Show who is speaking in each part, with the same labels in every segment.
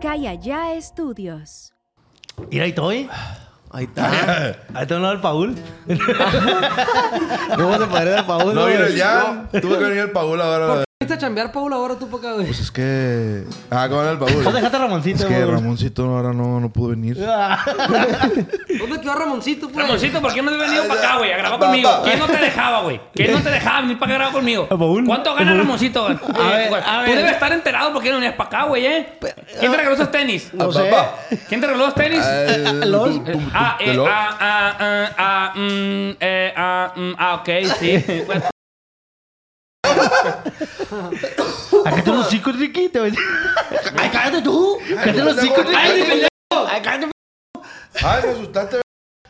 Speaker 1: Calla Ya Estudios.
Speaker 2: Mira, ahí estoy.
Speaker 3: Ahí está.
Speaker 2: Ahí está un lado el Paul.
Speaker 3: ¿Cómo se parece a Paul?
Speaker 4: No, mira,
Speaker 3: güey?
Speaker 4: ya. Tuve que venir el Paul ahora.
Speaker 5: ¿Viste a chambear, Paula, ahora tú para acá, güey?
Speaker 4: Pues es que. Ah, ¿cómo era el Paul?
Speaker 2: No dejaste a este Ramoncito.
Speaker 4: Es que
Speaker 2: güey.
Speaker 4: Ramoncito ahora no, no pudo venir.
Speaker 5: ¿Dónde quedó Ramoncito, pues?
Speaker 6: Ramoncito, ¿por qué no has venido para acá, güey? A grabar conmigo. ¿Quién no te dejaba, güey? ¿Quién no te dejaba venir para grabar conmigo?
Speaker 2: Paul?
Speaker 6: ¿Cuánto gana Ramoncito? güey?
Speaker 5: ver,
Speaker 6: Güey,
Speaker 5: a
Speaker 6: Tú
Speaker 5: ver.
Speaker 6: debes estar enterado por qué no venías para acá, güey, ¿eh? ¿Quién te regaló esos tenis?
Speaker 4: No sé.
Speaker 6: ¿Quién te regaló los tenis?
Speaker 4: Los.
Speaker 6: Ah, eh, ah, ah, ah, ah, mm, eh, ah, mm, ah, ok, sí. Bueno,
Speaker 2: Acá están los chicos, Ricky. Te voy a decir. Ay, cállate tú. Cállate los chicos, Ricky.
Speaker 4: Ay,
Speaker 2: Ay, cállate.
Speaker 4: Ay, me asustaste.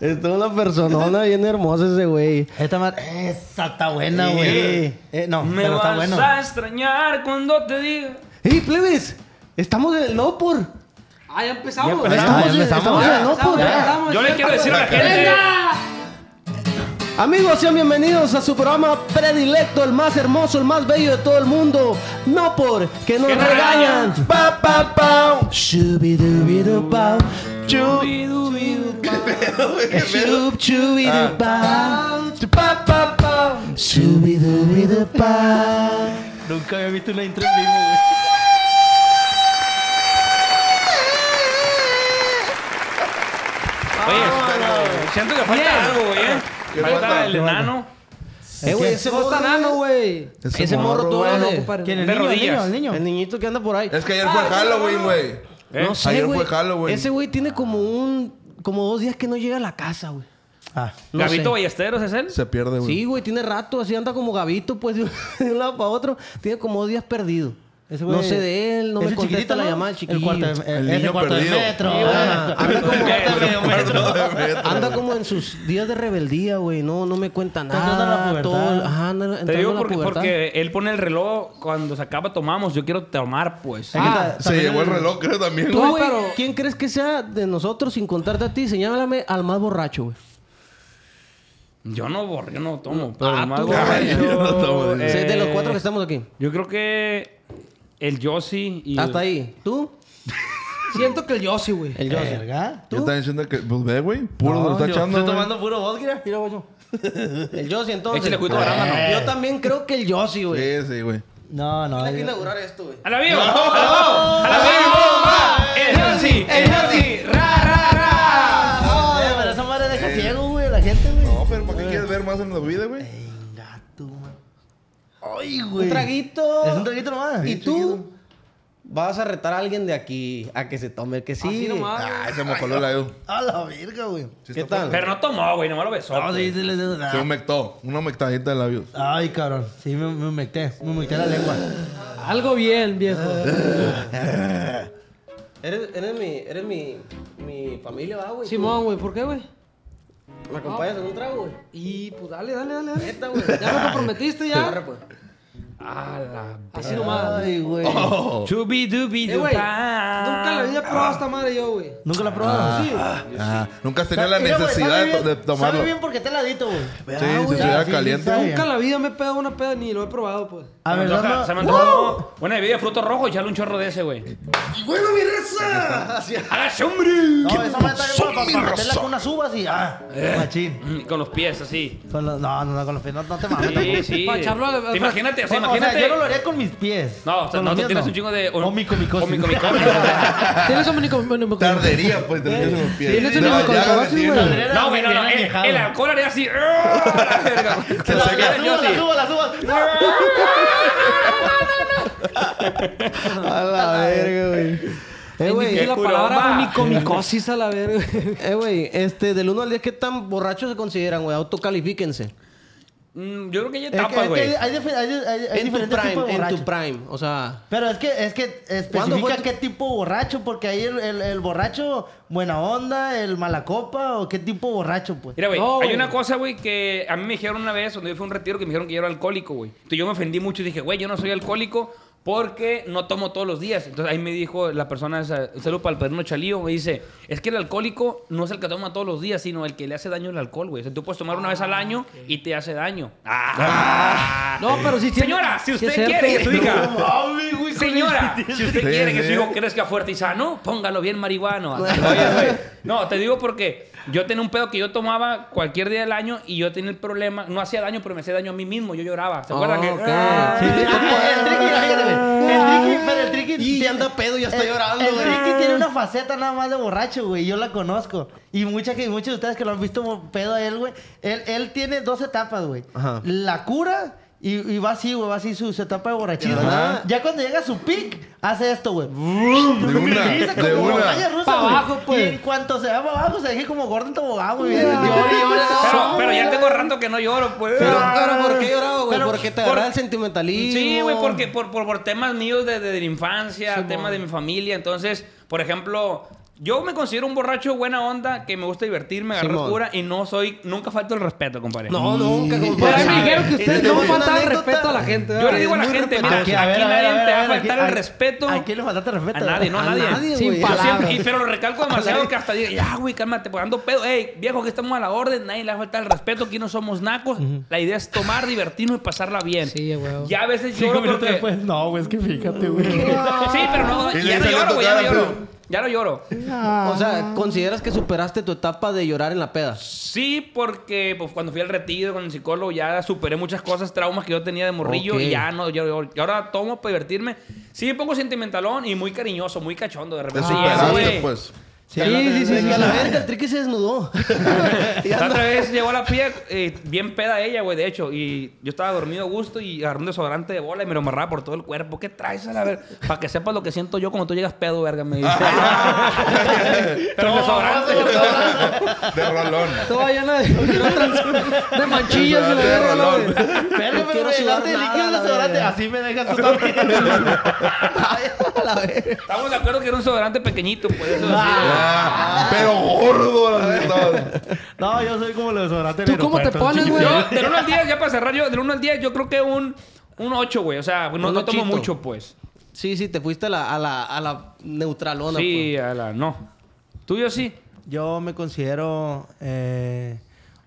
Speaker 3: Es toda una personona bien hermosa ese güey.
Speaker 2: Esta mar... Esa está buena, güey. Eh, no,
Speaker 6: me
Speaker 2: pero está
Speaker 6: vas
Speaker 2: bueno.
Speaker 6: a extrañar cuando te diga.
Speaker 3: ¡Ey, plebes! Estamos en el no por.
Speaker 5: Ah, ya empezamos.
Speaker 2: Ya
Speaker 3: Estamos,
Speaker 2: empezamos,
Speaker 3: en-
Speaker 2: ya
Speaker 3: estamos en el no por.
Speaker 6: Yo le quiero decir a la gente.
Speaker 3: Amigos, sean bienvenidos a su programa predilecto, el más hermoso, el más bello de todo el mundo. No por que nos
Speaker 6: Que nos
Speaker 3: regañan. Pa pa pau. Shubidubidu pau. Shub chubidu pau. Pa pa pau. Shubidubidu pau.
Speaker 2: Nunca había visto una intro en vivo, güey.
Speaker 6: Oye, siento que falta algo, güey, ¿eh? Falta el enano.
Speaker 3: Eh, güey, ese
Speaker 5: No está
Speaker 3: morro,
Speaker 5: nano, güey.
Speaker 3: Ese morro todo
Speaker 4: güey.
Speaker 3: lo de-
Speaker 5: compadre.
Speaker 2: ¿Quién? El
Speaker 6: De
Speaker 2: niño, el niño,
Speaker 6: rodillas.
Speaker 2: el niño.
Speaker 3: El niñito que anda por ahí.
Speaker 4: Es que ayer fue Halloween, güey.
Speaker 6: ¿Eh?
Speaker 3: No sé,
Speaker 4: Ayer
Speaker 3: güey.
Speaker 4: fue Halloween.
Speaker 3: Ese güey tiene como un... Como dos días que no llega a la casa, güey.
Speaker 2: Ah.
Speaker 3: No sé.
Speaker 6: Gabito Ballesteros es él.
Speaker 4: Se pierde, güey.
Speaker 3: Sí, güey, tiene rato, así anda como gavito, pues de un, de un lado para otro. Tiene como dos días perdido.
Speaker 2: Ese güey-
Speaker 3: no sé de él, no
Speaker 2: ese
Speaker 3: me contesta
Speaker 2: chiquitito,
Speaker 3: la
Speaker 2: ¿no?
Speaker 3: llamada, chiquillo.
Speaker 2: El cuarto, de-
Speaker 4: El
Speaker 2: ese
Speaker 4: niño
Speaker 2: cuarto del
Speaker 4: perdido.
Speaker 2: metro.
Speaker 3: Sí,
Speaker 2: Ah,
Speaker 3: güey.
Speaker 2: habla como
Speaker 6: El
Speaker 2: cuarto de
Speaker 6: metro.
Speaker 2: metro.
Speaker 3: Anda como en sus días de rebeldía, güey. No, no me cuenta
Speaker 2: Está entrando
Speaker 3: nada.
Speaker 2: a la pubertad.
Speaker 3: todo- ajá, anda
Speaker 6: Te
Speaker 3: entrando a
Speaker 6: digo
Speaker 3: la
Speaker 6: porque,
Speaker 3: pubertad.
Speaker 6: porque él pone el reloj cuando se acaba tomamos. Yo quiero tomar, pues.
Speaker 3: Ah,
Speaker 4: Se llevó el reloj, creo también.
Speaker 3: tú,
Speaker 5: No,
Speaker 3: güey,
Speaker 5: pero-
Speaker 3: ¿quién crees que sea de nosotros sin contarte a ti? Señálame al más borracho, güey.
Speaker 6: Yo no, borré, yo no tomo. Pero
Speaker 3: Ah,
Speaker 6: el más
Speaker 3: tú,
Speaker 6: borracho,
Speaker 4: ay, yo no tomo,
Speaker 3: O sea,
Speaker 6: eh,
Speaker 3: de los cuatro que estamos aquí.
Speaker 6: Yo creo que el Yossi y...
Speaker 3: Hasta Ah, ahí. ¿Tú?
Speaker 5: Siento que el Yossi, güey.
Speaker 3: El Eh. yo.
Speaker 2: ¿Verga?
Speaker 4: Yo estaba diciendo que. Pues ve, güey. Puro se lo está
Speaker 2: yo
Speaker 4: echando.
Speaker 2: Estoy
Speaker 4: güey.
Speaker 2: tomando puro vodka.
Speaker 3: Mira, güey. yo. El Yossi, entonces.
Speaker 6: Échale juguito de arándano.
Speaker 3: Eh. Yo también creo que el Yossi, güey.
Speaker 4: Sí, sí, güey.
Speaker 2: No, no.
Speaker 3: Hay que
Speaker 2: yo- Ah,
Speaker 3: inaugurar Ah, esto, güey.
Speaker 6: ¡A la viva! ¡A la viva! ¡El Yossi! ¡El Yossi! ¡Ra, ra, ra!
Speaker 2: Ay, pero esa madre deja ciego, güey, la gente, güey.
Speaker 4: No, pero ¿para qué quieres ver más en la vida, güey?
Speaker 2: Venga, tú, man. Ay, güey.
Speaker 3: Un traguito.
Speaker 2: Es un traguito nomás.
Speaker 3: Y tú vas a retar a alguien de aquí a que se tome el que sí.
Speaker 5: Así nomás.
Speaker 4: Ah, se mojó el labio.
Speaker 2: A la verga, güey.
Speaker 4: Sí
Speaker 3: ¿Qué
Speaker 4: está
Speaker 3: tal?
Speaker 6: Pero no tomó, güey. Nomás lo besó.
Speaker 2: No, sí,
Speaker 6: pues.
Speaker 2: sí, les debo.
Speaker 4: Se humectó. Una humectadita de labios.
Speaker 2: Ay, cabrón. Sí, me, me humecté. Me humecté la lengua.
Speaker 5: Algo bien, viejo.
Speaker 3: Eres, eres mi, eres mi, mi familia, ¿va, güey.
Speaker 5: Simón, güey. ¿Por qué, güey?
Speaker 3: ¿Me acompañas en un trago, güey?
Speaker 5: Y pues dale, dale, dale. dale.
Speaker 3: Neta, güey.
Speaker 5: Ya me comprometiste,
Speaker 3: Arre,
Speaker 5: ya.
Speaker 3: pues.
Speaker 6: ¡A la...
Speaker 5: Así nomás.
Speaker 2: Ay, güey.
Speaker 6: Chubi dubi
Speaker 5: Eh, güey.
Speaker 6: Ah,
Speaker 5: Nunca la había probado esta madre yo, güey.
Speaker 2: Nunca la he probado. Sí.
Speaker 4: Ah, nunca tenía la
Speaker 2: Mira, güey,
Speaker 4: necesidad
Speaker 2: sabe
Speaker 4: de, to- de
Speaker 2: bien-
Speaker 4: tomarlo.
Speaker 2: Sabe bien porque está heladito, güey.
Speaker 4: Sí, si estuviera caliente.
Speaker 5: Nunca en la vida me he pegado una peda ni lo he probado, pues.
Speaker 2: A ver, no.
Speaker 6: Se me antojó una bebida de frutos rojos. Echale un chorro de ese, güey.
Speaker 4: ¡Y bueno, mi raza!
Speaker 6: ¡Hágase, hombre!
Speaker 2: No, esa madre está
Speaker 4: Son
Speaker 2: bien para-
Speaker 4: mi
Speaker 2: para meterla
Speaker 4: razón.
Speaker 2: con unas uvas y. Ah, machín.
Speaker 6: Mm, Con los pies, así.
Speaker 2: Con los- no, no, no, con los pies. No, no te mames.
Speaker 6: Sí, sí.
Speaker 5: Pa' echarlo al- al-
Speaker 6: Imagínate, o sea,
Speaker 2: O- o sea,
Speaker 6: imagínate.
Speaker 2: yo no lo haría con mis pies.
Speaker 6: No, o sea,
Speaker 2: Con los
Speaker 6: no, tú
Speaker 2: míos
Speaker 6: tienes un chingo de-
Speaker 2: O mi comicosis.
Speaker 6: Omicomicosis.
Speaker 5: ¿Tienes un
Speaker 4: Tardería, pues, tendría en los pies.
Speaker 5: Tienes un
Speaker 4: De
Speaker 5: hijo con
Speaker 4: bañar,
Speaker 5: tabacos,
Speaker 4: decir,
Speaker 5: güey.
Speaker 4: no.
Speaker 6: No, güey, no, no. El, el alcohol haría así. ¡ah! La verga, güey.
Speaker 4: Se seca.
Speaker 6: Yo
Speaker 2: Las
Speaker 6: sí.
Speaker 2: uvas, las uvas, las uvas.
Speaker 3: A la verga, güey. Eh, güey.
Speaker 6: Qué
Speaker 5: la
Speaker 6: curón,
Speaker 5: palabra
Speaker 6: va.
Speaker 5: unicomicosis a la verga.
Speaker 3: Eh, güey. Este, del 1 al 10, ¿qué tan borrachos se consideran, güey? Autocalifíquense.
Speaker 6: Mm, Yo creo que ya
Speaker 2: Es que- es
Speaker 6: etapa,
Speaker 2: que
Speaker 6: güey.
Speaker 2: Hay, dife- hay- hay- hay
Speaker 3: En tu
Speaker 2: diferentes tipos
Speaker 3: prime,
Speaker 2: de
Speaker 3: en
Speaker 2: borrachos.
Speaker 3: tu prime. O sea...
Speaker 2: Pero es que, es que
Speaker 3: ¿Cuándo fue
Speaker 2: especifica
Speaker 3: tu-
Speaker 2: qué tipo borracho, porque ahí el, el- el borracho buena onda, el mala copa, o qué tipo borracho, pues.
Speaker 6: Mira, güey,
Speaker 5: No,
Speaker 6: hay
Speaker 5: güey.
Speaker 6: una cosa, güey, que a mí me dijeron una vez cuando yo fui a un retiro que me dijeron que yo era alcohólico, güey. Entonces yo me ofendí mucho y dije, güey, yo no soy alcohólico, Porque no tomo todos los días. Entonces ahí me dijo la persona, esa, un saludo para el padrino Chalío, me dice, es que el alcohólico no es el que toma todos los días, sino el que le hace daño el alcohol, güey. O sea, tú puedes tomar una vez al año y te hace daño. Ah.
Speaker 5: No, pero si tiene-
Speaker 6: Señora, si
Speaker 5: sí es
Speaker 6: usted
Speaker 5: cierto.
Speaker 6: quiere que su hija...
Speaker 2: No mames, güey, con
Speaker 6: Señora,
Speaker 2: el-
Speaker 6: si usted
Speaker 4: Sí,
Speaker 6: quiere que
Speaker 4: sí.
Speaker 6: su hijo crezca fuerte y sano, póngalo bien marihuano. Así, oye, güey. No, te digo porque yo tenía un pedo que yo tomaba cualquier día del año y yo tenía el problema. No hacía daño, pero me hacía daño a mí mismo. Yo lloraba. ¿Se acuerdan que?
Speaker 5: Ah,
Speaker 2: El triqui, fíjate, güey. El triqui, pero el triqui.
Speaker 3: Y
Speaker 2: te-
Speaker 3: anda pedo, ya está
Speaker 2: ah, el-
Speaker 3: llorando,
Speaker 2: El
Speaker 3: güey. Ah.
Speaker 2: triqui tiene una faceta nada más de borracho, güey. Yo la conozco. Y mucha, que- muchos de ustedes que lo han visto mo- pedo a él, güey. Él, él tiene dos etapas, güey.
Speaker 3: Ajá.
Speaker 2: La cura. Y, y va así, güey, va así su, su etapa de borrachismo.
Speaker 3: Ajá.
Speaker 2: Ya cuando llega a su pic, hace esto, güey.
Speaker 4: De una,
Speaker 2: Desliza como
Speaker 4: de
Speaker 2: montaña
Speaker 4: una.
Speaker 2: rusa,
Speaker 5: Pa'
Speaker 2: güey.
Speaker 5: abajo, pues.
Speaker 2: Y en cuanto se va para abajo, se deje como gordo en tobogán, güey.
Speaker 3: Ya.
Speaker 2: Llora y llora.
Speaker 6: Pero, Ah, pero ya tengo rato que no lloro, pues.
Speaker 3: Pero, pero ¿por qué lloraba, güey?
Speaker 2: Pero-
Speaker 3: Porque te
Speaker 6: por-
Speaker 3: agarraba el sentimentalismo.
Speaker 6: Sí, güey, porque por, por, por temas míos de, de, de la infancia, temas de mi familia. Entonces, por ejemplo, yo me considero un borracho buena onda, que me gusta divertirme, agarrar
Speaker 3: Simón.
Speaker 6: cura y no soy, nunca falto el respeto, compadre.
Speaker 3: No, nunca, como
Speaker 5: Pero ahí me
Speaker 3: sabe.
Speaker 5: dijeron que ustedes
Speaker 3: Te
Speaker 5: no
Speaker 3: voy a una
Speaker 5: faltaban
Speaker 3: anécdota.
Speaker 5: respeto a la gente.
Speaker 6: Yo le digo a la
Speaker 3: muy
Speaker 6: gente, mira,
Speaker 3: respetuoso.
Speaker 6: aquí, nadie te va a faltar el
Speaker 2: aquí-
Speaker 6: respeto.
Speaker 2: ¿A quién le faltaste el
Speaker 6: a
Speaker 2: respeto?
Speaker 6: nadie, no a
Speaker 3: A
Speaker 6: nadie.
Speaker 3: nadie,
Speaker 6: Sin
Speaker 3: güey.
Speaker 6: yo
Speaker 3: palabras.
Speaker 6: siempre- y- pero lo recalco demasiado que hasta digo, ya, güey, cálmate, pues ando pedo. Ey, viejo, que estamos a la orden, nadie le va a faltar el respeto, aquí no somos nacos. La idea es tomar, divertirnos y pasarla bien.
Speaker 5: Sí, güey.
Speaker 6: Ya a veces
Speaker 2: Cinco
Speaker 6: lloro
Speaker 2: minutos
Speaker 6: porque...
Speaker 2: después, no, güey, es que fíjate, güey.
Speaker 6: Sí, pero no,
Speaker 4: Y le
Speaker 6: ya no
Speaker 4: salió
Speaker 6: lloro, güey, ya no
Speaker 4: tocada,
Speaker 6: lloro.
Speaker 4: pero-
Speaker 6: Ya no lloro.
Speaker 3: O sea, ¿consideras que superaste tu etapa de llorar en la peda?
Speaker 6: Sí, porque pues, cuando fui al retiro con el psicólogo ya superé muchas cosas, traumas que yo tenía de morrillo
Speaker 3: Ok.
Speaker 6: y ya no, yo, yo- y ahora tomo para divertirme. Sí, un poco sentimentalón y muy cariñoso, muy cachondo de
Speaker 4: Te
Speaker 6: repente.
Speaker 4: superaste,
Speaker 6: güey.
Speaker 4: pues.
Speaker 3: Sí, sí, sí.
Speaker 5: sí,
Speaker 3: a
Speaker 5: sí.
Speaker 3: la verga, el triqui se desnudó. Y
Speaker 6: La
Speaker 3: anda-
Speaker 6: otra vez llegó a la pía, eh, bien peda ella, güey, de hecho. Y yo estaba dormido a gusto y agarré un desodorante de bola y me lo amarraba por todo el cuerpo. ¿Qué traes a la ver? Para que sepas lo que siento yo cuando tú llegas pedo, verga, me dice. Pero el desodorante.
Speaker 4: De rolón.
Speaker 5: Toda llena de, de manchillas y la
Speaker 4: De
Speaker 5: verga, la
Speaker 4: rolón.
Speaker 5: verga.
Speaker 2: Pero,
Speaker 3: quiero
Speaker 2: pero,
Speaker 3: sudar
Speaker 2: delante de
Speaker 3: nada,
Speaker 2: líquido
Speaker 3: la
Speaker 2: desodorante,
Speaker 3: verga.
Speaker 2: así me dejas tú también.
Speaker 3: A la verga.
Speaker 6: Estamos de acuerdo que era un desodorante pequeñito, pues eso sí.
Speaker 4: Ah, pero gordo. así estaba.
Speaker 2: No, yo soy como los desodorantes
Speaker 5: ¿Tú
Speaker 2: del
Speaker 5: cómo te
Speaker 2: aeropuerto,
Speaker 5: pones,
Speaker 2: chiquito.
Speaker 5: güey?
Speaker 6: Yo, del 1 al 10, ya para cerrar yo, del 1 al 10, yo creo que un, un 8, güey. O sea, no,
Speaker 3: Un
Speaker 6: no tomo
Speaker 3: ochito.
Speaker 6: mucho, pues.
Speaker 3: Sí, sí, te fuiste a la, a la, a la neutralona. pues.
Speaker 6: sí, a la no. Tuyo sí.
Speaker 2: Yo me considero eh,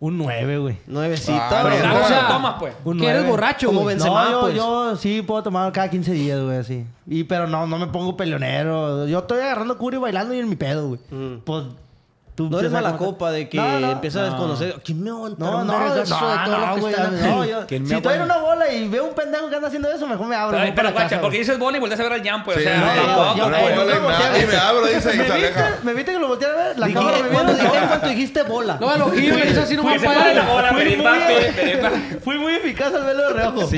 Speaker 2: un 9, güey.
Speaker 3: pues. Nuevecita.
Speaker 4: Ah,
Speaker 3: güey.
Speaker 4: pero-
Speaker 6: Ah,
Speaker 5: O sea,
Speaker 6: no tomas, pues.
Speaker 2: Un
Speaker 5: que eres
Speaker 2: nueve.
Speaker 5: borracho,
Speaker 3: Como
Speaker 5: güey.
Speaker 3: Benzema,
Speaker 2: no, yo,
Speaker 3: pues.
Speaker 2: yo sí puedo tomar cada 15 días, güey, así. Y, pero no, no me pongo peleonero. Yo estoy agarrando cura y bailando y en mi pedo, güey. Pues, tú
Speaker 3: Mm. No eres
Speaker 2: piensas
Speaker 3: mala
Speaker 2: cómo te-
Speaker 3: copa de que
Speaker 2: No, no.
Speaker 3: empiezas a desconocer. ¿Quién me va a aguantar
Speaker 2: No,
Speaker 3: un
Speaker 2: no, no,
Speaker 3: vergazo de todo lo
Speaker 2: no,
Speaker 3: que
Speaker 2: güey.
Speaker 3: está en la-
Speaker 2: No, yo, si
Speaker 6: ¿Quién me
Speaker 2: estoy en
Speaker 6: aguanta?
Speaker 2: una bola y veo un pendejo que anda haciendo eso, mejor me abro.
Speaker 6: Ay,
Speaker 2: voy
Speaker 6: pero
Speaker 2: para la
Speaker 6: guacha,
Speaker 2: casa,
Speaker 6: porque
Speaker 2: güey.
Speaker 6: dices boli y volteas a ver al Jan, pues.
Speaker 4: Sí,
Speaker 6: o sea, pues.
Speaker 4: no,
Speaker 6: tampoco,
Speaker 2: yo-
Speaker 4: no,
Speaker 6: güey.
Speaker 4: no, no,
Speaker 2: yo-
Speaker 4: nada. Y me abro, dice, y
Speaker 2: ¿Me
Speaker 4: se
Speaker 2: viste?
Speaker 4: aleja.
Speaker 2: ¿Me viste que lo volteé a ver? La
Speaker 3: Dijiste-
Speaker 2: cámara me vio.
Speaker 3: Cuando dijeron cuando dijiste bola.
Speaker 5: No, el ojillo le hizo así
Speaker 6: Fui,
Speaker 5: nomás
Speaker 6: se
Speaker 5: para
Speaker 6: pone la
Speaker 5: allá.
Speaker 6: bola,
Speaker 2: Fui muy
Speaker 6: peripa,
Speaker 2: bien.
Speaker 6: peripa.
Speaker 2: Fui muy eficaz al verlo de reojo. Sí.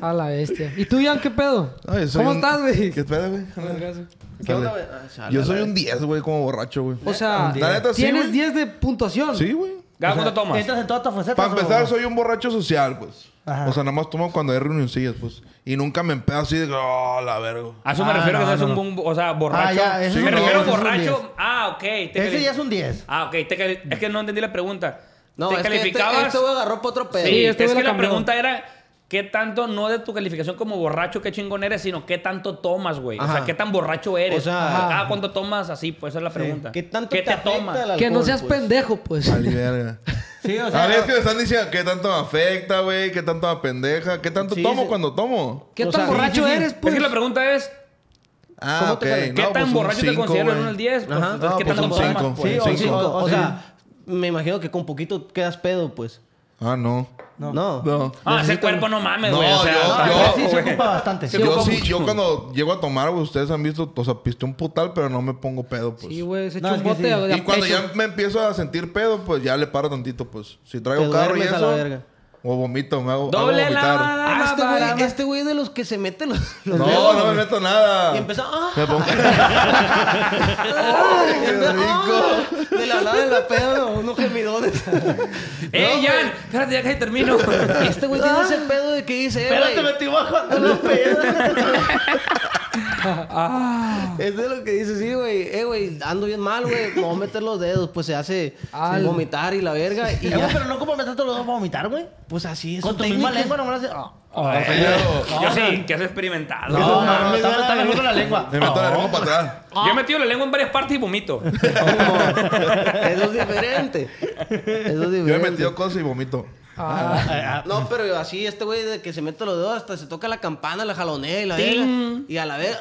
Speaker 5: A la bestia. ¿Y tú, Ian, qué pedo?
Speaker 4: Ay, soy
Speaker 5: ¿Cómo
Speaker 4: un-
Speaker 5: estás, güey?
Speaker 4: ¿Qué espera, güey?
Speaker 3: ¿Qué onda, güey?
Speaker 4: Dale.
Speaker 3: Ah, chale,
Speaker 4: Yo
Speaker 3: la
Speaker 4: soy
Speaker 3: verga.
Speaker 4: un 10, güey, como borracho, güey.
Speaker 5: O sea,
Speaker 4: La neta, sí,
Speaker 5: tienes
Speaker 4: güey.
Speaker 5: 10 de puntuación.
Speaker 4: Sí, güey.
Speaker 6: Gabo, ¿cuánto tomas?
Speaker 2: Entras en todas tus facetas.
Speaker 4: Para empezar,
Speaker 2: güey.
Speaker 4: soy un borracho social, pues.
Speaker 2: Ajá.
Speaker 4: O sea, nada más tomo cuando hay reunioncillas, pues. Y nunca me empedo así de, que, oh, la verga.
Speaker 6: A eso me
Speaker 2: Ah, no,
Speaker 6: refiero que no,
Speaker 2: no,
Speaker 6: es un bum- o sea, borracho.
Speaker 2: Ah, ya, eso
Speaker 6: me
Speaker 4: no,
Speaker 6: refiero a
Speaker 4: ese es
Speaker 2: un
Speaker 6: borracho.
Speaker 2: diez.
Speaker 6: Ah, ok. te
Speaker 2: Ese
Speaker 6: cali-
Speaker 2: ya es un 10.
Speaker 6: Ah, ok. te cali- Es que no entendí la pregunta.
Speaker 3: No,
Speaker 6: ¿Te
Speaker 3: es que este,
Speaker 6: calificabas?
Speaker 3: este güey agarró para otro pedo.
Speaker 6: Sí,
Speaker 5: Sí,
Speaker 6: es
Speaker 5: este
Speaker 6: que
Speaker 5: güey la
Speaker 6: la
Speaker 5: cambió.
Speaker 6: pregunta era qué tanto, no de tu calificación como borracho, qué chingón eres, sino qué tanto tomas, güey. O sea,
Speaker 3: Ajá.
Speaker 6: qué tan borracho eres.
Speaker 3: O sea,
Speaker 6: ah, cuánto tomas así, pues esa es la pregunta.
Speaker 3: ¿Qué tanto
Speaker 6: ¿Qué
Speaker 3: te, afecta el alcohol,
Speaker 5: Que no seas
Speaker 3: pues?
Speaker 5: pendejo, pues.
Speaker 4: Vale, verga.
Speaker 2: Sí, o
Speaker 4: a
Speaker 2: sea,
Speaker 4: ver, es que me están diciendo qué tanto me afecta, güey, qué tanto me pendeja, qué tanto
Speaker 3: Sí,
Speaker 4: tomo
Speaker 3: sí.
Speaker 4: cuando tomo.
Speaker 5: ¿Qué
Speaker 3: O
Speaker 5: tan
Speaker 3: sea, sí,
Speaker 5: borracho
Speaker 3: sí, sí.
Speaker 5: eres,
Speaker 6: Es
Speaker 5: pues?
Speaker 6: que la pregunta es
Speaker 4: Ah,
Speaker 3: ¿Cómo
Speaker 4: ok.
Speaker 3: te cali-
Speaker 4: No,
Speaker 6: qué
Speaker 4: pues,
Speaker 6: tan
Speaker 4: un
Speaker 6: borracho te
Speaker 4: cinco,
Speaker 6: consideras
Speaker 4: güey.
Speaker 6: del 1 al 10. Pues,
Speaker 3: Ajá.
Speaker 6: entonces,
Speaker 4: No,
Speaker 6: ¿Qué
Speaker 4: pues,
Speaker 6: tanto
Speaker 4: un
Speaker 6: tomas?
Speaker 4: cinco,
Speaker 6: pues?
Speaker 2: Sí,
Speaker 4: un
Speaker 2: o-
Speaker 4: cinco.
Speaker 2: o-
Speaker 3: O sea, me imagino que con poquito quedas pedo, pues.
Speaker 4: Ah, no.
Speaker 3: No.
Speaker 4: No.
Speaker 6: Ah, ese
Speaker 3: Necesito-
Speaker 6: cuerpo no mames,
Speaker 4: No,
Speaker 6: güey. o sea,
Speaker 4: yo-
Speaker 2: Ah,
Speaker 6: tampoco,
Speaker 2: pero
Speaker 4: yo-
Speaker 2: sí, se
Speaker 6: güey.
Speaker 2: ocupa bastante.
Speaker 6: Sí,
Speaker 4: yo
Speaker 6: ocupa
Speaker 4: sí,
Speaker 6: mucho.
Speaker 4: yo cuando llego a tomar, güey, ustedes han visto, o sea, piste un putal, pero no me pongo pedo, pues.
Speaker 5: Sí, güey, se
Speaker 2: No,
Speaker 5: echó
Speaker 2: es
Speaker 5: un
Speaker 2: que
Speaker 5: bote
Speaker 2: sí.
Speaker 5: de
Speaker 4: Y
Speaker 5: a
Speaker 4: cuando
Speaker 5: pecho.
Speaker 4: ya me empiezo a sentir pedo, pues ya le paro tantito, pues. Si traigo
Speaker 3: Te
Speaker 4: carro y
Speaker 3: duermes a la
Speaker 4: eso.
Speaker 3: verga.
Speaker 4: O vomito, me hago,
Speaker 6: Doble
Speaker 4: hago vomitar.
Speaker 6: lavada.
Speaker 3: Ah, este
Speaker 6: Para
Speaker 3: güey-
Speaker 6: más.
Speaker 3: este güey es de los que se mete los, los
Speaker 4: No,
Speaker 3: dedos,
Speaker 4: no me
Speaker 3: güey.
Speaker 4: meto nada.
Speaker 3: Y empezó, ah,
Speaker 4: Me pongo.
Speaker 3: ah,
Speaker 4: qué
Speaker 3: ah, de la nada de la pedo, unos gemidones.
Speaker 6: ¡Eh, Jan! Espérate, ya casi termino.
Speaker 4: Ah,
Speaker 3: Este güey tiene ese pedo de que dice, eh,
Speaker 2: Espérate,
Speaker 3: güey,
Speaker 2: metí bajo ando los pedos.
Speaker 6: Ah.
Speaker 3: Es de lo que dice, sí, güey. Eh, güey, ando bien mal, güey. Me voy a meter los dedos. Pues se hace
Speaker 5: Al-
Speaker 3: vomitar y la verga. Y
Speaker 2: Eh, güey,
Speaker 3: ya.
Speaker 2: pero no como meterte los dos para vomitar, güey.
Speaker 3: Pues así es.
Speaker 2: Con
Speaker 3: su
Speaker 2: tu misma
Speaker 3: técnica.
Speaker 2: lengua nomás haces... ah.
Speaker 6: Yo sí, que has experimentado.
Speaker 2: No, no,
Speaker 3: no,
Speaker 2: no,
Speaker 3: me
Speaker 2: está
Speaker 3: duele la
Speaker 2: está mejor
Speaker 3: lengua.
Speaker 2: con la lengua.
Speaker 4: Me meto la lengua para atrás.
Speaker 6: Yo he metido la lengua en varias partes y vomito.
Speaker 3: Eso es diferente. Eso es diferente.
Speaker 4: Yo he metido cosas y vomito.
Speaker 5: Ah.
Speaker 3: No, pero así este güey de que se mete los dedos hasta se toca la campana, la jalonea y la verga.
Speaker 6: Ting.
Speaker 3: Y a la vez,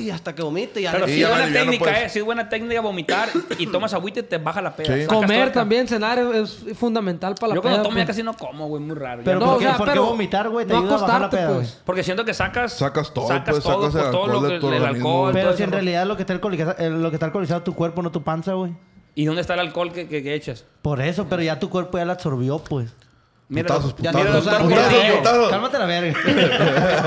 Speaker 3: y hasta que vomita. Y a
Speaker 6: Pero
Speaker 3: la
Speaker 4: Sí,
Speaker 6: si
Speaker 4: ya
Speaker 6: es
Speaker 4: me
Speaker 6: buena
Speaker 4: aliviano,
Speaker 6: técnica,
Speaker 4: pues.
Speaker 6: eh. Si es buena técnica vomitar y tomas agüita y te baja la peda.
Speaker 4: Sí.
Speaker 6: Sacas todo
Speaker 5: Comer
Speaker 6: el-
Speaker 5: también, cenar es, es fundamental para la
Speaker 6: Yo cuando
Speaker 5: peda,
Speaker 6: tomo ya
Speaker 5: pues.
Speaker 6: casi no como, güey. Muy raro.
Speaker 2: Pero
Speaker 6: Ya no-
Speaker 5: No,
Speaker 2: ¿por
Speaker 5: o
Speaker 2: qué,
Speaker 5: sea,
Speaker 2: por qué
Speaker 5: pero
Speaker 2: vomitar, güey? Te
Speaker 5: no
Speaker 2: ayuda a bajar la
Speaker 5: acostarte,
Speaker 2: peda, güey.
Speaker 5: pues.
Speaker 6: Porque siento que sacas...
Speaker 4: Sacas todo,
Speaker 6: Sacas
Speaker 4: pues,
Speaker 6: todo,
Speaker 4: sacas el
Speaker 6: pues, todo
Speaker 4: alcohol
Speaker 6: lo
Speaker 4: de
Speaker 6: que-
Speaker 4: tu
Speaker 6: el
Speaker 4: organismo.
Speaker 6: alcohol. todo
Speaker 3: Pues,
Speaker 2: Pero si
Speaker 6: eso.
Speaker 2: en realidad lo que está alcoholizado, eh, lo que está alcoholizado es tu cuerpo, no tu panza, güey.
Speaker 6: ¿Y dónde está el alcohol que, que- que echas?
Speaker 2: Por eso, pero ya tu cuerpo ya la absorbió, pues.
Speaker 4: Putazos,
Speaker 6: ya
Speaker 4: putazos,
Speaker 6: mira los
Speaker 4: putazos,
Speaker 6: árboles,
Speaker 4: putazos,
Speaker 6: tío.
Speaker 4: putazos.
Speaker 2: Cálmate la verga.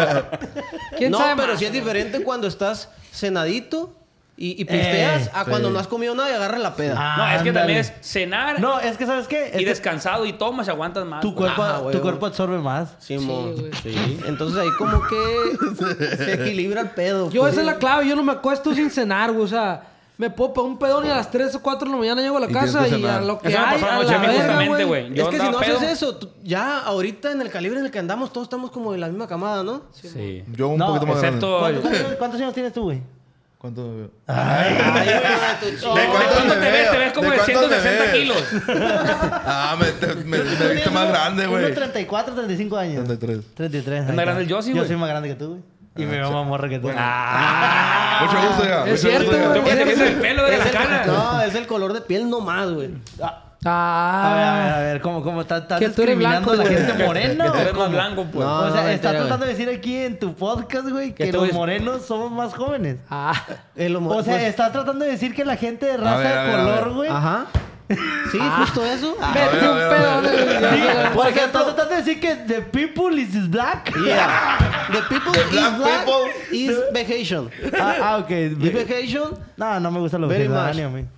Speaker 5: ¿Quién
Speaker 3: no,
Speaker 5: sabe
Speaker 3: pero
Speaker 5: más?
Speaker 3: sí es diferente cuando estás cenadito y, y pisteas
Speaker 2: Eh,
Speaker 3: a cuando no has comido nada y agarras la peda.
Speaker 2: Ah,
Speaker 6: No, es que
Speaker 2: ándale.
Speaker 6: también es cenar
Speaker 2: No, es que ¿sabes qué?
Speaker 6: y
Speaker 2: Es que
Speaker 6: descansado y tomas y aguantas más.
Speaker 2: tu
Speaker 6: güey.
Speaker 2: cuerpo,
Speaker 3: Ajá, güey,
Speaker 2: tu
Speaker 3: güey.
Speaker 2: cuerpo absorbe más.
Speaker 3: Sí, mo.
Speaker 5: güey.
Speaker 3: Sí. Entonces ahí como que se equilibra el pedo.
Speaker 5: Yo
Speaker 3: pues.
Speaker 5: esa es la clave, yo no me acuesto sin cenar, güey. O sea, me puedo pegar un pedón y a las 3 o 4 de la mañana llego a la
Speaker 4: Y
Speaker 5: casa
Speaker 4: tienes que
Speaker 5: y a
Speaker 4: cenar.
Speaker 5: lo que
Speaker 6: Eso me
Speaker 5: hay,
Speaker 6: pasó
Speaker 5: a
Speaker 6: anoche
Speaker 5: la
Speaker 6: a mí justamente,
Speaker 5: verga,
Speaker 6: güey.
Speaker 5: güey.
Speaker 6: Yo
Speaker 3: es que si
Speaker 6: andaba
Speaker 3: no
Speaker 6: pedo.
Speaker 3: haces eso, tú- ya ahorita en el calibre en el que andamos todos estamos como de la misma camada, ¿no?
Speaker 6: Ah, Sí.
Speaker 4: Yo un
Speaker 2: No,
Speaker 4: poquito más grande.
Speaker 6: Excepto...
Speaker 2: ¿Cuántos años, cuántos años tienes tú, güey?
Speaker 4: ¿Cuánto me veo?
Speaker 3: Ay, güey, tu
Speaker 6: ¿De
Speaker 3: chico.
Speaker 4: cuánto
Speaker 6: cuánto
Speaker 4: me
Speaker 6: te ves?
Speaker 4: veo?
Speaker 6: Te ves como
Speaker 4: ¿De
Speaker 6: de
Speaker 4: cuánto me
Speaker 6: 160
Speaker 4: ves?
Speaker 6: kilos.
Speaker 4: Ah, me, te- me, me he visto más grande, güey.
Speaker 2: Unos 34, 35 años.
Speaker 4: 33.
Speaker 2: 33.
Speaker 6: Es
Speaker 2: ahí
Speaker 6: más grande
Speaker 2: está.
Speaker 6: el Yossi,
Speaker 2: Yo
Speaker 6: güey.
Speaker 2: soy más grande que tú, güey. Y me veo más morro que tú. Ah,
Speaker 4: Mucho gusto, ya.
Speaker 5: Es
Speaker 4: Mucho
Speaker 5: cierto,
Speaker 4: gusto, ya.
Speaker 5: güey.
Speaker 6: Te voy a
Speaker 5: eres-
Speaker 6: sacar el pelo de
Speaker 3: Es
Speaker 6: la
Speaker 3: el-
Speaker 6: cara.
Speaker 3: no, es el color de piel nomás, güey. Ah,
Speaker 2: A ver, a ver,
Speaker 5: Ah,
Speaker 2: a ver, ¿cómo, cómo estás, estás
Speaker 5: Que tú eres
Speaker 2: discriminando
Speaker 5: blanco,
Speaker 2: a la
Speaker 5: güey.
Speaker 2: gente morena?
Speaker 6: Que te
Speaker 2: o
Speaker 6: ves más
Speaker 2: cómo?
Speaker 6: blanco, pues.
Speaker 3: No,
Speaker 2: o sea,
Speaker 3: no,
Speaker 2: estás
Speaker 3: mentira,
Speaker 2: tratando de decir aquí en tu podcast, güey,
Speaker 6: Que
Speaker 2: que
Speaker 6: tú
Speaker 2: los
Speaker 6: eres-
Speaker 2: morenos somos más jóvenes.
Speaker 5: ah.
Speaker 3: El homo-
Speaker 2: O sea,
Speaker 3: pues-
Speaker 2: estás tratando de decir que la gente de raza
Speaker 4: ver, a ver,
Speaker 2: de
Speaker 4: a
Speaker 2: color,
Speaker 4: ver.
Speaker 2: güey.
Speaker 3: Ajá. Sí, justo eso. Ah,
Speaker 4: ver,
Speaker 5: Vete
Speaker 4: a
Speaker 5: un
Speaker 4: ver, a
Speaker 5: pedón.
Speaker 4: ver.
Speaker 5: güey.
Speaker 2: Sí,
Speaker 5: Ya,
Speaker 2: porque estás tratando de decir que the people is black.
Speaker 3: Yeah. The people
Speaker 4: The black
Speaker 3: is black
Speaker 4: people.
Speaker 3: is vacation.
Speaker 2: Ah, ah, ok.
Speaker 3: Is vacation.
Speaker 2: No, no me gustan los
Speaker 3: Very
Speaker 2: vegetarianos, güey.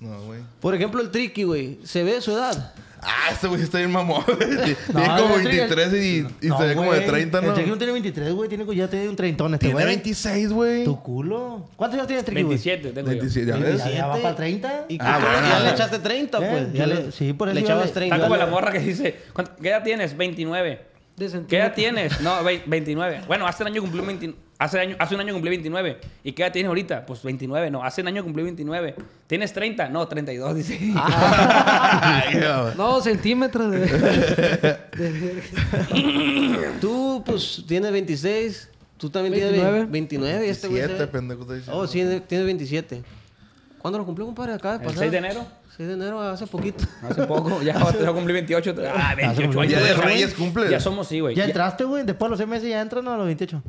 Speaker 4: No, güey.
Speaker 3: Por ejemplo, el tricky, güey. Se ve su edad.
Speaker 4: Ah, este güey está bien mamón. Tiene
Speaker 2: No,
Speaker 4: como
Speaker 2: el Tricky-
Speaker 4: 23 y, y se ve como de 30, ¿no?
Speaker 2: El Tricky no tiene 23, güey. Tiene, ya tiene un treintón este,
Speaker 4: Tiene
Speaker 2: güey.
Speaker 4: 26, güey.
Speaker 2: Tu culo. ¿Cuántos años tienes, Tricky, güey?
Speaker 6: 27 tengo yo.
Speaker 4: 27, ya
Speaker 2: Ya,
Speaker 4: ves.
Speaker 2: ya va para 30.
Speaker 3: Y
Speaker 4: Ah,
Speaker 3: que-
Speaker 4: bueno.
Speaker 3: ya le echaste 30,
Speaker 2: Eh,
Speaker 3: pues.
Speaker 2: yo
Speaker 3: Ya
Speaker 2: le-
Speaker 3: le,
Speaker 2: sí, por eso
Speaker 3: Le
Speaker 2: yo
Speaker 3: echabas
Speaker 2: le-
Speaker 3: 30.
Speaker 6: Está como la morra que dice, "¿Cuánto- ¿qué edad tienes? 29.
Speaker 5: de
Speaker 6: ¿Qué edad
Speaker 5: centímetro.
Speaker 6: tienes? No, vei- 29. Bueno, hace un año cumplí un 20 hace, año- hace un año cumplí 29. ¿Y qué edad tienes ahorita? Pues 29, no. Hace un año cumplí 29. ¿Tienes 30? No, 32, dice.
Speaker 4: Ay, ya,
Speaker 5: No, centímetros. güey.
Speaker 3: Tú, pues, tienes 26. Tú también
Speaker 5: 29.
Speaker 3: tienes 29. Y este güey. se ve-
Speaker 4: Siete, pendejo. te dice.
Speaker 3: Oh, sí, tienes 27. ¿Cuándo lo cumplió, compadre? Acá de
Speaker 6: ¿El
Speaker 3: pasar.
Speaker 6: 6 de enero?
Speaker 3: 6 de enero, hace poquito.
Speaker 6: Hace poco, ya, ya cumplí 28. Ah, 28 años.
Speaker 4: Ya de
Speaker 6: güey.
Speaker 4: Reyes cumples.
Speaker 6: Ya somos, sí, güey.
Speaker 2: Ya
Speaker 6: Ya-
Speaker 2: entraste, güey. Después de los seis meses ya entran a los 28.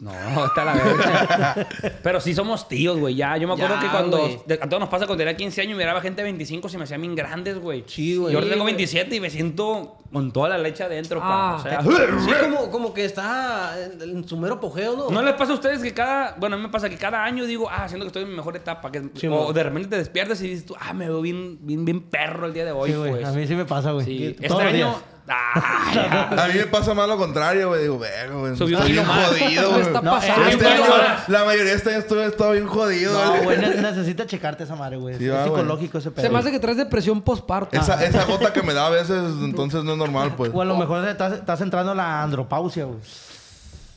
Speaker 6: No, está la verga. Pero sí somos tíos, güey. Ya, yo me acuerdo
Speaker 3: Ya,
Speaker 6: que cuando.
Speaker 3: güey.
Speaker 6: de- a todos nos pasa cuando tenía 15 años y miraba gente de 25, se me hacían bien grandes, güey.
Speaker 3: Sí, güey.
Speaker 6: Y ahora tengo
Speaker 3: Sí, güey.
Speaker 6: 27 y me siento con toda la leche adentro,
Speaker 5: Ah.
Speaker 6: pa. O sea,
Speaker 3: Sí, como, como que está en, en su mero apogeo, ¿no?
Speaker 6: ¿No Ah, les pasa a ustedes que cada... Bueno, a mí me pasa que cada año digo, ah, siento que estoy en mi mejor etapa. Que,
Speaker 3: Sí,
Speaker 6: o
Speaker 3: mo.
Speaker 6: de repente te despiertas y dices tú, ah, me veo bien, bien, bien perro el día de hoy,
Speaker 2: Sí, güey.
Speaker 6: pues.
Speaker 2: A mí sí me pasa, güey.
Speaker 6: Sí.
Speaker 2: Que-
Speaker 6: Este
Speaker 2: todos los
Speaker 6: año...
Speaker 2: días.
Speaker 6: Ah,
Speaker 4: A mí me pasa más lo contrario, güey. Digo, verga, güey.
Speaker 6: Subió
Speaker 4: Estoy
Speaker 6: un
Speaker 4: bien
Speaker 6: kilo más.
Speaker 4: jodido,
Speaker 5: Me
Speaker 4: güey.
Speaker 5: está
Speaker 2: No,
Speaker 5: pasando.
Speaker 2: es
Speaker 4: Este
Speaker 2: que-
Speaker 4: año,
Speaker 6: horas.
Speaker 4: la mayoría de este año estuve, estaba bien jodido,
Speaker 2: No,
Speaker 4: güey.
Speaker 2: güey, ne- necesitas checarte esa madre, güey.
Speaker 4: Sí,
Speaker 2: es
Speaker 4: va, güey.
Speaker 2: psicológico ese pedo.
Speaker 5: Se me hace que traes depresión postparto.
Speaker 4: Esa, esa gota que me da a veces, entonces no es normal, pues.
Speaker 2: O a lo mejor estás, estás entrando a la andropausia, güey.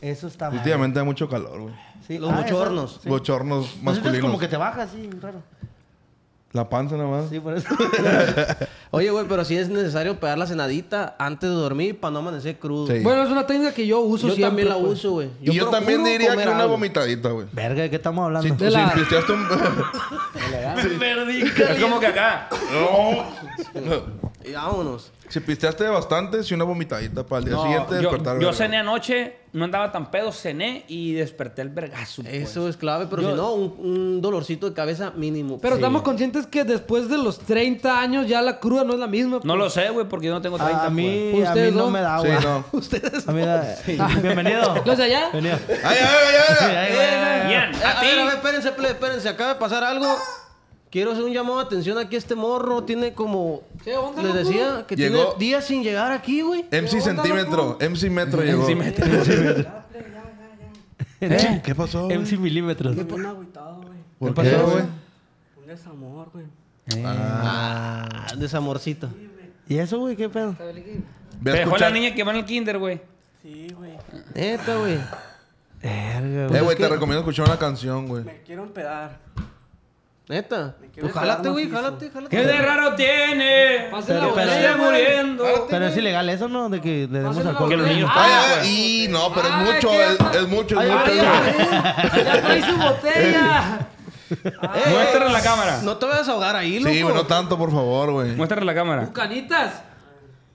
Speaker 2: Eso está mal.
Speaker 4: Últimamente hay mucho calor, güey.
Speaker 2: Sí. Ah,
Speaker 3: Los bochornos.
Speaker 2: eso- sí.
Speaker 4: Bochornos
Speaker 2: ¿No sientes
Speaker 4: masculinos.
Speaker 2: como que te baja así, raro.
Speaker 4: La panza nada más.
Speaker 2: Sí, por eso.
Speaker 3: Oye, güey, pero sí es necesario pegar la cenadita antes de dormir para no amanecer crudo.
Speaker 4: Sí.
Speaker 5: Bueno, es una técnica que yo uso
Speaker 3: Yo
Speaker 5: siempre.
Speaker 3: también la
Speaker 5: pues.
Speaker 3: uso, güey.
Speaker 4: y yo también
Speaker 3: procuro
Speaker 4: diría
Speaker 3: comer
Speaker 4: que una
Speaker 3: algo.
Speaker 4: vomitadita, güey.
Speaker 2: Verga, ¿de qué estamos
Speaker 4: Si,
Speaker 2: hablando?
Speaker 5: De la-
Speaker 4: si pisteaste un...
Speaker 6: es como que acá...
Speaker 4: No.
Speaker 3: Y vámonos.
Speaker 4: Si pisteaste bastante, si una vomitadita para el día
Speaker 6: No,
Speaker 4: siguiente
Speaker 6: yo,
Speaker 4: despertar.
Speaker 6: yo
Speaker 4: verga.
Speaker 6: cené anoche, no andaba tan pedo, cené y desperté el vergazo. pues.
Speaker 3: Eso es clave, pero si no, un, un dolorcito de cabeza mínimo.
Speaker 5: Pero
Speaker 3: Sí.
Speaker 5: estamos conscientes que después de los 30 años ya la cruda no es la misma.
Speaker 6: No
Speaker 5: pues.
Speaker 6: lo sé, güey, porque yo no tengo 30.
Speaker 2: A, a
Speaker 6: pues.
Speaker 2: mí, a mí
Speaker 5: Ustedes
Speaker 2: no
Speaker 5: dos.
Speaker 2: me da,
Speaker 4: Sí,
Speaker 2: güey.
Speaker 4: no.
Speaker 2: A mí da... Bienvenido.
Speaker 5: ¿Los de allá?
Speaker 2: Bienvenido.
Speaker 4: ¡Ay, ay, ay! ay.
Speaker 2: Ay, güey.
Speaker 6: Bien,
Speaker 3: Eh,
Speaker 6: a
Speaker 3: a
Speaker 6: ti.
Speaker 3: ver, a ver, espérense, ple- espérense. Acaba de pasar algo. Quiero hacer un llamado de atención aquí. Este morro tiene como.
Speaker 5: ¿Qué onda,
Speaker 3: Les
Speaker 5: loco?
Speaker 3: decía que
Speaker 4: Llegó- Em-
Speaker 3: tiene días sin llegar aquí, güey.
Speaker 4: MC
Speaker 5: onda,
Speaker 3: pues,
Speaker 4: Centímetro,
Speaker 5: loco?
Speaker 4: MC Metro llegó.
Speaker 6: Sí, me-
Speaker 2: ¿Eh?
Speaker 4: ¿Qué pasó? güey?
Speaker 2: 11 milímetros.
Speaker 7: Me pone agüitado, güey.
Speaker 4: ¿Por
Speaker 6: ¿Qué pasó, güey?
Speaker 7: Un desamor, güey.
Speaker 3: Ah, desamorcito.
Speaker 2: ¿Y eso, güey? ¿Qué pedo?
Speaker 4: Ve
Speaker 6: Te
Speaker 4: a
Speaker 6: dejó la
Speaker 4: escuchar-
Speaker 6: niña que va en el kinder, güey.
Speaker 7: Sí, güey.
Speaker 3: Neta, güey.
Speaker 2: Verga,
Speaker 4: Eh,
Speaker 2: güey.
Speaker 4: güey, te recomiendo escuchar una canción, güey.
Speaker 7: Me quiero empedar.
Speaker 3: Neta.
Speaker 7: Me quiero
Speaker 3: Pues jálate,
Speaker 7: quedar
Speaker 3: güey,
Speaker 7: macizo.
Speaker 3: jálate, jálate.
Speaker 6: ¿Qué de raro
Speaker 3: Eh,
Speaker 6: tiene?
Speaker 5: Pásale
Speaker 6: Que
Speaker 5: la
Speaker 6: te
Speaker 5: botella,
Speaker 6: esté
Speaker 5: güey.
Speaker 6: muriendo.
Speaker 2: Pero es ilegal eso, ¿no? De que le demos
Speaker 5: Pásale la Ah,
Speaker 2: alcohol a los
Speaker 5: botella.
Speaker 6: Ah,
Speaker 2: niños.
Speaker 4: Ay, ay,
Speaker 5: güey.
Speaker 4: y no, pero es
Speaker 5: Ay,
Speaker 4: mucho,
Speaker 5: qué
Speaker 4: es,
Speaker 5: pa-
Speaker 4: es mucho, es
Speaker 3: Ay,
Speaker 4: mucho.
Speaker 3: ay,
Speaker 5: Allá trae su botella.
Speaker 3: Eh,
Speaker 6: Muéstrale
Speaker 3: eh,
Speaker 6: la cámara.
Speaker 3: No te vayas a ahogar ahí, loco.
Speaker 4: Sí, güey, no tanto, por favor, güey.
Speaker 6: Muéstrale la cámara.
Speaker 5: Bucanitas.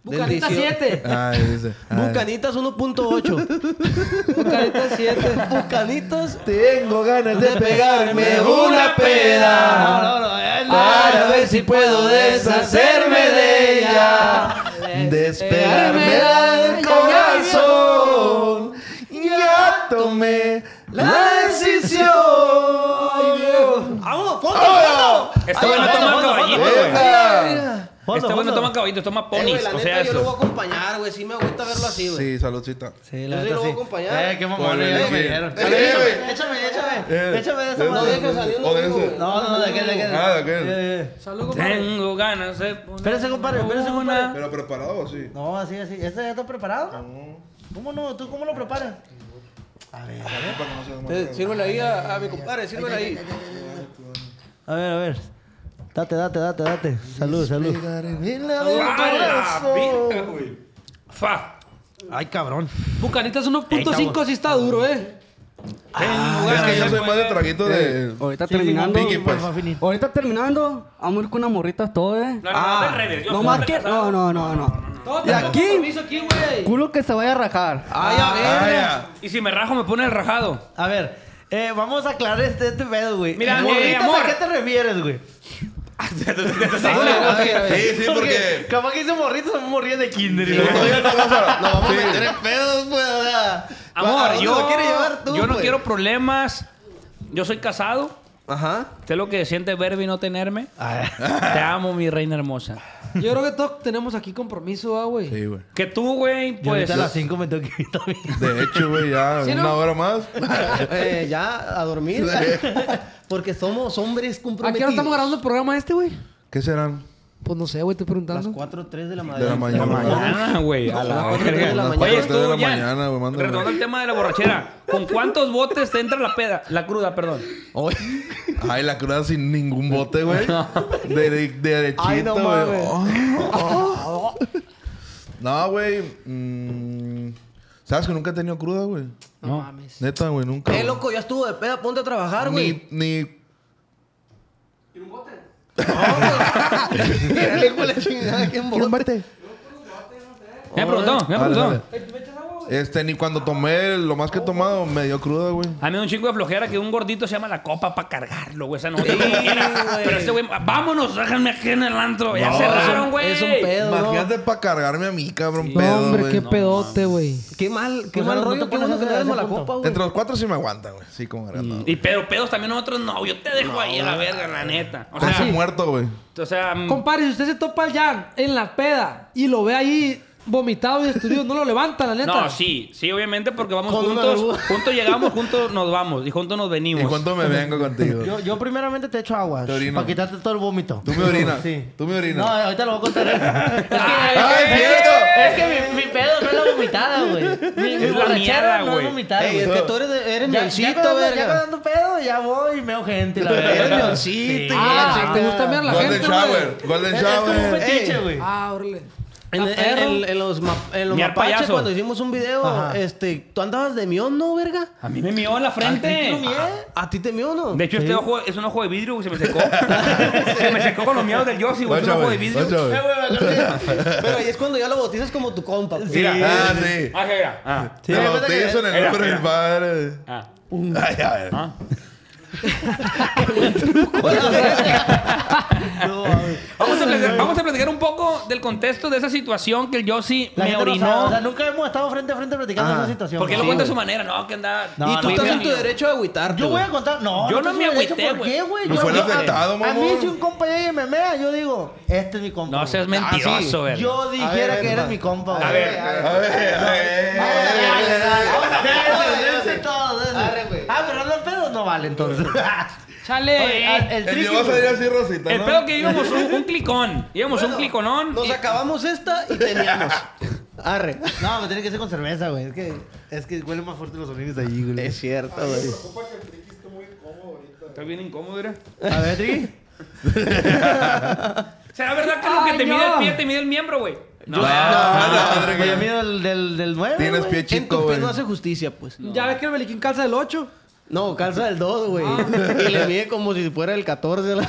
Speaker 5: Bucanitas
Speaker 3: Del
Speaker 5: 7.
Speaker 4: Ay, dice.
Speaker 3: Ah.
Speaker 4: ay.
Speaker 3: Bucanitas 1.8.
Speaker 5: Bucanitas 7.
Speaker 3: Bucanitas.
Speaker 2: Tengo ganas
Speaker 3: de pegarme una peda. Para ver si puedo deshacerme de ella.
Speaker 4: Despegarme
Speaker 3: del corazón.
Speaker 4: Ya tomé
Speaker 3: La decisión. ¡Vamos, fondo, fondo!
Speaker 6: Este güey no
Speaker 3: Ay,
Speaker 6: toma
Speaker 3: fondo,
Speaker 6: caballito,
Speaker 3: fondo,
Speaker 6: güey.
Speaker 3: fondo.
Speaker 6: Este güey no toma caballitos, toma
Speaker 3: Eh, güey,
Speaker 6: ponis.
Speaker 3: la
Speaker 6: O
Speaker 3: neta,
Speaker 6: sea,
Speaker 3: yo lo voy a
Speaker 6: eso.
Speaker 3: acompañar, güey. Sí me agüita verlo así, güey.
Speaker 4: Sí, saludcita.
Speaker 2: Sí,
Speaker 3: Yo
Speaker 2: la
Speaker 3: sí
Speaker 2: neta
Speaker 3: lo voy
Speaker 2: sí.
Speaker 3: a acompañar.
Speaker 2: Eh, qué mamón,
Speaker 4: Ponle,
Speaker 2: ya no me
Speaker 4: sí.
Speaker 2: dieron.
Speaker 4: Eh, güey.
Speaker 3: Échame, échame.
Speaker 4: Eh,
Speaker 3: Échame de esa madre.
Speaker 4: eh, no,
Speaker 3: No dejes salir un
Speaker 4: o de
Speaker 3: amigo,
Speaker 4: ese.
Speaker 3: güey.
Speaker 2: No, no, de aquel, de aquel.
Speaker 4: Ah, de aquel.
Speaker 2: Eh, eh.
Speaker 5: Saludos, compadre.
Speaker 6: Tengo ganas de poner
Speaker 2: Espérese, compadre, espérese, compadre.
Speaker 6: una-
Speaker 4: Pero preparado, sí.
Speaker 2: No, así, así. ¿Este ya está preparado? No. ¿Cómo no? ¿Tú cómo lo preparas?
Speaker 3: Eh, Sírvele ahí a, a mi compadre, sírvele ahí.
Speaker 2: A ver, a ver. Date, date, date, date. Salud, salud.
Speaker 6: ¡A la virga, güey! ¡Fa!
Speaker 2: Ay, cabrón.
Speaker 5: Bucanitas 1.5 sí está duro, eh.
Speaker 3: Ah,
Speaker 6: Tengo
Speaker 4: Es
Speaker 6: ganas
Speaker 4: que yo
Speaker 6: de
Speaker 4: soy más de
Speaker 6: poner-
Speaker 4: traguito de.
Speaker 7: Ahorita
Speaker 2: Sí,
Speaker 7: terminando.
Speaker 2: Pinky,
Speaker 4: pues.
Speaker 2: porfa, Fini.
Speaker 7: Ahorita terminando. Vamos a ir con unas morritas todo, eh.
Speaker 6: No, no, no, no te enredes, yo
Speaker 7: No
Speaker 6: soy
Speaker 7: más
Speaker 6: hombre
Speaker 7: que.
Speaker 6: casado.
Speaker 7: No, no, no, no.
Speaker 5: Todo
Speaker 7: ¿Y aquí?
Speaker 5: compromiso aquí, güey.
Speaker 7: Culo que se vaya a rajar.
Speaker 3: Ay, a ver.
Speaker 4: Ah, ya.
Speaker 6: Y si me rajo, me pone el rajado.
Speaker 2: A ver, eh, vamos a aclarar este, este pedo, güey.
Speaker 6: Mira,
Speaker 2: Morritas,
Speaker 6: eh, amor.
Speaker 2: ¿A qué te refieres, güey?
Speaker 3: A ver, a ver.
Speaker 4: Sí, sí, porque.
Speaker 2: Capaz que hice morritos, me moría de kinder. y
Speaker 4: Sí,
Speaker 2: luego-
Speaker 4: güey, no vamos a-
Speaker 3: Nos vamos a
Speaker 4: Sí.
Speaker 3: meter en pedos, güey. o sea. ¿A
Speaker 6: Amor,
Speaker 3: dónde
Speaker 6: yo,
Speaker 3: Ah, lo quieres llevar tú, pues.
Speaker 6: yo no
Speaker 3: güey?
Speaker 6: quiero problemas. Yo soy casado.
Speaker 3: Ajá.
Speaker 6: Sé lo que siente verme y no tenerme.
Speaker 2: Ah.
Speaker 6: Te amo, mi reina hermosa.
Speaker 5: Yo creo que todos tenemos aquí compromiso, ah, güey.
Speaker 4: Sí, güey.
Speaker 6: Que tú, güey,
Speaker 2: Yo
Speaker 6: pues...
Speaker 2: ahorita a las 5 me tengo que ir también.
Speaker 4: De hecho, güey, ya
Speaker 5: ¿Sí, no?
Speaker 4: una hora más.
Speaker 3: Eh, ya, a dormir. Porque somos hombres
Speaker 5: ¿A
Speaker 3: comprometidos.
Speaker 5: qué hora estamos grabando el programa este, güey?
Speaker 4: ¿Qué serán?
Speaker 5: Pues no sé, güey, estoy
Speaker 2: las
Speaker 5: preguntando.
Speaker 2: 4 3 de la
Speaker 4: De la
Speaker 2: mañana. Ah,
Speaker 4: mañana.
Speaker 6: Mañana, güey. A la
Speaker 3: cuatro, tres de la mañana.
Speaker 6: verga. Oye,
Speaker 4: Cuatro, tres de
Speaker 6: tú,
Speaker 4: la
Speaker 6: Jan,
Speaker 4: mañana, güey, mándame.
Speaker 6: Retomando el tema de la borrachera. ¿Con cuántos botes te entra la peda? La cruda, perdón.
Speaker 3: Oye,
Speaker 4: Ay, la cruda sin ningún bote, güey. De, de, de derechito,
Speaker 3: Ay, no
Speaker 4: güey.
Speaker 3: mames.
Speaker 4: Oh, oh. No, güey. mm, ¿Sabes que nunca he tenido cruda, güey?
Speaker 5: No mames.
Speaker 4: Neta, güey, nunca.
Speaker 3: eh,
Speaker 4: güey.
Speaker 3: loco, ya estuvo de peda, ponte a trabajar, güey.
Speaker 4: Ni, ni...
Speaker 3: Hijo de la chingada, qué embote.
Speaker 6: Me preguntó, me
Speaker 4: Dale,
Speaker 6: preguntó.
Speaker 4: dale. Este, ni cuando tomé, lo más que he tomado, me dio cruda, güey.
Speaker 6: A mí me da un chingo de flojera que un gordito se llama la copa para cargarlo, güey. O sea, no como quiera. Pero este güey, vámonos, déjenme aquí en el antro. ya
Speaker 4: No, es
Speaker 6: cerraron,
Speaker 4: un-
Speaker 6: güey.
Speaker 3: Es un pedo, ¿no?
Speaker 4: Imagínate para cargarme a mí, cabrón,
Speaker 5: No,
Speaker 4: pedo,
Speaker 5: hombre,
Speaker 4: güey.
Speaker 5: qué
Speaker 4: No.
Speaker 5: pedote, güey.
Speaker 3: Qué mal, qué
Speaker 2: Pues
Speaker 3: mal
Speaker 2: ahora no
Speaker 3: rollo,
Speaker 2: te
Speaker 3: qué
Speaker 2: pones
Speaker 3: bueno
Speaker 2: a
Speaker 3: que le
Speaker 2: hacer
Speaker 3: das la
Speaker 2: ese
Speaker 3: copa, güey.
Speaker 4: Entre los cuatro sí me aguantan, güey. Sí, como agrandado.
Speaker 6: Y pero pedos también nosotros no. Yo te dejo ahí a la verga, la neta.
Speaker 2: Ah,
Speaker 6: O sea,
Speaker 4: Casi muerto, güey.
Speaker 6: o sea, mm,
Speaker 5: Compadre, si usted se topa al Jan en la peda y lo ve ahí vomitado y destruido, no lo levanta, la neta.
Speaker 6: no, sí, sí, obviamente porque vamos
Speaker 3: Con una
Speaker 6: juntos.
Speaker 3: vergüenza.
Speaker 6: Juntos llegamos, juntos nos vamos y juntos nos venimos.
Speaker 4: ¿Y cuánto me vengo contigo?
Speaker 2: Yo, yo primeramente te echo agua
Speaker 4: Te orino.
Speaker 2: para quitarte todo el vómito.
Speaker 4: Tú me orinas.
Speaker 2: Sí.
Speaker 4: Tú me
Speaker 2: No,
Speaker 4: orinas.
Speaker 2: ahorita lo voy a contar. es que,
Speaker 4: ¡Ay, Ah, es cierto!
Speaker 2: es que mi, mi pedo no es la vomitada, güey. Mi, mi
Speaker 6: Es la
Speaker 2: borrachera
Speaker 6: mierda,
Speaker 2: no es
Speaker 6: güey.
Speaker 2: vomitada,
Speaker 3: Ey,
Speaker 2: güey.
Speaker 3: es que tú eres, de- eres
Speaker 2: Ya, ya,
Speaker 3: leoncito,
Speaker 2: cuando- ya
Speaker 3: verga.
Speaker 2: cuando pedo, ya voy y meo gente, la verdad.
Speaker 3: Eres leoncito.
Speaker 5: Ah,
Speaker 3: y
Speaker 5: te
Speaker 3: la
Speaker 5: gusta mirar a la
Speaker 4: Golden
Speaker 5: gente, güey.
Speaker 4: Shower. Golden
Speaker 2: Es, es como un
Speaker 4: Shower.
Speaker 2: fetiche,
Speaker 3: Ey.
Speaker 2: güey. Eh,
Speaker 5: Ah, órale.
Speaker 3: En,
Speaker 5: Está
Speaker 3: en-
Speaker 5: perro.
Speaker 3: en- en los, ma- en los
Speaker 6: Mirar
Speaker 3: mapaches,
Speaker 6: payaso.
Speaker 3: cuando hicimos un video,
Speaker 2: Ajá.
Speaker 3: este, tú andabas de mión, ¿no, verga?
Speaker 6: A mí me mió en la
Speaker 3: ¿Te
Speaker 6: frente.
Speaker 3: lo mié? ¿A ti te mió, no?
Speaker 6: De hecho, este ojo es un ojo de vidrio, güey. Se me secó. se me secó con los miados del Yossi, güey. Es un
Speaker 4: Ocho,
Speaker 6: ojo de
Speaker 4: güey.
Speaker 6: vidrio.
Speaker 4: Ocho, güey.
Speaker 3: Pero ahí es cuando ya lo bautizas como tu compa. pues. güey.
Speaker 2: Sí.
Speaker 4: Ah, sí.
Speaker 6: Ah, que mira. Ah.
Speaker 2: Sí,
Speaker 4: Te
Speaker 2: me cuenta
Speaker 4: bautizo en
Speaker 2: que-
Speaker 4: el nombre del Padre.
Speaker 6: Ah.
Speaker 4: Ay, a ver.
Speaker 2: No, a ver.
Speaker 6: Vamos a, platicar, vamos a platicar un poco del contexto de esa situación que el Yossi
Speaker 2: La
Speaker 6: me
Speaker 2: gente no
Speaker 6: orinó.
Speaker 2: sabe, o sea, nunca hemos estado frente a frente platicando
Speaker 3: Ajá.
Speaker 2: esa situación.
Speaker 6: porque él
Speaker 2: güey.
Speaker 6: lo cuenta a
Speaker 2: Sí,
Speaker 6: su manera, no, que anda.
Speaker 2: No,
Speaker 3: y tú
Speaker 2: no,
Speaker 3: estás
Speaker 2: no.
Speaker 3: en tu derecho de agüitarte.
Speaker 2: Yo voy
Speaker 3: güey.
Speaker 2: a contar, no.
Speaker 6: Yo no
Speaker 2: te
Speaker 6: me
Speaker 2: hubiera dicho
Speaker 6: agüité,
Speaker 2: ¿Por qué, güey?
Speaker 4: No
Speaker 2: Yo-
Speaker 4: fue el
Speaker 2: yo-
Speaker 4: afectado,
Speaker 2: A mí,
Speaker 4: mamón.
Speaker 2: si un compañero me mea, yo digo, este es mi compa.
Speaker 6: No
Speaker 2: güey.
Speaker 6: seas
Speaker 3: Ah,
Speaker 6: mentiroso, güey.
Speaker 2: Yo dijera
Speaker 3: ver,
Speaker 2: que eres
Speaker 3: va.
Speaker 2: mi compa,
Speaker 6: A
Speaker 2: güey.
Speaker 6: ver,
Speaker 4: A ver, a ver.
Speaker 2: Déjense, déjense todos, déjense. vale entonces.
Speaker 5: Chale.
Speaker 2: Oye, ah, el
Speaker 4: El
Speaker 2: tricky,
Speaker 4: Diego va a salir así, Rosita,
Speaker 6: El
Speaker 4: ¿no?
Speaker 6: pedo que íbamos un, un clicón. Íbamos un cliconón.
Speaker 3: Nos
Speaker 6: y-
Speaker 3: acabamos esta y teníamos. Arre.
Speaker 2: No, me tiene que ser con cerveza, güey. Es que, es que huelen más fuerte los sonidos ahí, güey.
Speaker 3: Es cierto, güey.
Speaker 6: Está bien incómodo, mira.
Speaker 2: A ver, Tricky.
Speaker 6: ¿Será verdad que lo que
Speaker 5: Ay,
Speaker 6: te mide el
Speaker 5: no.
Speaker 6: pie te mide el miembro, güey? No,
Speaker 2: Ah,
Speaker 4: no, no,
Speaker 2: pues
Speaker 4: Tricky.
Speaker 2: yo mido el del, del 9.
Speaker 4: Tienes pie
Speaker 3: En
Speaker 4: chico,
Speaker 3: tu pie
Speaker 4: güey.
Speaker 3: no hace justicia, pues.
Speaker 5: Ya ves que el Beliquín calza del 8.
Speaker 3: No, calza del 2, güey. Ah, Y le mide como si fuera el 14. la-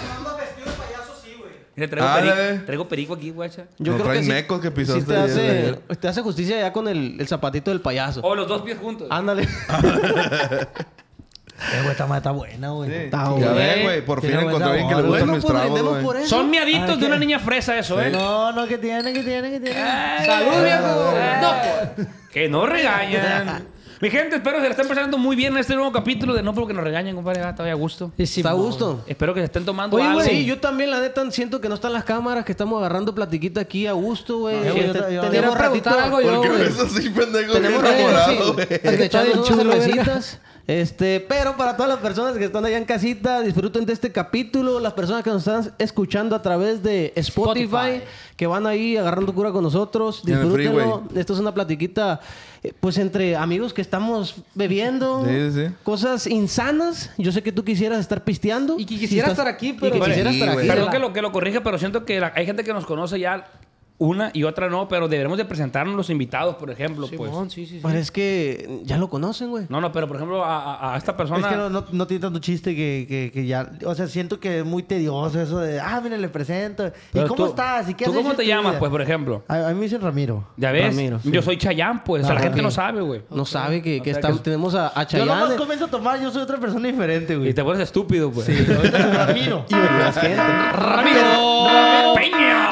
Speaker 6: Mira, Traigo,
Speaker 4: Ah,
Speaker 6: perico,
Speaker 4: dale.
Speaker 6: traigo perico aquí, guacha.
Speaker 4: No traen mecos que pisaste
Speaker 3: sí te,
Speaker 4: ayer,
Speaker 3: hace,
Speaker 4: ayer.
Speaker 3: te hace justicia ya con el, el zapatito del payaso.
Speaker 6: O los dos pies juntos.
Speaker 3: Ándale.
Speaker 2: Eh, güey, esta madre está buena, güey. Está
Speaker 4: Ya
Speaker 2: buena.
Speaker 4: ven, güey. Por fin
Speaker 2: Tiene
Speaker 4: encontré a alguien que le
Speaker 2: buen
Speaker 4: gustan
Speaker 3: bueno,
Speaker 4: mis
Speaker 3: pues
Speaker 4: tragos,
Speaker 3: brindemos por
Speaker 4: güey.
Speaker 3: eso.
Speaker 6: Son miaditos de una niña fresa, eso, ¿eh?
Speaker 2: No, no, que tiene, que tiene, que tiene.
Speaker 6: Ay,
Speaker 5: Salud, viejo.
Speaker 6: ay,
Speaker 3: pues.
Speaker 5: No,
Speaker 6: Que no regañan. Mi gente, espero que se la estén pasando muy bien en este nuevo capítulo de No porque nos regañen, compadre. Ah, Todavía a gusto.
Speaker 3: Está a gusto.
Speaker 6: Espero que se estén tomando
Speaker 3: Oye,
Speaker 6: algo.
Speaker 3: güey, sí, yo también, la neta, siento que no están las cámaras, que estamos agarrando platiquita aquí a gusto, güey.
Speaker 2: yo-
Speaker 3: Este,
Speaker 2: yo- yo- yo-
Speaker 3: Teníamos
Speaker 5: Quiero preguntar
Speaker 3: ratito-
Speaker 5: algo yo,
Speaker 4: ¿Por qué
Speaker 5: güey.
Speaker 4: ves así, pendejo?
Speaker 3: Tenemos
Speaker 4: Bien enamorado,
Speaker 3: sí,
Speaker 4: güey.
Speaker 3: de echando unas
Speaker 5: chulo, verga.
Speaker 3: cervecitas. Este, pero para todas las personas que están allá en casita, disfruten de este capítulo. Las personas que nos están escuchando a través de Spotify,
Speaker 5: Spotify.
Speaker 3: que van ahí agarrando cura con nosotros,
Speaker 4: En el
Speaker 3: disfrútenlo.
Speaker 4: freeway.
Speaker 3: Esto es una platiquita, eh, pues entre amigos que estamos bebiendo,
Speaker 4: Sí, sí, sí.
Speaker 3: cosas insanas. Yo sé que tú quisieras estar pisteando.
Speaker 5: Y que
Speaker 3: Si
Speaker 5: quisiera
Speaker 3: estás-
Speaker 5: estar aquí,
Speaker 3: y
Speaker 5: pero-
Speaker 3: que
Speaker 5: Bueno,
Speaker 6: pues,
Speaker 3: quisiera
Speaker 4: sí,
Speaker 3: estar
Speaker 4: güey.
Speaker 3: aquí.
Speaker 6: Perdón
Speaker 5: la-
Speaker 6: que lo, que lo corrija, pero siento que la- hay gente que nos conoce ya una y otra no, pero deberemos de presentarnos los invitados, por ejemplo. pues.
Speaker 5: Simón, sí, sí, sí.
Speaker 3: Pero es que ya lo conocen, güey.
Speaker 6: No, no, pero por ejemplo a, a- a esta
Speaker 2: Es
Speaker 6: persona...
Speaker 2: que no, no, no tiene tanto chiste que, Eh, que, que ya. O sea, siento que es muy tedioso eso de. Ah, mira, le presento. ¿Y
Speaker 3: Pero
Speaker 2: cómo
Speaker 3: tú-
Speaker 2: estás? ¿Y qué
Speaker 6: ¿Tú
Speaker 2: has
Speaker 6: cómo
Speaker 2: hecho
Speaker 6: te
Speaker 2: en tu
Speaker 6: llamas,
Speaker 2: vida?
Speaker 6: pues, por ejemplo?
Speaker 2: A, a mí me dicen Ramiro.
Speaker 6: ¿Ya ves?
Speaker 3: Ramiro, sí.
Speaker 6: Yo soy Chayán, pues. o sea, la
Speaker 3: Ah,
Speaker 6: gente
Speaker 3: ok.
Speaker 6: no sabe, güey.
Speaker 3: No sabe que, que
Speaker 6: O sea,
Speaker 3: estamos-
Speaker 6: que-
Speaker 3: tenemos a, a
Speaker 2: Yo nomás
Speaker 3: Chayanne.
Speaker 2: comienzo a tomar, yo soy otra persona diferente, güey.
Speaker 6: Y te pones estúpido, pues.
Speaker 2: Ramiro.
Speaker 3: Y más gente.
Speaker 6: ¡Ramiro! ¡Peña!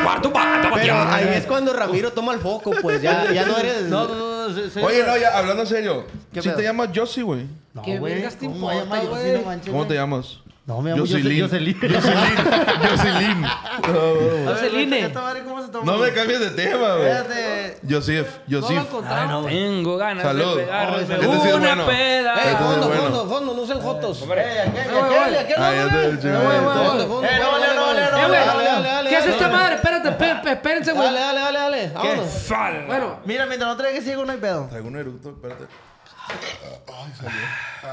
Speaker 6: ¡A cuarto pata,
Speaker 3: Pero
Speaker 6: pateada!
Speaker 3: ahí es cuando Ramiro toma el foco, pues ya, ya no eres.
Speaker 2: No, no, no, no. soy- soy-
Speaker 4: Oye, no, ya, hablando en serio.
Speaker 2: ¿Qué
Speaker 4: Si
Speaker 2: pedo?
Speaker 4: te llamas Josie, güey.
Speaker 2: No,
Speaker 5: ¿Qué vergas te
Speaker 2: ¿cómo voy a
Speaker 5: importa,
Speaker 2: llamar yo? Sí,
Speaker 5: güey?
Speaker 2: no manches,
Speaker 4: ¿Cómo te
Speaker 2: güey.
Speaker 4: llamas?
Speaker 2: No, me llamo
Speaker 4: Jocelyn.
Speaker 2: Jocelyn. Jocelyn.
Speaker 4: Jocelyn.
Speaker 2: A ver,
Speaker 5: Jocelyn.
Speaker 2: güey, esta madre, ¿Cómo se toma?
Speaker 4: No me cambies de tema, güey.
Speaker 2: Espérate.
Speaker 4: Josif,
Speaker 5: No lo
Speaker 4: Josif.
Speaker 5: encontramos.
Speaker 6: Tengo ganas
Speaker 4: Salud.
Speaker 6: de pegarme
Speaker 4: Este sí es
Speaker 6: una
Speaker 4: bueno.
Speaker 6: peda.
Speaker 4: Este sí es
Speaker 3: fondo,
Speaker 4: bueno.
Speaker 3: fondo, fondo, no sean jotos.
Speaker 2: Ey, aquel,
Speaker 5: Eh, güey,
Speaker 2: aquel,
Speaker 5: güey.
Speaker 2: aquel,
Speaker 4: Ah, ya
Speaker 2: no,
Speaker 4: te-
Speaker 2: güey.
Speaker 4: ya-
Speaker 5: Eh, güey,
Speaker 3: Fondo,
Speaker 5: güey.
Speaker 3: fondo,
Speaker 2: Eh, no,
Speaker 3: dale,
Speaker 2: no, no,
Speaker 3: dale,
Speaker 5: Eh,
Speaker 2: no,
Speaker 5: güey,
Speaker 2: Dale, dale,
Speaker 5: ¿Qué hace esta madre? Espérate, espérate, espérense, güey.
Speaker 3: Dale, dale, dale, dale. Vámonos.
Speaker 6: Sal.
Speaker 5: Bueno,
Speaker 2: Mira, mientras no traigas ciego no hay pedo.
Speaker 4: Traigo un eructo, espérate.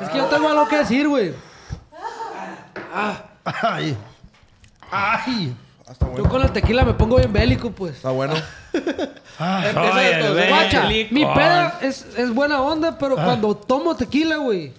Speaker 5: es que yo tengo algo que decir, güey.
Speaker 2: Ay. Ay.
Speaker 4: Hasta
Speaker 5: Ah. Yo
Speaker 4: bueno.
Speaker 5: con la tequila me pongo bien bélico, pues.
Speaker 4: Está bueno.
Speaker 6: Soy
Speaker 3: Empieza esto,
Speaker 6: el
Speaker 5: Guacha,
Speaker 6: bélico.
Speaker 5: mi peda es, es buena onda, pero cuando tomo tequila, güey,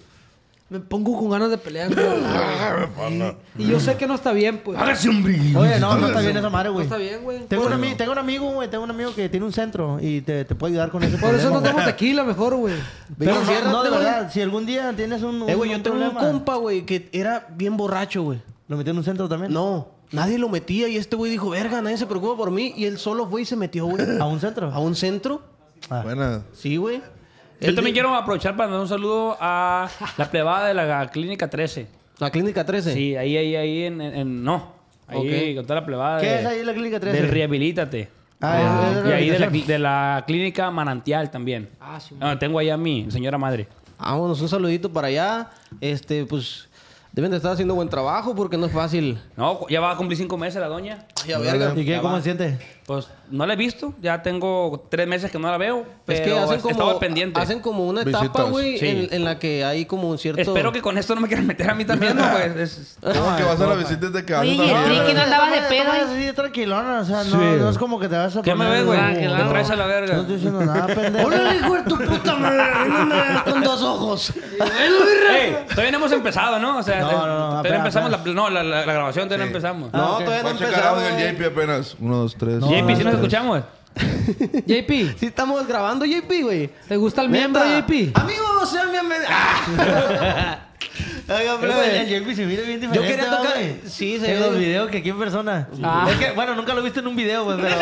Speaker 5: me pongo con ganas de pelear. güey. y, y yo sé que no está bien, pues. No
Speaker 4: Hágase un brillo.
Speaker 2: Oye, no, no está bien esa madre, güey.
Speaker 5: está bien, güey.
Speaker 2: Tengo un,
Speaker 5: Por,
Speaker 2: ami- tengo un amigo, güey, tengo un amigo que tiene un centro y te, te puede ayudar con ese
Speaker 5: por eso
Speaker 2: problema,
Speaker 5: no tomo
Speaker 2: güey.
Speaker 5: tequila mejor, güey.
Speaker 2: Pero no, no,
Speaker 3: Enciérrate,
Speaker 2: de
Speaker 3: güey.
Speaker 2: verdad, si algún día tienes un,
Speaker 3: Eh, güey, yo
Speaker 2: un
Speaker 3: tengo un
Speaker 2: problema,
Speaker 3: compa, güey, que era bien borracho, güey.
Speaker 2: ¿Lo metió en un centro también?
Speaker 3: No, nadie lo metía y este güey dijo, verga, nadie se preocupa por mí. Y él solo fue y se metió, güey.
Speaker 2: ¿A un centro?
Speaker 3: ¿A un centro?
Speaker 2: Ah.
Speaker 4: Buena.
Speaker 3: Sí, güey.
Speaker 6: Yo
Speaker 3: Él
Speaker 6: también
Speaker 3: di-
Speaker 6: quiero aprovechar para mandar un saludo a la plebada de la Clínica 13.
Speaker 3: La clínica 13.
Speaker 6: Sí, ahí, ahí, ahí en... en- en- no. Ahí
Speaker 3: Ok.
Speaker 6: con toda la plebada
Speaker 2: ¿Qué
Speaker 6: de-
Speaker 2: es ahí la clínica 13?
Speaker 6: Del Rehabilítate.
Speaker 2: Ah, es- es
Speaker 6: y ahí de la,
Speaker 2: rehabilitación.
Speaker 6: de la clínica Manantial también.
Speaker 5: Ah, sí,
Speaker 6: Ah, tengo ahí a mi señora madre.
Speaker 3: Vámonos, un saludito para allá. Este, pues, deben de estar haciendo buen trabajo porque no es fácil.
Speaker 6: No, ya va a cumplir cinco meses la doña.
Speaker 3: Ay, a verga.
Speaker 2: ¿Y qué? ¿Cómo se siente?
Speaker 6: Pues no la he visto. Ya tengo tres meses que no la veo. Pero
Speaker 3: Es que hacen como,
Speaker 6: estaba pendiente.
Speaker 3: hacen como una etapa,
Speaker 4: Visitas.
Speaker 3: güey,
Speaker 6: Sí.
Speaker 3: en, en la que hay como un cierto...
Speaker 6: Espero que con esto no me quieran meter a mí también, ¿no? Pues, es-
Speaker 4: ¿Cómo que vas a la visita de que
Speaker 8: Oye, y el Ricky no andaba de pedo.
Speaker 2: Estás
Speaker 8: ¿eh?
Speaker 2: así tranquilona, o sea, no, no es como que te vas a
Speaker 6: ¿Qué me
Speaker 2: poner-
Speaker 6: ves, güey?
Speaker 2: No,
Speaker 6: ¿Qué
Speaker 2: no,
Speaker 6: la traes a la verga?
Speaker 2: No estoy diciendo nada, pendejo.
Speaker 3: ¡Órale, hijo de tu puta madre! ¡No me veas con dos ojos!
Speaker 6: Ey, todavía no hemos empezado, ¿no? O sea,
Speaker 2: No,
Speaker 6: es-
Speaker 2: no, no,
Speaker 6: todavía
Speaker 2: espera,
Speaker 6: empezamos la, no, la, la- la grabación, todavía no empezamos.
Speaker 3: No,
Speaker 2: ok.
Speaker 3: todavía no
Speaker 4: Voy a checar algo
Speaker 3: empezamos.
Speaker 4: en el JP apenas. Uno, dos, tres.
Speaker 2: No,
Speaker 6: JP,
Speaker 2: no, no,
Speaker 6: ¿sí nos
Speaker 2: no.
Speaker 6: escuchamos?
Speaker 5: JP,
Speaker 3: Sí estamos grabando, JP, güey.
Speaker 5: ¿te gusta el miembro,
Speaker 3: Neta.
Speaker 5: JP?
Speaker 3: Amigos, sean bienvenidos. Ah.
Speaker 2: Oiga, pero
Speaker 3: güey.
Speaker 2: el Jeremy se mira bien diferente.
Speaker 3: quería tocar-
Speaker 2: güey.
Speaker 3: Sí, se
Speaker 2: En
Speaker 3: ve-
Speaker 2: los videos que aquí en persona.
Speaker 5: Ah.
Speaker 2: Es que, bueno, nunca lo viste en un video, güey, pero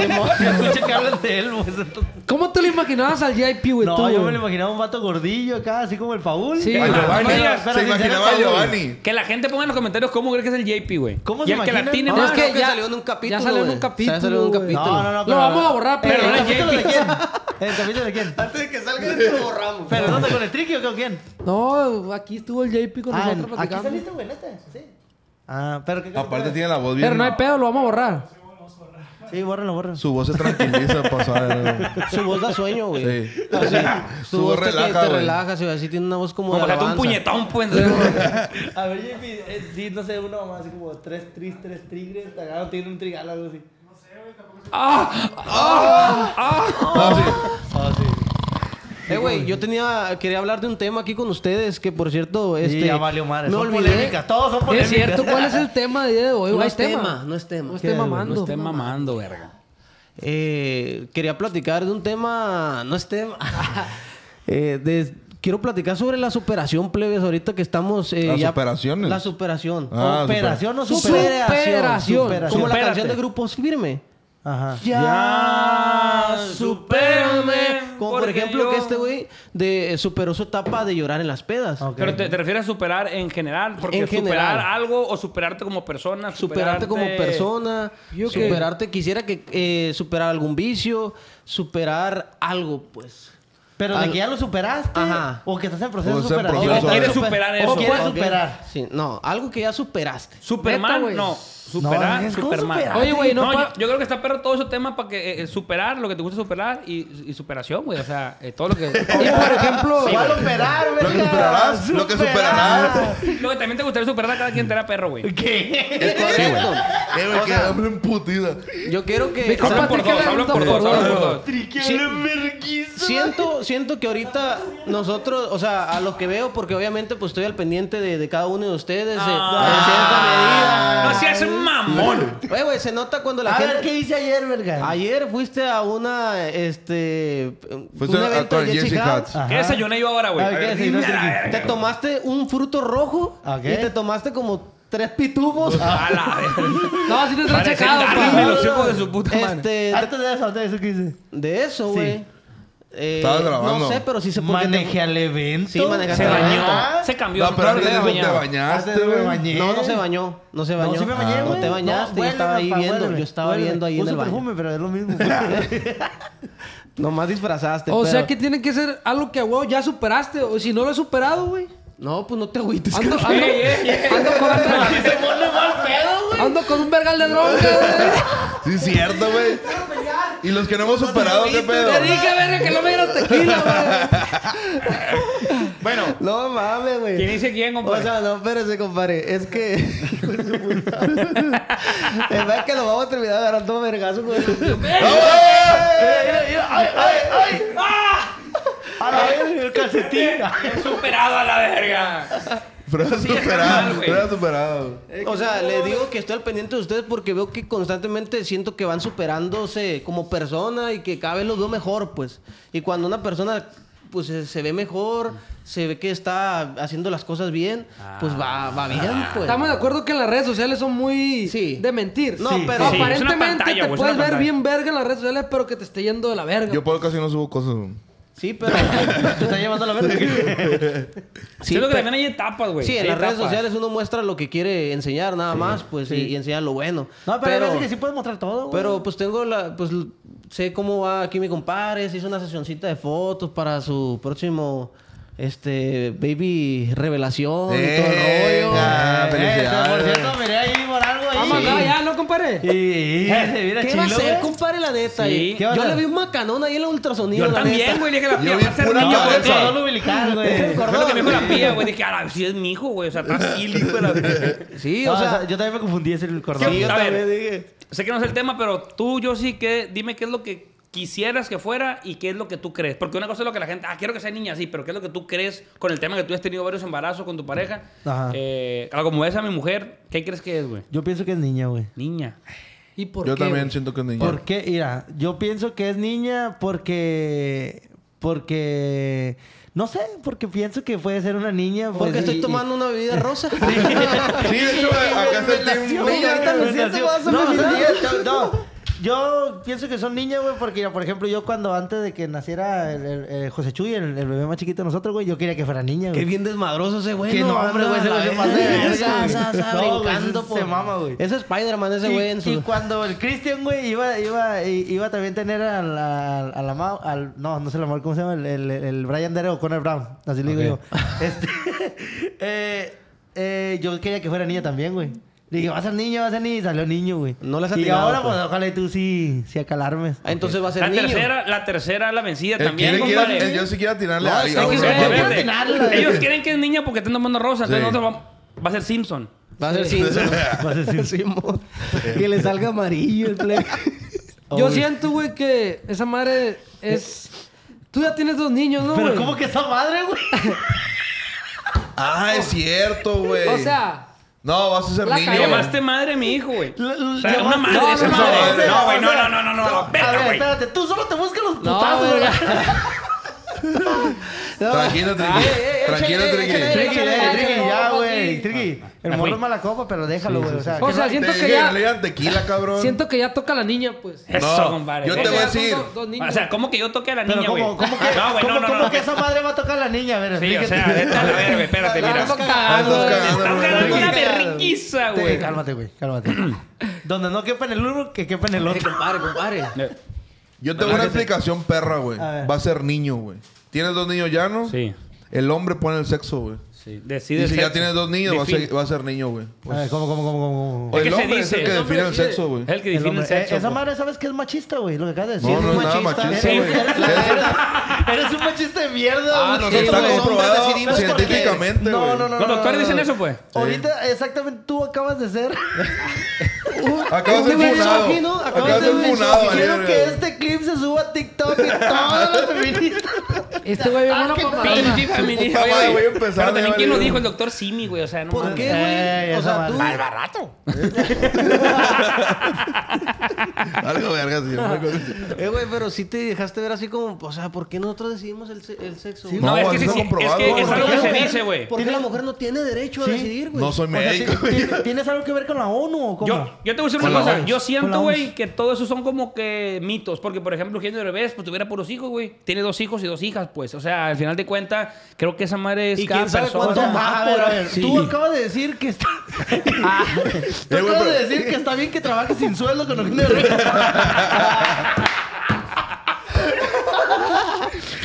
Speaker 2: escucha que hablan de él, pues, entonces-
Speaker 5: ¿Cómo te lo imaginabas al JP, güey? tú,
Speaker 2: No, yo me
Speaker 5: güey?
Speaker 2: lo imaginaba un vato gordillo acá, así como el Paul.
Speaker 5: Sí.
Speaker 4: A
Speaker 2: Ah,
Speaker 4: Giovanni.
Speaker 2: pero- pero
Speaker 4: Se
Speaker 2: sin ser
Speaker 4: imaginaba a
Speaker 2: Paul.
Speaker 4: Giovanni.
Speaker 6: Que la gente ponga en los comentarios cómo cree que es el JP, güey.
Speaker 2: ¿Cómo
Speaker 6: y
Speaker 2: se
Speaker 6: el que la
Speaker 2: imaginan?
Speaker 6: tiene
Speaker 5: No,
Speaker 8: No,
Speaker 6: más.
Speaker 8: es
Speaker 5: creo
Speaker 8: que
Speaker 5: que
Speaker 8: ya
Speaker 5: salió
Speaker 8: salió en un capítulo.
Speaker 5: Ya salió en un capítulo.
Speaker 8: Ya salió en un
Speaker 5: güey.
Speaker 8: capítulo.
Speaker 2: No, no, no.
Speaker 5: Lo vamos a borrar,
Speaker 2: pero.
Speaker 5: pero-
Speaker 2: ¿El capítulo de quién? ¿El capítulo de quién?
Speaker 8: Antes de que salga, lo borramos.
Speaker 2: ¿Pero dónde con el triqui o con quién?
Speaker 5: No, aquí estuvo el JP con
Speaker 2: Ah,
Speaker 5: nosotros
Speaker 2: aquí
Speaker 5: platicando.
Speaker 2: saliste, güey, neta. Sí. Ah, pero qué
Speaker 4: Aparte tiene la voz bien.
Speaker 5: Pero no hay pedo, lo vamos a borrar.
Speaker 2: Sí, bórralo, bórralo.
Speaker 4: Su voz se tranquiliza pasada.
Speaker 3: Su voz da sueño, güey.
Speaker 4: Sí.
Speaker 3: Así,
Speaker 4: Su
Speaker 3: Su
Speaker 4: voz
Speaker 3: voz te,
Speaker 4: relaja,
Speaker 3: te
Speaker 4: güey.
Speaker 3: relajas, güey. Así tiene una voz como,
Speaker 6: Como
Speaker 3: de
Speaker 6: que un
Speaker 3: alabanza.
Speaker 6: puñetón, pues.
Speaker 2: A ver, JP, eh, di, no sé, uno más, así como tres tris, tres tigres, te agarro, tiene un trigal, algo así.
Speaker 6: Ah,
Speaker 2: Ah,
Speaker 3: Eh, güey, yo tenía... Quería hablar de un tema aquí con ustedes que, por cierto, este...
Speaker 2: ya valió madre,
Speaker 3: Me
Speaker 2: son
Speaker 3: olvidé.
Speaker 2: polémicas, todos son
Speaker 5: Es
Speaker 2: polémicas.
Speaker 5: cierto, ¿cuál es el tema de día de hoy?
Speaker 3: No
Speaker 5: Hay
Speaker 3: es tema, no es tema.
Speaker 5: No
Speaker 3: ¿Qué,
Speaker 5: esté
Speaker 3: güey?
Speaker 5: mamando.
Speaker 6: No esté mamando, verga.
Speaker 3: Eh, quería platicar de un tema, no es tema. Eh, de- quiero platicar sobre la superación, plebes, ahorita que estamos... eh,
Speaker 4: ¿Las superaciones?
Speaker 3: La superación.
Speaker 4: Ah,
Speaker 2: Operación o superación.
Speaker 3: superación.
Speaker 5: superación.
Speaker 3: Como la
Speaker 6: Supérate.
Speaker 3: canción de Grupos Firme.
Speaker 2: Ajá.
Speaker 3: Ya,
Speaker 6: supérame,
Speaker 3: Como por
Speaker 6: porque
Speaker 3: ejemplo
Speaker 6: yo-
Speaker 3: que este güey de- eh, superó su etapa de llorar en las pedas.
Speaker 2: Ok.
Speaker 6: Pero te, te refieres a superar en general, porque
Speaker 3: En general.
Speaker 6: superar algo o superarte como persona,
Speaker 3: Superarte como persona,
Speaker 5: Yo que-
Speaker 3: superarte, quisiera que eh, superar algún vicio, superar algo, pues.
Speaker 2: Pero de
Speaker 3: Al-
Speaker 2: que ya lo superaste.
Speaker 3: Ajá.
Speaker 2: O que estás en proceso
Speaker 4: O
Speaker 2: de
Speaker 4: sea, Pues en
Speaker 2: superación.
Speaker 4: proceso.
Speaker 2: O
Speaker 4: Quieres
Speaker 6: superar
Speaker 2: O
Speaker 6: eso.
Speaker 2: quieres
Speaker 6: Ok.
Speaker 2: superar.
Speaker 3: Sí, no, algo que ya superaste.
Speaker 5: Neta,
Speaker 6: Superman,
Speaker 5: güey.
Speaker 6: no. Superar,
Speaker 2: No, es como
Speaker 6: Superman.
Speaker 2: superar.
Speaker 5: Oye, güey, no
Speaker 6: yo,
Speaker 5: pa-
Speaker 6: yo creo que está perro todo ese tema para que eh, eh, superar lo que te gusta superar y, y superación, güey. O sea, eh, todo lo que.
Speaker 5: Y por ejemplo,
Speaker 2: ¿Cuál operar,
Speaker 4: que
Speaker 2: verga?
Speaker 4: superarás, lo que
Speaker 2: Superar.
Speaker 4: superarás.
Speaker 6: lo que también te gustaría superar a cada quien te era perro, güey.
Speaker 2: ¿Qué?
Speaker 3: Es correcto.
Speaker 4: Eh, güey, que hambre emputida.
Speaker 3: Yo quiero que...
Speaker 5: Mi compa
Speaker 6: Hablan por
Speaker 5: Patrick
Speaker 6: dos,
Speaker 5: le
Speaker 6: hablan
Speaker 5: gusta
Speaker 6: por dos,
Speaker 5: por
Speaker 6: hablan por
Speaker 5: dos.
Speaker 6: dos.
Speaker 3: Sí.
Speaker 2: Triquiablo verguizo.
Speaker 3: Siento, siento que ahorita nosotros, o sea, a los que veo, porque obviamente pues estoy al pendiente de, de cada uno de ustedes, eh,
Speaker 6: Ah,
Speaker 3: en
Speaker 6: no
Speaker 3: cierta medida.
Speaker 6: seas un mamón.
Speaker 3: Oye, güey, se nota cuando la
Speaker 2: A
Speaker 3: gente...
Speaker 2: ver, ¿qué hice ayer, verga?
Speaker 3: Ayer fuiste a una, este...
Speaker 4: Fuiste
Speaker 3: un
Speaker 4: a-
Speaker 3: evento
Speaker 4: con
Speaker 3: de Jesse
Speaker 4: Jesse
Speaker 3: Hatch.
Speaker 4: Hatch.
Speaker 6: ¿Qué desayuné yo ahora, güey?
Speaker 2: A ver, ¿qué desayunó
Speaker 6: dime a la
Speaker 2: Triqui?
Speaker 6: verga.
Speaker 3: Te tomaste un fruto rojo
Speaker 2: Ok.
Speaker 3: y te tomaste como tres pitufos.
Speaker 6: A la verga.
Speaker 5: no, si te está
Speaker 6: Parecen
Speaker 5: checado,
Speaker 6: Darwin,
Speaker 5: pa.
Speaker 6: los hijos de su puta madre.
Speaker 3: este,
Speaker 2: Antes de eso, antes de eso, ¿qué hice?
Speaker 3: de eso, güey. Eh,
Speaker 4: Estabas grabando.
Speaker 3: No sé, pero sí se por qué te-
Speaker 2: Manejé al evento.
Speaker 3: Sí, manejaste
Speaker 6: Se
Speaker 3: al
Speaker 6: bañó.
Speaker 2: Ah,
Speaker 6: Se cambió.
Speaker 4: No, pero
Speaker 6: no
Speaker 4: antes de
Speaker 6: se
Speaker 4: eso te
Speaker 6: bañaba.
Speaker 4: bañaste,
Speaker 2: Antes me
Speaker 4: güey.
Speaker 2: bañé.
Speaker 3: No, no se bañó. No se bañó.
Speaker 2: No, sí me bañé,
Speaker 4: Ah,
Speaker 2: güey.
Speaker 3: no te bañaste, yo
Speaker 2: huéleme,
Speaker 3: estaba ahí
Speaker 2: pa,
Speaker 3: viendo,
Speaker 2: huéleme,
Speaker 3: yo estaba
Speaker 2: huéleme.
Speaker 3: viendo ahí en
Speaker 2: Uso
Speaker 3: el baño.
Speaker 2: perfume, pero es lo mismo.
Speaker 3: Nomás disfrazaste.
Speaker 5: O
Speaker 3: pero-
Speaker 5: sea que tiene que ser algo que, güey, ya superaste. O si no lo has superado, güey.
Speaker 3: No, pues no te agüites.
Speaker 5: Ando, ando,
Speaker 6: Ey, ey, ey.
Speaker 5: ando con un vergal. Ando con un vergal de droga, güey.
Speaker 4: Sí, es cierto, güey. Y los que no hemos superado, ¿qué pedo?
Speaker 5: Te dije, verga, que no me dieras tequila, güey.
Speaker 6: Bueno,
Speaker 3: No mames, güey.
Speaker 6: ¿quién dice quién,
Speaker 3: O
Speaker 6: compadre?
Speaker 3: sea, no, espérese, compadre. Es que. Hijo de su puta. Es verdad que lo vamos a terminar agarrando vergazo con el.
Speaker 2: Ahora, el calcetín.
Speaker 6: He superado a la verga.
Speaker 4: Pero
Speaker 6: es normal,
Speaker 4: superado,
Speaker 6: güey.
Speaker 4: pero superado.
Speaker 3: O sea, le digo que estoy al pendiente de ustedes porque veo que constantemente siento que van superándose como persona y que cada vez los veo mejor, pues. Y cuando una persona pues se, se ve mejor, se ve que está haciendo las cosas bien, pues va, va bien, pues.
Speaker 5: Estamos de acuerdo que las redes sociales son muy
Speaker 3: Sí.
Speaker 5: de mentir.
Speaker 3: No, Sí, pero-
Speaker 5: No,
Speaker 3: sí.
Speaker 6: Es una
Speaker 5: aparentemente
Speaker 6: pantalla,
Speaker 5: te
Speaker 6: güey, es
Speaker 5: puedes
Speaker 6: una
Speaker 5: ver
Speaker 6: pantalla.
Speaker 5: bien verga en las redes sociales, pero que te esté yendo de la verga.
Speaker 4: Yo por casi no subo cosas, güey.
Speaker 3: Sí, pero.
Speaker 2: Te está llevando la verga.
Speaker 6: Sí, Siento que también hay etapas, güey.
Speaker 3: Sí, en
Speaker 6: Hay
Speaker 3: las redes
Speaker 6: etapas.
Speaker 3: sociales uno muestra lo que quiere enseñar nada más, pues, y, y enseñar lo bueno.
Speaker 2: No, pero, hay veces que sí puedes mostrar todo, güey.
Speaker 3: Pero pues tengo la, pues l- sé cómo va aquí mi compadre, se hizo una sesioncita de fotos para su próximo este baby revelación y todo el rollo.
Speaker 4: Venga,
Speaker 2: Eh, por
Speaker 4: felicidades.
Speaker 2: cierto, miré ahí por algo ahí.
Speaker 5: Vamos, no, ya, ¿no, compadre?
Speaker 2: Y, y se mira
Speaker 3: ¿Qué
Speaker 2: chilo,
Speaker 3: va a hacer,
Speaker 2: güey.
Speaker 3: compadre, la neta?
Speaker 6: Sí.
Speaker 3: eh?
Speaker 2: ¿eh? ¿Qué va a
Speaker 3: Yo le
Speaker 2: hacer?
Speaker 3: vi un macanón ahí en el ultrasonido,
Speaker 6: Yo
Speaker 3: la
Speaker 6: también,
Speaker 3: neta.
Speaker 6: güey. Dije la
Speaker 4: Yo
Speaker 6: pía
Speaker 4: vi
Speaker 6: va a ser
Speaker 4: pura
Speaker 6: mío,
Speaker 2: No,
Speaker 4: cabeza.
Speaker 6: güey.
Speaker 2: el
Speaker 6: Sí.
Speaker 2: cordón umbilical, güey.
Speaker 6: Fue lo que me dijo la pía, güey. Dije, a la, si es mi hijo, güey. O sea, está así, hijo de la verga.
Speaker 3: Sí,
Speaker 2: No,
Speaker 3: o sea,
Speaker 2: yo también me confundí, es el cordón.
Speaker 6: Sí,
Speaker 3: yo
Speaker 6: a
Speaker 3: también
Speaker 6: ver,
Speaker 3: dije.
Speaker 6: sé que no es el tema, pero tú, yo sí que dime qué es lo que quisieras que fuera y qué es lo que tú crees. Porque una cosa es lo que la gente, ah, quiero que sea niña, sí, pero qué es lo que tú crees con el tema que tú has tenido varios embarazos con tu pareja.
Speaker 2: Ajá.
Speaker 6: Eh, claro, como ves a mi mujer, ¿qué crees que es, güey?
Speaker 2: Yo pienso que es niña, güey.
Speaker 6: Niña.
Speaker 5: ¿Y por
Speaker 4: Yo
Speaker 5: qué?
Speaker 4: también siento que es niño.
Speaker 2: ¿Por qué? Mira, yo pienso que es niña porque. Porque. No sé, porque pienso que puede ser una niña.
Speaker 3: Porque
Speaker 2: pues,
Speaker 3: estoy
Speaker 2: y-
Speaker 3: tomando una bebida rosa.
Speaker 4: Sí, de hecho, acá está el team.
Speaker 3: Güey, ahorita me siento más
Speaker 2: No, o sea,
Speaker 3: afeminado.
Speaker 2: yo- yo- no. Yo pienso que son niñas, güey, porque, mira, por ejemplo, yo cuando antes de que naciera el, el- el José Chuy, el, el bebé más chiquito de nosotros, güey, yo quería que fuera niña,
Speaker 3: Qué
Speaker 2: güey.
Speaker 3: bien desmadroso ese güey.
Speaker 2: Qué nombre, güey, ese
Speaker 3: anda,
Speaker 2: güey se
Speaker 3: la
Speaker 2: pasa de
Speaker 3: verga,
Speaker 2: verga, güey.
Speaker 3: sa, sa,
Speaker 2: No, güey,
Speaker 3: brincando
Speaker 2: se
Speaker 3: por-
Speaker 2: mama, güey.
Speaker 3: Ese Spider-Man, ese
Speaker 2: Y-
Speaker 3: güey en
Speaker 2: y,
Speaker 3: su.
Speaker 2: cuando el Christian, güey, iba, iba, i- iba también a tener al, al, al amado, al, no, no sé el amor, ¿cómo se llama? El, el, el Brian Dere o Connor Brown, así le digo yo. Este, eh, eh, yo quería que fuera niña también, güey. Le dije, va a ser niño, va a ser niño, y salió niño, güey.
Speaker 3: No las
Speaker 2: Y
Speaker 3: atinado,
Speaker 2: ahora,
Speaker 3: pues.
Speaker 2: pues, ojalá y tú sí, sí acalarmes.
Speaker 3: Ah, entonces va a ser
Speaker 6: La
Speaker 3: niño.
Speaker 6: tercera, la tercera es la vencida
Speaker 4: Él
Speaker 6: también,
Speaker 4: quiere que-
Speaker 6: compadre.
Speaker 4: él- Yo sí quiero tirarle
Speaker 6: No,
Speaker 4: a
Speaker 6: es
Speaker 4: alguien.
Speaker 6: que
Speaker 4: güey,
Speaker 6: es-
Speaker 4: pero-
Speaker 6: espérate.
Speaker 2: atinarla.
Speaker 6: Ellos quieren que es niña porque están tomando rosa.
Speaker 4: Sí.
Speaker 6: Entonces nosotros vamos- va a ser Simpson.
Speaker 3: Va a ser Simpson.
Speaker 2: Va a ser sí.
Speaker 3: Simón.
Speaker 2: que le salga amarillo el play.
Speaker 5: Yo siento, güey, que esa madre es. Tú ya tienes dos niños, ¿no?
Speaker 2: Pero,
Speaker 5: güey?
Speaker 2: ¿cómo que esa madre, güey?
Speaker 4: Ah, es cierto, güey.
Speaker 5: O sea,
Speaker 4: No, vas a ser
Speaker 5: la
Speaker 4: niño.
Speaker 5: cagó.
Speaker 4: güey.
Speaker 6: Llamaste madre a mi hijo, güey. O sea,
Speaker 2: Llamaste-
Speaker 6: una madre,
Speaker 5: No,
Speaker 6: esa
Speaker 5: no,
Speaker 6: madre.
Speaker 4: no,
Speaker 6: No, güey,
Speaker 2: o
Speaker 6: no,
Speaker 2: sea,
Speaker 6: no, no, no, no.
Speaker 2: A
Speaker 6: Vete,
Speaker 2: ver,
Speaker 6: güey.
Speaker 2: espérate, tú solo te buscas los
Speaker 5: no,
Speaker 2: putazos,
Speaker 5: güey.
Speaker 2: güey.
Speaker 4: Tranquilo,
Speaker 5: Ah,
Speaker 4: Triqui. Tranquilo, Triqui.
Speaker 2: Triqui,
Speaker 5: eh, Échale,
Speaker 2: eh,
Speaker 5: échale,
Speaker 2: Triqui, ya,
Speaker 5: copa,
Speaker 2: güey.
Speaker 5: Triqui.
Speaker 2: Triqui, el morro es mala copa, pero déjalo, güey. O sea,
Speaker 5: O
Speaker 2: que
Speaker 5: sea,
Speaker 2: no-
Speaker 5: siento
Speaker 4: Te
Speaker 5: que
Speaker 4: dije
Speaker 5: ya-
Speaker 4: le digan tequila, cabrón.
Speaker 5: Siento que ya toca la niña, pues.
Speaker 6: Eso,
Speaker 4: No,
Speaker 6: compadre.
Speaker 4: yo te
Speaker 5: Porque
Speaker 4: voy a
Speaker 5: ya son
Speaker 4: decir.
Speaker 5: Dos, dos niños.
Speaker 6: O sea, ¿cómo que yo toqué a la
Speaker 2: pero
Speaker 6: niña, güey? Ah,
Speaker 2: ¿cómo, cómo que,
Speaker 6: No, güey,
Speaker 2: cómo,
Speaker 6: no, no,
Speaker 2: cómo
Speaker 6: no.
Speaker 2: que esa madre va a tocar a la niña? A ver,
Speaker 6: Sí, o
Speaker 2: explícate.
Speaker 6: sea, vete a la verga, espérate,
Speaker 5: La
Speaker 6: mira.
Speaker 5: estás
Speaker 6: Estás
Speaker 5: cagando,
Speaker 4: Estás
Speaker 5: güey.
Speaker 4: cagando.
Speaker 6: ganando una
Speaker 2: Triqui.
Speaker 6: berrinquiza,
Speaker 2: Te-
Speaker 6: güey.
Speaker 2: Cálmate, güey, cálmate. Donde no quepa en el uno, que quepa en el
Speaker 3: Eh,
Speaker 2: otro.
Speaker 3: Compadre, compadre.
Speaker 4: Yo tengo una explicación perra, güey.
Speaker 2: A ver.
Speaker 4: Va a ser niño, güey. Tienes dos niños ya, ¿no?
Speaker 6: Sí,
Speaker 4: El hombre pone el sexo, güey.
Speaker 6: sí.
Speaker 4: Y
Speaker 6: Decide
Speaker 4: si
Speaker 6: el
Speaker 4: ya
Speaker 6: sexo.
Speaker 4: tienes dos niños, va a,
Speaker 6: Define.
Speaker 4: ser, va a ser niño, güey.
Speaker 2: A ver, ¿cómo, cómo, cómo, cómo?
Speaker 4: O
Speaker 6: Es que
Speaker 4: el
Speaker 6: se
Speaker 4: hombre es el
Speaker 6: dice.
Speaker 4: que
Speaker 6: El
Speaker 4: define el
Speaker 5: decide.
Speaker 4: sexo, güey.
Speaker 6: Es el que
Speaker 2: El
Speaker 6: define
Speaker 2: hombre-
Speaker 6: el sexo.
Speaker 2: eh, esa
Speaker 6: güey.
Speaker 2: madre, ¿sabes que es machista, güey? Lo que acabas de decir.
Speaker 4: No, no es nada
Speaker 3: machista,
Speaker 4: machista,
Speaker 6: eres-
Speaker 4: güey. Es-
Speaker 2: Eres un machista de mierda,
Speaker 3: Ah,
Speaker 2: güey.
Speaker 3: nosotros
Speaker 4: Está
Speaker 3: los hombres
Speaker 4: comprobado
Speaker 3: decidimos
Speaker 2: ¿Sabes por qué?
Speaker 4: científicamente,
Speaker 2: No,
Speaker 4: güey.
Speaker 2: no, no.
Speaker 6: Los
Speaker 2: no,
Speaker 6: doctores
Speaker 2: no,
Speaker 6: dicen
Speaker 2: no.
Speaker 6: eso, pues.
Speaker 2: Ahorita, exactamente, tú acabas de ser.
Speaker 4: Acabas de ser funado. Acabas de ser funado,
Speaker 2: Quiero que
Speaker 4: Valeria.
Speaker 2: este clip se suba a TikTok y todas las feministas.
Speaker 5: Este güey viene una papadona.
Speaker 6: Pinche feminista,
Speaker 4: Puta madre, voy a empezar,
Speaker 6: Pero también
Speaker 4: vale,
Speaker 6: quién lo
Speaker 4: vale.
Speaker 6: dijo el doctor Simi, güey. O sea, no
Speaker 3: ¿Por
Speaker 6: mames.
Speaker 3: qué, güey?
Speaker 2: Ey,
Speaker 3: o
Speaker 2: esa
Speaker 3: sea,
Speaker 2: madre.
Speaker 3: tú.
Speaker 2: Mal
Speaker 3: barato.
Speaker 4: Algo verga, sí, una cosa así.
Speaker 3: Eh, güey, pero sí te dejaste ver así como, o sea, ¿por qué nosotros decidimos el, se- el sexo? güey?
Speaker 6: No,
Speaker 4: No,
Speaker 6: es que
Speaker 4: eso
Speaker 6: sí,
Speaker 4: está
Speaker 6: sí, es
Speaker 4: comprobado,
Speaker 6: que es
Speaker 4: güey.
Speaker 6: algo que
Speaker 3: ¿Por
Speaker 6: se
Speaker 3: qué la
Speaker 6: dice,
Speaker 3: mujer-
Speaker 6: güey.
Speaker 3: ¿Por qué la mujer no tiene derecho
Speaker 2: Sí.
Speaker 3: a decidir, güey?
Speaker 4: No soy
Speaker 2: O sea, ti-
Speaker 4: médico, güey.
Speaker 2: ti- ¿Tienes algo que ver con la ONU o cómo?
Speaker 6: Yo, yo te voy a decir
Speaker 4: Con
Speaker 6: una
Speaker 4: la
Speaker 6: cosa.
Speaker 4: OMS.
Speaker 2: Con
Speaker 6: Yo
Speaker 2: la
Speaker 6: siento,
Speaker 2: OMS.
Speaker 6: güey, que todo eso son como que mitos. Porque, por ejemplo, Eugenio Derbez, pues tuviera puros hijos, güey. Tiene dos hijos y dos hijas, pues. O sea, al final de cuentas, creo que esa madre es
Speaker 3: ¿Y
Speaker 6: cada
Speaker 3: quién sabe
Speaker 6: persona.
Speaker 3: cuánto más?
Speaker 2: Ah, a ver, a ver.
Speaker 6: Sí.
Speaker 2: Tú acabas de decir que está. tú
Speaker 4: Eh, güey,
Speaker 2: acabas de
Speaker 4: pero-
Speaker 2: decir que está bien que trabajes sin sueldo con Eugenio Derbez.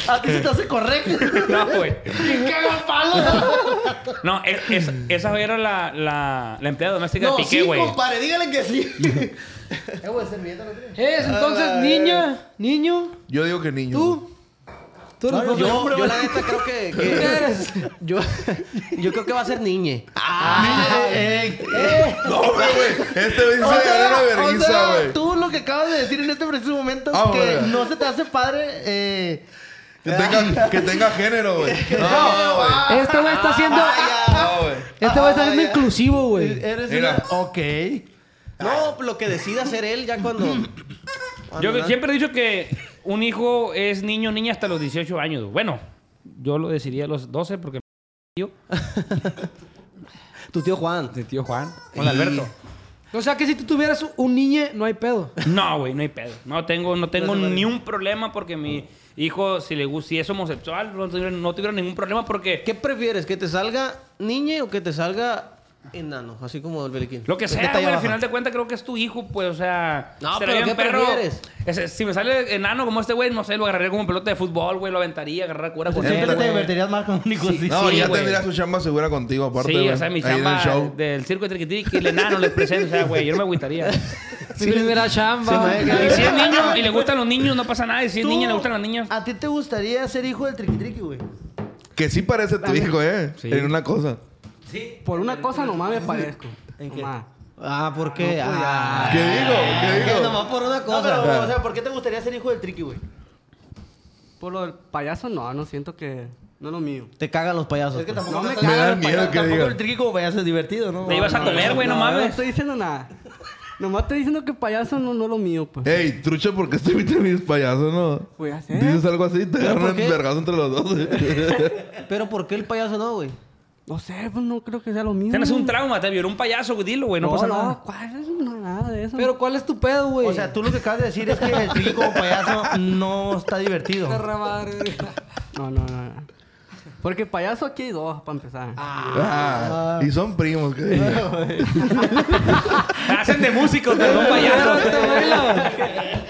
Speaker 2: A ti se te hace correcto.
Speaker 6: No, güey.
Speaker 2: ¡Caga palo!
Speaker 6: No, es- es- esa era la, la, la empleada doméstica
Speaker 3: No,
Speaker 6: de
Speaker 3: sí,
Speaker 6: Piqué, güey.
Speaker 3: compadre, dígale que sí.
Speaker 5: Es entonces niña, niño.
Speaker 4: Yo digo que niño.
Speaker 5: ¿Tú? Tú eres
Speaker 3: Yo,
Speaker 5: el
Speaker 2: eh.
Speaker 5: hombre,
Speaker 3: yo
Speaker 5: güey.
Speaker 3: la neta creo que...
Speaker 5: ¿Tú qué
Speaker 3: que-
Speaker 5: eres?
Speaker 3: yo, yo creo que va a ser niñe.
Speaker 2: Eh, eh,
Speaker 4: No, güey, güey. Este güey sí
Speaker 2: O
Speaker 4: se
Speaker 2: sea,
Speaker 4: ganó una
Speaker 2: o
Speaker 4: vergüenza,
Speaker 2: sea,
Speaker 4: güey.
Speaker 2: Tú lo que acabas de decir en este preciso momento
Speaker 4: Ah,
Speaker 2: que
Speaker 4: verga.
Speaker 2: no se te hace padre. Eh,
Speaker 4: Que tenga, que tenga género, güey. No, güey.
Speaker 5: Este güey está siendo.
Speaker 4: No, güey.
Speaker 5: Este güey está siendo inclusivo, güey.
Speaker 2: eres
Speaker 4: Mira.
Speaker 2: una. Ok.
Speaker 3: No, lo que decida hacer él ya cuando... cuando
Speaker 6: Yo
Speaker 3: na-
Speaker 6: siempre he dicho que un hijo es niño o niña hasta los 18 años. Bueno, yo lo decidí a los 12 porque mi tío,
Speaker 3: Tu tío Juan.
Speaker 6: mi tío Juan, Juan Alberto.
Speaker 5: O sea que si tú tuvieras un niñe, no hay pedo.
Speaker 6: No, güey, no hay pedo. No tengo, no tengo ni un problema porque mi hijo, si le gusta, si es homosexual, no tuviera, no tuviera ningún problema porque
Speaker 3: ¿Qué prefieres? ¿Que te salga niñe o que te salga enano? Así como el Beliquín.
Speaker 6: lo que
Speaker 3: ¿De qué talla
Speaker 6: sea, güey, al
Speaker 3: baja?
Speaker 6: final de cuentas creo que es tu hijo, pues, o sea...
Speaker 3: No,
Speaker 6: será
Speaker 3: pero
Speaker 6: bien
Speaker 3: ¿qué prefieres?
Speaker 6: Ese- si me sale enano como este güey, no sé, lo agarraría como pelota de fútbol, güey, lo aventaría, agarrar cura con
Speaker 2: Siempre
Speaker 6: él,
Speaker 2: te
Speaker 6: güey.
Speaker 2: divertirías más con un hijo así.
Speaker 4: No,
Speaker 6: Sí,
Speaker 4: ya
Speaker 6: güey.
Speaker 4: tendría su chamba segura contigo, aparte.
Speaker 6: Sí,
Speaker 4: güey.
Speaker 6: o sea,
Speaker 4: Ahí
Speaker 6: mi
Speaker 4: en el
Speaker 6: chamba
Speaker 4: show.
Speaker 6: del circo de Triquitiqui, el enano les presento, o sea, güey, yo no me agüitaría.
Speaker 5: Si no hubiera chamba.
Speaker 6: Y si es niño y le gustan los niños, no pasa nada. Y si es
Speaker 2: Tú,
Speaker 6: niña y le gustan las niñas.
Speaker 2: ¿A ti te gustaría ser hijo del triqui güey?
Speaker 4: Que sí parece tu hijo, eh. En una cosa.
Speaker 7: Por una cosa nomás me parezco.
Speaker 2: ¿En qué?
Speaker 7: Nomás.
Speaker 3: Ah, ¿por qué?
Speaker 4: ¿Qué
Speaker 3: Ah,
Speaker 4: digo? ¿Qué
Speaker 3: que
Speaker 4: digo?
Speaker 3: nomás por una
Speaker 2: No,
Speaker 3: cosa.
Speaker 2: pero, o sea, ¿por qué te gustaría ser hijo del triqui, güey?
Speaker 7: Por lo del payaso, no, no siento que. No es lo mío.
Speaker 3: Te cagan los payasos.
Speaker 2: Es que
Speaker 3: pues.
Speaker 2: tampoco
Speaker 7: No me
Speaker 2: te-
Speaker 4: Me
Speaker 7: cagan
Speaker 4: da
Speaker 7: los
Speaker 4: miedo que
Speaker 2: Tampoco
Speaker 4: diga.
Speaker 2: el triqui como payaso es divertido, ¿no?
Speaker 6: Te ibas a comer, güey, no
Speaker 7: No
Speaker 6: mames.
Speaker 7: estoy diciendo nada. Nomás te diciendo que payaso no, no es lo mío, pues.
Speaker 4: Ey, trucha, ¿por qué estuviste viste mis payasos, no?
Speaker 7: Voy a hacer.
Speaker 4: Dices algo así, te
Speaker 7: ¿Pero por
Speaker 4: agarran
Speaker 7: qué?
Speaker 4: vergazo entre los dos. güey.
Speaker 3: Pero ¿por qué el payaso no, güey?
Speaker 7: No sé, pues no creo que sea lo mío.
Speaker 6: Tienes un trauma, te violó un payaso, güey. Dilo, güey. No,
Speaker 7: No,
Speaker 6: pasa
Speaker 7: no,
Speaker 6: nada.
Speaker 7: ¿cuál? No, nada de eso.
Speaker 5: Pero ¿cuál es tu pedo, güey?
Speaker 2: O sea, tú lo que acabas de decir es que el tricky como payaso no está divertido.
Speaker 5: Perra madre.
Speaker 7: No, no, no. no. Porque payaso aquí hay dos, para empezar.
Speaker 4: Ah, y son primos. ¿qué?
Speaker 6: Hacen de músicos, pero no
Speaker 5: Culero
Speaker 6: payasos.
Speaker 5: este güey, la-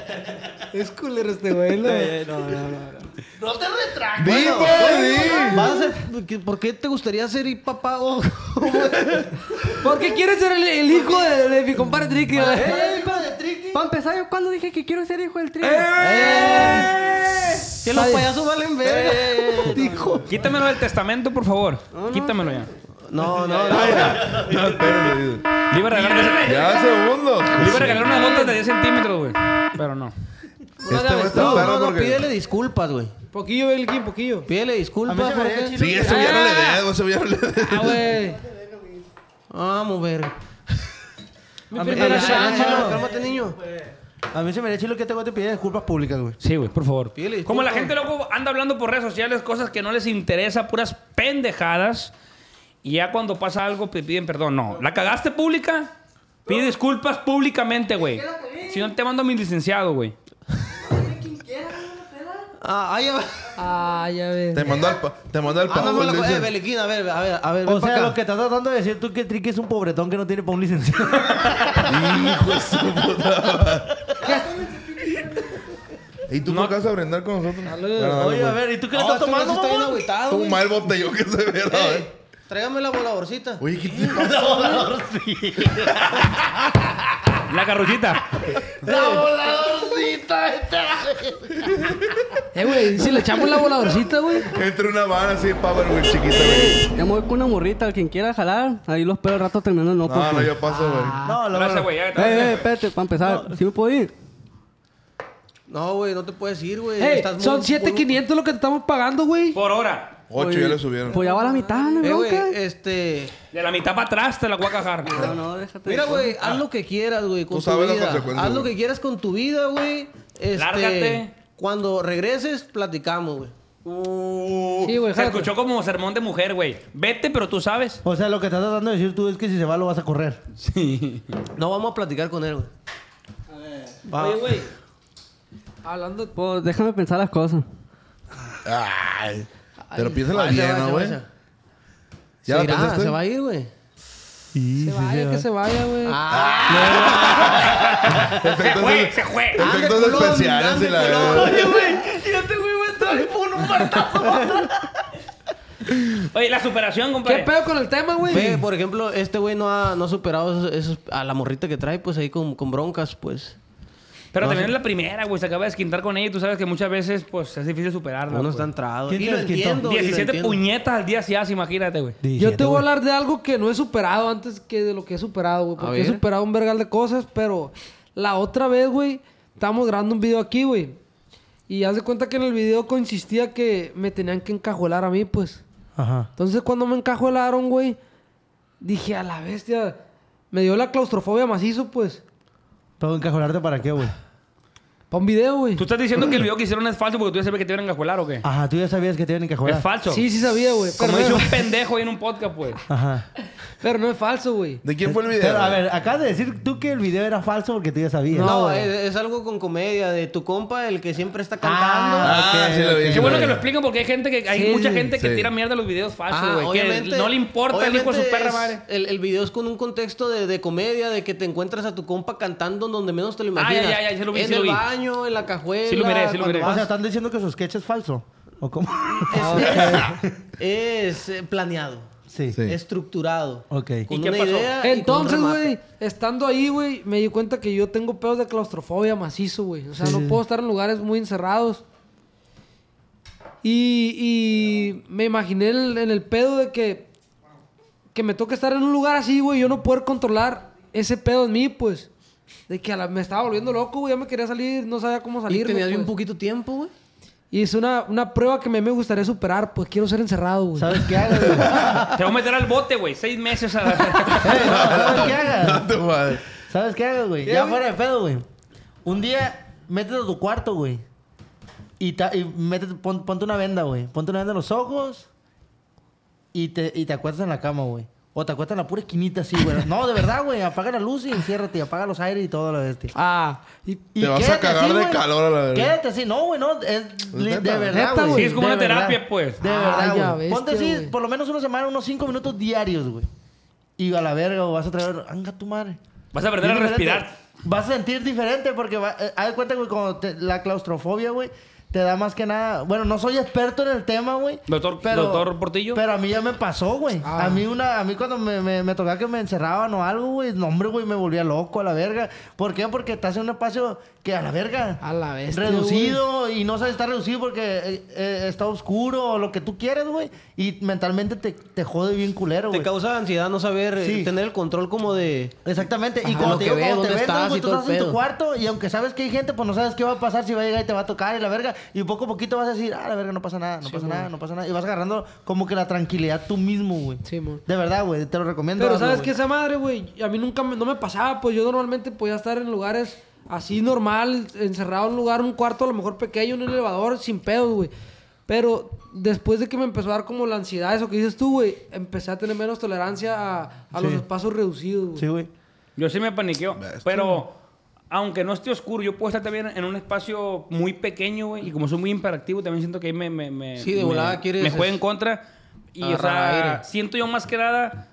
Speaker 5: Es culero este güey, la-
Speaker 7: Eh,
Speaker 8: No te retractes.
Speaker 4: ¡Di,
Speaker 2: Bueno,
Speaker 4: güey, di!
Speaker 3: ¿Vas a ser- que- ¿Por qué te gustaría ser y papá o
Speaker 2: Oh,
Speaker 5: ¿Por qué quieres ser el, el hijo de, de mi compadre Eh, Tricky? güey?
Speaker 2: Eh,
Speaker 7: Para empezar, yo cuando dije que quiero ser hijo del trigo.
Speaker 5: Eh,
Speaker 3: que los payasos valen verga?
Speaker 2: Eh,
Speaker 3: Dijo.
Speaker 6: Quítamelo del testamento, por favor. Quítamelo ya.
Speaker 3: No, no, no.
Speaker 4: No, espérate, dice.
Speaker 6: Le iba a regalar, le
Speaker 4: Ya, segundo.
Speaker 6: iba a regalar unas botas de 10 centímetros, güey. Pero no.
Speaker 4: Este güey está
Speaker 3: No,
Speaker 4: perro
Speaker 3: no, no,
Speaker 4: porque-
Speaker 3: pídele disculpas, güey.
Speaker 5: Poquillo, Belkin, poquillo.
Speaker 3: Pídele
Speaker 2: A mí
Speaker 3: disculpas
Speaker 2: se me haría
Speaker 3: porque...
Speaker 2: chido.
Speaker 4: Sí, eso ya no le dejo, eso ya no le dejo.
Speaker 5: Ah, güey.
Speaker 3: Vamos, verga.
Speaker 5: Mi
Speaker 3: A ver,
Speaker 5: primera
Speaker 3: eh,
Speaker 5: chance.
Speaker 3: ah, Cálmate, niño.
Speaker 2: A mí se me haría chido que este güey te pidiera disculpas públicas, güey.
Speaker 6: Sí, güey, por favor.
Speaker 3: Pídele disculpas.
Speaker 6: Como la gente loco anda hablando por redes sociales cosas que no les interesa, puras pendejadas. Y ya cuando pasa algo te piden perdón. No, la cagaste pública. Pide disculpas públicamente, güey. Si no te mando a mi licenciado, güey.
Speaker 3: Ah, ahí va.
Speaker 5: Ah, ya ves.
Speaker 4: Te mandó al pa- te mandó al
Speaker 3: Ah, no,
Speaker 4: pavo,
Speaker 3: me la
Speaker 4: le
Speaker 3: cu- Eh,
Speaker 4: dice.
Speaker 3: Belequín, a ver, a ver, a ver.
Speaker 2: O
Speaker 3: ven pa'
Speaker 2: sea,
Speaker 3: acá.
Speaker 2: lo que estás tratando de decir tú que Tricky es un pobretón que no tiene para un licenciado.
Speaker 4: ¿Y tú por qué vas a brindar con nosotros? Bueno,
Speaker 2: Oye, a
Speaker 4: dale,
Speaker 2: ver, ¿y tú qué le
Speaker 3: No,
Speaker 2: estás
Speaker 3: este güey
Speaker 2: tomando,
Speaker 3: sí está
Speaker 2: mamón?
Speaker 3: bien
Speaker 4: pues.
Speaker 3: agüitado,
Speaker 4: Tú
Speaker 3: güey.
Speaker 4: mal botellón que se viera,
Speaker 3: Ey,
Speaker 4: güey.
Speaker 3: Tráigame la voladorcita.
Speaker 4: Oye, ¿qué te pasa?
Speaker 6: La carruchita.
Speaker 8: La voladorcita esta.
Speaker 5: Eh, güey, si le echamos la voladorcita, güey.
Speaker 4: Entre una mano así, Power güey, chiquita, güey.
Speaker 7: Ya me voy con una morrita, al quien quiera jalar. Ahí los pedo el rato terminando, no,
Speaker 4: No,
Speaker 7: porque-
Speaker 4: no, yo paso, güey.
Speaker 2: No, la
Speaker 6: Gracias,
Speaker 2: verdad.
Speaker 6: güey. ya,
Speaker 7: Eh, eh,
Speaker 6: gracias.
Speaker 7: espérate, para empezar, ¿sí me puedo ir?
Speaker 3: No, güey, no te puedes ir, güey.
Speaker 5: Ey,
Speaker 3: Estás muy-
Speaker 5: Eh, son
Speaker 3: muy-
Speaker 5: 7500 lo que te estamos pagando, güey.
Speaker 6: Por hora.
Speaker 4: Ocho ya le subieron.
Speaker 7: Pues ya va la mitad, no hay
Speaker 3: Eh, güey,
Speaker 7: bronca.
Speaker 3: este...
Speaker 6: De la mitad para atrás te la voy a cajar.
Speaker 7: No, no, déjate. de
Speaker 3: Mira,
Speaker 7: cosas.
Speaker 3: güey, haz lo que quieras, güey, con
Speaker 4: Pues, Tú
Speaker 3: tu
Speaker 4: sabes las
Speaker 3: vida.
Speaker 4: consecuencias,
Speaker 3: Haz lo
Speaker 4: güey.
Speaker 3: que quieras con tu vida, güey. Este,
Speaker 6: Lárgate.
Speaker 3: Cuando regreses, platicamos, güey.
Speaker 5: Sí, güey,
Speaker 6: Se
Speaker 5: jálate.
Speaker 6: escuchó como sermón de mujer, güey. Vete, pero tú sabes.
Speaker 2: O sea, lo que estás tratando de decir tú es que si se va lo vas a correr.
Speaker 6: Sí.
Speaker 3: No vamos a platicar con él, güey.
Speaker 6: Oye, güey.
Speaker 5: Hablando de...
Speaker 7: Pues déjame pensar las cosas.
Speaker 4: Ay. Pero
Speaker 3: Ay,
Speaker 4: piénsala
Speaker 3: ahí se
Speaker 4: bien,
Speaker 3: va,
Speaker 4: ¿no,
Speaker 3: se va,
Speaker 4: güey?
Speaker 3: se va. se
Speaker 4: ¿Ya la
Speaker 3: irá,
Speaker 4: pensaste?
Speaker 3: se va a ir, güey.
Speaker 5: Se vaya, que se vaya, güey.
Speaker 6: Se
Speaker 4: Efectos
Speaker 6: fue,
Speaker 4: es-
Speaker 6: se fue.
Speaker 4: Efectos especiales y la verdad.
Speaker 6: Oye, la superación,
Speaker 5: ¿Qué
Speaker 6: compadre.
Speaker 5: pedo con el tema, güey?
Speaker 3: Ve, por ejemplo, este güey no ha, no ha superado esos- esos- a la morrita que trae, pues ahí con, con broncas, pues.
Speaker 6: Pero también es la primera, güey. Se acaba de esquintar con ella y tú sabes que muchas veces, pues, es difícil superarla.
Speaker 3: Uno
Speaker 6: pues.
Speaker 3: está entrado.
Speaker 2: Ah, ¿Quién
Speaker 3: Y
Speaker 2: se
Speaker 3: lo
Speaker 2: las quitó?
Speaker 3: entiendo. y lo
Speaker 6: 17
Speaker 3: entiendo.
Speaker 6: puñetas al día si hace, imagínate, güey.
Speaker 5: Yo te voy a hablar de algo que no he superado antes que de lo que he superado, güey. Porque he
Speaker 3: ver.
Speaker 5: superado un vergal de cosas, pero la otra vez, güey, estábamos grabando un video aquí, güey. Y haz de cuenta que en el video consistía que me tenían que encajuelar a mí, pues.
Speaker 2: Ajá.
Speaker 5: Entonces, cuando me encajuelaron, güey, dije a la bestia. Me dio la claustrofobia macizo, pues.
Speaker 2: ¿Pero encajolarte para qué, güey?
Speaker 5: Para un video, güey.
Speaker 6: ¿Tú estás diciendo que el video que hicieron es falso porque tú ya sabes que te iban a encajuelar o qué?
Speaker 3: Ah,
Speaker 2: Ajá, tú ya sabías que te iban a encajolar.
Speaker 6: es falso.
Speaker 5: Sí, sí sabía, güey. Pero,
Speaker 6: Como dice
Speaker 5: no-
Speaker 6: un pendejo ahí en un podcast, pues.
Speaker 3: Ah,
Speaker 2: Ajá.
Speaker 5: pero no es falso, güey.
Speaker 4: ¿De quién fue el video?
Speaker 2: Pero, a
Speaker 4: güey?
Speaker 2: ver, acabas de decir tú que el video era falso porque tú ya sabías.
Speaker 3: No, es,
Speaker 6: eh.
Speaker 3: es algo con comedia de tu compa, el que siempre está cantando.
Speaker 4: Ah,
Speaker 2: ok,
Speaker 4: sí lo vi. sí
Speaker 6: Qué bueno
Speaker 4: vi.
Speaker 6: que lo expliquen porque hay gente que hay
Speaker 5: Sí,
Speaker 6: mucha
Speaker 5: sí,
Speaker 6: gente que
Speaker 4: sí.
Speaker 6: tira mierda a los videos falsos,
Speaker 3: Ah,
Speaker 6: güey. que
Speaker 3: obviamente-
Speaker 6: no le importa el hijo de su
Speaker 3: obviamente
Speaker 6: perra
Speaker 3: es-
Speaker 6: madre.
Speaker 3: El, el video es con un contexto de, de comedia, de que te encuentras a tu compa cantando donde menos te lo
Speaker 6: Ah, ya,
Speaker 3: imaginas.
Speaker 6: ya, ya, sí lo vi,
Speaker 3: en
Speaker 6: sí lo
Speaker 3: el
Speaker 6: vi.
Speaker 3: baño, en la cajuela.
Speaker 6: Sí lo miré, sí lo
Speaker 3: cuando
Speaker 6: miré.
Speaker 2: O sea,
Speaker 3: vas.
Speaker 2: están diciendo que su sketch es falso. ¿O cómo?
Speaker 6: Ah,
Speaker 3: Es eh, planeado,
Speaker 2: sí.
Speaker 4: Sí.
Speaker 3: estructurado.
Speaker 2: Ok.
Speaker 3: Con
Speaker 6: ¿Y qué
Speaker 3: una
Speaker 6: pasó?
Speaker 3: idea y con un
Speaker 5: Entonces,
Speaker 3: remate.
Speaker 5: güey, estando ahí, güey, me di cuenta que yo tengo pedos de claustrofobia macizo, güey. O sea, no puedo estar en lugares muy encerrados. Y, y me imaginé el- en el pedo de que, que me toca estar en un lugar así, güey, yo no poder controlar ese pedo en mí, pues. De que a la- me estaba volviendo loco, güey, ya me quería salir, no sabía cómo
Speaker 3: Y
Speaker 5: salir.
Speaker 3: tenías
Speaker 6: pues.
Speaker 3: bien poquito tiempo, güey.
Speaker 5: Y es una, una prueba que me, me gustaría superar, pues quiero ser encerrado, güey.
Speaker 2: ¿Sabes qué hagas? güey?
Speaker 6: Te voy a meter al bote, güey. Seis meses a la...
Speaker 2: Eh, no, ¿Sabes qué hagas?
Speaker 4: No, tu madre.
Speaker 2: ¿Sabes qué hago, güey? Ya fuera de pedo, güey. Un día, métete a tu cuarto, güey. Y, ta- y métete- pon- ponte una venda, güey. Ponte una venda en los ojos. Y te, y te acuestas en la cama, güey. O te acuestas en la pura esquinita así, güey. No, de verdad, güey. Apaga la luz y enciérrate. y Apaga los aires y todo lo de este.
Speaker 5: Ah, y
Speaker 2: Y
Speaker 4: Te vas a
Speaker 2: quédate
Speaker 4: cagar de calor a la
Speaker 2: verdad.
Speaker 4: verga.
Speaker 2: Quédate así. No, güey, no. Es li-
Speaker 4: neta,
Speaker 2: de
Speaker 4: güey.
Speaker 2: verdad,
Speaker 5: Neta,
Speaker 2: güey.
Speaker 5: güey.
Speaker 6: Sí, es como
Speaker 2: De
Speaker 6: una
Speaker 2: verdad.
Speaker 6: terapia, pues.
Speaker 2: De
Speaker 5: Ah,
Speaker 2: verdad,
Speaker 5: ya
Speaker 2: güey.
Speaker 5: bestia,
Speaker 2: Ponte así,
Speaker 5: güey.
Speaker 2: por lo menos una semana, unos cinco minutos diarios, güey. Y a la verga, o vas a traer... Anga tu madre.
Speaker 6: Vas a aprender a
Speaker 2: Bien diferente.
Speaker 6: respirar.
Speaker 2: Vas a sentir diferente porque... Va, eh, haz de cuenta, güey, cuando te- la claustrofobia, güey... Te da más que nada... Bueno, no soy experto en el tema, güey.
Speaker 6: Doctor- doctor Portillo.
Speaker 2: Pero a mí ya me pasó, güey.
Speaker 5: Ah.
Speaker 2: A mí una... A mí cuando me, me, me tocaba que me encerraban o algo, güey... No, hombre, güey, me volvía loco a la verga. ¿Por qué? Porque estás en un espacio que a la verga...
Speaker 5: A la bestia,
Speaker 2: Reducido y no sabes estar reducido porque eh, eh, está oscuro o lo que tú quieres, güey. Y mentalmente te, te jode bien culero, güey.
Speaker 3: Te causa ansiedad no saber eh,
Speaker 2: Sí.
Speaker 3: tener el control como de...
Speaker 2: Exactamente. Y
Speaker 3: Ajá,
Speaker 2: cuando
Speaker 3: lo
Speaker 2: te
Speaker 3: que
Speaker 2: digo,
Speaker 3: ve,
Speaker 2: cuando te
Speaker 3: dónde
Speaker 2: venden,
Speaker 3: estás
Speaker 2: güey,
Speaker 3: y
Speaker 2: tú
Speaker 3: todo el
Speaker 2: estás en tu
Speaker 3: pedo.
Speaker 2: cuarto y aunque sabes que hay gente, pues no sabes qué va a pasar, si va a llegar y te va a tocar y la verga. Y poco a poquito vas a decir, ah, la verga, no pasa nada, no pasa nada, no pasa nada. Y vas agarrando como que la tranquilidad tú mismo, güey.
Speaker 5: Sí, mon.
Speaker 2: De verdad, güey, te lo recomiendo.
Speaker 5: Pero
Speaker 2: hazlo,
Speaker 5: sabes que
Speaker 2: güey.
Speaker 5: esa madre, güey, a mí nunca me- no me pasaba, pues yo normalmente podía estar en lugares así normal, encerrado en un lugar, un cuarto a lo mejor pequeño, un elevador, sin pedos, güey. Pero después de que me empezó a dar como la ansiedad, eso que dices tú, güey, empecé a tener menos tolerancia a, a los
Speaker 2: Sí.
Speaker 5: espacios reducidos, güey.
Speaker 2: Sí, güey.
Speaker 6: Yo sí me paniqueo. Pero aunque no esté oscuro, yo puedo estar también en un espacio muy pequeño, güey. Y como soy muy imperactivo, también siento que ahí me... me, me-
Speaker 3: Sí, de
Speaker 6: me-
Speaker 3: volada quieres-
Speaker 6: Me juega en contra. Y, o
Speaker 3: Agarrar
Speaker 6: sea,
Speaker 3: aire.
Speaker 6: siento yo más que nada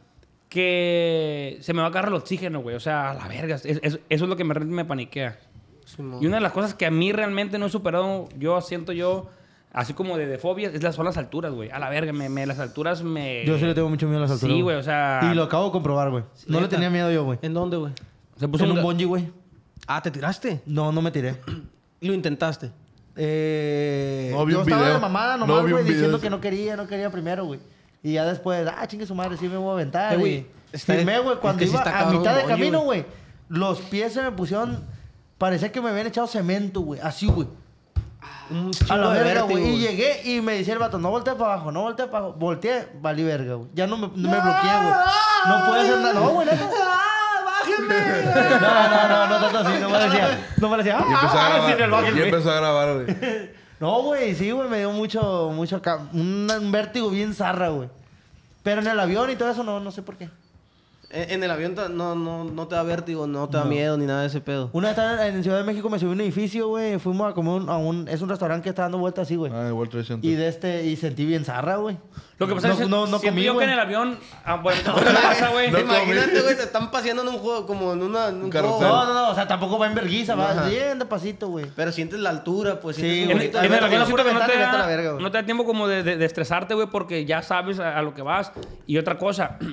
Speaker 6: que se me va a agarrar el oxígeno, güey. O sea, a la verga. Es- es- eso es lo que me, me paniquea. Y una de las cosas que a mí realmente no he superado, yo siento yo, así como de, de fobias, es las, son las alturas, güey. A la verga, me, me- las alturas me...
Speaker 2: Yo sí
Speaker 3: Eh,
Speaker 2: le tengo mucho miedo a las
Speaker 6: Sí,
Speaker 2: alturas.
Speaker 6: güey, o sea-
Speaker 2: Y lo acabo de comprobar, güey. No le
Speaker 3: neta.
Speaker 2: tenía miedo yo, güey.
Speaker 3: ¿En dónde, güey?
Speaker 6: Se puso
Speaker 2: En un
Speaker 6: un-
Speaker 2: bungee, güey.
Speaker 3: Ah, ¿te tiraste?
Speaker 2: No, no me tiré.
Speaker 3: Lo intentaste.
Speaker 2: Eh,
Speaker 4: No vi
Speaker 2: yo
Speaker 4: un
Speaker 2: estaba de
Speaker 4: video.
Speaker 2: mamada
Speaker 4: No
Speaker 2: nomás,
Speaker 4: vi un
Speaker 2: güey,
Speaker 4: video.
Speaker 2: diciendo que no quería, no quería primero, güey. Y ya después, ah, chingue su madre, sí me voy a aventar,
Speaker 3: Eh, güey,
Speaker 2: güey.
Speaker 3: está-
Speaker 2: Firmé, güey,
Speaker 3: es
Speaker 2: cuando
Speaker 3: que sí
Speaker 2: iba
Speaker 3: está
Speaker 2: a
Speaker 3: cabrón,
Speaker 2: mitad de
Speaker 3: oye,
Speaker 2: camino, güey. Los pies se me pusieron... Parecía que me habían echado cemento, güey. Así, güey.
Speaker 3: Un
Speaker 2: A la
Speaker 3: chingo de
Speaker 2: verga,
Speaker 3: vértigo,
Speaker 2: güey. Y llegué y me decía el vato, no voltees para abajo, no voltees para abajo. Volteé, valí verga, güey. Ya no me, no me bloqueé, güey. No puedes hacer nada. No, güey, neta.
Speaker 3: Ah,
Speaker 2: No, no, no, no tanto así. No me decía. No me decía.
Speaker 4: Y empezó a
Speaker 2: Ah, sí, no,
Speaker 4: grabar. Y empezó a grabar, güey.
Speaker 2: no, güey, sí, güey, me dio mucho, mucho acá. Un, un vértigo bien zarra, güey. Pero en el avión y todo eso, no, no sé por qué.
Speaker 3: En en el avión ta- no, no, no te da vértigo, no te da miedo ni nada de ese pedo.
Speaker 2: Una vez estaba en Ciudad de México me subí a un edificio, güey. Fuimos a comer un- a un. Es un restaurante que está dando vueltas así, güey.
Speaker 4: Ah, de World Trade Center.
Speaker 2: pues. Y de este, y sentí bien zarra, güey.
Speaker 6: Lo que pasa
Speaker 2: no,
Speaker 6: es que
Speaker 2: no, no
Speaker 6: siento
Speaker 2: comí,
Speaker 6: yo
Speaker 2: güey.
Speaker 6: que en el avión... Ah, bueno, no pasa, güey.
Speaker 4: No comí.
Speaker 3: Imagínate, güey, te están paseando en un juego, como en, una, en un
Speaker 4: carrusel.
Speaker 3: juego.
Speaker 2: No, no, no, o sea, tampoco va en verguiza, va bien de pasito, güey.
Speaker 3: Pero sientes la altura, pues.
Speaker 2: Sí,
Speaker 3: sientes un
Speaker 2: güey.
Speaker 6: En,
Speaker 3: poquito
Speaker 6: en
Speaker 3: de
Speaker 6: el avión
Speaker 3: vértigo.
Speaker 6: siento que no te,
Speaker 2: Vete a la
Speaker 6: da,
Speaker 2: verga, güey.
Speaker 6: no te da tiempo como de, de- de estresarte, güey, porque ya sabes a, a lo que vas. Y otra cosa,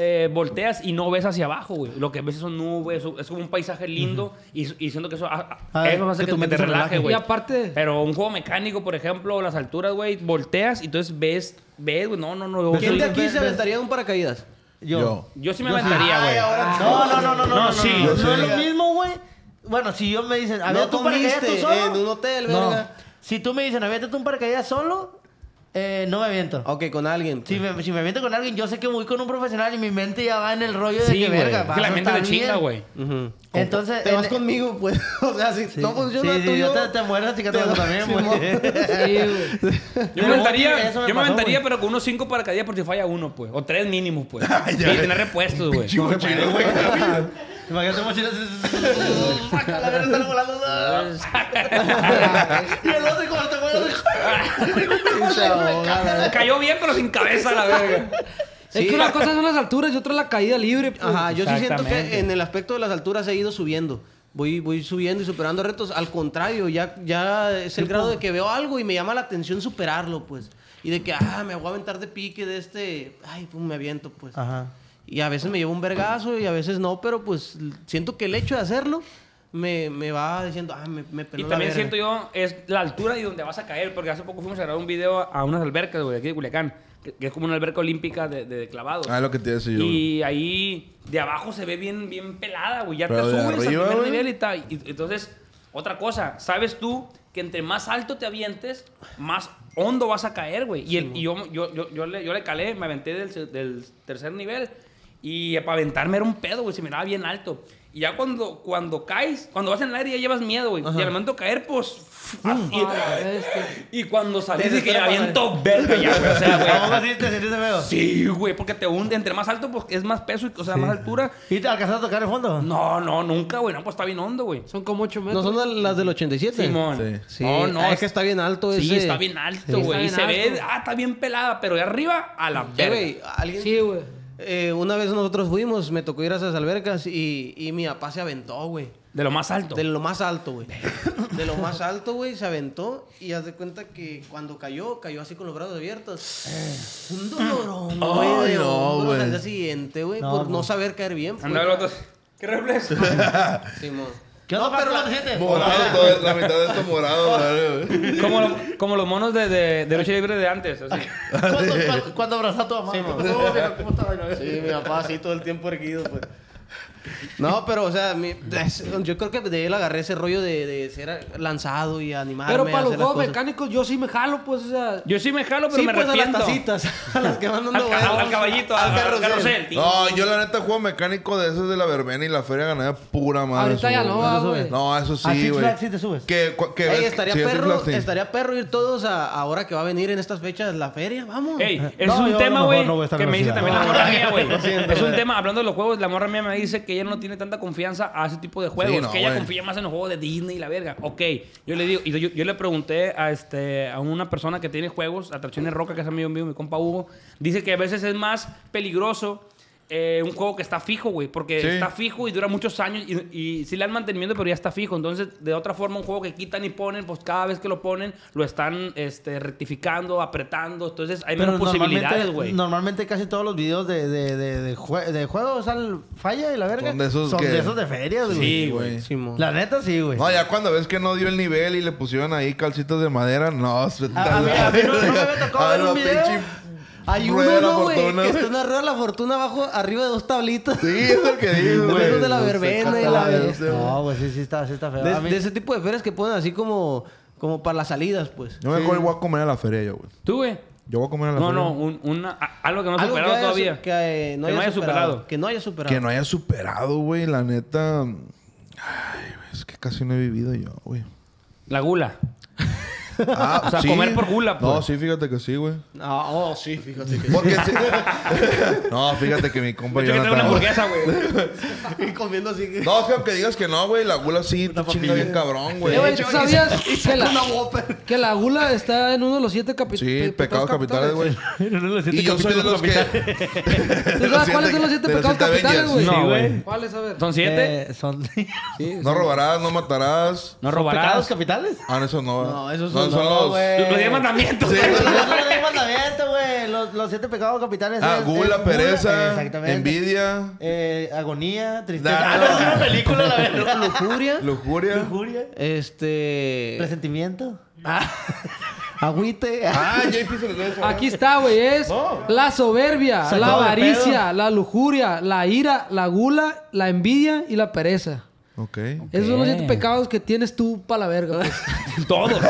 Speaker 6: eh, volteas y no ves hacia abajo, güey. Lo que ves son nubes, es como un paisaje lindo y, y siento que eso, a- a-
Speaker 2: Ah,
Speaker 6: eso hace
Speaker 2: que
Speaker 6: que,
Speaker 2: tu
Speaker 6: que
Speaker 2: mente
Speaker 6: te
Speaker 2: se
Speaker 6: relaje,
Speaker 2: relaje.
Speaker 6: güey.
Speaker 5: Y aparte-
Speaker 6: Pero un juego mecánico, por ejemplo, las alturas, güey, volteas y entonces ves, ves, güey, no, no, no. yo
Speaker 3: ¿Quién
Speaker 6: soy-
Speaker 3: de aquí
Speaker 2: Ves-
Speaker 3: se
Speaker 2: ves-
Speaker 3: aventaría de un paracaídas?
Speaker 2: Yo.
Speaker 4: Yo.
Speaker 6: Yo sí me aventaría, güey.
Speaker 2: No, no, no, no, no, no, no,
Speaker 6: sí.
Speaker 2: no,
Speaker 4: Yo
Speaker 2: no
Speaker 4: sí.
Speaker 2: es lo mismo, güey. Bueno, si yo me dicen, había
Speaker 3: No
Speaker 2: tú un paracaídas tú
Speaker 3: comiste
Speaker 2: solo.
Speaker 3: en un hotel,
Speaker 4: eh,
Speaker 2: No.
Speaker 3: verga.
Speaker 2: Si tú me dicen, aviéntate un paracaídas solo, eh, no me aviento.
Speaker 3: Ok, con alguien. pues.
Speaker 2: Si me, si me aviento con alguien, yo sé que voy con un profesional y mi mente ya va en el rollo de
Speaker 6: Sí,
Speaker 2: que
Speaker 6: güey.
Speaker 2: verga.
Speaker 6: Es
Speaker 2: va,
Speaker 6: que la
Speaker 2: no
Speaker 6: mente
Speaker 2: está
Speaker 6: te chinga,
Speaker 2: bien.
Speaker 6: güey.
Speaker 2: Entonces.
Speaker 3: Te vas
Speaker 2: en- e-
Speaker 3: conmigo, pues. O sea, si
Speaker 2: Sí.
Speaker 3: no funciona
Speaker 2: sí, sí,
Speaker 3: tú
Speaker 2: yo
Speaker 3: yo...
Speaker 2: te, te mueres picatoso también, güey.
Speaker 5: Sí, güey.
Speaker 6: Yo me
Speaker 2: Pero
Speaker 6: aventaría,
Speaker 2: vos, eso me
Speaker 6: yo me
Speaker 2: pasó,
Speaker 6: aventaría,
Speaker 2: güey.
Speaker 6: pero con unos cinco paracaídas por si falla uno, pues. O tres mínimos, pues.
Speaker 4: Ay,
Speaker 6: Y
Speaker 4: ya ves.
Speaker 6: tener repuestos, güey.
Speaker 4: Chingo de madre, güey.
Speaker 2: Imagínate mochilas.
Speaker 8: Sácala, verga, sale volando. Y el otro como te mueres.
Speaker 6: Cayó bien, pero sin cabeza, la verga.
Speaker 5: Es que una cosa son las alturas y otra la caída libre, pues.
Speaker 3: Ajá, yo sí siento que
Speaker 6: Exactamente.
Speaker 3: en el aspecto de las alturas he ido subiendo. Voy, voy subiendo y superando retos. Al contrario, ya, ya es el grado de que veo algo y me llama la atención superarlo, pues. Y de que, ah, me voy a aventar de pique de este... Ay, pues me aviento, pues.
Speaker 2: Ajá.
Speaker 3: Y a veces me llevo un vergazo y a veces no, pero pues l- siento que el hecho de hacerlo me, me va diciendo, ah, me, me peló
Speaker 6: Y
Speaker 3: la
Speaker 6: también
Speaker 3: verga".
Speaker 6: siento yo, es la altura y donde vas a caer, porque hace poco fuimos a grabar un video a unas albercas, güey, de aquí de Culiacán, que, que es como una alberca olímpica de, de clavados.
Speaker 4: Ah, lo que te iba a decir yo. güey.
Speaker 6: Y ahí de abajo se ve bien, bien pelada, güey. Ya
Speaker 4: Pero
Speaker 6: te
Speaker 4: de
Speaker 6: subes
Speaker 4: arriba,
Speaker 6: al primer
Speaker 4: güey.
Speaker 6: nivel y tal. Y- entonces, otra cosa, sabes tú que entre más alto te avientes, más hondo vas a caer, güey. Y, el- y yo, yo, yo, yo le, yo le calé, me aventé del, se- del tercer nivel Y para aventarme era un pedo, güey. Se miraba bien alto. Y ya cuando, cuando caes, cuando vas en el aire ya llevas miedo, güey. Y al momento de caer, pues... así.
Speaker 5: A Ah, la bestia.
Speaker 6: y cuando salís
Speaker 2: Te
Speaker 6: dije, ya
Speaker 2: despega,
Speaker 6: aviento verga ya, güey. O sea,
Speaker 2: ¿Cómo
Speaker 6: güey.
Speaker 2: así te sentiste feo?
Speaker 6: Sí, güey, porque te hunde. Entre más alto, pues es más peso, y- o sea, más altura.
Speaker 2: ¿Y te alcanzaste a tocar el fondo?
Speaker 6: No, no, nunca, güey. No, pues está bien hondo, güey.
Speaker 5: Son como 8
Speaker 3: ¿No
Speaker 5: metros.
Speaker 3: son al- las del 87?
Speaker 6: Simón.
Speaker 3: Sí.
Speaker 6: No, no.
Speaker 3: Ah, es que está bien alto
Speaker 6: Sí,
Speaker 3: ese.
Speaker 6: está bien alto, güey. y
Speaker 5: Está
Speaker 6: se
Speaker 5: bien
Speaker 6: ve,
Speaker 5: alto.
Speaker 6: ah, está bien pelada, pero de arriba a la
Speaker 3: Eh,
Speaker 6: verga.
Speaker 3: güey, alguien...
Speaker 5: Sí, güey.
Speaker 3: Eh, una vez nosotros fuimos, me tocó ir a esas albercas y, y mi papá se aventó, güey.
Speaker 6: De lo más alto.
Speaker 3: De lo más alto, güey. De lo más alto, güey, se aventó y haz de cuenta que cuando cayó, cayó así con los brazos abiertos. Un dolorón, güey.
Speaker 4: Ay,
Speaker 3: de
Speaker 4: no,
Speaker 3: hombros
Speaker 4: güey.
Speaker 3: Al día siguiente, güey,
Speaker 2: No,
Speaker 3: por no
Speaker 2: güey.
Speaker 3: saber caer bien. pues.
Speaker 6: Andaba el otro. ¿Qué reflejo?
Speaker 3: Simón.
Speaker 2: ¿Qué onda, Paco? ¿Cómo te sientes?
Speaker 4: Morado, todo, la mitad de esto morado, la verga, güey.
Speaker 6: como, lo- como los monos de, de, de lucha libre de antes. así.
Speaker 2: ¿Cuándo, cuándo- cuándo abrazó a tu mamá? ¿Qué pasó? Mira, ¿Cómo estaba? Mira, mira.
Speaker 3: Sí, mi papá así todo el tiempo erguido, pues. No, pero, o sea, mi- yo creo que de él agarré ese rollo de, de ser lanzado y animarme.
Speaker 5: Pero
Speaker 3: a
Speaker 5: para los
Speaker 3: hacer las
Speaker 5: juegos
Speaker 3: cosas.
Speaker 5: mecánicos yo sí me jalo, pues, o sea...
Speaker 6: Yo sí me jalo, pero
Speaker 3: sí,
Speaker 6: me
Speaker 3: pues, a las
Speaker 6: arrepiento.
Speaker 3: tacitas, a las que van dando
Speaker 6: Al, ca-
Speaker 3: vueltas.
Speaker 6: al caballito,
Speaker 3: Al
Speaker 6: al, al
Speaker 3: carrusel.
Speaker 6: carrusel. tío.
Speaker 4: No, yo la neta juego mecánico de esos de la verbena y la feria ganada pura madre.
Speaker 5: Ahorita ya
Speaker 4: Ah, güey.
Speaker 5: no, va, güey.
Speaker 4: No, eso
Speaker 2: ¿A
Speaker 4: sí,
Speaker 2: Six
Speaker 4: güey.
Speaker 2: Flags ah, sí te subes?
Speaker 4: Que, cu- que
Speaker 3: Ey,
Speaker 4: ves-
Speaker 3: estaría,
Speaker 4: sí, a Six
Speaker 3: perro,
Speaker 4: Flags sí.
Speaker 3: estaría perro ir todos a, ahora que va a venir en estas fechas la feria, vamos.
Speaker 6: Ey, ese
Speaker 2: No,
Speaker 6: es un
Speaker 2: yo a
Speaker 6: tema,
Speaker 2: lo
Speaker 6: güey,
Speaker 2: mejor no voy a estar
Speaker 6: que
Speaker 2: en
Speaker 6: me
Speaker 2: la
Speaker 6: dice
Speaker 2: ciudad.
Speaker 6: también la morra mía, güey.
Speaker 3: Lo siento,
Speaker 6: Es un
Speaker 3: güey.
Speaker 2: eh.
Speaker 6: tema, hablando de los juegos, la morra mía me dice que ella no tiene tanta confianza a ese tipo de juegos,
Speaker 4: Sí, no,
Speaker 6: que ella
Speaker 4: güey.
Speaker 6: confía más en los juegos de Disney y la verga. Ok, yo le digo, y yo, yo le pregunté a este a una persona que tiene juegos, atracciones roca, que es amigo mío, mi compa Hugo, dice que a veces es más peligroso eh, un juego que está fijo, güey, porque
Speaker 4: Sí.
Speaker 6: está fijo y dura muchos años y, y sí le han mantenido, pero ya está fijo. Entonces, de otra forma, un juego que quitan y ponen, pues cada vez que lo ponen, lo están este, rectificando, apretando. Entonces, hay menos posibilidades,
Speaker 2: normalmente,
Speaker 6: güey.
Speaker 2: normalmente casi todos los videos de, de, de, de, jue- de juegos sal falla y la verga.
Speaker 4: Son de esos
Speaker 2: son
Speaker 4: que-
Speaker 2: de, esos de ferias, güey.
Speaker 6: Sí, güey.
Speaker 3: Simón.
Speaker 2: La neta sí, güey.
Speaker 4: No, ya cuando ves que no dio el nivel y le pusieron ahí calcitas de madera, no. se-
Speaker 2: A- a mí- a mí no- no me había tocado
Speaker 4: A
Speaker 2: ver un
Speaker 4: la
Speaker 2: video.
Speaker 4: Ah, pinche
Speaker 3: Hay
Speaker 4: rueda
Speaker 3: uno,
Speaker 4: de la
Speaker 3: ¿no, güey,
Speaker 4: fortuna,
Speaker 3: que
Speaker 4: güey.
Speaker 3: están arriba de la fortuna, abajo, arriba de dos tablitas.
Speaker 4: Sí, es el que digo, güey.
Speaker 3: Esos de la verbena y la
Speaker 4: Exactamente,
Speaker 3: bestia.
Speaker 4: güey.
Speaker 2: No, güey, sí, sí está, sí está feo.
Speaker 3: De,
Speaker 2: A mí-
Speaker 3: de ese tipo de ferias que ponen así como, como para las salidas, pues.
Speaker 4: Yo mejor voy a comer a la feria yo, güey.
Speaker 6: ¿Tú, güey?
Speaker 4: Yo voy a comer a la
Speaker 6: No,
Speaker 4: feria.
Speaker 6: no, un- una, a- algo que no has
Speaker 3: Algo
Speaker 6: superado
Speaker 3: que haya su-
Speaker 6: todavía.
Speaker 3: Que eh, no,
Speaker 6: Que
Speaker 3: haya superado, Que no haya superado.
Speaker 4: Que no haya superado, güey. La neta... Ay, güey, es que casi no he vivido yo, güey.
Speaker 6: La gula.
Speaker 4: Ah,
Speaker 6: O sea, comer por gula,
Speaker 4: No,
Speaker 6: pues.
Speaker 4: sí, fíjate que sí, güey.
Speaker 3: Ah, oh, sí, fíjate que
Speaker 4: Porque sí. no, fíjate que mi compa
Speaker 6: Yo que traigo una
Speaker 4: Jonathan-
Speaker 6: hamburguesa, güey.
Speaker 3: y comiendo así que...
Speaker 4: No, es que aunque digas que no, güey, la gula sí te chinga bien cabrón, güey.
Speaker 5: Eh, güey, ¿tú sabías que la,
Speaker 3: Una Whopper.
Speaker 5: que la gula está en uno de los siete capi-
Speaker 4: Sí,
Speaker 5: pe-
Speaker 4: pecados capitales, güey. Y yo soy de los que...
Speaker 5: ¿Tú sabes cuáles son los siete
Speaker 4: de
Speaker 5: pecados capitales,
Speaker 4: Avengers.
Speaker 5: güey?
Speaker 6: No, güey.
Speaker 5: ¿Cuáles? A ver.
Speaker 6: ¿Son siete?
Speaker 2: Eh, son...
Speaker 4: No robarás, no matarás.
Speaker 6: no
Speaker 2: ¿Pecados
Speaker 6: robarás.
Speaker 2: capitales?
Speaker 4: Ah, no, eso no.
Speaker 3: No, esos
Speaker 4: no,
Speaker 3: son-
Speaker 4: son
Speaker 3: no,
Speaker 4: los...
Speaker 2: güey.
Speaker 6: Los diez mandamientos. güey.
Speaker 2: Los siete mandamientos, güey. Los, los siete pecados capitales.
Speaker 4: Ah,
Speaker 2: es- es
Speaker 4: gula, pereza,
Speaker 2: exactamente.
Speaker 4: envidia,
Speaker 2: Eh, agonía, tristeza.
Speaker 4: Nah,
Speaker 2: Ah, no,
Speaker 4: no.
Speaker 2: es una película, la
Speaker 3: Lu-
Speaker 2: verdad.
Speaker 3: Lujuria.
Speaker 4: lujuria.
Speaker 2: Lujuria.
Speaker 3: Este...
Speaker 2: Presentimiento.
Speaker 3: Agüite.
Speaker 4: Ah, JP se les debe saber.
Speaker 5: Aquí está, güey. Es la soberbia,
Speaker 2: Sacado
Speaker 5: la
Speaker 2: de
Speaker 5: avaricia, la lujuria, la ira, la gula, la envidia y la pereza.
Speaker 4: Ok.
Speaker 5: Esos son los
Speaker 6: Ok.
Speaker 5: siete pecados que tienes tú para la verga. pues.
Speaker 6: Todos.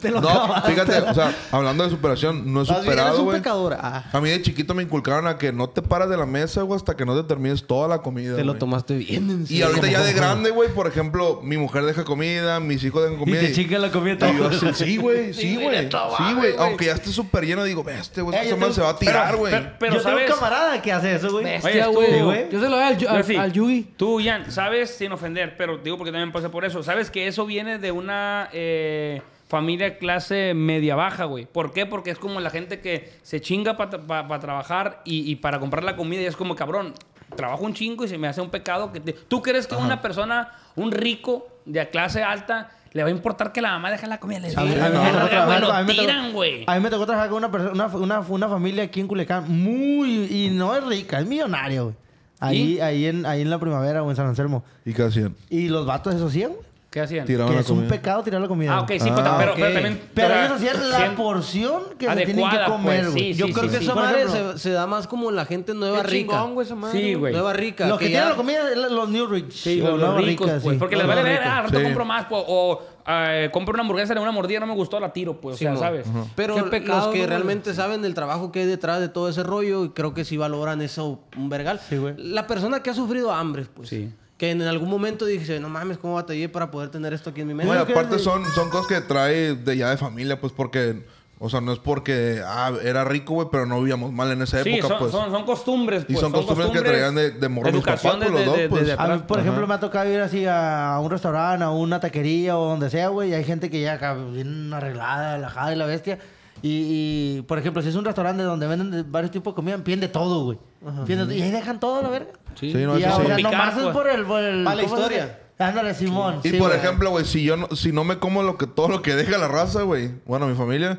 Speaker 4: No, fíjate, o sea, hablando de superación, no he
Speaker 3: Más bien eres
Speaker 4: superado,
Speaker 3: un
Speaker 4: güey.
Speaker 3: pecador. Ah.
Speaker 4: A mí de chiquito me inculcaron a que no te paras de la mesa, güey, hasta que no te termines toda la comida.
Speaker 3: Te lo
Speaker 4: güey.
Speaker 3: tomaste bien. en
Speaker 4: Y
Speaker 3: serio.
Speaker 4: ahorita ya de grande, güey, por ejemplo, mi mujer deja comida, mis hijos dejan comida. Y,
Speaker 2: chinga la comida.
Speaker 4: y yo así, sí, güey, sí, güey. Sí, güey. Aunque ya esté súper lleno, digo, "Ve, este, güey,
Speaker 2: Eh,
Speaker 4: esta
Speaker 2: yo
Speaker 4: semana
Speaker 2: tengo-
Speaker 4: se va a tirar, güey.
Speaker 6: Pero, pero,
Speaker 2: Yo tengo un
Speaker 6: ¿sabes?
Speaker 2: camarada que hace eso, güey.
Speaker 5: Bestia,
Speaker 6: tú,
Speaker 5: güey.
Speaker 2: güey.
Speaker 5: Yo se lo doy al, Yu- al,
Speaker 6: Pero sí,
Speaker 5: al Yugi.
Speaker 6: Tú, Jan, sabes, sin ofender, pero digo porque también pasa por eso. Sabes que eso viene de una eh, familia clase media baja, güey. ¿Por qué? Porque es como la gente que se chinga para trabajar y, y para comprar la comida y es como, cabrón, trabajo un chingo y se me hace un pecado. que te- ¿Tú crees que una persona, un rico de clase alta, le va a importar que la mamá deje la comida? Le
Speaker 2: A mí,
Speaker 6: vale
Speaker 2: a mí me tocó
Speaker 6: verga, güey,
Speaker 2: trabajar,
Speaker 6: lo
Speaker 2: con- a mí me tocó-
Speaker 6: tiran, güey.
Speaker 2: a mí me tocó trabajar con una, persona, una, una, una familia aquí en Culiacán muy... Y no es rica, es millonaria, güey. Ahí, ahí, en, ahí en la primavera o en San Anselmo.
Speaker 4: ¿Y qué hacían?
Speaker 2: Y los vatos eso hacían, güey.
Speaker 6: ¿Qué hacían?
Speaker 4: Tiraban
Speaker 2: Que
Speaker 4: la
Speaker 2: es un
Speaker 4: comida.
Speaker 2: pecado tirar la comida.
Speaker 6: Ah, ok, sí, pues,
Speaker 4: Ah,
Speaker 6: pero, pero
Speaker 3: ok.
Speaker 6: también...
Speaker 2: Pero
Speaker 6: pero-
Speaker 2: ellos hacían la
Speaker 6: sí,
Speaker 2: porción que se tienen que
Speaker 6: adecuada,
Speaker 2: comer,
Speaker 6: pues,
Speaker 2: güey.
Speaker 6: sí,
Speaker 3: Yo
Speaker 6: sí,
Speaker 3: creo
Speaker 6: sí,
Speaker 3: que
Speaker 6: sí.
Speaker 3: esa
Speaker 2: Por
Speaker 3: madre
Speaker 2: ejemplo.
Speaker 3: se, se da más como en la gente nueva
Speaker 5: Qué
Speaker 3: rica.
Speaker 5: chingón, güey, esa madre,
Speaker 6: Sí, güey.
Speaker 3: Nueva rica.
Speaker 2: Los que,
Speaker 3: ya-
Speaker 2: tienen la comida, los New Rich.
Speaker 6: Sí, los, los ricos, pues. Porque pues, les vale ver, ah, al rato
Speaker 4: Sí.
Speaker 6: compro más, pues, o ah, eh, compro una hamburguesa de una mordida, no me gustó, la tiro, pues.
Speaker 3: Sí,
Speaker 6: o sea,
Speaker 3: no.
Speaker 6: ¿sabes?
Speaker 3: Pero
Speaker 5: Qué pecado,
Speaker 3: los que
Speaker 5: ¿no, güey?
Speaker 3: realmente saben del trabajo que hay detrás de todo ese rollo, y creo que sí valoran eso un vergal.
Speaker 2: güey.
Speaker 3: La persona que ha sufrido hambre, pues.
Speaker 6: Sí.
Speaker 3: Que en algún momento dije, no mames, ¿cómo batallé para poder tener esto aquí en mi mente?
Speaker 4: No, y aparte son, son cosas que trae de ya de familia, pues porque, o sea, no es porque ah, era rico, güey, pero no vivíamos mal en esa
Speaker 6: Sí,
Speaker 4: época,
Speaker 6: son,
Speaker 4: pues.
Speaker 6: son, son costumbres,
Speaker 4: Y
Speaker 6: pues.
Speaker 4: son costumbres que traían de- de morro mis
Speaker 6: educación
Speaker 4: papás, pues, los
Speaker 6: desde-
Speaker 4: dos, pues.
Speaker 6: desde
Speaker 2: A
Speaker 6: atrás.
Speaker 2: mí, por ejemplo, me ha tocado ir así a un restaurante, a una taquería o donde sea, güey. Y hay gente que ya acá bien arreglada, relajada y la bestia. Y, y, por ejemplo, si es un restaurante donde venden de varios tipos de comida, piden de todo, güey. Piden de- y ahí dejan todo, la verga.
Speaker 4: Sí, no,
Speaker 2: y ya,
Speaker 4: eso
Speaker 2: o
Speaker 4: sí.
Speaker 2: sea,
Speaker 6: Picar,
Speaker 2: nomás es
Speaker 6: pues.
Speaker 2: por el... Por el
Speaker 3: Pa' la
Speaker 2: ¿cómo se
Speaker 3: historia.
Speaker 2: dice? Ándale, Simón.
Speaker 4: Y
Speaker 2: sí,
Speaker 4: por
Speaker 2: güey.
Speaker 4: ejemplo, güey, si yo no, si no me como lo que todo lo que deja la raza, güey. Bueno, mi familia,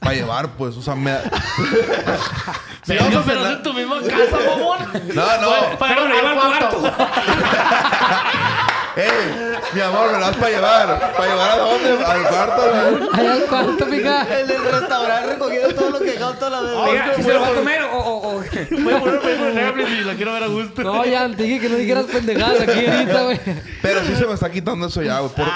Speaker 4: para llevar, pues. O sea, me
Speaker 8: Si vamos a cenar en tu misma casa, mamón.
Speaker 4: No, no.
Speaker 6: Pero le iba al cuarto.
Speaker 4: ¡Ey! Mi amor, me lo das para llevar. ¿Para llevar a dónde? Al cuarto, güey.
Speaker 5: Allá al cuarto, pica.
Speaker 3: En el restaurante recogiendo todo lo que dejó toda la vez.
Speaker 6: Oiga, ¿y se lo va a comer o- o...? o-
Speaker 8: Voy a poner película de Netflix y la quiero ver a gusto.
Speaker 5: No, ya, te dije que no dijeras pendejadas aquí ahorita, güey.
Speaker 4: Pero sí se me está quitando eso ya, güey. por-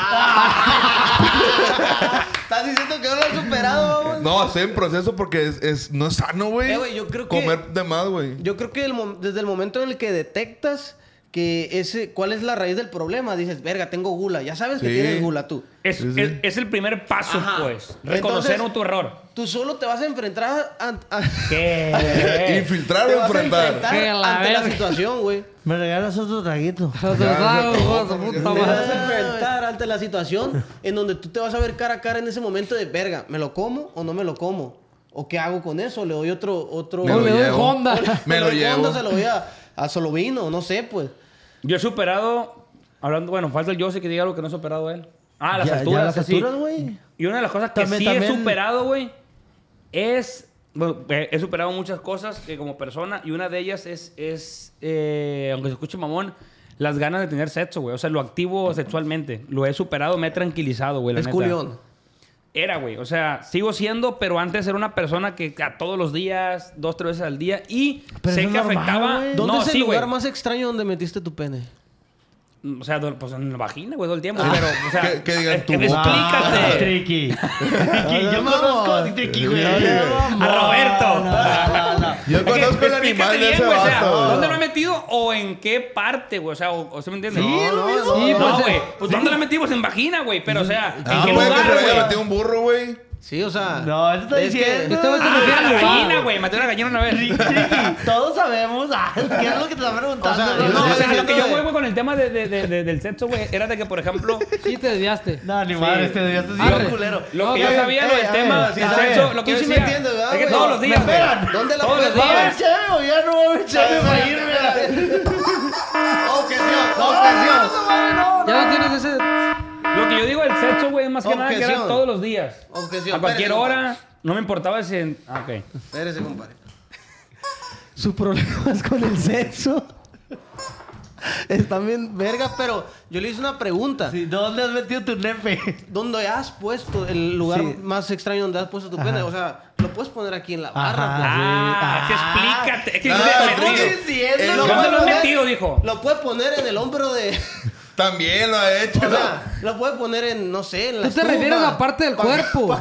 Speaker 3: Estás diciendo que no lo has superado, mamón.
Speaker 4: No, estoy en proceso porque es, es- no es sano, güey.
Speaker 3: Eh, güey, yo creo que-
Speaker 4: Comer de más, güey.
Speaker 3: Yo creo que el mom- desde el momento en el que detectas que ese, cuál es la raíz del problema, dices, verga, tengo gula. Ya sabes que
Speaker 4: Sí.
Speaker 3: tienes gula tú.
Speaker 6: Es, es- es el primer paso,
Speaker 3: Ajá.
Speaker 6: pues. Reconocer
Speaker 3: Entonces-
Speaker 6: tu error.
Speaker 3: Tú solo te vas a enfrentar a- a-
Speaker 6: ¿Qué?
Speaker 4: Infiltrar
Speaker 3: te
Speaker 4: o
Speaker 3: vas a
Speaker 4: enfrentar.
Speaker 5: Que la
Speaker 3: ante la
Speaker 5: verga.
Speaker 3: situación, güey.
Speaker 2: Me regalas otro traguito.
Speaker 5: Los deshago, hijo de su puta
Speaker 3: Te vas
Speaker 5: madre.
Speaker 3: a enfrentar ante la situación en donde tú te vas a ver cara a cara en ese momento de verga, ¿me lo como o no me lo como? ¿O qué hago con eso? ¿Le doy otro otro
Speaker 4: Me
Speaker 5: O
Speaker 4: lo
Speaker 5: le doy
Speaker 4: llevo.
Speaker 5: Honda.
Speaker 4: Me lo
Speaker 3: doy fondo,
Speaker 4: llevo.
Speaker 3: se lo doy a, a Solovino, no sé, pues.
Speaker 6: Yo he superado... Hablando... Bueno, falta el José que diga algo que no ha superado él. Ah, las
Speaker 2: Ya- ya
Speaker 6: alturas.
Speaker 2: las
Speaker 6: así.
Speaker 2: alturas, güey.
Speaker 6: Y una de las cosas que
Speaker 2: También-
Speaker 6: sí he
Speaker 2: también-
Speaker 6: superado, güey, es... Bueno, eh, he superado muchas cosas eh, como persona y una de ellas es, es eh, aunque se escuche mamón, las ganas de tener sexo, güey. O sea, lo activo sexualmente. Lo he superado, me he tranquilizado, güey. la
Speaker 3: es
Speaker 6: neta.
Speaker 3: culión.
Speaker 6: Era, güey. O sea, sigo siendo, pero antes era una persona que a todos los días, dos, tres veces al día, y
Speaker 2: Pero
Speaker 6: sé
Speaker 2: eso es
Speaker 6: que
Speaker 2: normal,
Speaker 6: afectaba.
Speaker 2: güey.
Speaker 3: ¿Dónde
Speaker 6: no,
Speaker 3: es el
Speaker 6: sí,
Speaker 3: lugar
Speaker 6: güey.
Speaker 3: más extraño donde metiste tu pene?
Speaker 6: O sea, do- pues en la vagina, güey, todo el tiempo. Pero, o sea,
Speaker 4: Que- que digan
Speaker 6: eh,
Speaker 4: tu
Speaker 6: eh,
Speaker 4: boca.
Speaker 2: Ah,
Speaker 6: explícate.
Speaker 2: Tricky.
Speaker 8: Tricky, yo conozco a Tricky, güey.
Speaker 6: A Roberto.
Speaker 4: Yo
Speaker 6: Es que
Speaker 4: conozco el
Speaker 6: explícate
Speaker 4: animal de
Speaker 6: bien,
Speaker 4: ese
Speaker 6: güey, o sea,
Speaker 4: vato.
Speaker 6: ¿Dónde lo ha metido o en qué parte, güey? O sea, o, o sea, ¿me entiendes?
Speaker 4: No, no, no.
Speaker 5: Sí,
Speaker 6: No,
Speaker 5: pues,
Speaker 6: güey. Pues, ¿dónde lo ha metido? Pues en vagina, güey. Pero, o sea, ¿en
Speaker 4: Ah,
Speaker 6: qué
Speaker 4: puede que se
Speaker 6: lugar,
Speaker 4: le haya
Speaker 6: güey?
Speaker 4: metido un burro, güey.
Speaker 3: Sí, o sea.
Speaker 2: No, eso está
Speaker 3: es que-
Speaker 2: diciendo.
Speaker 5: Este güey se refiere
Speaker 6: Ah,
Speaker 5: al
Speaker 6: la
Speaker 5: lugar.
Speaker 6: gallina, güey. Maté una gallina una vez.
Speaker 2: Tricky. Todos sabemos. ah, ¿Qué es lo que te está preguntando?
Speaker 3: O sea, yo
Speaker 6: No, o sea, lo que yo
Speaker 3: de-
Speaker 6: voy, güey, con el tema de, de- de- de- del sexo, güey, era de que, por ejemplo,
Speaker 5: Sí, te desviaste.
Speaker 2: No, ni madre, este debía estar
Speaker 5: Arre.
Speaker 2: siendo culero.
Speaker 6: lo que
Speaker 5: No,
Speaker 6: yo
Speaker 5: güey,
Speaker 6: sabía, lo
Speaker 2: eh,
Speaker 6: del
Speaker 2: a
Speaker 6: tema
Speaker 2: ver,
Speaker 6: del
Speaker 2: a ver.
Speaker 6: sexo, lo que yo
Speaker 3: Yo sí
Speaker 6: decía,
Speaker 3: entiendo, ¿verdad,
Speaker 6: es que
Speaker 3: güey?
Speaker 6: todos los
Speaker 3: Me
Speaker 6: días, güey.
Speaker 2: esperan.
Speaker 3: ¿Dónde la
Speaker 6: Todos los
Speaker 3: pones?
Speaker 6: días.
Speaker 2: ¿Sabes, chavo? Ya no va a haber chavo para irme. a la-
Speaker 5: Ya no tienes ese.
Speaker 6: Lo que yo digo del sexo, güey, es más que nada que era
Speaker 3: Objeción.
Speaker 6: todos los días.
Speaker 3: Objeción,
Speaker 6: A cualquier
Speaker 3: espérese,
Speaker 6: hora, no me importaba si... en- ah, Ok.
Speaker 3: Espérese, compadre.
Speaker 2: Sus problemas con el sexo.
Speaker 3: Están bien verga, pero yo le hice una pregunta.
Speaker 2: Sí, ¿Dónde has metido tu nepe?
Speaker 3: ¿Dónde has puesto el lugar más extraño donde has puesto tu pene? O sea, lo puedes poner aquí en la barra. pues.
Speaker 6: Ah, es que explícate. Es que dice
Speaker 4: Ah,
Speaker 6: metido.
Speaker 4: ¿dónde
Speaker 2: diciendo?
Speaker 4: El-
Speaker 6: ¿Dónde
Speaker 3: puedes
Speaker 6: lo has
Speaker 3: poner-
Speaker 6: metido? Dijo.
Speaker 3: Lo puedes poner en el hombro de.
Speaker 4: También lo ha hecho.
Speaker 3: O sea, lo puedes poner en, no sé, en la.
Speaker 5: Tú te
Speaker 3: estufa.
Speaker 5: refieres a parte del cuerpo.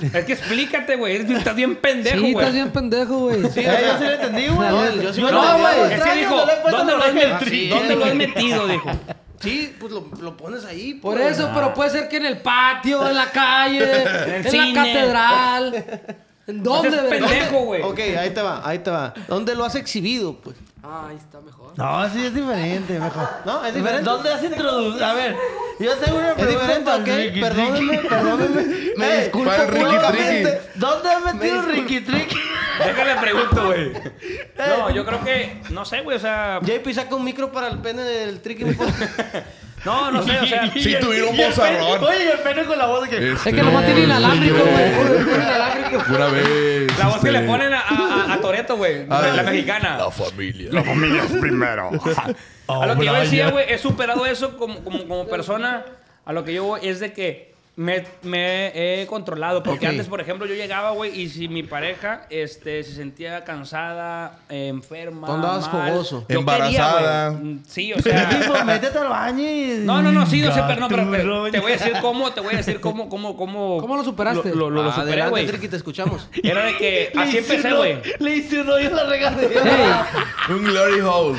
Speaker 6: Es que explícate, güey. Eres- Estás bien pendejo,
Speaker 5: Sí,
Speaker 6: güey.
Speaker 5: estás bien pendejo, güey.
Speaker 2: Sí, yo sí lo entendí, güey.
Speaker 3: Eh, No, yo sí lo
Speaker 2: No, güey,
Speaker 3: entendí, güey.
Speaker 6: Es que
Speaker 2: extraño,
Speaker 6: dijo,
Speaker 2: no le he puesto
Speaker 6: ¿dónde lo has
Speaker 2: nombre.
Speaker 6: metido? ¿Dónde lo has metido? Dijo.
Speaker 3: Sí, pues lo, lo pones ahí.
Speaker 5: Por
Speaker 3: pues.
Speaker 5: eso, pero puede ser que en el patio, en la calle, en,
Speaker 6: cine.
Speaker 5: la catedral. ¿En dónde,
Speaker 6: Ese es
Speaker 5: verga?
Speaker 6: pendejo, güey.
Speaker 3: Ok, ahí te va, ahí te va. ¿Dónde lo has exhibido? Pues.
Speaker 5: Ah, ahí está mejor.
Speaker 2: No, sí, es diferente, mejor.
Speaker 3: No, es diferente.
Speaker 2: ¿Dónde has introducido? A ver, yo tengo una
Speaker 3: Es
Speaker 2: pregunta.
Speaker 3: diferente,
Speaker 2: para
Speaker 3: ok.
Speaker 2: Ricky
Speaker 3: Perdónenme,
Speaker 2: Tricky.
Speaker 3: perdónenme. Me
Speaker 2: Ey,
Speaker 3: disculpo
Speaker 4: para el Ricky
Speaker 3: públicamente.
Speaker 4: Tricky.
Speaker 2: ¿Dónde has metido
Speaker 3: disculpo.
Speaker 2: Ricky Tricky?
Speaker 6: Déjale pregunto, güey. No, yo creo que... No sé, güey. O sea...
Speaker 3: JP saca un micro para el pene del tricky.
Speaker 6: No, no sé. O sea...
Speaker 4: Si tuviera un
Speaker 2: Y el pene-
Speaker 4: bozarrón. Este,
Speaker 2: Oye, y el pene con la voz de que.
Speaker 5: Es que nomás tiene inalámbrico, güey. Puro inalámbrico.
Speaker 4: Una vez.
Speaker 6: La voz que
Speaker 4: este,
Speaker 6: le ponen a, a, a- a Toretto, güey.
Speaker 4: Ah,
Speaker 6: La mexicana.
Speaker 4: La familia.
Speaker 6: A lo que yo decía, güey, he superado eso como, como, como persona. A lo que yo voy es de que me, me he controlado. Porque
Speaker 5: Ok.
Speaker 6: antes, por ejemplo, yo llegaba, güey, y si mi pareja este, se sentía cansada, enferma.
Speaker 3: Tú andabas
Speaker 6: mal,
Speaker 3: fogoso.
Speaker 6: yo
Speaker 4: Embarazada.
Speaker 6: quería, güey. sí, o sea.
Speaker 2: Tipo, pues, métete al baño y...
Speaker 6: No, no, no, sí, no sé, pero no, pero, pero
Speaker 2: Gaturro.
Speaker 6: te voy a decir cómo, te voy a decir cómo, cómo, cómo.
Speaker 5: ¿Cómo lo superaste?
Speaker 6: Lo, lo- lo
Speaker 3: Ah,
Speaker 6: superé,
Speaker 3: adelante,
Speaker 6: güey.
Speaker 3: Triqui, te escuchamos.
Speaker 6: Era de que así empecé, güey.
Speaker 8: Le hice un hoyo a la regadera.
Speaker 4: Un glory hole.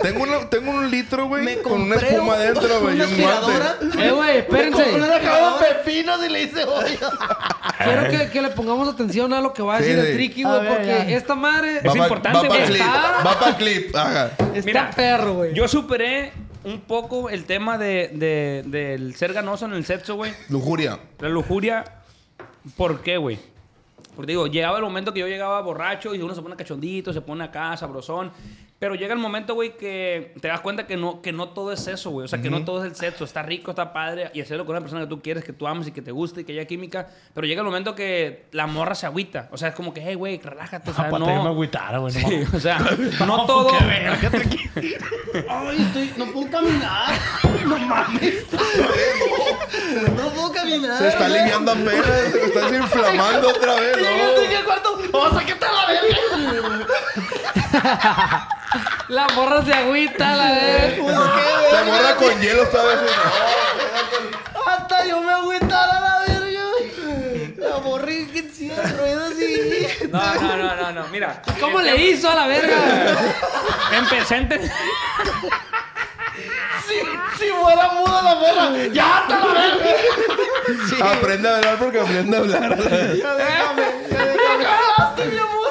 Speaker 4: Tengo, una- tengo un litro, güey,
Speaker 3: Me
Speaker 4: con una
Speaker 3: compré
Speaker 4: espuma
Speaker 3: un-
Speaker 4: adentro, güey. y
Speaker 3: una
Speaker 4: un guante.
Speaker 3: aspiradora.
Speaker 5: Eh, güey,
Speaker 8: Compré
Speaker 5: espérense.
Speaker 8: una caja de pepinos y le hice hoyo.
Speaker 2: Ah,
Speaker 5: Quiero que, que le pongamos atención a lo que va a
Speaker 4: Sí,
Speaker 5: decir
Speaker 4: sí.
Speaker 5: el triqui,
Speaker 2: A
Speaker 5: güey,
Speaker 2: ver,
Speaker 5: porque
Speaker 2: ya.
Speaker 5: esta madre
Speaker 6: Es
Speaker 4: Va pa-
Speaker 6: importante,
Speaker 4: Va
Speaker 6: güey.
Speaker 4: para clip.
Speaker 5: Está-
Speaker 4: Va para clip. Ajá.
Speaker 5: está
Speaker 6: Mira,
Speaker 5: perro, güey.
Speaker 6: Yo superé un poco el tema de, de- del ser ganoso en el sexo, güey.
Speaker 4: Lujuria.
Speaker 6: La lujuria, ¿por qué, güey? Porque digo, llegaba el momento que yo llegaba borracho y uno se pone cachondito, se pone acá, sabrosón. Pero llega el momento, güey, que te das cuenta que no, que no todo es eso, güey. O sea, que no todo es el sexo. Está rico, está padre. Y hacerlo con una persona que tú quieres, que tú ames y que te guste y que haya química. Pero llega el momento que la morra se agüita. O sea, es como que, hey, güey, relájate. O sea,
Speaker 8: Aparte, Ah, yo me
Speaker 6: no.
Speaker 8: agüitara, güey. no
Speaker 6: Sí,
Speaker 8: mames.
Speaker 6: o sea, no todo.
Speaker 8: qué verga, Triqui.
Speaker 7: Ay, estoy, no puedo caminar. No mames. No puedo caminar.
Speaker 4: Se está
Speaker 7: güey.
Speaker 4: aliviando apenas. Se está desinflamando otra vez,
Speaker 8: Llegué, Triqui
Speaker 4: ¿no?
Speaker 8: al cuarto. ¡Oh, sáquete a la verga!
Speaker 5: La morra se agüita, la verga.
Speaker 4: La morra con hielo esta vez. ¿no?
Speaker 7: Hasta yo me agüitara la verga, güey. La borré que encima de ruedas y...
Speaker 6: No, no, no, no, no. Mira.
Speaker 5: ¿Cómo le hizo a la verga?
Speaker 6: Empecé a entender.
Speaker 8: Si, si fuera muda la morra, ya hasta la verga.
Speaker 4: Aprende a hablar porque aprende a hablar.
Speaker 8: Me cagaste, mi amor.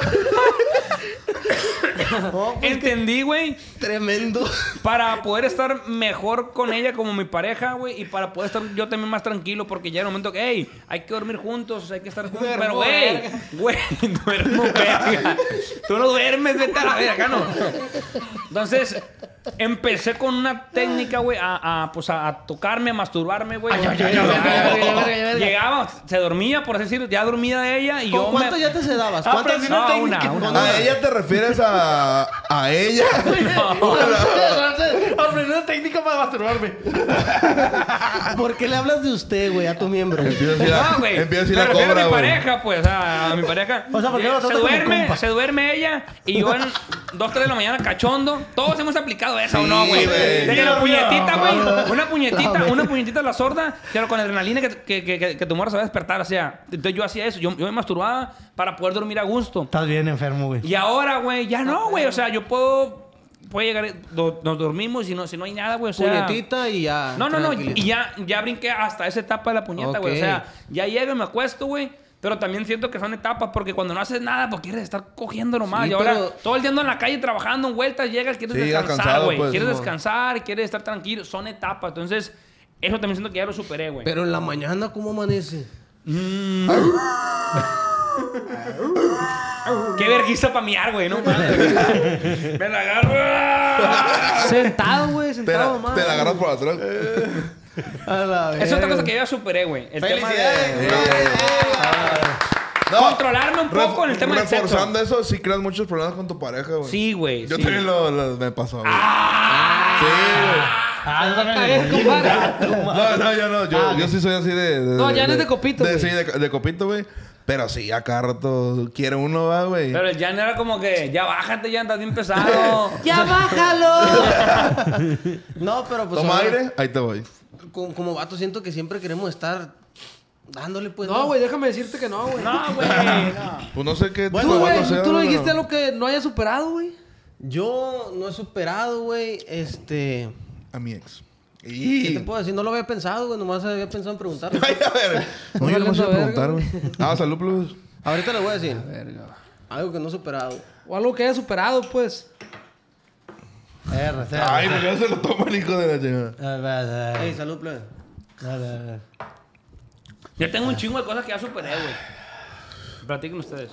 Speaker 8: pues
Speaker 6: Entendí, güey.
Speaker 7: Tremendo.
Speaker 6: Para poder estar mejor con ella como mi pareja, güey. Y para poder estar yo también más tranquilo. Porque ya era el momento que, hey, hay que dormir juntos. o sea, hay que estar juntos. Pero, güey, güey, duermo, verga. Tú no duermes, vete a la verga, acá no. Entonces, empecé con una técnica, güey, a, a, pues, a, a tocarme, a masturbarme, güey. Llegaba, se dormía, por así decirlo. Ya dormía ella y yo
Speaker 7: ¿Con cuánto
Speaker 6: me...
Speaker 7: ya te sedabas?
Speaker 6: Ah,
Speaker 7: ¿Cuántas
Speaker 6: aprendí una
Speaker 7: No,
Speaker 6: técnica.
Speaker 7: una, una.
Speaker 5: Ah.
Speaker 4: ¿A ella te refieres a, a ella?
Speaker 8: Aprendí una técnica para masturbarme.
Speaker 7: ¿Por qué le hablas de usted, güey, a tu miembro?
Speaker 4: Empieza así
Speaker 6: No,
Speaker 4: la,
Speaker 6: güey.
Speaker 4: empieza así
Speaker 6: Me
Speaker 4: la
Speaker 6: refiero
Speaker 4: cobra,
Speaker 6: a mi
Speaker 4: güey.
Speaker 6: pareja, pues, a, a mi pareja. Eh,
Speaker 2: O sea, ¿por qué lo
Speaker 6: se
Speaker 2: tratas como
Speaker 6: duerme,
Speaker 2: compa?
Speaker 6: se duerme ella y yo en 2, 3 de la mañana cachondo. Todos hemos aplicado eso, ¿o no, güey?
Speaker 4: Sí, güey.
Speaker 6: Desde la puñetita, güey. Una puñetita, una puñetita a la sorda, pero con adrenalina que, que, que, que, que tu morra se va a despertar. O sea, entonces yo hacía eso. Yo, yo me masturbaba para poder dormir a gusto.
Speaker 2: Estás bien enfermo, güey.
Speaker 6: Y ahora, güey, ya no, güey. O sea, yo puedo... Puede llegar... do- nos dormimos y no, si no hay nada, güey. O sea...
Speaker 3: Puñetita y ya.
Speaker 4: Ah,
Speaker 6: No, no, no.
Speaker 3: tranquilito.
Speaker 6: Y ya, ya brinqué hasta esa etapa de la puñeta, güey.
Speaker 3: Ok.
Speaker 6: O sea, ya llego y me acuesto, güey. Pero también siento que son etapas porque cuando no haces nada, pues quieres estar cogiendo nomás.
Speaker 3: Sí,
Speaker 6: y ahora
Speaker 3: pero-
Speaker 6: todo el día ando en la calle trabajando en vueltas, llegas, quieres
Speaker 4: Sí, llegas
Speaker 6: descansar,
Speaker 4: cansado,
Speaker 6: güey.
Speaker 4: pues,
Speaker 6: quieres
Speaker 4: no.
Speaker 6: descansar, quieres estar tranquilo. Son etapas. Entonces, eso también siento que ya lo superé, güey.
Speaker 3: Pero en la mañana, ¿cómo amanece?
Speaker 6: Qué vergüenza para miar, güey, no mames. me la agarro.
Speaker 5: Sentado, güey,
Speaker 4: Te la,
Speaker 5: sentado, mamá.
Speaker 4: te la agarras por atrás.
Speaker 6: es otra cosa que yo ya superé, güey. El tema de
Speaker 4: Eh, no,
Speaker 6: Controlarme un poco en el tema del sexo.
Speaker 4: Reforzando eso, sí creas muchos problemas con tu pareja, güey.
Speaker 6: Sí, güey.
Speaker 4: Yo
Speaker 6: sí.
Speaker 4: también lo, lo- me pasó, güey. Sí,
Speaker 2: Ah, yo también
Speaker 5: A
Speaker 2: le
Speaker 5: ver, compadre.
Speaker 4: güey. No, no, yo no.
Speaker 6: Ah,
Speaker 4: Yo, yo sí soy así de. de-
Speaker 5: No, ya no es de copito, güey.
Speaker 4: Sí, de, de copito, güey. Pero sí, a cada rato quiere uno, va, güey.
Speaker 6: Pero el Jan era como que, ya bájate, ya estás bien pesado.
Speaker 7: ¡Ya bájalo! no, pero pues...
Speaker 4: Toma
Speaker 7: ahora-
Speaker 4: aire, ahí te voy.
Speaker 3: Como, como vato, siento que siempre queremos estar dándole, pues.
Speaker 5: No, güey, déjame decirte que no, güey.
Speaker 6: No, güey. no.
Speaker 4: Pues no sé qué.
Speaker 5: Tú,
Speaker 4: tan
Speaker 5: güey,
Speaker 4: bueno sea,
Speaker 5: tú no
Speaker 4: pero-
Speaker 5: dijiste algo que no haya superado, güey.
Speaker 3: Yo no he superado, güey. Este.
Speaker 4: A mi ex.
Speaker 3: ¿Qué te
Speaker 4: Y.
Speaker 3: puedo decir? No lo había pensado, güey. Nomás había pensado en preguntarle.
Speaker 4: Ay, a ver. No, yo no me
Speaker 5: Valiendo
Speaker 4: iba a preguntar,
Speaker 5: verga,
Speaker 4: güey. Ah, salud, plus.
Speaker 3: Ahorita le voy a decir. Algo que no he superado.
Speaker 5: O algo que haya superado, pues.
Speaker 2: R, C.
Speaker 4: Ay, ¿por qué no se lo toma el hijo de la chingada?
Speaker 3: Ey, salud, plebe.
Speaker 6: Yo tengo un chingo de cosas que ya superé, güey. Platiquen ustedes.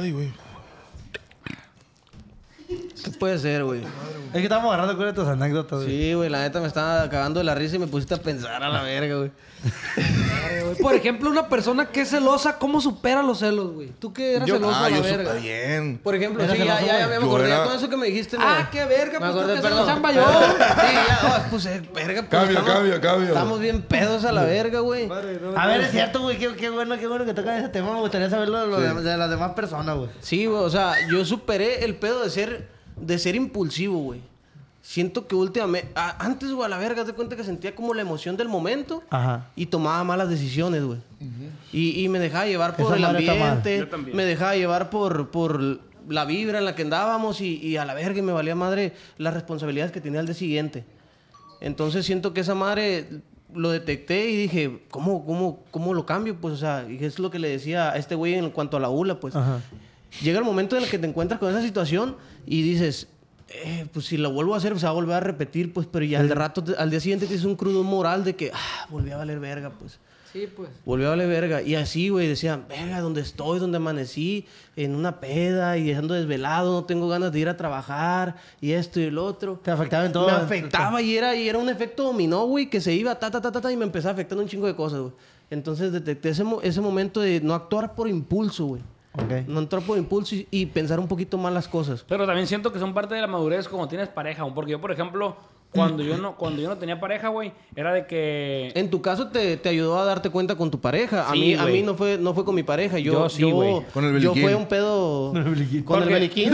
Speaker 4: Ay, güey.
Speaker 3: ¿Qué puede ser, güey?
Speaker 2: Es que estamos agarrando cuenta de tus anécdotas, güey.
Speaker 3: Sí, güey, la neta me estaba cagando de la risa y me pusiste a pensar a la verga, güey.
Speaker 5: güey. Por ejemplo, una persona que es celosa, ¿cómo supera los celos, güey? Tú que eras celoso
Speaker 4: ah,
Speaker 5: a la
Speaker 4: yo
Speaker 5: verga. Pues,
Speaker 4: súper bien.
Speaker 3: Por ejemplo,
Speaker 2: Era
Speaker 3: sí, ya,
Speaker 2: celoso,
Speaker 3: ya, ya
Speaker 2: güey.
Speaker 3: me
Speaker 4: Yo
Speaker 3: acordé
Speaker 4: era-
Speaker 3: con eso que me dijiste.
Speaker 5: Ah, qué verga,
Speaker 3: me
Speaker 5: pues tú
Speaker 3: acordé,
Speaker 5: que se
Speaker 3: perdón.
Speaker 5: lo chamba yo.
Speaker 3: Sí, ya, oh, pues, eh, verga, pues,
Speaker 4: Cambio,
Speaker 3: estamos-
Speaker 4: cambio, cambio.
Speaker 3: Estamos bien pedos a la verga, güey.
Speaker 2: A ver, es cierto, güey. Qué, qué bueno, qué bueno que tocan ese tema. Me gustaría saberlo de, lo de- de las demás personas, güey.
Speaker 3: Sí, güey, o sea, yo superé el pedo de ser, de ser impulsivo, güey. Siento que últimamente, a- antes, güey, a la verga, te cuenta que sentía como la emoción del momento
Speaker 2: Ajá.
Speaker 3: y tomaba malas decisiones, güey. y, y me dejaba llevar por
Speaker 2: Esa
Speaker 3: el
Speaker 2: madre está mal.
Speaker 3: ambiente,
Speaker 6: Yo también.
Speaker 3: me dejaba llevar por, por la vibra en la que andábamos y, y a la verga y me valía madre las responsabilidades que tenía al día siguiente. Entonces siento que esa madre lo detecté y dije, ¿cómo, cómo, cómo lo cambio? Pues, o sea, y es lo que le decía a este güey en cuanto a la ULA, pues.
Speaker 2: Ajá.
Speaker 3: Llega el momento en el que te encuentras con esa situación y dices, "Eh, pues si la vuelvo a hacer, pues, se va a volver a repetir, pues, pero ya al rato, te- al día siguiente tienes un crudo moral de que, ah, volví a valer verga, pues.
Speaker 5: Sí, pues.
Speaker 3: Volví a valer verga. Y así, güey, decía, verga, ¿dónde estoy? ¿Dónde amanecí? En una peda y ando desvelado, no tengo ganas de ir a trabajar y esto y el otro.
Speaker 2: Te afectaba en todo.
Speaker 3: Me afectaba y era, y era un efecto dominó, güey, que se iba ta, ta, ta, ta, ta, y me empezaba afectando un chingo de cosas, güey. Entonces detecté ese, mo- ese momento de no actuar por impulso, güey.
Speaker 2: Ok.
Speaker 3: No entrar por impulso y, y pensar un poquito más las cosas.
Speaker 6: Pero también siento que son parte de la madurez cuando tienes pareja. güey. Porque yo, por ejemplo, cuando yo no, cuando yo no tenía pareja, güey, era de que.
Speaker 3: En tu caso te, te ayudó a darte cuenta con tu pareja. A
Speaker 6: Sí,
Speaker 3: mí, a
Speaker 6: güey.
Speaker 3: mí no, fue, no fue con mi pareja. Yo,
Speaker 6: Yo sí,
Speaker 3: yo-
Speaker 6: güey.
Speaker 4: Con el
Speaker 3: yo
Speaker 4: Beliquín.
Speaker 3: fue un pedo. Con el beliquín.
Speaker 6: Porque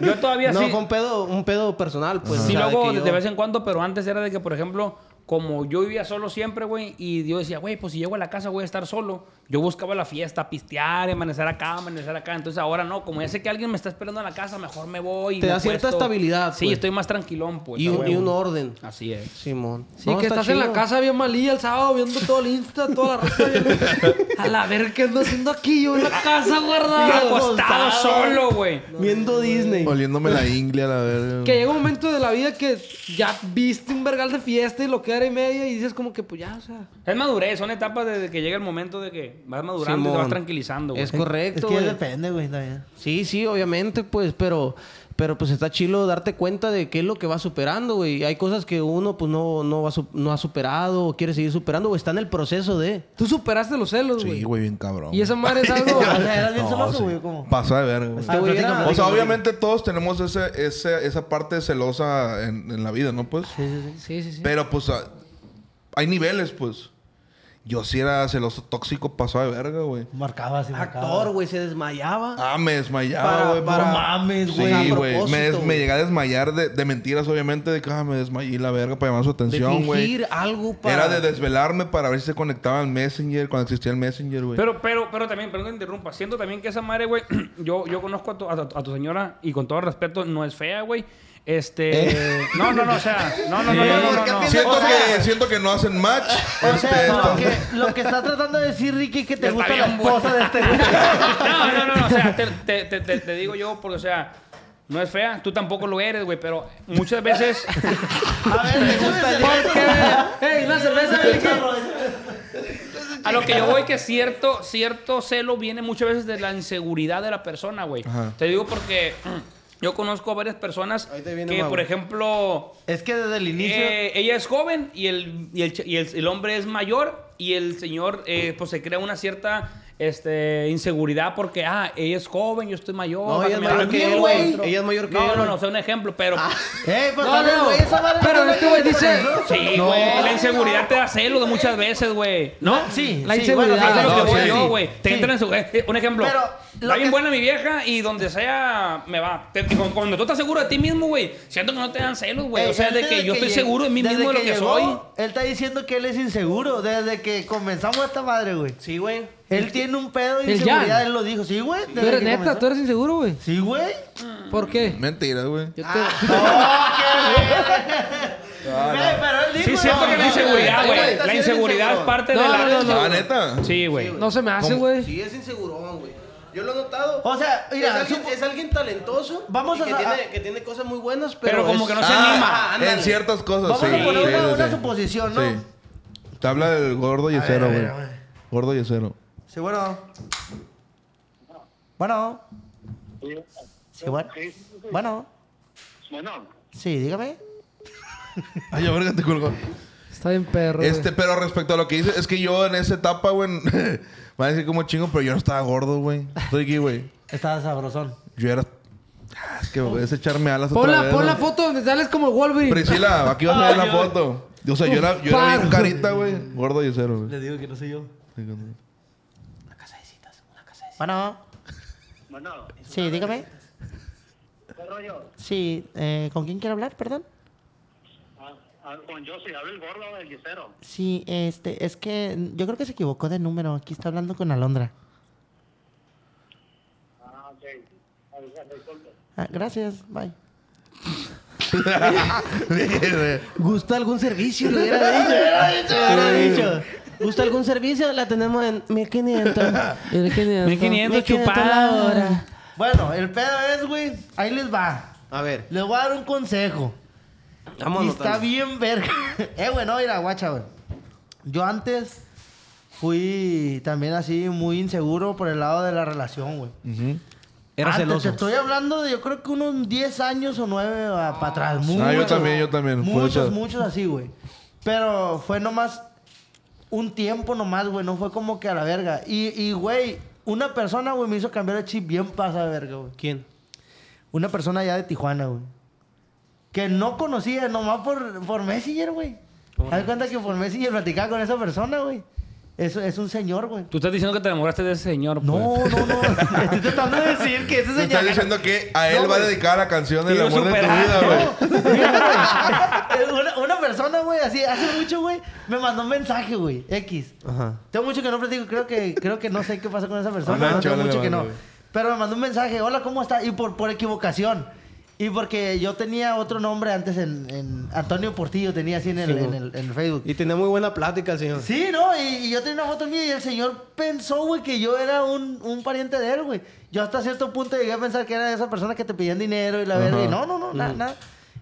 Speaker 6: Yo todavía
Speaker 3: no,
Speaker 6: sí.
Speaker 3: fue un pedo, un pedo personal, pues.
Speaker 6: Sí,
Speaker 3: o sea, de
Speaker 6: luego
Speaker 3: que
Speaker 6: de,
Speaker 3: yo-
Speaker 6: de vez en cuando, pero antes era de que, por ejemplo, como yo vivía solo siempre, güey, y yo decía, güey, pues si llego a la casa voy a estar solo. Yo buscaba la fiesta, pistear, amanecer acá, amanecer acá. Entonces ahora no, como ya sé que alguien me está esperando en la casa, mejor me voy. y
Speaker 3: Te
Speaker 6: me
Speaker 3: da cierta
Speaker 6: acuesto.
Speaker 3: estabilidad,
Speaker 6: Sí,
Speaker 3: pues.
Speaker 6: estoy más tranquilón, pues.
Speaker 3: y,
Speaker 6: a
Speaker 3: un, y
Speaker 6: huevo.
Speaker 3: un orden.
Speaker 6: Así es.
Speaker 3: Simón.
Speaker 5: Sí,
Speaker 3: No,
Speaker 5: que
Speaker 3: está
Speaker 5: estás en la
Speaker 3: chido.
Speaker 5: casa bien malilla el sábado viendo todo el Insta, toda la raza. bien- A la verga, ¿qué ando haciendo aquí yo en la casa,
Speaker 3: Ah,
Speaker 5: guardado?
Speaker 6: acostado solo, güey.
Speaker 3: Viendo Disney.
Speaker 4: Oliéndome la ingle a la verga.
Speaker 5: Que llega un momento de la vida que ya viste un vergal de fiesta y lo que era y media y dices como que pues ya, o sea...
Speaker 6: Es madurez, son etapas desde que llega el momento de que vas madurando y te vas
Speaker 3: Simón.
Speaker 6: tranquilizando, güey.
Speaker 3: Es correcto,
Speaker 2: Es que
Speaker 3: güey.
Speaker 2: depende, güey, también.
Speaker 3: Sí, sí, obviamente, pues, pero, pero pues está chilo darte cuenta de qué es lo que vas superando, güey. Hay cosas que uno pues no, no, va su- no ha superado o quiere seguir superando o está en el proceso de...
Speaker 5: Tú superaste los celos, güey.
Speaker 4: Sí, güey, bien cabrón.
Speaker 5: Y esa madre es algo...
Speaker 2: O sea, ¿eras bien
Speaker 4: No,
Speaker 2: celoso,
Speaker 4: sí.
Speaker 2: güey? ¿Cómo?
Speaker 4: Pasa de verga, güey.
Speaker 2: Ah,
Speaker 3: güey
Speaker 2: platícame,
Speaker 3: era-
Speaker 4: O sea,
Speaker 2: platícame.
Speaker 4: obviamente todos tenemos ese, ese- esa parte celosa en, en la vida, ¿no? Pues.
Speaker 5: Sí, sí, sí.
Speaker 4: Pero pues ah, hay niveles, pues. Yo sí era celoso tóxico, pasado de verga, güey.
Speaker 2: Marcaba, sí, marcaba.
Speaker 3: Actor, güey, se desmayaba.
Speaker 4: Ah, me
Speaker 3: Para-
Speaker 4: desmayaba, güey.
Speaker 3: para-
Speaker 4: por-
Speaker 3: No
Speaker 2: mames,
Speaker 3: güey.
Speaker 4: Sí,
Speaker 3: A
Speaker 4: güey. Me, des-
Speaker 3: propósito,
Speaker 4: me
Speaker 3: güey.
Speaker 4: llegué a desmayar de, de mentiras, obviamente, de que ah, me desmayé la verga para llamar su
Speaker 3: de
Speaker 4: atención, güey.
Speaker 3: fingir algo para...
Speaker 4: Era de desvelarme para ver si se conectaba al Messenger, cuando existía el Messenger,
Speaker 2: Pues.
Speaker 4: güey.
Speaker 6: Pero, pero, pero también, perdón que interrumpa. Siento también que esa madre, güey, yo, yo conozco a tu, a, tu- a tu señora y con todo respeto no es fea, güey. Este. No, no, no, o sea. No, no, no, no, no, no,
Speaker 2: ¿Eh? ¿Qué
Speaker 6: no.
Speaker 2: piensas?
Speaker 4: Siento,
Speaker 2: O sea-
Speaker 4: que, siento que no hacen match.
Speaker 2: O
Speaker 4: Este,
Speaker 2: sea, lo
Speaker 4: esto-
Speaker 2: que, lo que está tratando de decir Ricky es que te
Speaker 6: Está
Speaker 2: gusta la
Speaker 6: bien, güey.
Speaker 2: esposa de este güey.
Speaker 6: No, no, no, no, o sea, te, te- te- te- te digo yo, porque, o sea, no es fea, tú tampoco lo eres, güey, pero muchas veces.
Speaker 2: A ver, ¿te gusta el
Speaker 5: ¡Ey, una cerveza!
Speaker 6: A lo que yo voy que cierto, cierto celo viene muchas veces de la inseguridad de la persona, güey.
Speaker 4: Ajá.
Speaker 6: Te digo porque mm, yo conozco a varias personas
Speaker 3: Ahí te viene
Speaker 6: que,
Speaker 3: Mau.
Speaker 6: por ejemplo,
Speaker 2: Es que desde el inicio...
Speaker 6: eh, ella es joven y el, y el, ch- y el- el hombre es mayor y el señor eh, pues se crea una cierta este, inseguridad porque, ah, ella es joven, yo estoy mayor.
Speaker 3: No,
Speaker 6: va a
Speaker 3: ella es
Speaker 6: caminar
Speaker 3: mayor que
Speaker 6: conmigo,
Speaker 3: él, güey.
Speaker 6: otro.
Speaker 3: Ella es mayor que
Speaker 6: no,
Speaker 3: él,
Speaker 6: No, no,
Speaker 3: güey.
Speaker 6: no, es un ejemplo, pero...
Speaker 2: Eh, pues,
Speaker 5: No,
Speaker 2: dale,
Speaker 5: no,
Speaker 2: güey, esa madre
Speaker 5: pero
Speaker 2: no me
Speaker 5: este güey
Speaker 2: gusta,
Speaker 5: dice-
Speaker 2: ¿no?
Speaker 6: Sí, güey, la inseguridad te da celos de muchas veces, güey. ¿No?
Speaker 2: Sí,
Speaker 5: La
Speaker 2: sí,
Speaker 5: inseguridad.
Speaker 2: bueno,
Speaker 6: Eso es lo
Speaker 4: Ah,
Speaker 6: que
Speaker 4: no,
Speaker 6: voy
Speaker 4: sí,
Speaker 6: yo,
Speaker 4: sí.
Speaker 6: güey. Te
Speaker 2: Sí.
Speaker 6: entran en su... eh, eh, Un ejemplo.
Speaker 2: Pero lo
Speaker 6: Está bien
Speaker 2: que-
Speaker 6: buena mi vieja y donde sea me va. Te- cu- cuando tú estás seguro de ti mismo, güey, siento que no te dan celos, güey.
Speaker 2: Eh,
Speaker 6: O sea,
Speaker 2: él
Speaker 6: de
Speaker 2: desde
Speaker 6: que yo estoy
Speaker 2: lleg-
Speaker 6: seguro de mí
Speaker 2: desde
Speaker 6: mismo, de lo que
Speaker 2: llegó,
Speaker 6: soy.
Speaker 2: Él está diciendo que él es inseguro desde que comenzamos esta madre, güey.
Speaker 3: Sí, güey.
Speaker 2: Él tiene un pedo de
Speaker 5: El
Speaker 2: inseguridad,
Speaker 5: Jan.
Speaker 2: él lo dijo. Sí, güey.
Speaker 5: Tú
Speaker 2: desde
Speaker 5: eres
Speaker 2: que
Speaker 5: neta,
Speaker 2: comenzó.
Speaker 5: tú eres inseguro, güey.
Speaker 2: Sí, güey.
Speaker 5: ¿Por qué? Ah,
Speaker 4: Mentira, güey.
Speaker 5: Yo te...
Speaker 2: Güey, pero él dijo,
Speaker 6: Sí, siento
Speaker 2: no,
Speaker 6: que la
Speaker 2: no,
Speaker 6: inseguridad,
Speaker 2: no,
Speaker 3: güey,
Speaker 6: güey.
Speaker 3: está
Speaker 6: La
Speaker 3: siendo
Speaker 6: inseguridad es
Speaker 3: inseguro.
Speaker 6: parte
Speaker 5: No,
Speaker 6: de la...
Speaker 5: no, no,
Speaker 4: Ah, neta.
Speaker 6: Sí, güey.
Speaker 5: No se me hace,
Speaker 4: ¿Cómo?
Speaker 5: güey.
Speaker 3: Sí, es insegurón, güey. Yo lo he notado.
Speaker 2: O sea, mira,
Speaker 3: es alguien,
Speaker 2: supo-
Speaker 3: es alguien talentoso.
Speaker 2: Vamos
Speaker 3: y que,
Speaker 2: a-
Speaker 3: tiene, que tiene cosas muy buenas, pero.
Speaker 6: Pero como
Speaker 3: es-
Speaker 6: que no se
Speaker 4: Ah,
Speaker 6: anima.
Speaker 4: en ciertas cosas,
Speaker 2: Vamos
Speaker 4: sí.
Speaker 2: a poner
Speaker 4: sí,
Speaker 2: una,
Speaker 4: sí,
Speaker 2: una
Speaker 4: sí.
Speaker 2: suposición, ¿no?
Speaker 4: Sí. Te habla del gordo y
Speaker 2: ver, a
Speaker 4: cero,
Speaker 2: ver,
Speaker 4: güey.
Speaker 2: a ver.
Speaker 4: Gordo y cero.
Speaker 2: Sí, bueno. Bueno. Sí, bueno. Bueno.
Speaker 9: Bueno,
Speaker 2: Sí, dígame.
Speaker 4: Ay, ya verga, te colgó.
Speaker 5: Está bien perro. güey.
Speaker 4: Este, pero respecto a lo que dice, es que yo en esa etapa, güey, va a decir como chingo, pero yo no estaba gordo, güey. Estoy aquí, güey.
Speaker 2: Estaba sabrosón.
Speaker 4: Yo era. Ah, Es que voy a echarme alas
Speaker 5: Pon
Speaker 4: otra
Speaker 5: la,
Speaker 4: vez,
Speaker 5: pon la
Speaker 4: güey.
Speaker 5: foto donde sales como Wolverine.
Speaker 4: Priscila, aquí vas a ver la foto. O sea, yo era, yo era bien
Speaker 5: Par.
Speaker 4: carita, güey. Gordo y cero, güey.
Speaker 2: Le digo que no soy yo. Bueno.
Speaker 9: Bueno, es-
Speaker 2: Sí, dígame.
Speaker 9: ¿qué rollo?
Speaker 2: Sí, eh, ¿con quién quiero hablar? Perdón.
Speaker 9: Ah, ah, con Josie, habla el gordo del guisero.
Speaker 2: Sí, este, es que yo creo que se equivocó de número. Aquí está hablando con Alondra.
Speaker 9: Ah, ok. Ah, disculpe.
Speaker 2: Ah, gracias, bye.
Speaker 3: ¿Gusta algún servicio? Le hubiera dicho. Le hubiera dicho. ¿Gusta algún servicio? La tenemos en 1500.
Speaker 6: 1500 chupadas.
Speaker 3: ahora.
Speaker 2: Bueno, el pedo es, güey, ahí les va.
Speaker 3: A ver,
Speaker 2: Les voy a dar un consejo.
Speaker 3: vamos
Speaker 2: Y está bien verga. eh, güey, no, mira, guacha, güey. Yo antes fui también así muy inseguro por el lado de la relación, güey.
Speaker 3: Era
Speaker 2: Antes,
Speaker 3: celoso.
Speaker 2: Ah, Te estoy hablando de yo creo que unos 10 años o 9 para atrás.
Speaker 4: Ah, yo
Speaker 2: Muchos,
Speaker 4: también, yo también. Fue
Speaker 2: Muchos,
Speaker 4: esa-
Speaker 2: muchos así, güey. Pero fue nomás un tiempo nomás, güey. No fue como que a la verga. Y, y, güey, una persona, güey, me hizo cambiar el chip bien pasa de verga, güey.
Speaker 3: ¿Quién?
Speaker 2: Una persona allá de Tijuana, güey. Que no conocía nomás por, por Messenger, güey. Haz de cuenta que por Messenger platicaba con esa persona, güey. Es, es un señor, güey.
Speaker 6: Tú estás diciendo que te enamoraste de ese señor.
Speaker 2: No,
Speaker 6: pues.
Speaker 2: no, no. Estoy tratando de decir que ese
Speaker 4: Me
Speaker 2: señor...
Speaker 4: estás diciendo que a él
Speaker 2: No,
Speaker 4: va
Speaker 2: güey.
Speaker 4: dedicada la canción del
Speaker 6: Quiero
Speaker 4: amor de tu
Speaker 6: superar,
Speaker 4: vida,
Speaker 6: ¿no?
Speaker 4: güey.
Speaker 2: Mira, güey, una, una persona, güey, así, hace mucho, güey, me mandó un mensaje, güey, X. Tengo mucho que no platico, creo que, creo que no sé qué pasó con esa persona, no,
Speaker 4: Hola,
Speaker 2: tengo
Speaker 4: chaval,
Speaker 2: mucho
Speaker 4: le
Speaker 2: que no.
Speaker 4: mando, güey.
Speaker 2: Pero me mandó un mensaje, hola, ¿cómo está? Y por, por equivocación. Y porque yo tenía otro nombre antes en, en Antonio Portillo, tenía así en el, en el- en el Facebook.
Speaker 3: Y tenía muy buena plática el señor.
Speaker 2: Sí, ¿no? Y, y yo tenía una foto mía y el señor pensó, güey, que yo era un, un pariente de él, güey. Yo hasta cierto punto llegué a pensar que era esa persona que te pedían dinero y la verga. Y no, no, no, nada, nada.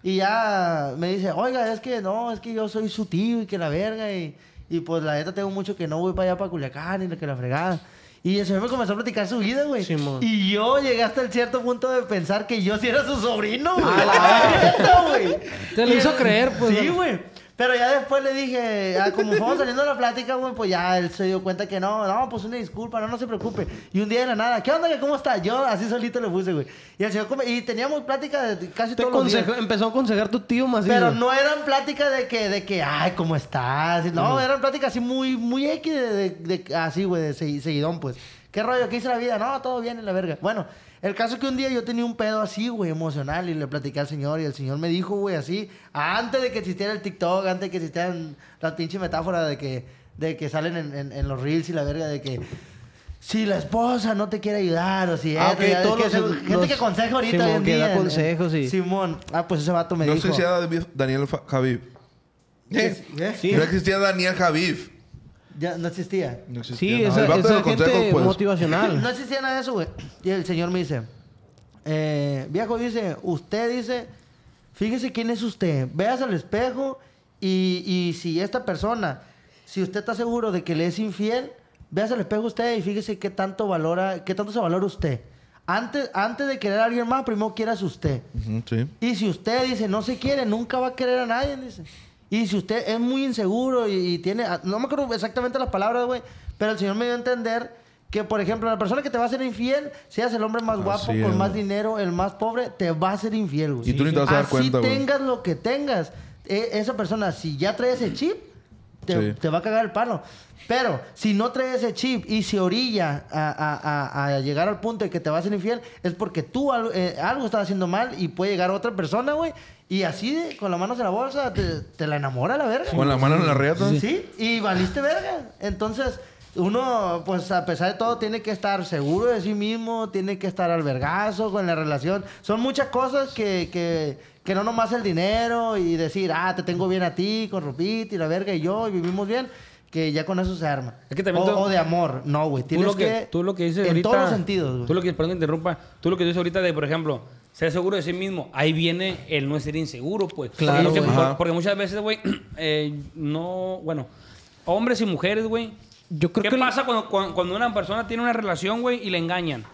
Speaker 2: Y ya me dice, oiga, es que no, es que yo soy su tío y que la verga. Y, y pues la neta tengo mucho que no voy para allá, para Culiacán y la que la fregada. Y el señor me comenzó a platicar su vida, güey.
Speaker 3: Simón.
Speaker 2: y yo llegué hasta el cierto punto de pensar que yo sí era su sobrino, güey. La neta, güey.
Speaker 5: Te lo
Speaker 2: Y
Speaker 5: hizo
Speaker 2: el-
Speaker 5: creer, pues,
Speaker 2: Sí,
Speaker 5: ¿no?
Speaker 2: güey. Pero ya después le dije, ah, como fuimos saliendo de la plática, güey, pues ya él se dio cuenta que no, no, pues una disculpa, no, no se preocupe. Y un día de la nada, ¿qué onda, que cómo está? Yo así solito le puse, güey. Y el señor, come- y teníamos plática de casi
Speaker 3: Te
Speaker 2: todos los días.
Speaker 3: aconsejo- empezó a aconsejar tu tío más
Speaker 2: Pero no eran pláticas de que, de que, ay, ¿cómo estás? No, eran pláticas así muy, muy X, de, de- de- así, güey, de segui- seguidón, pues. ¿Qué rollo? ¿Qué hice la vida? No, todo bien en la verga. Bueno, el caso es que un día yo tenía un pedo así, güey, emocional, y le platicé al señor, y el señor me dijo, güey, así, antes de que existiera el TikTok, antes de que existieran las pinches metáforas de que, de que salen en, en- en los reels y la verga, de que. Si la esposa no te quiere ayudar o si
Speaker 3: Ah,
Speaker 2: esto,
Speaker 3: ok,
Speaker 2: ya ves
Speaker 3: todos
Speaker 2: que
Speaker 3: los-
Speaker 2: ese- gente
Speaker 3: los-
Speaker 2: que aconseja ahorita
Speaker 3: Simón,
Speaker 2: hoy en
Speaker 3: que da
Speaker 2: día, en- en-
Speaker 3: consejos y-
Speaker 2: Simón, ah, pues ese vato me
Speaker 4: No
Speaker 2: dijo.
Speaker 4: existía David- Daniel Fa- Javif. ¿Eh?
Speaker 2: ¿Eh?
Speaker 4: No existía Daniel Javif.
Speaker 2: Ya no existía.
Speaker 4: No existía.
Speaker 3: Sí,
Speaker 4: no.
Speaker 3: esa,
Speaker 4: El vato de
Speaker 3: esa
Speaker 4: los
Speaker 3: gente
Speaker 4: consejos, pues.
Speaker 2: No
Speaker 3: motivacional.
Speaker 2: existía nada de eso, güey. Y el señor me dice, eh, viejo, dice, usted dice, fíjese quién es usted. Veas al espejo y, y si esta persona, si usted está seguro de que le es infiel, veas al espejo usted y fíjese qué tanto valora, qué tanto se valora usted. Antes, antes de querer a alguien más, primero quieras usted.
Speaker 4: Ujú, sí.
Speaker 2: Y si usted dice no se quiere, nunca va a querer a nadie, dice. Y si usted es muy inseguro y, y tiene, ah, no me acuerdo exactamente las palabras, güey, pero el señor me dio a entender que, por ejemplo, la persona que te va a ser infiel, seas el hombre más
Speaker 4: Así
Speaker 2: guapo,
Speaker 4: es,
Speaker 2: con más
Speaker 4: güey.
Speaker 2: dinero, el más pobre, te va a ser infiel, güey.
Speaker 4: Y tú ni te vas a dar
Speaker 2: Así
Speaker 4: cuenta, güey.
Speaker 2: tengas lo que tengas, e- esa persona, si ya trae ese chip, te,
Speaker 4: Sí.
Speaker 2: te va a cagar el palo. Pero si no trae ese chip y se orilla a, a- a- a llegar al punto de que te vas a ser infiel, es porque tú al- eh, algo estás haciendo mal y puede llegar otra persona, güey. Y así, de- con las manos en la bolsa, te, te la enamora la verga.
Speaker 4: Con la mano en la reata.
Speaker 2: Sí. y valiste verga. Entonces, uno, pues a pesar de todo, tiene que estar seguro de sí mismo, tiene que estar al vergazo con la relación. Son muchas cosas que, que, que no nomás el dinero y decir, ah, te tengo bien a ti, con Rupit y la verga y yo, y vivimos bien. Que ya con eso se arma.
Speaker 6: Es que también
Speaker 2: o,
Speaker 6: tú-
Speaker 2: o de amor. No, güey.
Speaker 6: Tú
Speaker 2: Tienes
Speaker 6: lo que,
Speaker 2: que...
Speaker 6: tú lo que dices
Speaker 2: En
Speaker 6: ahorita.
Speaker 2: todos los sentidos, güey.
Speaker 6: Tú lo que, perdón que interrumpa. Tú lo que dices ahorita de, por ejemplo, ser seguro de sí mismo. Ahí viene el no ser inseguro, pues.
Speaker 3: Claro,
Speaker 6: Porque,
Speaker 3: güey.
Speaker 6: muchas-
Speaker 4: Ajá.
Speaker 6: porque muchas veces, güey, eh, no. Bueno, hombres y mujeres, güey.
Speaker 3: Yo creo
Speaker 6: ¿Qué
Speaker 3: que-
Speaker 6: pasa cuando, cuando, cuando una persona tiene una relación, güey, y le engañan?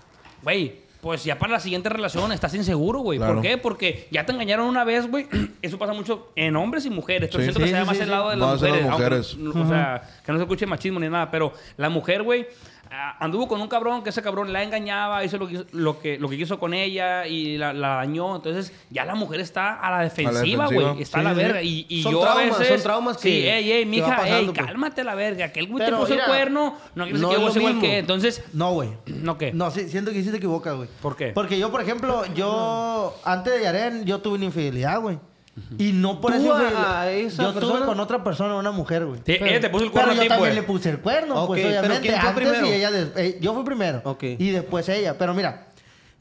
Speaker 6: Güey. pues ya para la siguiente relación estás inseguro, güey.
Speaker 4: Claro.
Speaker 6: ¿Por qué? Porque ya te engañaron una vez, güey. Eso pasa mucho en hombres y mujeres. Pero
Speaker 4: Sí.
Speaker 6: siento que
Speaker 4: Sí,
Speaker 6: se da
Speaker 4: sí,
Speaker 6: más
Speaker 4: sí,
Speaker 6: el
Speaker 4: sí.
Speaker 6: lado de las
Speaker 4: Más de
Speaker 6: mujeres.
Speaker 4: las
Speaker 6: aunque- O sea, que no se escuche machismo ni nada. Pero la mujer, güey, ah, anduvo con un cabrón que ese cabrón la engañaba, hizo lo que, hizo- lo que, lo que quiso con ella y la, la dañó. Entonces ya la mujer está a la defensiva,
Speaker 4: defensiva.
Speaker 6: güey.
Speaker 4: Sí,
Speaker 6: Está a la
Speaker 4: sí, sí.
Speaker 6: verga. Y, y
Speaker 3: Son
Speaker 6: yo
Speaker 3: traumas,
Speaker 6: a veces...
Speaker 3: son traumas que-
Speaker 6: Sí, ey,
Speaker 3: que
Speaker 6: ey,
Speaker 3: va
Speaker 6: mija,
Speaker 3: pasando,
Speaker 6: ey,
Speaker 3: pues.
Speaker 6: cálmate la verga. Que el güey te
Speaker 2: Pero,
Speaker 6: puso
Speaker 2: mira,
Speaker 6: el cuerno. No, que
Speaker 3: no
Speaker 6: que
Speaker 3: es
Speaker 6: vos
Speaker 3: lo
Speaker 6: igual
Speaker 3: mismo.
Speaker 6: que. Entonces...
Speaker 2: No, güey.
Speaker 6: ¿No qué?
Speaker 2: No, sí, siento que sí te equivocas, güey.
Speaker 6: ¿Por qué?
Speaker 2: Porque yo, por ejemplo, yo antes de Yaren, yo tuve una infidelidad, güey. Y no por
Speaker 3: ¿Tú
Speaker 2: eso.
Speaker 3: a-
Speaker 2: infidelidad-
Speaker 3: a esa
Speaker 2: yo
Speaker 3: persona?
Speaker 2: tuve con otra persona, una mujer, güey.
Speaker 6: Sí, ella te puso el
Speaker 2: Pero
Speaker 6: cuerno a
Speaker 2: yo
Speaker 6: ti,
Speaker 2: también
Speaker 6: pues.
Speaker 2: le puse el cuerno,
Speaker 3: Ok,
Speaker 2: pues
Speaker 3: pero
Speaker 2: obviamente.
Speaker 3: ¿quién fue
Speaker 2: antes
Speaker 3: primero?
Speaker 2: y ella des- eh, yo fui primero.
Speaker 3: Ok.
Speaker 2: Y después ella. Pero mira,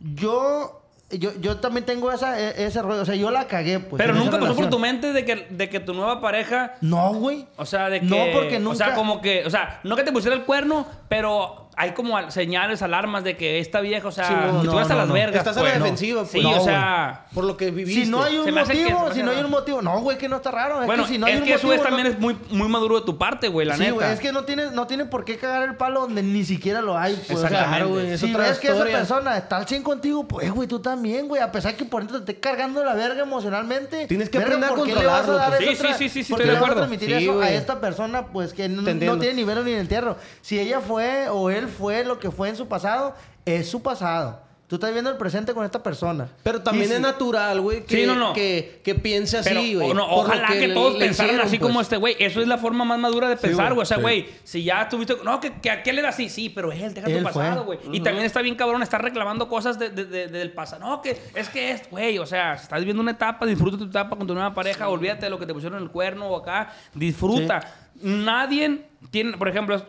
Speaker 2: yo yo, yo también tengo esa, e- ese rollo. O sea, yo la cagué, pues.
Speaker 6: Pero
Speaker 2: en esa
Speaker 6: nunca pasó por
Speaker 2: relación.
Speaker 6: tu mente de que, de que tu nueva pareja.
Speaker 2: No, güey.
Speaker 6: O sea, de que.
Speaker 2: No, porque nunca.
Speaker 6: O sea, como que. O sea, no que te pusiera el cuerno, pero hay como al- señales, alarmas de que esta vieja, o sea,
Speaker 3: Sí, no,
Speaker 6: tú
Speaker 2: no,
Speaker 6: vas a
Speaker 2: no,
Speaker 6: las
Speaker 2: no.
Speaker 6: vergas.
Speaker 3: Estás a la
Speaker 6: pues.
Speaker 3: defensiva,
Speaker 6: Sí,
Speaker 3: pues.
Speaker 6: o
Speaker 3: No,
Speaker 6: sea.
Speaker 3: Por lo que viviste.
Speaker 2: Si no hay
Speaker 6: Se
Speaker 2: un
Speaker 6: me hace que- se me
Speaker 2: motivo,
Speaker 6: hace
Speaker 2: si no hay
Speaker 6: raro.
Speaker 2: un motivo. No, güey, que no está raro. Es
Speaker 6: Bueno,
Speaker 2: que si no hay
Speaker 6: es
Speaker 2: un
Speaker 6: que a su
Speaker 2: motivo,
Speaker 6: vez
Speaker 2: no-
Speaker 6: también es muy, muy maduro de tu parte, güey, la
Speaker 2: sí,
Speaker 6: neta.
Speaker 2: güey, es que no tiene, no tiene por qué cagar el palo donde ni siquiera lo hay. Pues, o sea,
Speaker 6: Exactamente.
Speaker 3: Claro, güey, es
Speaker 2: si
Speaker 3: otra
Speaker 2: ves que esa
Speaker 3: historia.
Speaker 2: persona está al 100 contigo, pues, güey, tú también, güey. A pesar que por dentro te esté cargando la verga emocionalmente.
Speaker 3: Tienes que
Speaker 2: verga,
Speaker 3: aprender a
Speaker 2: ¿por qué le
Speaker 3: controlarlo,
Speaker 2: vas a dar
Speaker 6: pues.
Speaker 2: esa
Speaker 6: Sí,
Speaker 2: otra-
Speaker 6: sí, sí, sí,
Speaker 2: ¿por qué
Speaker 6: estoy de
Speaker 2: le vas a
Speaker 6: acuerdo.
Speaker 2: transmitir
Speaker 3: Sí,
Speaker 2: eso a
Speaker 3: güey.
Speaker 2: esta persona, pues, que no,
Speaker 3: Te entiendo.
Speaker 2: no tiene ni velo ni entierro? Si ella fue o él fue lo que fue en su pasado, es su pasado. Tú estás viendo el presente con esta persona.
Speaker 3: Pero
Speaker 2: Y
Speaker 3: también
Speaker 2: si-
Speaker 3: es natural, güey, que,
Speaker 6: Sí, no, no.
Speaker 3: que, que piense
Speaker 6: Pero,
Speaker 3: así,
Speaker 6: o
Speaker 3: güey.
Speaker 6: no,
Speaker 3: por lo
Speaker 6: ojalá que,
Speaker 3: le-
Speaker 6: todos
Speaker 3: le
Speaker 6: pensaran
Speaker 3: hicieron,
Speaker 6: así
Speaker 3: pues.
Speaker 6: como este güey. Eso es la forma más madura de pensar,
Speaker 4: güey,
Speaker 6: güey. O sea,
Speaker 4: sí.
Speaker 6: güey, si ya tuviste. No, que, que aquel era así, sí, pero él, deja tu
Speaker 2: Él
Speaker 6: pasado,
Speaker 2: fue.
Speaker 6: güey. Y también está bien cabrón estar reclamando cosas de- de- de- del pasado. No, que es que es, güey. O sea, estás viviendo una etapa, disfruta tu etapa con tu nueva pareja, olvídate de lo que te pusieron en el cuerno o acá. Disfruta. Nadie tiene, por ejemplo.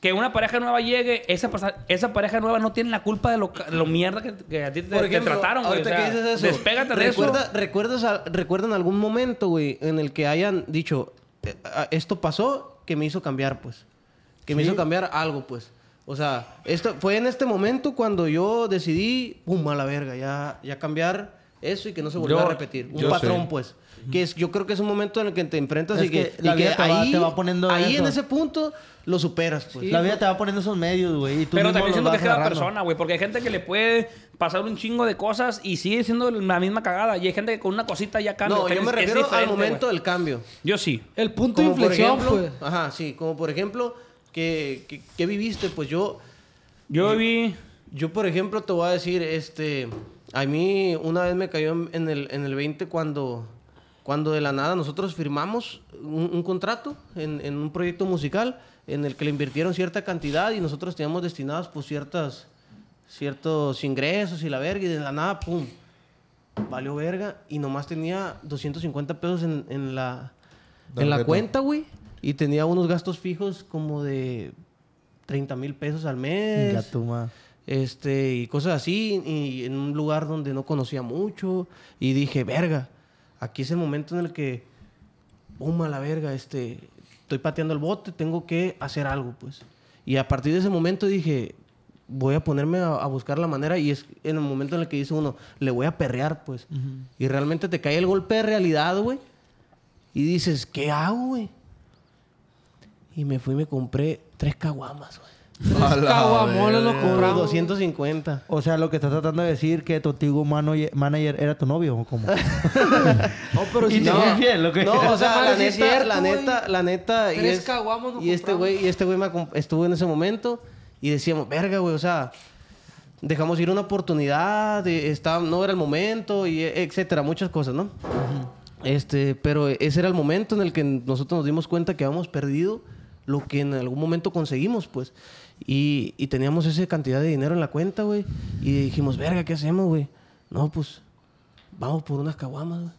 Speaker 6: Que una pareja nueva llegue, esa, pasa- esa pareja nueva no tiene la culpa de lo, ca- lo mierda que, que a ti te,
Speaker 3: Por
Speaker 6: te
Speaker 3: ejemplo,
Speaker 6: trataron, güey. O
Speaker 3: ahorita
Speaker 6: sea,
Speaker 3: que dices eso,
Speaker 6: Despégate de eso.
Speaker 3: recuerda- ¿recuerdas a- ¿Recuerdan algún momento, güey, en el que hayan dicho, "Eh, ah, esto pasó que me hizo cambiar, pues? Que me hizo cambiar algo, pues. O sea, esto fue en este momento cuando yo decidí, pum, a la verga, ya, ya cambiar eso y que no se volvió
Speaker 6: Yo-
Speaker 3: a repetir. Un
Speaker 4: yo
Speaker 3: patrón,
Speaker 4: sí.
Speaker 3: pues. Que es, yo creo que es un momento en el que te enfrentas
Speaker 2: Es
Speaker 3: y que,
Speaker 2: que la
Speaker 3: y que
Speaker 2: vida te va-
Speaker 3: ahí,
Speaker 2: te va poniendo
Speaker 3: ahí
Speaker 2: eso.
Speaker 3: en ese punto lo superas, pues.
Speaker 2: La vida te va poniendo esos medios, güey. y tú
Speaker 6: Pero
Speaker 2: mismo
Speaker 6: también
Speaker 2: los
Speaker 6: siento que
Speaker 2: vas
Speaker 6: es cada
Speaker 2: agarrando.
Speaker 6: persona, güey. Porque hay gente que le puede pasar un chingo de cosas y sigue siendo la misma cagada. Y hay gente que con una cosita ya cambia.
Speaker 3: no, yo
Speaker 6: Pero
Speaker 3: me
Speaker 6: es- es
Speaker 3: refiero al
Speaker 6: diferente,
Speaker 3: momento
Speaker 6: güey.
Speaker 3: del cambio.
Speaker 6: Yo sí.
Speaker 5: El punto de
Speaker 3: por
Speaker 5: inflexión,
Speaker 3: ejemplo,
Speaker 5: pues.
Speaker 3: Ajá, sí. Como por ejemplo, que, que- que viviste, pues yo,
Speaker 6: Yo vi...
Speaker 3: yo por ejemplo te voy a decir, este, a mí una vez me cayó en- en el, en el 20 cuando, cuando de la nada nosotros firmamos un, un contrato en, en un proyecto musical en el que le invirtieron cierta cantidad y nosotros teníamos destinados pues ciertas, ciertos ingresos y la verga y de la nada, pum, valió verga y nomás tenía 250 pesos en, en la,
Speaker 4: De
Speaker 3: en la
Speaker 4: reto.
Speaker 3: cuenta, güey. Y tenía unos gastos fijos como de 30 mil pesos al mes.
Speaker 2: Chinga tu madre.
Speaker 3: Este, y cosas así. Y en un lugar donde no conocía mucho. Y dije, verga, aquí es el momento en el que, pum, a la verga, este, estoy pateando el bote, tengo que hacer algo, pues. Y a partir de ese momento dije, voy a ponerme a, a buscar la manera. Y es en el momento en el que dice uno, le voy a perrear, pues. Y realmente te cae el golpe de realidad, güey. Y dices, ¿qué hago, güey? Y me fui y me compré tres caguamas, güey.
Speaker 4: A la
Speaker 5: pues. Caguamones lo
Speaker 4: verga.
Speaker 3: Por
Speaker 5: compramos.
Speaker 3: 250.
Speaker 2: O sea, lo que estás tratando de decir que tu antiguo mano- manager era tu novio o cómo.
Speaker 5: No, pero
Speaker 2: Y
Speaker 5: si
Speaker 2: te
Speaker 5: no.
Speaker 2: fue fiel, ¿o qué?
Speaker 3: No, o
Speaker 5: Esa
Speaker 3: sea, la
Speaker 5: madre sí
Speaker 3: neta,
Speaker 5: es cierto,
Speaker 3: la
Speaker 5: güey.
Speaker 3: neta, la neta. Y,
Speaker 5: Tres
Speaker 3: es-
Speaker 5: caguamas nos
Speaker 3: y este
Speaker 5: compramos.
Speaker 3: güey, y este güey me acom- estuvo en ese momento y decíamos, verga, güey, o sea, dejamos ir una oportunidad, eh, está- no era el momento, y e- etcétera, muchas cosas, ¿no? Este, pero ese era el momento en el que nosotros nos dimos cuenta que habíamos perdido lo que en algún momento conseguimos, pues. Y, y teníamos esa cantidad de dinero en la cuenta, güey. Y dijimos, verga, ¿qué hacemos, güey? No, pues, vamos por unas caguamas, güey.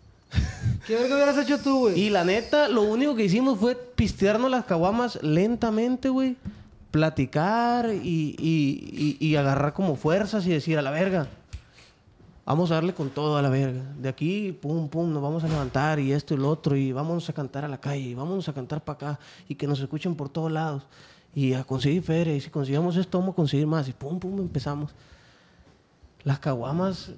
Speaker 5: ¿Qué verga hubieras hecho tú, güey?
Speaker 3: Y la neta, lo único que hicimos fue pistearnos las caguamas lentamente, güey. Platicar y, y- y- y agarrar como fuerzas y decir a la verga. Vamos a darle con todo a la verga. De aquí, pum, pum, nos vamos a levantar y esto y lo otro. Y vámonos a cantar a la calle. Y vámonos a cantar para acá. Y que nos escuchen por todos lados. Y a conseguir feria. Y si conseguimos esto, vamos a conseguir más. Y pum, pum, empezamos. Las caguamas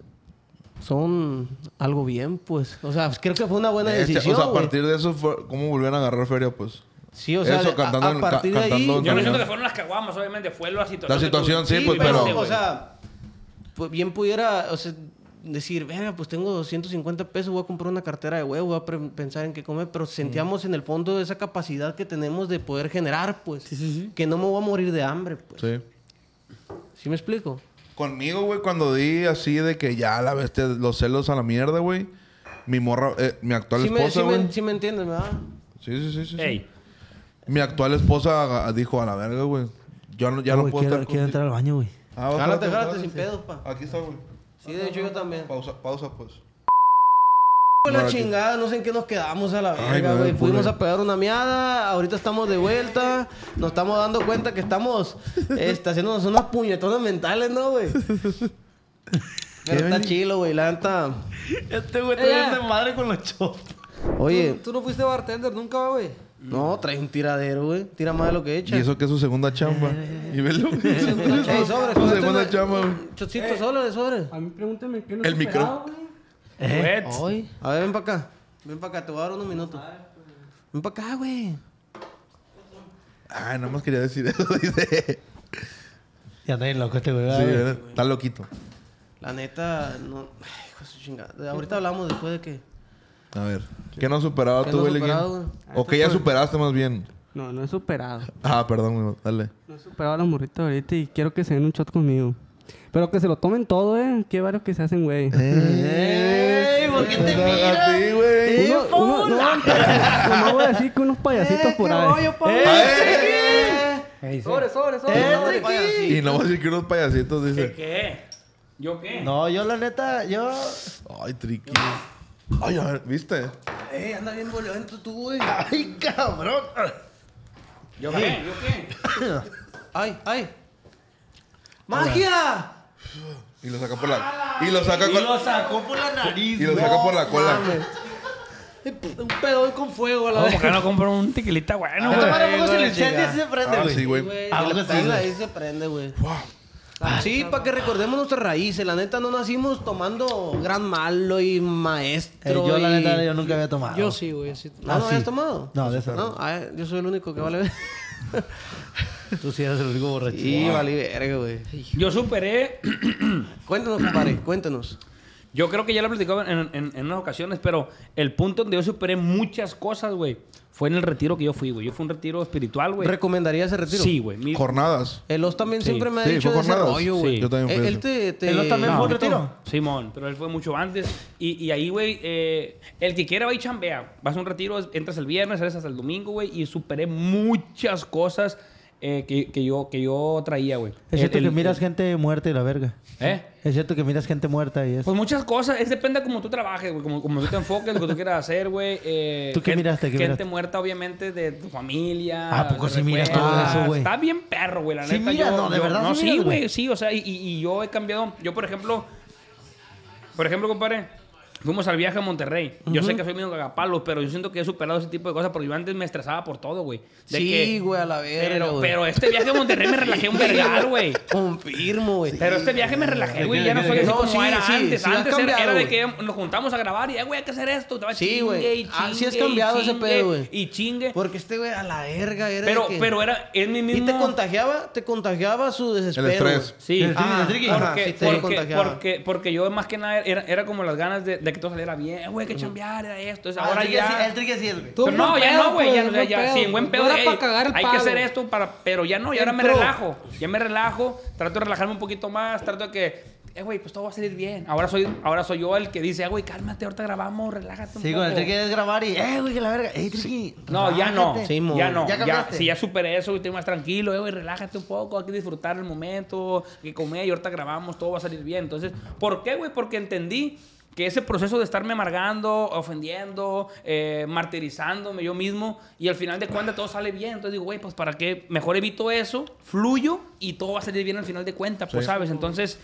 Speaker 3: son algo bien, pues. O sea, creo que fue una buena
Speaker 4: Este,
Speaker 3: decisión.
Speaker 4: o sea, a
Speaker 3: güey.
Speaker 4: partir de eso, fue, ¿cómo volvieron a agarrar feria? Pues
Speaker 3: Sí, o sea,
Speaker 4: Eso,
Speaker 3: de- a-
Speaker 4: cantando
Speaker 3: a,
Speaker 4: en- ca-
Speaker 3: partir de ahí.
Speaker 4: cantando en
Speaker 6: Yo no
Speaker 4: También.
Speaker 6: siento que fueron las caguamas, obviamente. Fue la situación.
Speaker 4: La
Speaker 6: que tú-
Speaker 4: situación, sí, pues,
Speaker 6: viviste,
Speaker 4: pero-
Speaker 6: güey.
Speaker 3: O sea, pu- bien pudiera, o sea, decir, venga, pues tengo 250 pesos, voy a comprar una cartera de huevo, voy a pre- pensar en qué comer, pero sentíamos en el fondo esa capacidad que tenemos de poder generar, pues, que no me voy a morir de hambre, pues.
Speaker 4: Sí.
Speaker 3: ¿Sí me explico?
Speaker 4: Conmigo, güey, cuando di así de que ya la bestia, los celos a la mierda, güey. Mi morra, eh, mi actual
Speaker 3: Sí me, sí,
Speaker 4: esposa, güey.
Speaker 3: me, sí me entiendes, ¿verdad?
Speaker 4: Sí, sí, sí, sí, sí.
Speaker 6: Ey,
Speaker 4: Mi actual esposa ah, dijo a la verga, güey. Yo no, ya no
Speaker 2: Güey,
Speaker 4: puedo
Speaker 2: quiero, quiero
Speaker 4: estar contigo".
Speaker 2: entrar al baño, güey.
Speaker 4: Ah, va,
Speaker 3: Jálate,
Speaker 4: espérate,
Speaker 3: jálate
Speaker 4: espérate,
Speaker 3: sin
Speaker 4: sí.
Speaker 3: pedos, pa.
Speaker 4: Aquí está, güey.
Speaker 3: Sí, de hecho yo también.
Speaker 4: Pausa, pausa, pues.
Speaker 3: la chingada, no sé en qué nos quedamos a la
Speaker 4: Ay,
Speaker 3: verga,
Speaker 4: me
Speaker 3: güey.
Speaker 4: duele,
Speaker 3: Fuimos
Speaker 4: pule.
Speaker 3: a pegar una miada, ahorita estamos de vuelta, nos estamos dando cuenta que estamos este, haciéndonos unas puñetonas mentales, ¿no, güey? Pero está chilo, güey, la neta.
Speaker 7: Este güey
Speaker 5: Ella-
Speaker 7: está de madre con los chops.
Speaker 3: Oye,
Speaker 5: Tú, tú no fuiste bartender nunca, güey.
Speaker 3: no, traes un tiradero, güey. Tira más de lo que echa.
Speaker 4: Y eso que es su segunda chamba. y velo.
Speaker 3: Ey, sobre,
Speaker 4: Su segunda chamba, güey.
Speaker 3: Chocito, sobre, sobre.
Speaker 10: A mí pregúntame qué no
Speaker 4: El micro.
Speaker 6: wet.
Speaker 3: Ay. A ver, ven para acá. Ven para acá, te voy a dar unos minutos.
Speaker 7: pues.
Speaker 3: Ven para acá, güey.
Speaker 4: Ay, nada más quería decir eso, dice.
Speaker 2: Ya está bien loco este güey.
Speaker 4: Sí,
Speaker 2: ¿verdad, güey?
Speaker 4: está loquito.
Speaker 3: La neta, no. Ay, hijo de su chingada. Ahorita hablamos después de que.
Speaker 4: A ver. ¿Qué no has superado
Speaker 3: ¿Qué
Speaker 4: tú,
Speaker 3: no
Speaker 4: güey?
Speaker 3: superado,
Speaker 4: Leguín?
Speaker 10: güey?
Speaker 4: O que ya superaste más bien.
Speaker 10: No, no he superado.
Speaker 4: Ah, perdón, güey. Dale.
Speaker 10: No he superado a la morrita ahorita y quiero que se den un shot conmigo. Pero que se lo tomen todo, ¿eh? Qué varios que se hacen, güey.
Speaker 5: Eh.
Speaker 7: ¡Ey! ¿Por qué te
Speaker 2: Pues,
Speaker 7: miras?
Speaker 4: A ti, güey.
Speaker 10: Uno, uno, no, pero- no voy a decir que unos payasitos por ahí.
Speaker 5: Eh, Sobre, sobre, sobre.
Speaker 10: Eh,
Speaker 3: Sobre, payasito.
Speaker 4: Y no voy a decir que unos payasitos,
Speaker 6: ¿Qué,
Speaker 4: dice.
Speaker 6: ¿Qué? ¿Yo qué?
Speaker 2: No, yo la neta, yo.
Speaker 4: Ay, triqui. Ay, a ver, ¿viste?
Speaker 3: Ey, Eh, anda bien violento tú, güey.
Speaker 2: ¡Ay, cabrón!
Speaker 6: ¿Yo qué? ¿Yo qué?
Speaker 3: ¡Ay, ay! ¡Magia!
Speaker 4: Y lo saca por la... Y lo saca,
Speaker 2: Y
Speaker 4: con-
Speaker 2: lo sacó por la nariz.
Speaker 4: y lo saca por la cola.
Speaker 3: Un pedón con fuego a la
Speaker 6: ¿Cómo que no compro un tequilita bueno, güey?
Speaker 2: Ahora poco se le incendia
Speaker 3: chingada.
Speaker 2: y se prende,
Speaker 4: Ah,
Speaker 2: güey.
Speaker 4: sí, güey.
Speaker 3: güey.
Speaker 2: Ah,
Speaker 3: Se le
Speaker 2: algo así,
Speaker 3: pela,
Speaker 2: güey.
Speaker 3: Ahí se prende, güey.
Speaker 5: Ah,
Speaker 3: Sí, para que recordemos nuestras raíces. La neta, no nacimos tomando gran malo y
Speaker 2: Eh,
Speaker 3: maestro.
Speaker 2: yo la
Speaker 3: y-
Speaker 2: neta, yo nunca había tomado.
Speaker 5: Yo sí, güey. sí.
Speaker 3: ¿No,
Speaker 2: Ah,
Speaker 3: no
Speaker 2: sí.
Speaker 3: habías tomado?
Speaker 2: No, de eso
Speaker 3: No, ah, yo soy el único que vale.
Speaker 2: Tú sí eres el único borracho.
Speaker 3: sí, vale verga, güey.
Speaker 6: Yo superé
Speaker 3: Cuéntanos, compadre, cuéntanos.
Speaker 6: Yo creo que ya lo he platicado en, en- en unas ocasiones, pero el punto donde yo superé muchas cosas, güey, fue en el retiro que yo fui, güey. Yo fui a un retiro espiritual,
Speaker 5: Pues,
Speaker 6: güey.
Speaker 3: ¿Recomendaría ese retiro?
Speaker 6: Sí, güey. Mi-
Speaker 4: Jornadas.
Speaker 3: El Oz también
Speaker 6: Sí.
Speaker 3: siempre me ha
Speaker 4: Sí,
Speaker 3: dicho
Speaker 4: fue
Speaker 3: de ese
Speaker 4: jornadas.
Speaker 3: rollo,
Speaker 6: Sí.
Speaker 3: güey.
Speaker 4: Yo también fui
Speaker 3: Él,
Speaker 4: a
Speaker 3: él
Speaker 4: eso.
Speaker 3: Eh, te, te...
Speaker 2: ¿El Oz también fue a un
Speaker 6: Ahorita-
Speaker 2: retiro?
Speaker 6: Simón, pero él fue mucho antes. Y, y ahí, güey, eh, el que quiera va y chambea. Vas a un retiro, es- entras el viernes, sales hasta el domingo, güey, y superé muchas cosas eh, que, que yo, que yo traía, güey.
Speaker 2: Es cierto
Speaker 6: El-
Speaker 2: que
Speaker 6: el-
Speaker 2: miras gente muerta y la verga.
Speaker 6: ¿Eh?
Speaker 2: Es cierto que miras gente muerta y eso.
Speaker 6: Pues muchas cosas, es depende de cómo tú trabajes, güey, como, como tú te enfoques, lo que tú quieras hacer, güey. eh,
Speaker 2: ¿Tú qué
Speaker 6: gen-
Speaker 2: miraste? ¿Qué
Speaker 6: gente
Speaker 2: miraste?
Speaker 6: muerta, obviamente, de tu familia.
Speaker 2: Ah, ¿a poco
Speaker 6: de
Speaker 2: sí miras
Speaker 6: recuerdos.
Speaker 2: todo eso, güey?
Speaker 6: Está bien perro, güey, la
Speaker 2: Sí
Speaker 6: neta.
Speaker 2: miras,
Speaker 6: yo-
Speaker 2: no, de
Speaker 6: yo-
Speaker 2: verdad
Speaker 6: No,
Speaker 2: sí
Speaker 6: sí,
Speaker 2: miras, güey.
Speaker 6: güey, sí, o sea, y, y- y yo he cambiado. Yo, por ejemplo, por ejemplo, compadre, fuimos al viaje a Monterrey. Yo sé que soy medio cagapalos, pero yo siento que he superado ese tipo de cosas porque yo antes me estresaba por todo, güey. De
Speaker 3: Sí,
Speaker 6: que-
Speaker 3: güey, a la verga,
Speaker 6: Pero,
Speaker 3: güey.
Speaker 6: pero este viaje a Monterrey me relajé un vergal, güey.
Speaker 3: Confirmo, güey.
Speaker 6: Pero este viaje me relajé, güey. Ya no soy así
Speaker 3: No,
Speaker 6: como
Speaker 3: sí,
Speaker 6: era
Speaker 3: sí,
Speaker 6: antes.
Speaker 3: sí has
Speaker 6: antes era,
Speaker 3: cambiado,
Speaker 6: era de que nos juntamos a grabar y, eh, güey, hay que hacer esto. Estaba
Speaker 3: Sí,
Speaker 6: chingue
Speaker 3: güey.
Speaker 6: y
Speaker 3: Ah, sí has
Speaker 6: chingue y
Speaker 3: cambiado ese
Speaker 6: chingue
Speaker 3: pedo, güey.
Speaker 6: Y chingue.
Speaker 3: Porque este güey a la verga era de
Speaker 6: Pero,
Speaker 3: que-
Speaker 6: pero era, es mi mismo.
Speaker 3: Y te contagiaba, te contagiaba su desespero.
Speaker 4: El estrés.
Speaker 3: güey.
Speaker 6: Sí,
Speaker 3: Ah, ajá,
Speaker 6: porque,
Speaker 3: sí te
Speaker 6: porque,
Speaker 3: contagiaba.
Speaker 6: porque, porque yo más que nada era, era como las ganas de, de que todo saliera bien. Eh, güey, hay que chambear, era esto. Entonces,
Speaker 3: Ah,
Speaker 6: ahora
Speaker 2: el trick
Speaker 6: Ah, ya.
Speaker 2: así- el trick así es, güey.
Speaker 5: Tú
Speaker 6: Pero no,
Speaker 5: buen
Speaker 6: ya
Speaker 5: pedo,
Speaker 6: no, güey. Ya,
Speaker 5: pues,
Speaker 6: ya, ya, sí, en buen pedo.
Speaker 5: Era
Speaker 6: ey,
Speaker 5: para cagar el
Speaker 6: hay que
Speaker 5: palo.
Speaker 6: hacer esto, para, pero ya no, y ahora me
Speaker 5: Entró.
Speaker 6: relajo. Ya me relajo, trato de relajarme un poquito más, trato de que, eh, güey, pues todo va a salir bien. Ahora soy, ahora soy yo el que dice, eh, güey, cálmate, ahorita grabamos, relájate un
Speaker 2: Sí,
Speaker 6: poco.
Speaker 2: con el trick es grabar y, eh, güey, que la verga. Ey, tricky.
Speaker 6: No, ya no.
Speaker 2: relájate.
Speaker 3: Sí, mo.
Speaker 6: ya no.
Speaker 2: ¿Ya
Speaker 6: Ya,
Speaker 2: cambiaste?
Speaker 6: si ya superé eso, güey, estoy más tranquilo, eh, güey, relájate un poco, hay que disfrutar el momento, hay que comer y ahorita grabamos, todo va a salir bien. Entonces, ¿por qué, güey? Porque entendí que ese proceso de estarme amargando, ofendiendo, eh, martirizándome yo mismo, y al final de cuentas todo sale bien. Entonces digo, güey, pues para qué, mejor evito eso, fluyo y todo va a salir bien al final de cuentas, pues, ¿sabes? Entonces,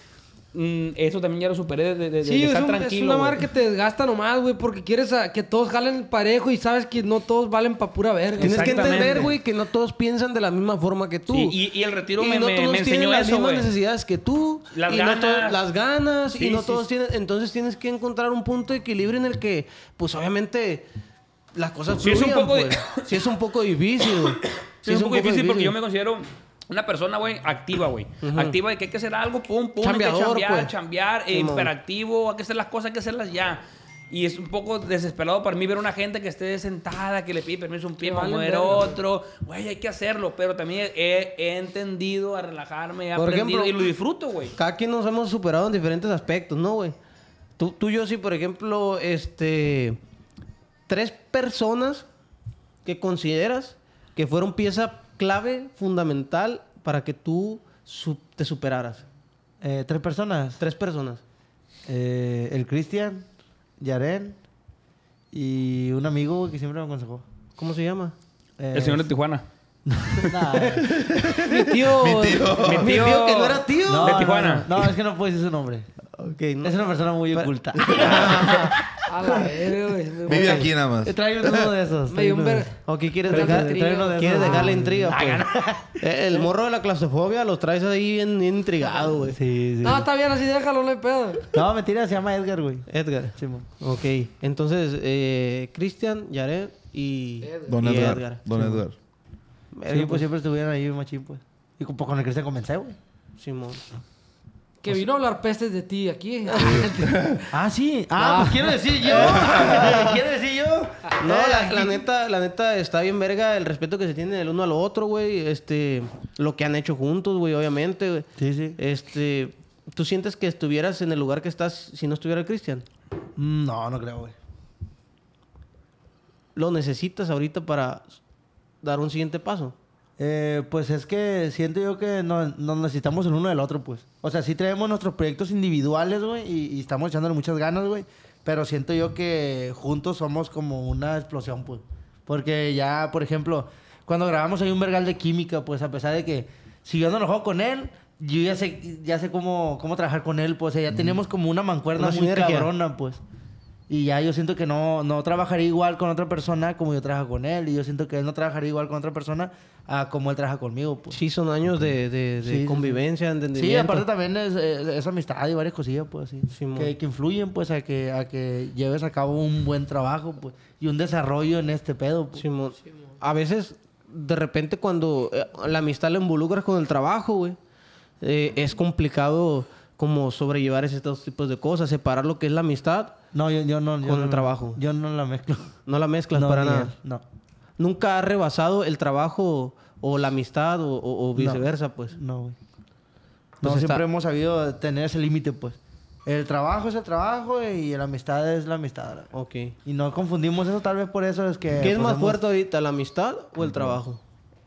Speaker 6: mm, eso también ya lo superé de, de- de- de
Speaker 5: Sí, es,
Speaker 6: estar
Speaker 5: un- es
Speaker 6: tranquilo.
Speaker 5: una
Speaker 6: güey.
Speaker 5: marca que te desgasta nomás, güey, porque quieres a- que todos jalen el parejo y sabes que no todos valen pa' pura verga.
Speaker 3: Tienes que
Speaker 6: Exactamente.
Speaker 3: entender, güey, que no todos piensan de la misma forma que tú.
Speaker 6: Sí, y, y el retiro me,
Speaker 3: no
Speaker 6: me- me
Speaker 3: todos tienen
Speaker 6: enseñó
Speaker 3: las
Speaker 6: eso,
Speaker 3: mismas
Speaker 6: güey.
Speaker 3: necesidades que tú.
Speaker 6: Las
Speaker 3: y No
Speaker 6: ganas.
Speaker 3: todos- las ganas.
Speaker 6: Sí,
Speaker 3: y no
Speaker 6: sí,
Speaker 3: todos
Speaker 6: sí.
Speaker 3: tienen... Entonces tienes que encontrar un punto de equilibrio en el que, pues obviamente, las cosas
Speaker 6: Sí, es un
Speaker 3: fluyan,
Speaker 6: poco di-
Speaker 3: pues. Sí es un poco difícil, güey. Sí
Speaker 6: Sí, es un poco difícil porque yo me considero Una persona, güey, activa, güey. Activa de que hay que hacer algo, pum, pum. hay que
Speaker 3: Chambeador,
Speaker 6: chambear,
Speaker 3: pues.
Speaker 6: chambear, eh,
Speaker 3: Simón.
Speaker 6: imperativo, hay que hacer las cosas, hay que hacerlas ya. Y es un poco desesperado para mí ver una gente que esté sentada, que le pide permiso a un pie para
Speaker 5: valen
Speaker 6: mover
Speaker 5: verga.
Speaker 6: otro. Güey, hay que hacerlo. Pero también he, he entendido a relajarme, he
Speaker 3: Por
Speaker 6: aprendido
Speaker 3: ejemplo,
Speaker 6: y lo disfruto, güey.
Speaker 3: Cada quien nos hemos superado en diferentes aspectos, ¿no, güey? Tú, tú y yo, sí, por ejemplo, este. Tres personas que consideras que fueron pieza clave, fundamental, para que tú su- te superaras.
Speaker 2: Eh, tres personas.
Speaker 3: Tres personas.
Speaker 2: Eh, el Cristian, Yaren y un amigo güey, que siempre me aconsejó.
Speaker 3: ¿Cómo se llama?
Speaker 2: Eh,
Speaker 6: El señor de Tijuana.
Speaker 2: nah,
Speaker 3: Mi tío. mi
Speaker 6: Mi
Speaker 3: tío.
Speaker 6: tío-
Speaker 3: que no era tío.
Speaker 2: Eh, no,
Speaker 6: De
Speaker 2: no,
Speaker 6: Tijuana.
Speaker 2: No, no, es que no puedo decir su nombre.
Speaker 3: Ok, no.
Speaker 2: Es una persona muy oculta.
Speaker 5: A la verga, güey. Me-
Speaker 4: Vive aquí nada más.
Speaker 2: Trae uno de esos.
Speaker 5: Me dio un ver...
Speaker 3: Ok, ¿quieres
Speaker 5: Trae
Speaker 3: dejar,
Speaker 5: uno de-
Speaker 2: trae uno de
Speaker 3: ¿quieres
Speaker 2: esos.
Speaker 3: dejar la intriga? pues? Eh, el morro de la claustrofobia los traes ahí bien bien intrigado, güey.
Speaker 2: Sí, sí.
Speaker 5: No, está bien, así déjalo, no hay pedo.
Speaker 2: No, mentira, se llama Edgar, güey.
Speaker 3: Edgar.
Speaker 2: Simón.
Speaker 3: Ok, entonces, eh, Cristian, Yaret y y
Speaker 4: Don Edgar. Don Edgar.
Speaker 3: Verga,
Speaker 2: Sí, pues siempre estuvieron ahí, machín, pues. Y con, pues, con el Cristian comencé, güey.
Speaker 3: Simón.
Speaker 5: Que vino a hablar pestes de ti aquí.
Speaker 2: Ah, sí. Ah, pues quiero decir yo. quiero decir yo. Eh,
Speaker 3: No, la, la neta, la neta está bien verga el respeto que se tienen el uno al otro, güey. Este, lo que han hecho juntos, güey, obviamente, güey.
Speaker 2: pues, Sí, sí.
Speaker 3: Este, ¿tú sientes que estuvieras en el lugar que estás si no estuviera el Cristian?
Speaker 2: Mm, No, no creo, güey.
Speaker 3: ¿Lo necesitas ahorita para dar un siguiente paso?
Speaker 2: Eh, pues es que siento yo que no- nos, necesitamos el uno del otro, pues. O sea, sí traemos nuestros proyectos individuales, güey, y, y estamos echándole muchas ganas, güey. Pero siento yo que juntos somos como una explosión, pues. Porque ya, por ejemplo, cuando grabamos hay un vergal de química, pues a pesar de que si yo no lo juego con él, yo ya sé, ya sé cómo, cómo trabajar con él, pues. O sea, ya tenemos como una mancuerna
Speaker 3: Una
Speaker 2: muy
Speaker 3: sinergia.
Speaker 2: cabrona, pues. Y ya yo siento que no, no trabajaría igual con otra persona como yo trabajo con él. Y yo siento que él no trabajaría igual con otra persona a como él trabaja conmigo. Pues. Sí,
Speaker 3: Sí, son años de, de- de
Speaker 2: Sí, sí, sí.
Speaker 3: convivencia, entendimiento.
Speaker 2: aparte también es, es- es amistad y varias cosillas, pues, sí.
Speaker 3: Simón.
Speaker 2: que, que influyen, pues, a que, a que lleves a cabo un buen trabajo, pues. Y un desarrollo en este pedo, pues.
Speaker 3: Simón. A veces, de repente, cuando eh, la amistad la involucras con el trabajo, güey, eh, es complicado como sobrellevar ese- estos tipos de cosas, separar lo que es la amistad,
Speaker 2: No, yo, yo no... yo
Speaker 3: Con
Speaker 2: no
Speaker 3: el
Speaker 2: la-
Speaker 3: trabajo.
Speaker 2: Yo no la mezclo.
Speaker 3: no la mezclas
Speaker 2: No,
Speaker 3: para
Speaker 2: ni
Speaker 3: nada.
Speaker 2: él, No,
Speaker 3: Nunca ha rebasado el trabajo o la amistad o, o- o viceversa, pues.
Speaker 2: no, güey. No,
Speaker 3: Pues está-
Speaker 2: siempre hemos sabido tener ese límite, pues. El trabajo es el trabajo y la amistad es la amistad. güey.
Speaker 3: Ok. ¿Qué
Speaker 2: Y no confundimos eso, tal vez por eso es que...
Speaker 3: es
Speaker 2: Eh, pues,
Speaker 3: más
Speaker 2: hemos-
Speaker 3: fuerte ahorita, la amistad o el trabajo?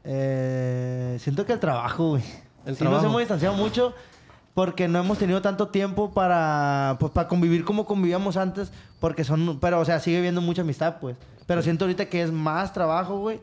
Speaker 2: Eh, siento que el trabajo, güey.
Speaker 3: El
Speaker 2: sí nos
Speaker 3: trabajo.
Speaker 2: hemos distanciado mucho porque no hemos tenido tanto tiempo para, pues, para convivir como convivíamos antes. Porque son... Pero, o sea, sigue habiendo mucha amistad, pues. Pero siento ahorita que es más trabajo, güey.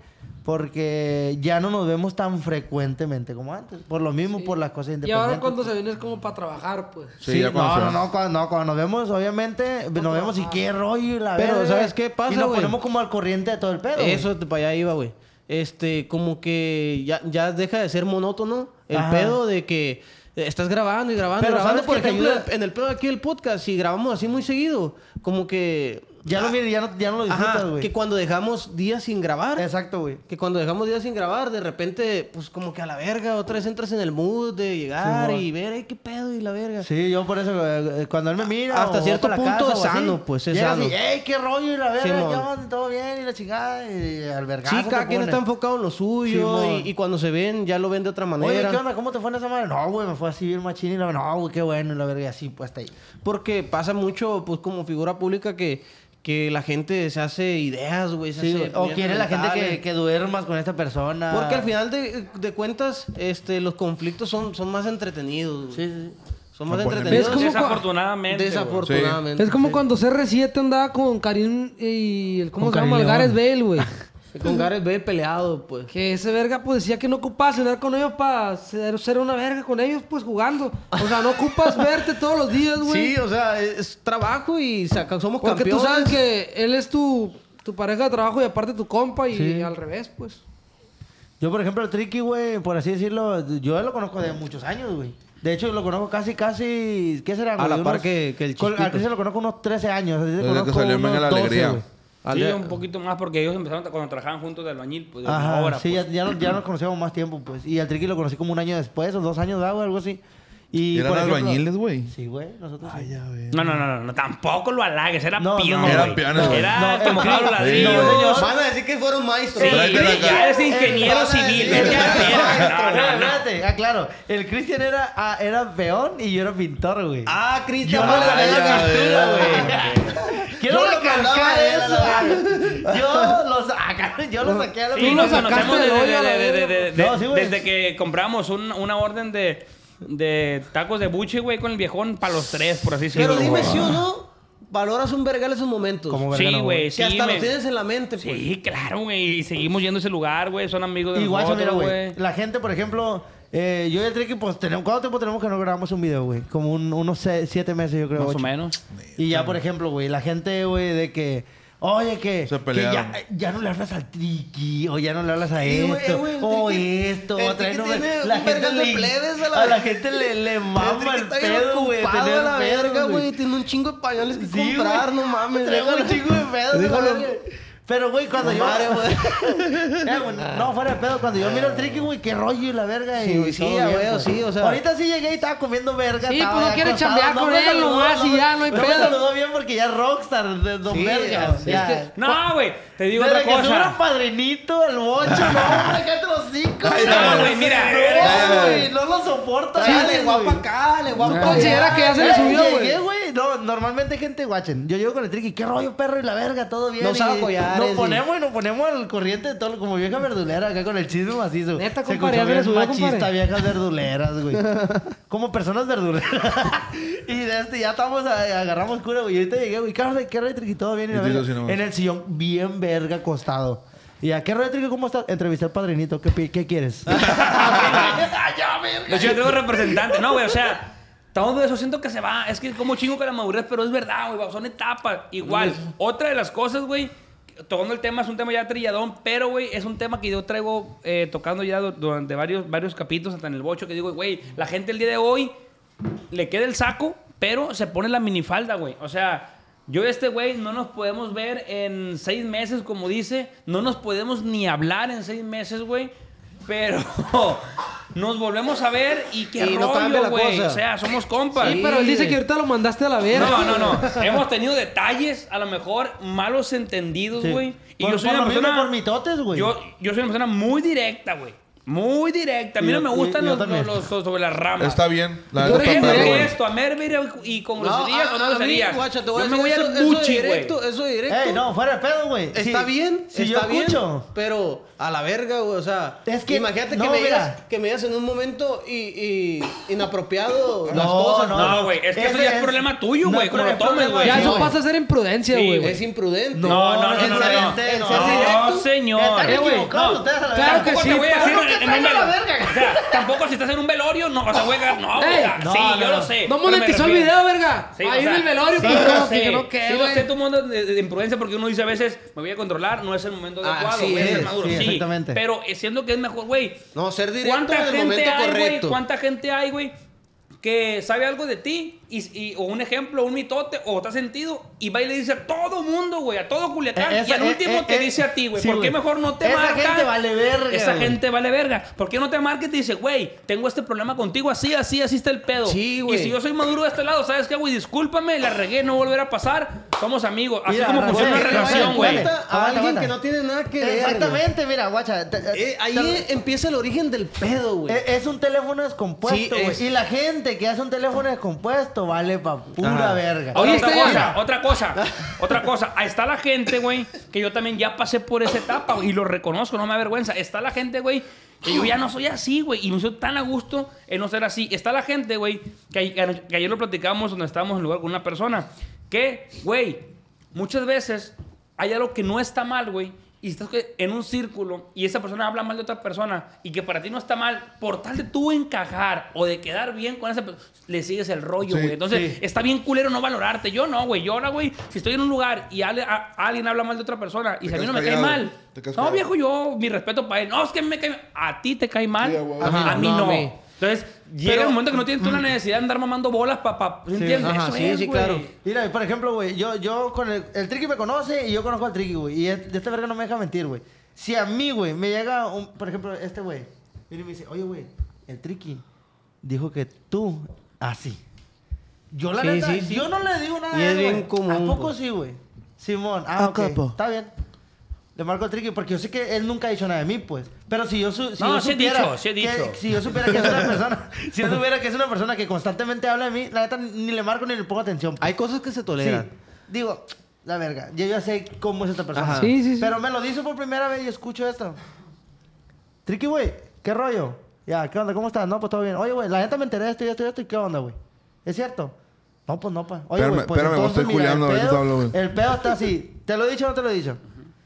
Speaker 2: Porque ya no nos vemos tan frecuentemente como antes. Por lo mismo, por las cosas
Speaker 5: Y
Speaker 2: independientes.
Speaker 5: ahora cuando se viene es como para trabajar, pues.
Speaker 4: Sí,
Speaker 2: Sí,
Speaker 4: ya
Speaker 2: no,
Speaker 4: conocí.
Speaker 2: no, no, cuando, no, cuando nos vemos, obviamente, nos vemos y qué rollo y la
Speaker 3: Pero,
Speaker 2: verga.
Speaker 3: ¿sabes qué pasa,
Speaker 2: Y nos
Speaker 3: güey?
Speaker 2: ponemos como al corriente de todo el pedo. güey.
Speaker 3: Eso te- para allá iba, güey. Este, como que ya, ya deja de ser monótono el
Speaker 2: Ajá.
Speaker 3: pedo de que eh, estás grabando y grabando y
Speaker 2: Pero
Speaker 3: grabando.
Speaker 2: ¿sabes
Speaker 3: Por
Speaker 2: qué te
Speaker 3: ejemplo,
Speaker 2: ayuda?
Speaker 3: en el pedo de aquí del podcast, si grabamos así muy seguido, como que.
Speaker 2: Ya lo mire, ya no, ya no lo
Speaker 3: Ah. Ajá,
Speaker 2: disfrutas,
Speaker 3: que
Speaker 2: güey.
Speaker 3: cuando dejamos días sin grabar,
Speaker 2: Exacto, güey.
Speaker 3: que cuando dejamos días sin grabar, de repente, pues como que a la verga, otra vez entras en el mood de llegar
Speaker 2: Simón.
Speaker 3: y ver, ay, qué pedo y la verga.
Speaker 2: Sí, yo por eso, eh, eh, cuando él me mira...
Speaker 3: Ah,
Speaker 2: o
Speaker 3: Hasta cierto
Speaker 2: voy pa'
Speaker 3: punto
Speaker 2: o
Speaker 3: es
Speaker 2: así,
Speaker 3: sano, pues, es
Speaker 2: llegas
Speaker 3: sano.
Speaker 2: y, ¡ey, qué rollo! Y la verga,
Speaker 3: Simón.
Speaker 2: ¿qué onda? ¿Todo bien? Y la chingada, y albergazo
Speaker 3: Sí, cada
Speaker 2: te
Speaker 3: quien
Speaker 2: pone.
Speaker 3: está enfocado en lo suyo
Speaker 2: Simón.
Speaker 3: y, y cuando se ven ya lo ven de otra manera.
Speaker 2: Oye, ¿qué onda? ¿Cómo te fue en esa madre? No, güey, me fue así bien machín y la No, güey, qué bueno, y la verga, y así, pues, hasta ahí.
Speaker 3: Porque pasa mucho, pues, como figura pública que, que la gente se hace ideas, güey. se
Speaker 2: Sí,
Speaker 3: hace
Speaker 2: güey. o
Speaker 3: puñetas
Speaker 2: quiere la gente que,
Speaker 3: mentales.
Speaker 2: que duermas con esta persona.
Speaker 3: Porque al final de, de cuentas, este, los conflictos son, son más entretenidos. güey.
Speaker 2: Sí, sí, sí.
Speaker 3: Son más
Speaker 4: Me ponen
Speaker 3: entretenidos.
Speaker 5: ¿Ves cómo cua-
Speaker 6: Desafortunadamente. güey.
Speaker 3: Desafortunadamente.
Speaker 5: Es como cuando CR7 andaba con Karim y el cómo
Speaker 2: Con
Speaker 5: se llama,
Speaker 2: Karim
Speaker 5: el
Speaker 2: León.
Speaker 5: Gareth Bale, güey.
Speaker 3: Con Gareth Bale peleado, pues.
Speaker 5: Que ese verga pues decía que no ocupaba cenar con ellos para ser ser una verga con ellos pues jugando. O sea, no ocupas verte todos los días, güey.
Speaker 3: Sí, o sea, es trabajo y saca- somos
Speaker 5: Porque
Speaker 3: campeones.
Speaker 5: tú sabes que él es tu, tu pareja de trabajo y aparte tu compa y al revés, pues.
Speaker 2: Yo, por ejemplo, el Tricky, güey, por así decirlo, yo lo conozco de muchos años, güey. De hecho, lo conozco casi, casi... ¿Qué será,
Speaker 3: A la
Speaker 2: güey?
Speaker 3: par
Speaker 2: Unos-
Speaker 3: que- que el
Speaker 2: col- Al
Speaker 3: Chispito.
Speaker 2: Cristian lo conozco unos 13 años. así te
Speaker 4: Desde que
Speaker 2: conozco
Speaker 4: salió en
Speaker 2: unos
Speaker 4: Venga la Alegría.
Speaker 2: güey.
Speaker 6: Sí,
Speaker 8: Al-
Speaker 6: un poquito más porque ellos empezaron tra- cuando trabajaban juntos de albañil, pues de
Speaker 2: Ajá,
Speaker 6: obra,
Speaker 2: sí,
Speaker 6: pues.
Speaker 2: ya, ya, lo- ya nos conocíamos más tiempo, pues. Y al Triqui lo conocí como un año después, o dos años, ah, güey, algo así. Y,
Speaker 4: Eran
Speaker 2: por ejemplo-
Speaker 4: albañiles, güey.
Speaker 2: Sí, güey, nosotros. sí. Eh,
Speaker 6: No, no, no, no, no, tampoco lo halagues, era
Speaker 2: No,
Speaker 6: peón.
Speaker 2: no,
Speaker 6: güey.
Speaker 4: era peones, güey.
Speaker 6: Era
Speaker 2: No,
Speaker 6: como
Speaker 2: el-
Speaker 6: Pablo
Speaker 2: no,
Speaker 6: Ladrillo.
Speaker 2: señor.
Speaker 7: Van a decir que fueron maestros.
Speaker 6: Sí,
Speaker 4: Tráete la cara.
Speaker 6: ya es ingeniero
Speaker 7: Van a
Speaker 6: civil.
Speaker 7: decir-
Speaker 6: vete a la
Speaker 2: Espérate,
Speaker 6: verga. No, no, no.
Speaker 2: espérate. Ah, claro. El Cristian era, ah, era peón y yo era pintor, güey.
Speaker 7: Ah, Cristian,
Speaker 2: Yo
Speaker 7: vale,
Speaker 2: la
Speaker 7: vale,
Speaker 2: verdad,
Speaker 7: vale,
Speaker 2: captura,
Speaker 7: vale,
Speaker 2: güey.
Speaker 7: vale.
Speaker 2: Quiero
Speaker 7: Yo lo mandaba
Speaker 2: recalcar
Speaker 7: a él a la
Speaker 2: eso. Yo lo, saca- yo lo saqué a la
Speaker 6: Sí,
Speaker 5: Tú
Speaker 6: nos
Speaker 5: lo sacaste
Speaker 6: conocemos
Speaker 5: del hoyo
Speaker 6: desde,
Speaker 5: a la
Speaker 6: de- de-
Speaker 5: verga,
Speaker 6: de- de-
Speaker 2: pues. No,
Speaker 6: de-
Speaker 2: sí, güey.
Speaker 6: desde que compramos un- una orden de, de tacos de buche, güey, con el viejón para los tres, por así
Speaker 7: Pero
Speaker 6: decirlo.
Speaker 7: dime
Speaker 6: güey.
Speaker 7: si o no, valoras un vergal esos momentos.
Speaker 2: Como verga,
Speaker 6: Sí,
Speaker 2: no,
Speaker 6: güey,
Speaker 7: Que
Speaker 6: sí.
Speaker 7: hasta
Speaker 6: me-
Speaker 7: lo tienes en la mente, pues.
Speaker 6: Sí, claro, güey. Y seguimos yendo a ese lugar, güey. Son amigos de
Speaker 2: Igual, mira,
Speaker 6: nosotros,
Speaker 2: güey.
Speaker 6: güey.
Speaker 2: La gente, por ejemplo, eh, yo y el Triqui, pues, tenemos, ¿cuánto tiempo tenemos que no grabamos un video, güey? Como un- unos se- siete meses, yo creo.
Speaker 6: Más o
Speaker 2: ocho.
Speaker 6: menos.
Speaker 2: Y ya, por ejemplo, güey, la gente, güey, de que. Oye, que,
Speaker 4: Se
Speaker 2: que
Speaker 4: pelearon.
Speaker 2: ya, ya no le hablas al triqui, o ya no le hablas a
Speaker 7: Sí, güey,
Speaker 2: esto,
Speaker 7: güey, el
Speaker 2: o
Speaker 7: Triqui-
Speaker 2: esto,
Speaker 7: el
Speaker 2: o traer
Speaker 7: Triqui
Speaker 2: nomás-
Speaker 7: tiene
Speaker 2: la
Speaker 7: un
Speaker 2: gente
Speaker 7: vergal de
Speaker 2: le,
Speaker 7: plebes a la
Speaker 2: a la
Speaker 7: verga.
Speaker 2: gente le, le
Speaker 7: Triqui
Speaker 2: mama el
Speaker 7: está bien
Speaker 2: pedo, güey, de
Speaker 7: ocupado
Speaker 2: tener
Speaker 7: a la
Speaker 2: pedo,
Speaker 7: verga, güey. Tiene un chingo de pañales que
Speaker 2: Sí,
Speaker 7: comprar,
Speaker 2: güey.
Speaker 7: no mames.
Speaker 2: Traigo
Speaker 7: déjalo.
Speaker 2: un chingo de pedos,
Speaker 7: Déjalo.
Speaker 2: güey. Pero, güey, cuando yo... Eh, güey, no, fuera de pedo. Cuando yo miro el triqui, güey, qué rollo y la verga.
Speaker 7: Sí,
Speaker 2: y
Speaker 7: güey, sí,
Speaker 2: todo
Speaker 7: a
Speaker 2: bien,
Speaker 7: huevo,
Speaker 2: pues.
Speaker 7: sí, o sea.
Speaker 2: Ahorita sí llegué y estaba comiendo verga.
Speaker 5: Sí,
Speaker 2: estaba
Speaker 5: pues, no
Speaker 2: ya
Speaker 5: quiere
Speaker 2: acostado,
Speaker 5: chambear con
Speaker 2: me
Speaker 5: él
Speaker 2: saludó,
Speaker 5: nomás y
Speaker 2: me-
Speaker 5: ya, no hay
Speaker 2: No
Speaker 5: pedo.
Speaker 2: me saludó bien porque ya rockstar de Don
Speaker 7: Sí,
Speaker 2: Verga.
Speaker 7: así
Speaker 2: ya.
Speaker 7: es que-
Speaker 6: No, güey. Te digo
Speaker 2: Desde
Speaker 6: otra
Speaker 2: que subiera un
Speaker 6: cosa.
Speaker 2: padrinito al bocho, no, sacate los cinco.
Speaker 6: No, güey, mira.
Speaker 2: No, güey, no lo soporto.
Speaker 7: Dale,
Speaker 2: Dale,
Speaker 7: guapa
Speaker 2: güey.
Speaker 7: acá, le guapa acá.
Speaker 5: Considera que ya se le
Speaker 2: Eh,
Speaker 5: subió,
Speaker 2: llegué,
Speaker 5: güey.
Speaker 2: güey. No, normalmente gente guachen. Yo llego con el triqui, qué rollo, perro y la verga, todo bien.
Speaker 7: No
Speaker 2: y
Speaker 7: usaba collares,
Speaker 2: Nos
Speaker 7: y-
Speaker 2: ponemos y nos ponemos al corriente de todo, lo- como vieja verdulera acá con el chisme macizo.
Speaker 5: Neta,
Speaker 2: Se
Speaker 5: compadre,
Speaker 2: escuchó
Speaker 5: ya se le
Speaker 2: bien
Speaker 5: subió,
Speaker 2: machista,
Speaker 5: compadre.
Speaker 2: viejas verduleras, güey. como personas verduleras. y de este, ya estamos, a- agarramos cura, güey. Y ahorita llegué, güey, qué rollo, qué rollo, triqui, todo bien. Y
Speaker 4: Y
Speaker 2: la
Speaker 4: te hizo
Speaker 2: verga.
Speaker 4: así nomás.
Speaker 2: En el sillón, bien verga, acostado. Y a qué rollo, triqui, ¿cómo estás? Entrevisté al padrinito, ¿qué, pi- qué quieres?
Speaker 5: Ah,
Speaker 6: Pues Yo tengo representante. No, güey, o sea. Todo eso siento que se va. Es que como chingo con la madurez, pero es verdad, güey. Son etapas. Igual. Otra de las cosas, güey. Tocando el tema, es un tema ya trilladón, pero, güey, es un tema que yo traigo eh, tocando ya du- durante varios, varios capítulos, hasta en el bocho, que digo, güey, la gente el día de hoy le queda el saco, pero se pone la minifalda, güey. O sea, yo y este güey no nos podemos ver en seis meses, como dice. No nos podemos ni hablar en seis meses, güey. Pero nos volvemos a ver y qué
Speaker 7: Y no cambia
Speaker 6: rollo,
Speaker 7: la
Speaker 6: güey.
Speaker 7: cosa.
Speaker 6: o sea, somos compas.
Speaker 5: Sí, pero él dice
Speaker 7: güey.
Speaker 5: que ahorita lo mandaste a la verga.
Speaker 6: No, no, no. Hemos tenido detalles, a lo mejor malos entendidos,
Speaker 2: Sí.
Speaker 6: güey. Y
Speaker 2: Por-
Speaker 6: yo soy
Speaker 2: por
Speaker 6: una
Speaker 2: lo mismo,
Speaker 6: persona.
Speaker 2: por mitotes, güey.
Speaker 6: Yo, yo soy una persona muy directa, güey. Muy directa. A mí
Speaker 2: Y
Speaker 6: no
Speaker 2: yo-
Speaker 6: me gustan
Speaker 2: y- y yo
Speaker 6: los,
Speaker 2: también.
Speaker 6: los- los- sobre las ramas.
Speaker 4: Está bien. La
Speaker 5: Tú
Speaker 4: neta está
Speaker 5: eres
Speaker 6: Pero
Speaker 4: perro,
Speaker 5: bien
Speaker 4: güey.
Speaker 6: esto, a Merver y con
Speaker 7: No,
Speaker 6: groserías
Speaker 7: a-
Speaker 6: o no
Speaker 7: a mí,
Speaker 6: groserías.
Speaker 7: guacha, te voy a
Speaker 6: Yo me voy
Speaker 7: decir,
Speaker 6: al
Speaker 7: eso-
Speaker 6: buchi,
Speaker 7: Eso
Speaker 6: güey.
Speaker 7: directo, eso directo.
Speaker 2: Ey, no, fuera de pedo, güey.
Speaker 7: Está
Speaker 2: Si-
Speaker 7: bien,
Speaker 2: Si
Speaker 7: está
Speaker 2: yo escucho.
Speaker 7: bien, pero a la verga, güey, o sea,
Speaker 2: Es que-
Speaker 7: imagínate
Speaker 2: no,
Speaker 7: que, me
Speaker 2: mira.
Speaker 7: digas, que me digas en un momento y, y inapropiado las
Speaker 2: No,
Speaker 7: cosas.
Speaker 2: no.
Speaker 6: No, güey, es que eso
Speaker 2: Ese
Speaker 6: ya es
Speaker 2: es-
Speaker 6: problema tuyo,
Speaker 2: no
Speaker 6: güey.
Speaker 2: es
Speaker 6: Como lo
Speaker 2: problema
Speaker 6: tomes,
Speaker 2: tuyo,
Speaker 6: güey.
Speaker 5: Ya
Speaker 2: Sí,
Speaker 5: eso
Speaker 2: güey.
Speaker 5: pasa a ser imprudencia,
Speaker 6: Sí,
Speaker 5: güey.
Speaker 6: güey.
Speaker 7: Es imprudente.
Speaker 6: No, no, no,
Speaker 7: el
Speaker 6: no,
Speaker 7: ser-
Speaker 6: no.
Speaker 7: el
Speaker 2: no.
Speaker 7: ser
Speaker 6: No,
Speaker 7: directo.
Speaker 6: señor.
Speaker 2: Están
Speaker 5: Eh, güey,
Speaker 2: equivocados
Speaker 5: no.
Speaker 2: ustedes a la
Speaker 5: Claro
Speaker 2: verga.
Speaker 5: que
Speaker 6: Tampoco
Speaker 5: sí,
Speaker 6: te voy a
Speaker 5: pero
Speaker 6: decir
Speaker 5: no
Speaker 6: en- en un velo- O sea, tampoco si estás en un velorio, no, o sea, güey, no, o
Speaker 5: Ey,
Speaker 6: sea,
Speaker 2: no,
Speaker 6: sí,
Speaker 2: no,
Speaker 6: yo
Speaker 2: no.
Speaker 6: lo sé.
Speaker 5: No
Speaker 6: pero me
Speaker 5: monetizó el
Speaker 6: refiero-
Speaker 5: video, verga.
Speaker 6: Sí,
Speaker 5: Ahí
Speaker 6: o
Speaker 5: en
Speaker 6: sea,
Speaker 5: el velorio,
Speaker 6: sí,
Speaker 5: pues,
Speaker 6: lo
Speaker 5: como
Speaker 6: sé.
Speaker 5: que no,
Speaker 6: Sí,
Speaker 5: ¿qué,
Speaker 6: lo sé,
Speaker 5: güey?
Speaker 6: todo mundo de, de imprudencia porque uno dice a veces, me voy a controlar, no es el momento
Speaker 7: Ah,
Speaker 6: adecuado,
Speaker 7: así
Speaker 6: voy a ser
Speaker 7: es,
Speaker 6: maduro.
Speaker 2: sí,
Speaker 6: Sí,
Speaker 2: exactamente.
Speaker 6: Pero eh, siento que es mejor, güey.
Speaker 7: No, ser directo
Speaker 6: ¿Cuánta
Speaker 7: en el
Speaker 6: gente
Speaker 7: momento
Speaker 6: hay, güey?
Speaker 7: correcto.
Speaker 6: ¿Cuánta gente hay, güey? Que sabe algo de ti, y, y- o un ejemplo, un mitote, o te has sentido, y va y le dice a todo mundo, güey, a todo Culiacán,
Speaker 2: Eh, esa-
Speaker 6: y al
Speaker 2: eh,
Speaker 6: último
Speaker 2: eh,
Speaker 6: te
Speaker 2: eh,
Speaker 6: dice a ti, güey,
Speaker 2: sí,
Speaker 6: ¿por qué
Speaker 2: güey.
Speaker 6: mejor no te
Speaker 2: Esa
Speaker 6: marca?
Speaker 2: gente vale verga,
Speaker 6: Esa
Speaker 2: güey.
Speaker 6: gente vale verga. ¿Por qué no te marca y te dice, güey, tengo este problema contigo, así, así, así está el pedo?
Speaker 7: Sí, güey.
Speaker 6: Y si yo soy maduro de este lado, ¿sabes qué, güey? Discúlpame, la regué, no volverá a pasar, somos amigos. Así
Speaker 2: Mira,
Speaker 6: como
Speaker 2: Rafael,
Speaker 6: funciona una
Speaker 2: Rafael,
Speaker 6: relación, güey.
Speaker 2: Rafael.
Speaker 7: Cuenta
Speaker 2: Aguanta,
Speaker 7: a alguien
Speaker 2: aguanta.
Speaker 7: que no tiene nada que ver. güey.
Speaker 2: Exactamente, mira, guacha. te- te-
Speaker 7: Eh, ahí
Speaker 2: te-
Speaker 7: empieza el origen del pedo, güey.
Speaker 2: e- Es un teléfono descompuesto,
Speaker 7: Sí,
Speaker 2: güey.
Speaker 7: es.
Speaker 2: Y la gente que hace un teléfono descompuesto vale pa' pura
Speaker 7: Ajá.
Speaker 2: verga.
Speaker 5: Ahora-
Speaker 6: Oye,
Speaker 5: Oye,
Speaker 6: otra
Speaker 5: este
Speaker 6: cosa,
Speaker 5: ya.
Speaker 6: otra cosa, otra cosa. Ahí está la gente, güey, que yo también ya pasé por esa etapa güey, y lo reconozco, no me avergüenza. Está la gente, güey, que yo ya no soy así, güey, y me siento tan a gusto en no ser así. Está la gente, güey, que, a- que a- que ayer lo platicamos donde estábamos en lugar con una persona, que, güey, muchas veces hay algo que no está mal, güey. Y estás que- en un círculo y esa persona habla mal de otra persona y que para ti no está mal, por tal de tú encajar o de quedar bien con esa persona, le sigues el rollo,
Speaker 4: Sí,
Speaker 6: güey. Entonces,
Speaker 4: sí.
Speaker 6: Está bien culero no valorarte. Yo no, güey. Yo ahora, güey, si estoy en un lugar y ale- a- alguien habla mal de otra persona y si a mí
Speaker 4: quedas
Speaker 6: no me cae
Speaker 4: callado,
Speaker 6: mal.
Speaker 4: te quedas
Speaker 6: No,
Speaker 4: callado.
Speaker 6: viejo, yo, mi respeto para él. No, es que a mí me cae mal. A ti te cae mal.
Speaker 4: Sí, a huevo.
Speaker 6: a mí
Speaker 7: Ajá,
Speaker 6: no.
Speaker 7: no, a mí.
Speaker 6: Entonces, llega
Speaker 3: Pero-
Speaker 6: un momento que no tienes tú la necesidad de andar mamando bolas para... Pa, ¿sí ¿Entiendes?
Speaker 3: ajá,
Speaker 6: Eso
Speaker 3: sí,
Speaker 6: es,
Speaker 3: sí,
Speaker 6: güey.
Speaker 3: claro.
Speaker 2: Mira, por ejemplo, güey, yo, yo con el, el Triqui me conoce y yo conozco al Triqui, güey. Y este, este verga no me deja mentir, güey. Si a mí, güey, me llega un, por ejemplo, este güey, viene y me dice, oye, güey, el Triqui dijo que tú, así. Yo la
Speaker 3: Sí,
Speaker 2: neta,
Speaker 3: sí, sí.
Speaker 2: yo no le digo nada
Speaker 3: Y
Speaker 2: a
Speaker 3: es
Speaker 2: él, güey.
Speaker 3: bien común,
Speaker 2: ¿A poco
Speaker 3: güey.
Speaker 2: sí, güey? Simón, ah,
Speaker 3: Ah,
Speaker 2: ok,
Speaker 3: capo.
Speaker 2: está bien. Le marco al Triqui porque yo sé que él nunca ha dicho nada de mí, pues. Pero si yo, su- si
Speaker 6: No,
Speaker 2: yo
Speaker 6: sí he
Speaker 2: supiera
Speaker 6: dicho, sí he
Speaker 2: que-
Speaker 6: dicho.
Speaker 2: si yo supiera que es una persona, si yo supiera que es una persona que constantemente habla de mí, la neta ni le marco ni le pongo atención. pues.
Speaker 3: Hay cosas que se
Speaker 2: Sí.
Speaker 3: toleran.
Speaker 2: Digo, la verga. Yo ya sé cómo es esta persona.
Speaker 3: Ajá.
Speaker 5: Sí, sí, sí.
Speaker 2: Pero me lo dice por primera vez y escucho esto. Tricky, güey, ¿qué rollo? Ya, ¿qué onda? ¿Cómo estás? No, pues todo bien. Oye, güey, la neta me enteré de esto y esto y esto. ¿Y qué onda, güey? ¿Es cierto? No, pues no, pa. Oye,
Speaker 4: Espérame,
Speaker 2: güey, pues
Speaker 4: espérame, vos
Speaker 2: entonces,
Speaker 4: estoy
Speaker 2: mira,
Speaker 4: culeando,
Speaker 2: el,
Speaker 4: ahorita te hablo,
Speaker 2: pedo,
Speaker 4: güey.
Speaker 2: el pedo está así. ¿Te lo he dicho o no te lo he dicho?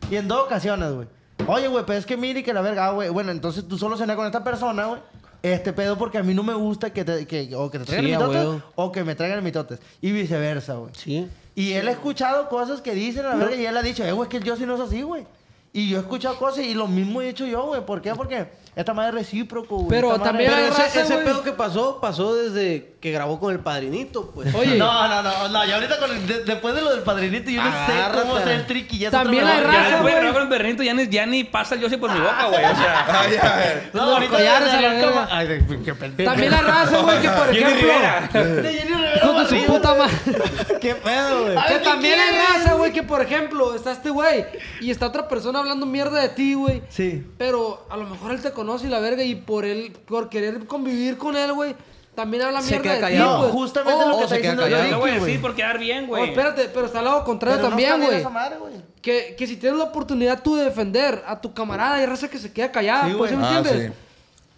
Speaker 2: Y en dos ocasiones, güey. Oye, güey, pues es que mire que la verga, ah, güey. Bueno, entonces tú solo cenas con esta persona, güey. Este pedo porque a mí no me gusta que te, que, o que te traigan
Speaker 3: Sí, a
Speaker 2: mitotes
Speaker 3: huevo.
Speaker 2: o que me traigan mitotes. Y viceversa, güey.
Speaker 3: Sí.
Speaker 2: Y él ha escuchado cosas que dicen a la verga y él ha dicho, eh, güey, es que yo sí no es así, güey. Y yo he escuchado cosas y lo mismo he hecho yo, güey. ¿Por qué? Porque esta madre es recíproco, güey.
Speaker 5: Pero
Speaker 2: Esta madre-
Speaker 5: también
Speaker 3: Pero
Speaker 5: hay
Speaker 3: ese,
Speaker 5: raza,
Speaker 3: ese
Speaker 5: güey.
Speaker 3: pedo que pasó, pasó desde que grabó con el padrinito, pues.
Speaker 5: Oye,
Speaker 2: No, no, no, no. Y ahorita con el- de- después de lo del padrinito, yo no sé cómo
Speaker 3: Agárrate.
Speaker 2: hacer el tricky. Ya es
Speaker 5: También
Speaker 2: otro
Speaker 5: hay
Speaker 2: lado.
Speaker 5: raza,
Speaker 6: Ya después de
Speaker 5: güey.
Speaker 6: grabar el perrito ya ni, ya ni pasa el Yoshi por mi boca, güey. O sea...
Speaker 4: Ay, ay.
Speaker 2: No,
Speaker 5: Los
Speaker 2: ahorita
Speaker 5: collares
Speaker 2: ya-
Speaker 5: a la
Speaker 2: ya-
Speaker 5: verga.
Speaker 2: Ay, de- qué pendejo.
Speaker 5: También la raza, güey, que por
Speaker 6: Jenny
Speaker 5: ejemplo.
Speaker 6: Rivera.
Speaker 2: De Jenny Rivera
Speaker 5: Hijo de
Speaker 2: Barriga.
Speaker 5: su puta madre.
Speaker 2: Qué pedo, güey.
Speaker 5: Que también hay raza, güey, que por ejemplo, está este güey y está otra persona hablando mierda de ti, güey.
Speaker 2: Sí.
Speaker 5: Pero a lo mejor él te conoce y la verga y por él, por querer convivir con él, güey, también habla
Speaker 3: Se
Speaker 5: mierda
Speaker 3: queda
Speaker 5: de ti,
Speaker 3: callado.
Speaker 2: No,
Speaker 5: güey.
Speaker 2: justamente
Speaker 5: O-
Speaker 2: lo que
Speaker 5: o
Speaker 2: está
Speaker 3: se queda
Speaker 2: diciendo el
Speaker 3: callado,
Speaker 6: No
Speaker 2: Ricky,
Speaker 6: voy a
Speaker 2: güey.
Speaker 6: decir por quedar bien,
Speaker 5: o
Speaker 6: güey.
Speaker 5: espérate, pero está al lado
Speaker 2: Pero
Speaker 5: contrario
Speaker 2: no
Speaker 5: también,
Speaker 2: está bien
Speaker 5: güey.
Speaker 2: esa madre, güey.
Speaker 5: Que, que si tienes la oportunidad tú de defender a tu camarada, hay raza que se queda callada,
Speaker 2: Sí,
Speaker 5: pues, ¿sí
Speaker 2: güey.
Speaker 5: ¿me
Speaker 4: Ah,
Speaker 5: entiendes?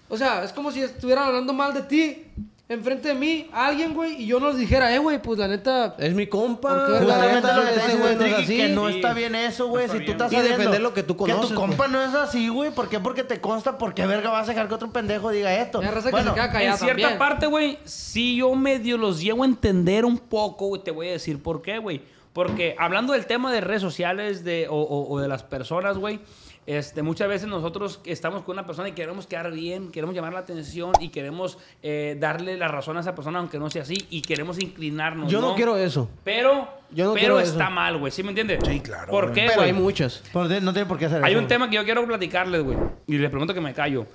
Speaker 5: O sea, es como si estuvieran hablando mal de ti, enfrente de mí, a alguien, güey, y yo no les dijera, eh, güey, pues la neta,
Speaker 3: Es mi compa. Pues,
Speaker 5: Porque
Speaker 3: la
Speaker 2: Justamente
Speaker 3: neta,
Speaker 2: lo que te
Speaker 3: ese
Speaker 2: dice
Speaker 3: güey
Speaker 2: güey
Speaker 3: no es
Speaker 2: Tricky,
Speaker 3: así.
Speaker 2: que no
Speaker 6: Sí.
Speaker 2: está bien eso, güey.
Speaker 6: está
Speaker 2: Si tú
Speaker 6: bien.
Speaker 2: estás
Speaker 3: Y
Speaker 2: sabiendo
Speaker 3: defender lo que tú
Speaker 2: Que
Speaker 3: conoces,
Speaker 2: tu compa no es así, güey. ¿Por qué? Porque te consta. ¿Por qué verga vas a dejar que otro pendejo diga esto?
Speaker 5: hay raza que
Speaker 2: Bueno,
Speaker 5: se queda callada
Speaker 6: En cierta
Speaker 5: también.
Speaker 6: parte, güey, si yo medio los llevo a entender un poco, güey, te voy a decir por qué, güey. Porque hablando del tema de redes sociales de, o, o- o de las personas, güey, este, muchas veces nosotros estamos con una persona y queremos quedar bien, queremos llamar la atención y queremos eh, darle la razón a esa persona aunque no sea así y queremos inclinarnos.
Speaker 3: Yo no quiero eso.
Speaker 6: Pero,
Speaker 3: Yo no
Speaker 6: pero
Speaker 3: quiero
Speaker 6: está
Speaker 3: eso.
Speaker 6: mal, güey, ¿sí me entiendes? Sí,
Speaker 4: claro,
Speaker 6: ¿Por
Speaker 4: güey.
Speaker 6: qué,
Speaker 3: Pero
Speaker 6: güey?
Speaker 3: hay muchas.
Speaker 2: por de- no tiene por qué hacer
Speaker 6: Hay
Speaker 2: eso.
Speaker 6: un tema que yo quiero platicarles, güey. Y les pregunto que me callo.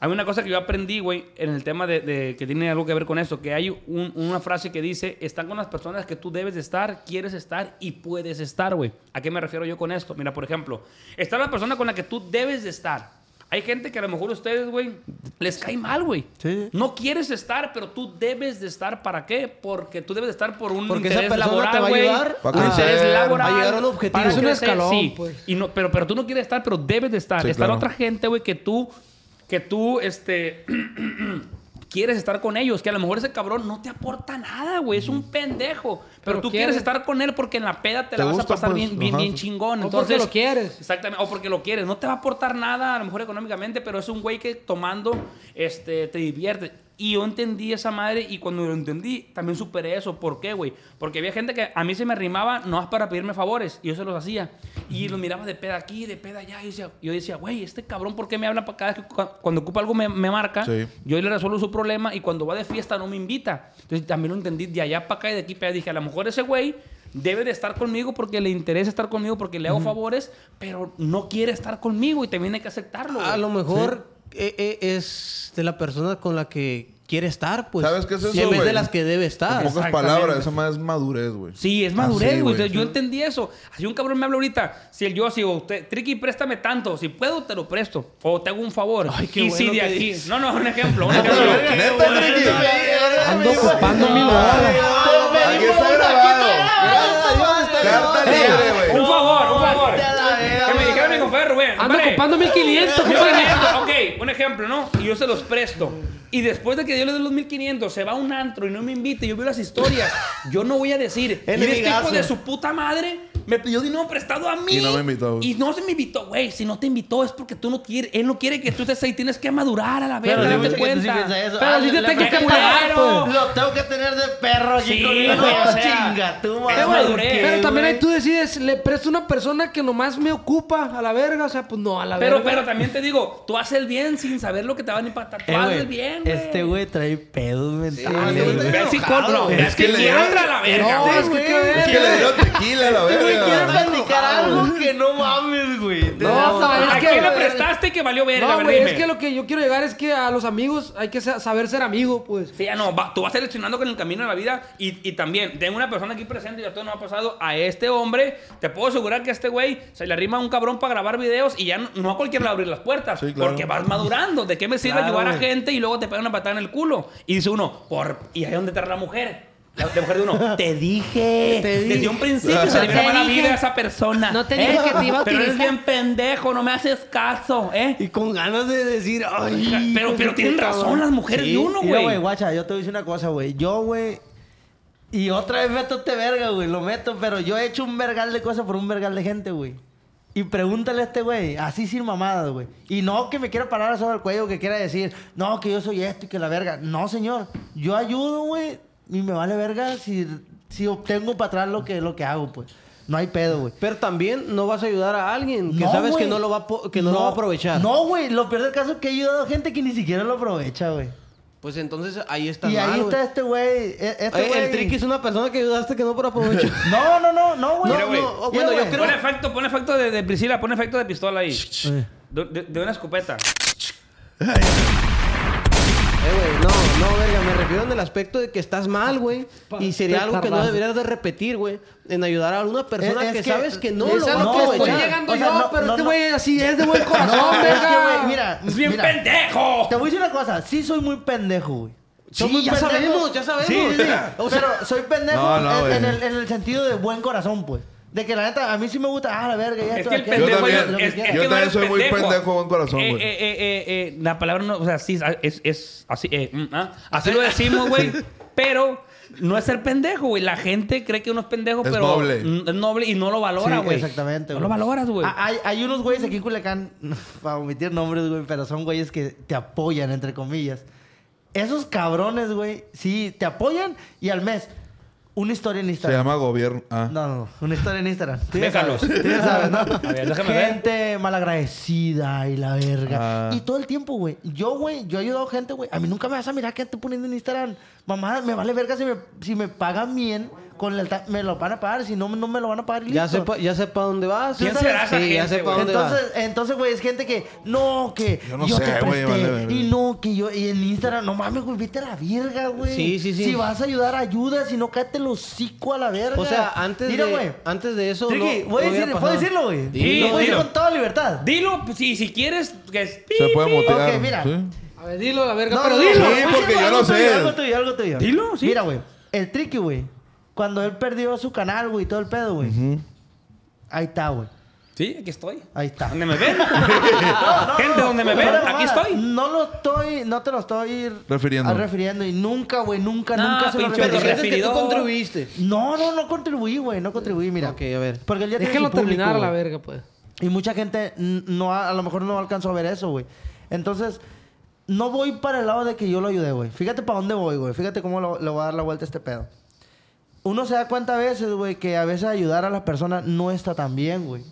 Speaker 6: Hay una cosa que yo aprendí, güey, en el tema de, de- que tiene algo que ver con esto. Que hay un- una frase que dice, están con las personas que tú debes de estar, quieres estar y puedes estar, güey. ¿A qué me refiero yo con esto? Mira, por ejemplo, está la persona con la que tú debes de estar. Hay gente que a lo mejor ustedes, güey, les cae mal, güey.
Speaker 2: Sí.
Speaker 6: No quieres estar, pero tú debes de estar. ¿Para qué? Porque tú debes de estar por un
Speaker 3: Porque esa
Speaker 6: interés
Speaker 3: persona
Speaker 6: laboral,
Speaker 3: te va a
Speaker 6: güey.
Speaker 3: ayudar
Speaker 4: a
Speaker 6: un interés
Speaker 4: crecer,
Speaker 6: laboral.
Speaker 3: a llegar a un objetivo.
Speaker 6: para
Speaker 5: Es un
Speaker 6: crecer,
Speaker 5: escalón,
Speaker 6: sí.
Speaker 5: pues.
Speaker 6: Y no, pero, pero tú no quieres estar, pero debes de estar.
Speaker 4: Sí,
Speaker 6: Está la
Speaker 4: claro.
Speaker 6: otra gente, güey, que tú, que tú, este, quieres estar con ellos, que a lo mejor ese cabrón no te aporta nada, güey, es un pendejo. Pero,
Speaker 5: Pero
Speaker 6: tú
Speaker 5: quiere.
Speaker 6: quieres estar con él porque en la peda
Speaker 4: Te
Speaker 6: te, la vas a
Speaker 4: gusta,
Speaker 6: pasar
Speaker 4: pues,
Speaker 6: bien, bien,
Speaker 4: ajá.
Speaker 6: bien chingón.
Speaker 5: O porque
Speaker 6: Entonces,
Speaker 5: lo quieres.
Speaker 6: Exactamente, o porque lo quieres. No te va a aportar nada, a lo mejor económicamente, pero es un güey que tomando este, te divierte. Y yo entendí esa madre y cuando lo entendí, también superé eso. ¿Por qué, güey? Porque había gente que a mí se me arrimaba no es para pedirme favores y yo se los hacía. Y los miraba de peda aquí, de peda allá. Y yo decía, yo decía, güey, este cabrón, ¿por qué me habla para cada vez que cu- cuando ocupa algo me, me marca?
Speaker 4: Sí.
Speaker 6: Yo le resuelvo su problema y cuando va de fiesta no me invita. Entonces también lo entendí de allá para acá y de aquí para allá. Dije, a lo mejor ese güey debe de estar conmigo porque le interesa estar conmigo, porque le hago favores, pero no quiere estar conmigo y también hay que aceptarlo.
Speaker 3: A
Speaker 6: güey.
Speaker 3: lo mejor eh, eh, es de la persona con la que quiere estar, pues.
Speaker 4: ¿Sabes qué es
Speaker 3: Y
Speaker 4: eso,
Speaker 3: en vez de
Speaker 4: güey?
Speaker 3: las que debe estar.
Speaker 4: En pocas
Speaker 6: Exactamente.
Speaker 4: palabras, esa más es madurez, güey.
Speaker 6: Sí, es
Speaker 4: Así,
Speaker 3: Ah,
Speaker 6: madurez, güey. Entonces, Yo entendí eso. Así un cabrón me habla ahorita. Si el yo, si usted, Triqui, préstame tanto. Si puedo, te lo presto. O te hago un favor.
Speaker 3: Ay, qué
Speaker 6: y si
Speaker 3: bueno
Speaker 6: de
Speaker 3: que
Speaker 6: aquí.
Speaker 3: dices.
Speaker 6: No, no, un ejemplo. Un
Speaker 4: Pero,
Speaker 6: ejemplo.
Speaker 4: neta, Ricky.
Speaker 5: Ando ocupando mil
Speaker 4: Ay,
Speaker 5: horas.
Speaker 4: no, Aquí está grabado. Carta libre, güey.
Speaker 6: un favor, un favor.
Speaker 7: la verga,
Speaker 6: Que me dijeron mi compadre Rubén.
Speaker 5: Ando
Speaker 6: compadre,
Speaker 5: ocupando 1500,
Speaker 6: Yo
Speaker 5: compadre.
Speaker 6: 500, ok, un ejemplo, ¿no? Y yo se los presto. Y después de que yo le doy los 1500, se va a un antro y no me invite, yo veo las historias. Yo no voy a decir,
Speaker 7: El
Speaker 6: mira este
Speaker 7: ligazo.
Speaker 6: hijo de su puta madre Me pidió dinero prestado a mí.
Speaker 4: Y no me invitó, güey.
Speaker 6: Y no se me invitó, güey. Si no te invitó es porque tú no quieres. Él no quiere que tú estés ahí. Tienes que madurar a la vez.
Speaker 2: sí,
Speaker 6: Date
Speaker 2: mucha gente sí
Speaker 6: cuenta.
Speaker 2: piensa eso.
Speaker 5: Pero
Speaker 2: Ah,
Speaker 5: sí te
Speaker 2: la-
Speaker 5: tengo
Speaker 2: la-
Speaker 5: que
Speaker 6: qué
Speaker 5: pagar,
Speaker 6: culero.
Speaker 5: pues.
Speaker 2: Lo tengo que tener de perro aquí
Speaker 6: Sí,
Speaker 2: conmigo.
Speaker 6: güey, o sea,
Speaker 2: chinga, tú, madre,
Speaker 5: Eh, güey,
Speaker 2: ¿por qué,
Speaker 5: pero también
Speaker 2: güey?
Speaker 5: ahí tú decides, le presto a una persona que nomás me ocupa a la verga, o sea, pues no, a la
Speaker 6: Pero, pero
Speaker 5: verga.
Speaker 6: también te digo, tú haces el bien sin saber lo que te van a impactar. Tú
Speaker 2: Eh,
Speaker 6: haces
Speaker 2: güey,
Speaker 6: el bien, güey.
Speaker 2: Este güey trae pedos mentales.
Speaker 6: Ve
Speaker 2: güey.
Speaker 6: al psicólogo. No,
Speaker 4: Es
Speaker 6: Es que
Speaker 4: que le-
Speaker 6: quiebra la verga,
Speaker 5: No,
Speaker 6: güey.
Speaker 5: es que qué verga.
Speaker 4: Es que le dieron tequila a la
Speaker 2: Este Güey, quiere
Speaker 4: verga.
Speaker 2: platicar algo que no mames, güey. Te-
Speaker 5: No, no,
Speaker 6: ¿A
Speaker 5: es que.
Speaker 6: quién le prestaste que valió verga? A
Speaker 5: No,
Speaker 6: ver,
Speaker 5: güey,
Speaker 6: dime.
Speaker 5: es que lo que yo quiero llegar es que a los amigos hay que sa- saber ser amigo, pues.
Speaker 6: Sí, ya no, va- tú vas seleccionando con el camino de la vida y, y también tengo una persona aquí presente y a todos nos ha pasado a este hombre, te puedo asegurar que a este güey se le arrima un cabrón para grabar videos y ya no, no a cualquiera le abrir las puertas
Speaker 4: Sí, claro.
Speaker 6: porque vas madurando, ¿de qué me sirve ayudar a gente y luego te pegan una patada en el culo? Y dice uno, por, y ahí es donde te la mujer. La, la mujer de uno, te dije. Desde un principio se le vio
Speaker 11: Te
Speaker 6: mala
Speaker 11: dije.
Speaker 6: vida a esa persona. ¿eh?
Speaker 11: No te dije que te iba a
Speaker 6: Pero eres
Speaker 11: utilizar.
Speaker 6: bien pendejo, no me haces caso, ¿eh?
Speaker 7: Y con ganas de decir, ay.
Speaker 6: Pero, pero tienen razón las mujeres de uno,
Speaker 2: Mira,
Speaker 6: güey.
Speaker 2: guacha, yo te voy a decir una cosa, güey. Yo, güey. Y otra vez meto este verga, güey. Lo meto, pero yo he hecho un vergal de cosas por un vergal de gente, güey. Y pregúntale a este güey, así sin mamadas, güey. Y no que me quiera parar sobre el cuello, que quiera decir, no, que yo soy esto y que la verga. No, señor. Yo ayudo, güey. Y me vale verga si, si obtengo para atrás lo que, lo que hago, pues. No hay pedo, güey.
Speaker 7: Pero también no vas a ayudar a alguien que
Speaker 2: No,
Speaker 7: sabes
Speaker 2: güey.
Speaker 7: que no lo va a po- que no, lo va a aprovechar.
Speaker 2: No, güey. Lo peor del caso es que he ayudado a gente que ni siquiera lo aprovecha, güey.
Speaker 7: Pues entonces ahí está
Speaker 2: Y
Speaker 7: mal,
Speaker 2: ahí
Speaker 7: güey.
Speaker 2: está este güey. e- Este
Speaker 7: Eh,
Speaker 2: güey.
Speaker 7: el trick es una persona que ayudaste que no por Eh, aprovechar.
Speaker 2: No, no, no, no, güey.
Speaker 6: Mira,
Speaker 2: No,
Speaker 6: güey.
Speaker 2: no, oh,
Speaker 7: Mira,
Speaker 2: bueno, yo
Speaker 7: güey.
Speaker 2: creo.
Speaker 6: Pon efecto, pon efecto de, de Priscila, pon efecto de pistola ahí. De, de- de una escopeta.
Speaker 7: Eh, güey, no, no, verga, me refiero en el aspecto de que estás mal, güey. Y sería algo que no
Speaker 5: tardazo.
Speaker 7: deberías de repetir, güey. En ayudar a una persona
Speaker 2: Es- es
Speaker 7: que,
Speaker 2: que-
Speaker 7: sabes que no
Speaker 2: es
Speaker 7: lo
Speaker 5: Es
Speaker 7: va
Speaker 5: a
Speaker 7: a
Speaker 5: lo que le estoy
Speaker 2: güey.
Speaker 7: aprovechar.
Speaker 5: llegando
Speaker 2: O sea,
Speaker 5: yo,
Speaker 2: no,
Speaker 5: pero
Speaker 2: no,
Speaker 5: este
Speaker 2: no.
Speaker 5: güey así es de buen corazón,
Speaker 2: No, es
Speaker 5: verga.
Speaker 2: que, güey, mira.
Speaker 6: ¡Es bien
Speaker 2: Ah, mira,
Speaker 6: pendejo!
Speaker 2: Te voy a decir una cosa. Sí, soy muy pendejo, güey. Soy
Speaker 7: Sí,
Speaker 2: muy
Speaker 7: ya
Speaker 2: pendejo.
Speaker 7: sabemos, ya sabemos.
Speaker 2: Sí, sí, sí.
Speaker 7: O sea-
Speaker 2: pero soy pendejo
Speaker 4: No, no,
Speaker 2: en, en
Speaker 4: güey.
Speaker 2: el, en el sentido de buen corazón, pues. De que la neta, a mí sí me gusta. Ah, la verga, ya
Speaker 6: Es
Speaker 2: esto,
Speaker 6: que el
Speaker 2: aquí,
Speaker 4: Yo
Speaker 6: pendejo
Speaker 2: lo que
Speaker 4: también-
Speaker 2: quiera, lo que
Speaker 6: es- es
Speaker 2: quiera.
Speaker 6: que
Speaker 4: Yo
Speaker 6: no
Speaker 4: también
Speaker 6: eres
Speaker 4: soy muy pendejo, buen corazón,
Speaker 6: Eh,
Speaker 4: güey.
Speaker 6: eh, eh, eh, eh, la palabra no, o sea, sí, ah, es, es así, eh, mm, ah, así lo decimos, güey. Pero no es ser pendejo, güey. La gente cree que uno es pendejo,
Speaker 4: Es
Speaker 6: pero
Speaker 4: noble.
Speaker 6: mm, es noble y no lo valora,
Speaker 2: Sí,
Speaker 6: güey.
Speaker 2: exactamente,
Speaker 6: No
Speaker 2: güey.
Speaker 6: lo valoras, güey.
Speaker 2: Ah, Hay, hay unos güeyes aquí en Culiacán, para omitir nombres, güey, pero son güeyes que te apoyan, entre comillas. Esos cabrones, güey, sí, te apoyan y al mes, una historia en
Speaker 4: Se
Speaker 2: Instagram.
Speaker 4: llama gobierno. Ah.
Speaker 2: No, no, no, una historia en Instagram. Tú ya
Speaker 6: Déjalos.
Speaker 2: sabes, tú ya sabes, ¿no?
Speaker 6: A ver, déjame ver.
Speaker 2: gente malagradecida y la verga.
Speaker 4: Ah.
Speaker 2: Y todo el tiempo, güey. Yo, güey, yo he ayudado gente, güey. A mí nunca me vas a mirar que ando poniendo en Instagram. Mamá, me vale verga si me, si me pagan bien. Con lealtad, me lo van a pagar. Si no, no me lo van a pagar. y
Speaker 7: Ya
Speaker 2: listo.
Speaker 7: sepa, ya sepa dónde vas.
Speaker 6: ¿Quién
Speaker 7: Sí,
Speaker 6: será esa
Speaker 7: ya
Speaker 6: gente,
Speaker 7: sepa
Speaker 6: güey?
Speaker 7: dónde
Speaker 2: Entonces, entonces, güey, es gente que no, que yo,
Speaker 4: Yo
Speaker 2: te
Speaker 4: no sé,
Speaker 2: presté
Speaker 4: güey, vale, verga.
Speaker 2: y no, que yo y en Instagram, no mames, güey, vete a la verga, güey.
Speaker 7: Sí, sí, sí.
Speaker 2: Si vas a ayudar, ayuda, si no cállate el hocico a la verga.
Speaker 7: vas. O sea, antes,
Speaker 2: Mira,
Speaker 7: de,
Speaker 2: güey.
Speaker 7: antes de eso.
Speaker 2: Tricky,
Speaker 7: no,
Speaker 2: voy a
Speaker 7: no
Speaker 2: decir-
Speaker 7: hubiera pasado.
Speaker 2: puedo decirlo, güey.
Speaker 6: Sí,
Speaker 2: lo voy a decir
Speaker 6: dilo.
Speaker 2: con toda libertad.
Speaker 6: Dilo, pues, si, si quieres. Que...
Speaker 4: Se puede mutear.
Speaker 2: Ok, mira.
Speaker 4: ¿sí?
Speaker 5: A ver, dilo, la verga,
Speaker 2: No,
Speaker 5: pero
Speaker 2: no,
Speaker 5: dilo.
Speaker 2: no,
Speaker 4: Sí,
Speaker 2: voy a
Speaker 4: porque
Speaker 2: decir
Speaker 4: yo
Speaker 2: algo
Speaker 4: no sé.
Speaker 2: tuyo, Algo tuyo, algo tuyo.
Speaker 6: Dilo, sí.
Speaker 2: Mira, güey, el Tricky, güey, cuando él perdió su canal, güey, y todo el pedo, güey. Ahí está, güey.
Speaker 6: Sí, aquí estoy.
Speaker 2: Ahí está.
Speaker 6: Donde me ven. gente, donde me ven,
Speaker 2: Fuera de mamada,
Speaker 6: aquí estoy.
Speaker 2: No lo estoy, no te lo estoy
Speaker 4: Refiriendo.
Speaker 2: ah, refiriendo y nunca, güey, nunca,
Speaker 6: No,
Speaker 2: nunca se lo
Speaker 6: pinche
Speaker 7: Pero
Speaker 2: referí.
Speaker 7: sientes que
Speaker 6: Referidor.
Speaker 7: tú contribuiste.
Speaker 2: No, no, no contribuí, güey, no contribuí, mira.
Speaker 7: Ok, a ver.
Speaker 2: Porque él ya tiene
Speaker 5: Déjenlo
Speaker 2: su público,
Speaker 5: terminar a la
Speaker 2: güey.
Speaker 5: verga, pues.
Speaker 2: Y mucha gente n- no, a a lo mejor no alcanzó a ver eso, güey. Entonces, no voy para el lado de que yo lo ayudé, güey. Fíjate para dónde voy, güey. Fíjate cómo lo- le voy a dar la vuelta a este pedo. Uno se da cuenta a veces, güey, que a veces ayudar a las personas no está tan bien, güey.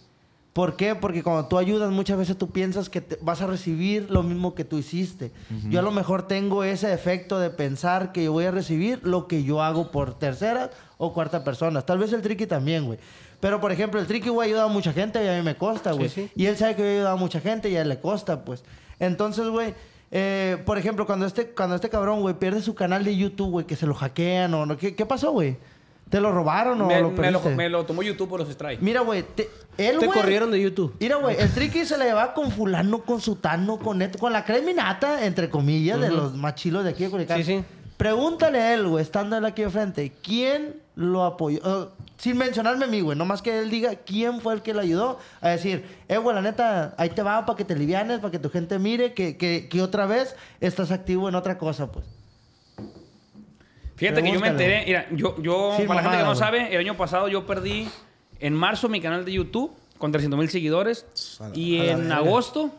Speaker 2: ¿Por qué? Porque cuando tú ayudas, muchas veces tú piensas que te- vas a recibir lo mismo que tú hiciste. Yo a lo mejor tengo ese efecto de pensar que yo voy a recibir lo que yo hago por terceras o cuarta personas. Tal vez el Tricky también, güey. Pero, por ejemplo, el Tricky, güey, ha ayudado a mucha gente y a mí me cuesta, güey. Y él sabe que yo he ayudado a mucha gente y a él le cuesta, pues. Entonces, güey, eh, por ejemplo, cuando este, cuando este cabrón, güey, pierde su canal de YouTube, güey, que se lo hackean o no. ¿Qué, qué pasó, güey? ¿Te lo robaron o
Speaker 6: me,
Speaker 2: lo
Speaker 6: me lo,
Speaker 2: perdiste?
Speaker 6: me lo tomó YouTube por los strikes.
Speaker 2: Mira, güey, te, él,
Speaker 7: Te
Speaker 2: güey,
Speaker 7: corrieron de YouTube.
Speaker 2: Mira, güey, el tricky se la llevaba con fulano, con sutano, con esto, con la creminata, entre comillas, de los machilos de aquí de Culiacán.
Speaker 7: Sí, sí.
Speaker 2: Pregúntale a él, güey, estando él aquí de frente, ¿quién lo apoyó? Eh, sin mencionarme a mí, güey, nomás que él diga quién fue el que le ayudó a decir, eh, güey, la neta, ahí te va para que te livianes, para que tu gente mire que, que, que otra vez estás activo en otra cosa, pues.
Speaker 6: Fíjate que yo me
Speaker 2: Pregúntale.
Speaker 6: enteré, mira, yo, yo
Speaker 2: Sí,
Speaker 6: para la gente
Speaker 2: mamada,
Speaker 6: que no
Speaker 2: güey.
Speaker 6: sabe, el año pasado yo perdí En marzo mi canal de YouTube con 300 mil seguidores.
Speaker 4: A la-
Speaker 6: Y
Speaker 4: a la
Speaker 6: en
Speaker 4: verga.
Speaker 6: agosto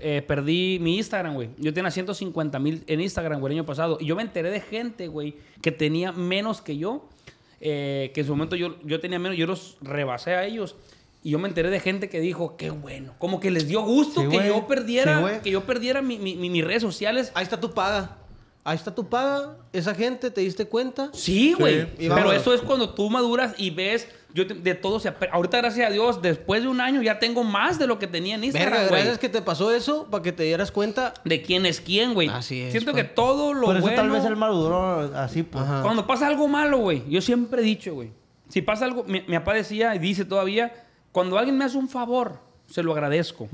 Speaker 6: eh, perdí mi Instagram, güey. Yo tenía 150 mil en Instagram, güey, el año pasado. Y yo me enteré de gente, güey, que tenía menos que yo. eh, que en su momento yo, yo tenía menos, yo los rebasé a ellos. Y yo me enteré de gente que dijo, qué bueno. Como que les dio gusto
Speaker 2: Sí,
Speaker 6: que,
Speaker 2: güey.
Speaker 6: yo
Speaker 2: Sí,
Speaker 6: perdiera,
Speaker 2: güey.
Speaker 6: que yo perdiera mi- mi- mi- mis redes sociales.
Speaker 3: Ahí está tu paga. Ahí está tu paga. Esa gente, ¿te diste cuenta?
Speaker 6: Sí, güey.
Speaker 3: sí,
Speaker 6: pero
Speaker 3: vámonos.
Speaker 6: eso es cuando tú maduras y ves, yo te- de todo se apre- Ahorita, gracias a Dios, después de un año ya tengo más de lo que tenía en
Speaker 3: Verga,
Speaker 6: Instagram, güey.
Speaker 3: gracias que te pasó eso para que te dieras cuenta.
Speaker 6: De quién es quién, güey.
Speaker 3: Así es, pues.
Speaker 6: Siento
Speaker 3: pa-
Speaker 6: que todo lo
Speaker 2: Por eso
Speaker 6: bueno...
Speaker 2: tal vez el maduró así, pues.
Speaker 3: Ajá.
Speaker 6: Cuando pasa algo malo, güey, yo siempre he dicho, güey. Si pasa algo, mi, mi papá decía y dice todavía, cuando alguien me hace un favor, se lo agradezco,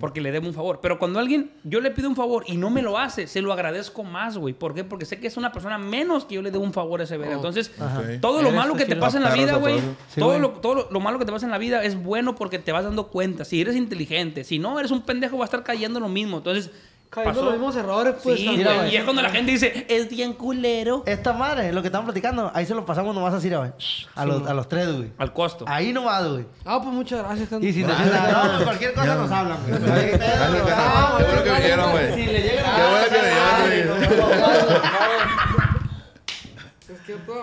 Speaker 6: porque le debo un favor. Pero cuando alguien, yo le pido un favor y no me lo hace, se lo agradezco más, güey. ¿Por qué? Porque sé que es una persona menos que yo le debo un favor a ese verga. Entonces,
Speaker 4: Ajá.
Speaker 6: todo lo
Speaker 3: Eres
Speaker 6: malo que te
Speaker 3: chido.
Speaker 6: pasa en la
Speaker 4: Ah, perro,
Speaker 6: vida,
Speaker 4: esa
Speaker 6: güey,
Speaker 4: frase.
Speaker 2: Sí,
Speaker 6: todo,
Speaker 2: güey.
Speaker 6: lo, todo lo, lo malo que te pasa en la vida es bueno porque te vas dando cuenta. Si eres inteligente, si no, eres un pendejo, va a estar cayendo en lo mismo. Entonces,
Speaker 5: Cayendo
Speaker 6: pasó-
Speaker 5: los mismos errores, pues.
Speaker 6: Sí,
Speaker 5: también.
Speaker 6: güey. Y es cuando la gente dice, es bien culero.
Speaker 2: Esta madre, lo que estaban platicando, ahí se lo pasamos nomás así, güey. A, los, a los tres, güey.
Speaker 6: Al costo.
Speaker 2: Ahí nomás, güey.
Speaker 5: Ah, pues muchas gracias, Cando.
Speaker 2: Y si nos no, no, cualquier cosa nos hablan, güey. Qué pedo, güey.
Speaker 4: Qué bueno que vinieron, güey. Qué bueno que vinieron, güey.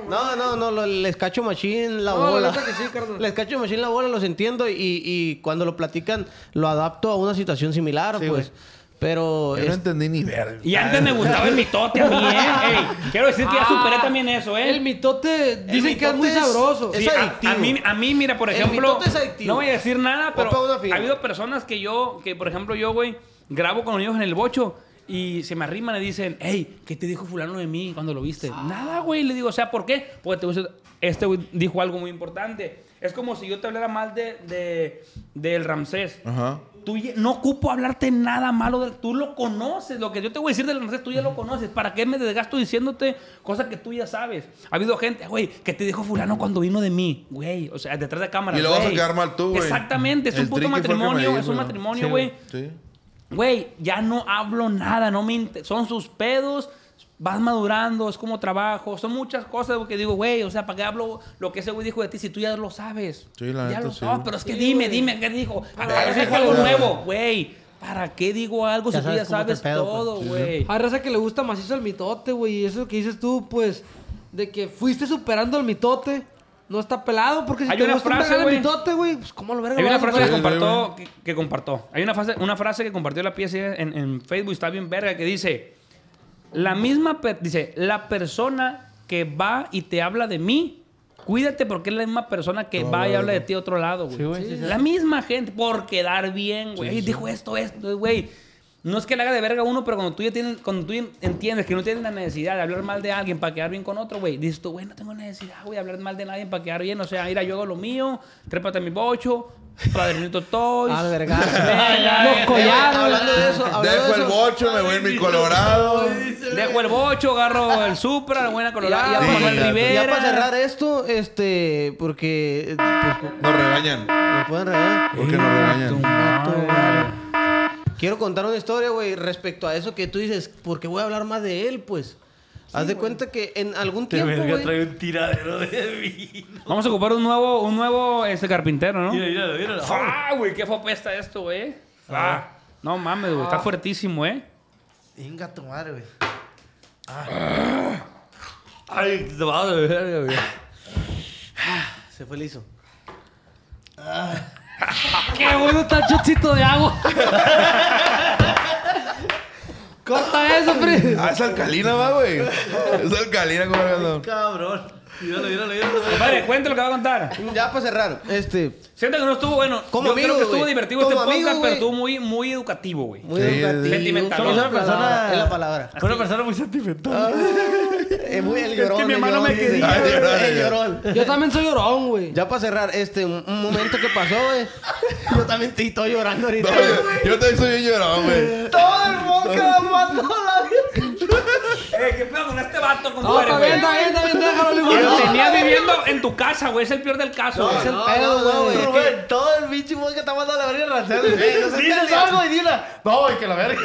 Speaker 3: No, no, no, lo- les cacho machín la
Speaker 5: No, la
Speaker 3: bola.
Speaker 5: neta que sí, carnal.
Speaker 3: les cacho machín la bola, los entiendo y, y cuando lo platican lo adapto a una situación similar,
Speaker 2: Sí,
Speaker 3: pues.
Speaker 2: güey.
Speaker 3: Pero
Speaker 4: Yo no
Speaker 3: es-
Speaker 4: entendí ni ver.
Speaker 6: Y antes me gustaba el mitote a mí, ¿eh? Ey, quiero decir que ya superé
Speaker 3: Ah,
Speaker 6: también eso, ¿eh?
Speaker 5: El mitote dicen que es
Speaker 3: mitote
Speaker 5: muy
Speaker 3: es-
Speaker 5: sabroso.
Speaker 3: es
Speaker 6: Sí, a-
Speaker 3: adictivo.
Speaker 6: A, mí, a mí, mira, por
Speaker 3: El
Speaker 6: ejemplo,
Speaker 3: mitote es adictivo.
Speaker 6: no voy a decir nada, pero
Speaker 3: Opa, una fija.
Speaker 6: ha habido personas que yo, que por ejemplo yo, güey, grabo con los niños en el bocho y se me arriman y dicen, hey, ¿qué te dijo fulano de mí cuando lo viste?
Speaker 3: Ah.
Speaker 6: Nada, güey, le digo, o sea, ¿por qué? Porque te voy a decir- este güey dijo algo muy importante. Es como si yo te hablara mal de, de- del Ramsés.
Speaker 4: Ajá.
Speaker 6: Tú ye- no ocupo hablarte nada malo. del- tú lo conoces. Lo que yo te voy a decir del Ramsés, tú ya lo conoces. ¿Para qué me desgasto diciéndote cosas que tú ya sabes? Ha habido gente, güey, que te dijo fulano cuando vino de mí. Güey, o sea, detrás de cámara.
Speaker 4: Y luego vas a
Speaker 6: güey.
Speaker 4: quedar mal tú, güey.
Speaker 6: Exactamente. Es
Speaker 4: El
Speaker 6: un puto
Speaker 4: Tricky fue el que me
Speaker 6: matrimonio.
Speaker 4: dijo,
Speaker 6: Es un
Speaker 4: güey.
Speaker 6: matrimonio,
Speaker 4: Sí,
Speaker 6: güey.
Speaker 4: Sí.
Speaker 6: Güey, ya no hablo nada. No me inter- Son sus pedos. Vas madurando, es como trabajo, son muchas cosas que digo, güey, o sea, ¿para qué hablo lo que ese güey dijo de ti si tú ya lo sabes?
Speaker 4: Sí, la
Speaker 6: ya
Speaker 4: neta,
Speaker 6: lo
Speaker 4: sí.
Speaker 6: sabes, pero es que
Speaker 5: Sí,
Speaker 6: dime,
Speaker 5: güey.
Speaker 6: dime qué dijo. Ah, dijo algo nuevo, güey. ¿Para qué digo algo
Speaker 2: Ya
Speaker 6: si tú
Speaker 2: sabes
Speaker 6: ya
Speaker 2: cómo te
Speaker 6: sabes
Speaker 2: pedo, pues.
Speaker 6: todo,
Speaker 2: Sí, sí.
Speaker 6: güey?
Speaker 5: Hay raza que le gusta macizo el mitote, güey. Y eso que dices tú, pues, de que fuiste superando el mitote. No está pelado, porque si
Speaker 6: Hay
Speaker 5: te
Speaker 6: una
Speaker 5: gusta un
Speaker 6: frase,
Speaker 5: vergal
Speaker 6: güey.
Speaker 5: el mitote, güey, pues cómo lo verga
Speaker 6: Hay
Speaker 5: lo
Speaker 6: una
Speaker 5: vas a
Speaker 6: frase que
Speaker 5: superar?
Speaker 4: Sí, sí,
Speaker 6: compartió, que, que compartió. Hay una frase, una frase que compartió la pieza en, en Facebook, está bien verga, que dice, la misma, per- dice, la persona que va y te habla de mí, cuídate porque es la misma persona que va y habla de ti a otro lado, güey. la misma gente, por quedar bien, güey. Ay, dijo esto, esto, güey. No es que le haga de verga a uno, pero cuando tú ya tienes, cuando tú entiendes que no tienes la necesidad de hablar mal de alguien para quedar bien con otro, güey, dices tú, güey, no tengo necesidad, güey, de hablar mal de nadie para quedar bien. O sea, mira, yo hago lo mío, trépate a mi bocho, padrinito toys.
Speaker 3: Ah, verga.
Speaker 6: Los collares.
Speaker 3: hablando de eso, hablando
Speaker 4: Dejo
Speaker 3: de
Speaker 4: el
Speaker 3: eso.
Speaker 4: bocho, me voy en mi Colorado.
Speaker 6: Dejo el bocho, agarro el Supra, la buena colorada,
Speaker 4: ya
Speaker 6: Manuel
Speaker 4: para- ya
Speaker 6: Rivera.
Speaker 3: Ya para cerrar esto, este, porque eh, pues,
Speaker 4: Nos regañan.
Speaker 3: me pueden regañar.
Speaker 4: ¿Por qué nos regañan?
Speaker 6: Ah,
Speaker 3: Quiero contar una historia, güey, respecto a eso que tú dices, ¿por qué voy a hablar más de él, pues? Haz de cuenta que en algún
Speaker 8: Te
Speaker 3: tiempo,
Speaker 8: verga,
Speaker 3: güey,
Speaker 8: trae un tiradero de vino.
Speaker 6: Vamos a ocupar un nuevo, un nuevo este carpintero, ¿no?
Speaker 8: Mira, míralo, míralo.
Speaker 6: ¡Ah, güey! ¡Qué fopesta esto, güey! ¡Ah! No mames, güey. Está fuertísimo, ¿eh?
Speaker 2: Inga tu madre, güey.
Speaker 8: Ay, te va a verga, güey.
Speaker 3: se fue liso.
Speaker 5: Qué bueno está el chocito de agua. Corta eso, Fred.
Speaker 4: Ah, es alcalina, va, güey. Es alcalina, como no.
Speaker 8: Míralo, míralo, míralo.
Speaker 6: Compadre, cuéntale lo que va a contar.
Speaker 3: Ya para cerrar, este,
Speaker 6: Siento que no estuvo bueno.
Speaker 3: Como
Speaker 6: Yo
Speaker 3: amigo,
Speaker 6: creo que estuvo
Speaker 3: güey.
Speaker 6: divertido
Speaker 3: Como
Speaker 6: este podcast,
Speaker 3: amigo,
Speaker 6: pero
Speaker 3: güey.
Speaker 6: estuvo muy, muy educativo, güey.
Speaker 3: muy
Speaker 4: Sí,
Speaker 3: educativo.
Speaker 4: sí.
Speaker 6: Sentimental.
Speaker 3: Somos una persona,
Speaker 2: persona-
Speaker 3: es la palabra.
Speaker 8: Una persona muy sentimental.
Speaker 3: Es muy el llorón,
Speaker 8: que mi
Speaker 3: el
Speaker 8: hermano me
Speaker 3: llorón,
Speaker 8: quería.
Speaker 3: el
Speaker 4: Ay, llorón,
Speaker 3: llorón, el
Speaker 4: llorón.
Speaker 3: llorón.
Speaker 5: Yo también soy llorón, güey.
Speaker 3: Ya para cerrar, este, un, un momento que pasó, güey. Yo también te estoy llorando ahorita.
Speaker 4: No, yo, yo también soy bien llorón, güey.
Speaker 7: Todo el podcast mató a la
Speaker 6: Eh, ¿Qué pedo con este vato, con
Speaker 5: No, está bien, está bien, está bien, déjalo, le
Speaker 6: Lo
Speaker 5: digo.
Speaker 6: tenías viviendo en tu casa, güey. Es el peor del caso. güey.
Speaker 7: No,
Speaker 6: Es el-
Speaker 7: no,
Speaker 5: pedo,
Speaker 7: no, no,
Speaker 5: güey, es
Speaker 7: Rubén, todo el pinche que está mandando a la verga a Rancel. Dices algo y dila. No, güey, que la verga.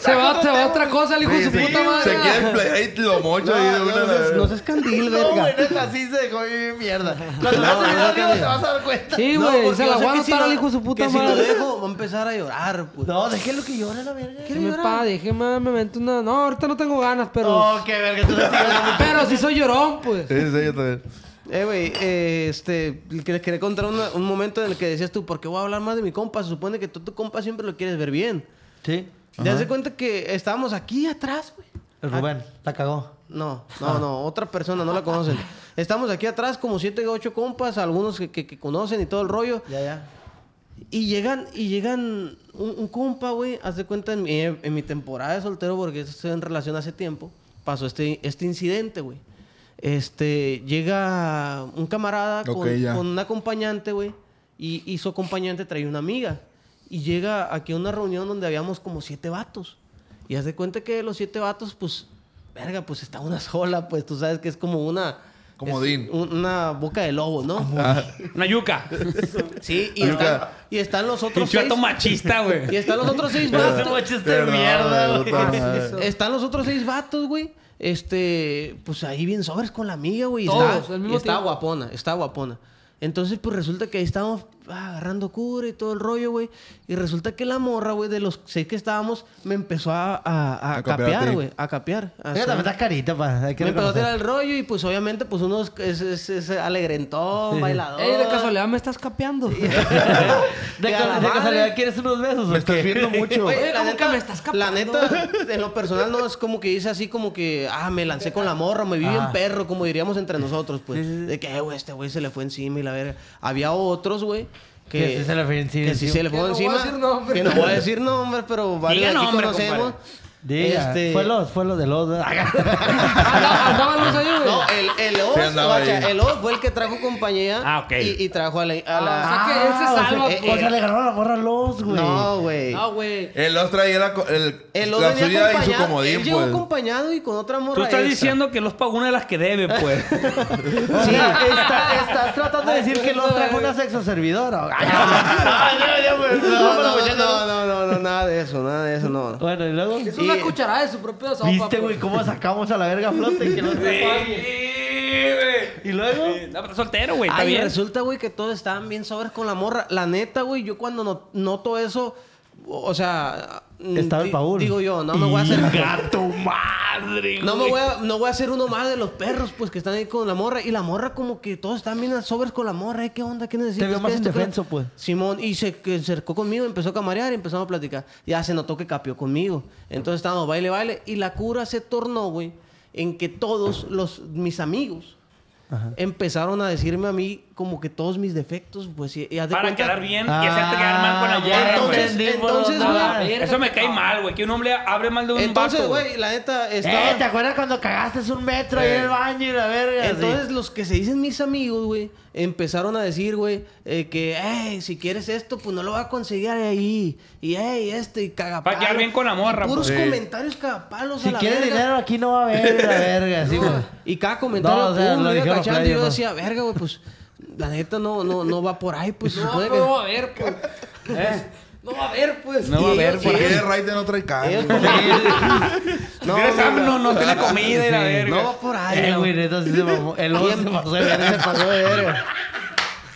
Speaker 5: Se va, se va otra cosa, el hijo de su puta madre.
Speaker 4: Se quiere emplear y lo mocho ahí de una
Speaker 3: No seas- no seas candil,
Speaker 7: No, güey,
Speaker 3: verga.
Speaker 7: neta, así se dejó vivir mierda. Cuando lo vas a ver, te vas a dar cuenta.
Speaker 5: Sí,
Speaker 3: No,
Speaker 5: güey,
Speaker 3: porque
Speaker 5: se
Speaker 3: yo
Speaker 5: la
Speaker 3: sé
Speaker 5: voy a
Speaker 3: que si
Speaker 5: anotar
Speaker 3: lo-
Speaker 5: al hijo de su puta
Speaker 3: que Si lo
Speaker 5: madre.
Speaker 3: dejo, va a empezar a llorar, pues.
Speaker 7: No, déjelo que llore la verga.
Speaker 5: Que me pa, déjeme, me meto una. No, ahorita no tengo ganas, pero.
Speaker 7: No, qué verga, tú no sigues.
Speaker 5: Pero sí soy llorón, pues.
Speaker 4: Sí, sí, yo también.
Speaker 3: Eh, güey, eh, este, que les quería contar una- un momento en el que decías tú, ¿por qué voy a hablar más de mi compa? Se supone que tú, tu compa, siempre lo quieres ver bien.
Speaker 2: Sí.
Speaker 3: Te das de cuenta que estábamos aquí atrás, güey.
Speaker 2: El Rubén, la cagó.
Speaker 3: No, no, no, otra persona, no la conocen. Estamos aquí atrás como siete o ocho compas, algunos que, que- que conocen y todo el rollo.
Speaker 2: Ya, ya.
Speaker 3: Y llegan, y llegan un, un compa, güey, haz de cuenta en mi, en mi temporada de soltero, porque estoy en relación hace tiempo, pasó este, este incidente, güey. Este,
Speaker 5: Ah.
Speaker 3: llega un camarada con-
Speaker 4: Ok, ya.
Speaker 3: con, un acompañante, güey, y, y su acompañante traía una amiga. Y llega aquí a una reunión donde habíamos como siete vatos. Y haz de cuenta que de los siete vatos, pues, verga, pues está una sola, pues tú sabes que es como una...
Speaker 4: Comodín.
Speaker 3: es un- Una boca de lobo, ¿no?
Speaker 6: Una yuca.
Speaker 3: Sí, y,
Speaker 4: Nunca.
Speaker 3: están, y están los
Speaker 6: Un
Speaker 3: otros seis.
Speaker 6: chato machista,
Speaker 3: Y
Speaker 6: güey.
Speaker 3: están los otros seis
Speaker 7: No te
Speaker 3: vatos.
Speaker 7: moches de
Speaker 4: Perdón,
Speaker 7: mierda,
Speaker 4: güey, puta
Speaker 7: güey.
Speaker 4: madre.
Speaker 3: Están los otros seis vatos, güey. Este, pues ahí bien sobres con la amiga, güey. y
Speaker 5: Todos,
Speaker 3: está,
Speaker 5: al
Speaker 3: y
Speaker 5: mismo
Speaker 3: está
Speaker 5: tiempo.
Speaker 3: guapona, está guapona. Entonces, pues resulta que ahí estábamos ah, agarrando cura y todo el rollo, güey. Y resulta que la morra, güey, de los seis que estábamos, me empezó a, a- a
Speaker 4: A capear a
Speaker 3: capear,
Speaker 4: ti.
Speaker 3: güey. A capear. a
Speaker 2: Ella
Speaker 3: hacer-
Speaker 2: también está carita, pa. Hay que
Speaker 3: me empezó a
Speaker 2: reconocer.
Speaker 3: tirar el rollo y pues obviamente, pues uno es, es- es- es alegrentón, bailador.
Speaker 5: Ey, de casualidad me estás capeando.
Speaker 2: De,
Speaker 3: Ya,
Speaker 2: ca- de
Speaker 3: madre.
Speaker 2: casualidad, ¿quieres unos besos? o
Speaker 4: Me estás
Speaker 2: qué?
Speaker 4: viendo mucho.
Speaker 3: Oye,
Speaker 5: Oye,
Speaker 3: la
Speaker 5: ¿cómo
Speaker 3: neta-
Speaker 5: que me estás
Speaker 3: La
Speaker 5: captando?
Speaker 3: neta, en lo personal no es como que dice así como que, ah, me lancé con la morra, me vi bien
Speaker 2: Ah.
Speaker 3: perro, como diríamos entre nosotros, pues. De que, eh, güey, este güey se le fue encima y la verga. Había otros, güey, que,
Speaker 2: Que sí se le fue encima.
Speaker 3: Que sí se le fue
Speaker 5: Que no voy a
Speaker 3: encima.
Speaker 5: decir nombres.
Speaker 3: que no voy a decir nombres, pero varios
Speaker 6: Diga
Speaker 3: aquí
Speaker 6: nombre,
Speaker 3: conocemos.
Speaker 6: compadre.
Speaker 2: Diga,
Speaker 3: Este-
Speaker 2: fue los, fue los de los.
Speaker 3: Ah,
Speaker 5: Andaba- Andaban los ahí, güey.
Speaker 3: No, el, el Oz,
Speaker 4: Sí, andaba
Speaker 3: guacha,
Speaker 4: ahí.
Speaker 3: el Oz fue el que trajo compañía
Speaker 6: Ah, ok.
Speaker 3: y, y trajo a la... a la-
Speaker 5: Ah, o sea que él se salva,
Speaker 2: O sea,
Speaker 3: eh,
Speaker 2: o sea,
Speaker 3: eh.
Speaker 2: le ganó la morra a los, güey.
Speaker 3: no, güey.
Speaker 5: No, Ah, güey.
Speaker 4: El otro traía la, co- el,
Speaker 3: el Oz
Speaker 4: la
Speaker 3: venía
Speaker 4: suya y su
Speaker 3: acompañado-
Speaker 4: comodín,
Speaker 3: Él llegó
Speaker 4: pues.
Speaker 3: acompañado y con otra morra
Speaker 6: Tú estás
Speaker 3: extra.
Speaker 6: diciendo que los pagó una de las que debe, pues.
Speaker 2: O sea, está- estás tratando de decir que los trajo una sexo servidora.
Speaker 3: No, no, no, no, no, no, no, nada de eso, nada de eso, no.
Speaker 2: Bueno, y luego.
Speaker 5: Es una
Speaker 3: Y-
Speaker 5: cucharada de su propia sopa.
Speaker 2: ¿Viste,
Speaker 5: pues.
Speaker 2: güey, cómo sacamos a la verga a flote? y Que los trajo alguien?
Speaker 6: ¿Y luego? No, pero soltero, güey. Está
Speaker 3: Ay,
Speaker 6: bien.
Speaker 3: resulta, güey, que todos estaban bien sobres con la morra. La neta, güey, yo cuando no- noto eso, o sea... mm,
Speaker 2: Estaba
Speaker 3: di-
Speaker 2: el Paul.
Speaker 3: Digo yo, no me voy a hacer...
Speaker 2: ¡Gato madre!
Speaker 3: No me voy a, no voy a hacer uno más de los perros, pues, que están ahí con la morra. Y la morra como que todos están bien sobres con la morra. ¿eh? ¿Qué onda? ¿Qué necesitas?
Speaker 2: Te veo
Speaker 3: ¿Qué
Speaker 2: más
Speaker 3: esto? ¿Qué lo-
Speaker 2: indefenso, pues.
Speaker 3: Simón, y se que acercó conmigo, empezó a camarear y empezamos a platicar. Ya se notó que capió conmigo. Entonces estábamos baile, baile. Y la cura se tornó, güey, en que todos los, mis amigos empezaron a decirme a mí como que todos mis defectos, pues. Y, y haz de
Speaker 6: Para
Speaker 3: cuenta-
Speaker 6: quedar bien y hacerte quedar mal con la
Speaker 2: Ah, ya
Speaker 6: morra, güey.
Speaker 3: Entonces,
Speaker 2: entendí por
Speaker 3: entonces,
Speaker 2: dónde
Speaker 3: güey,
Speaker 2: va.
Speaker 6: Eso me cae mal, güey. Que un hombre abre mal de un
Speaker 3: Entonces,
Speaker 6: vato,
Speaker 3: güey, la neta... estaba-
Speaker 2: Eh, ¿te acuerdas cuando cagaste un metro ahí en el baño y la verga?
Speaker 3: Entonces, los que se dicen mis amigos, güey, empezaron a decir, güey, eh, que, hey, si quieres esto, pues no lo vas a conseguir ahí. Y, hey, este, y cagapalo.
Speaker 6: Para quedar bien con la morra,
Speaker 3: Y Puros
Speaker 4: pues. Sí.
Speaker 3: comentarios cagapalos
Speaker 2: Si
Speaker 3: a la
Speaker 2: quieres
Speaker 3: verga.
Speaker 2: dinero aquí no va a haber, la verga. Sí, güey.
Speaker 3: Y cada comentario,
Speaker 2: No, o sea,
Speaker 3: pum,
Speaker 2: lo
Speaker 3: me iba
Speaker 2: dijeron
Speaker 3: cachando, y
Speaker 2: playa,
Speaker 3: yo
Speaker 2: no.
Speaker 3: decía, verga, güey, pues, la neta no, no, no va por ahí, pues. se
Speaker 5: No,
Speaker 3: supone
Speaker 5: no
Speaker 3: que- Eh.
Speaker 5: va a haber, pues. No va a haber, pues.
Speaker 6: No va a haber,
Speaker 3: Y-
Speaker 4: ¿Por
Speaker 3: y-
Speaker 4: qué de Raiden no trae
Speaker 3: ellos-
Speaker 4: carne?
Speaker 6: No, eres
Speaker 3: güey,
Speaker 6: AMLO, pues. no tiene comida y la verga.
Speaker 3: No va por ahí,
Speaker 2: Eh,
Speaker 3: la-
Speaker 2: güey, neta, sí se mamó. El oso se pasó de
Speaker 3: se
Speaker 2: verga.
Speaker 3: pasó de verga.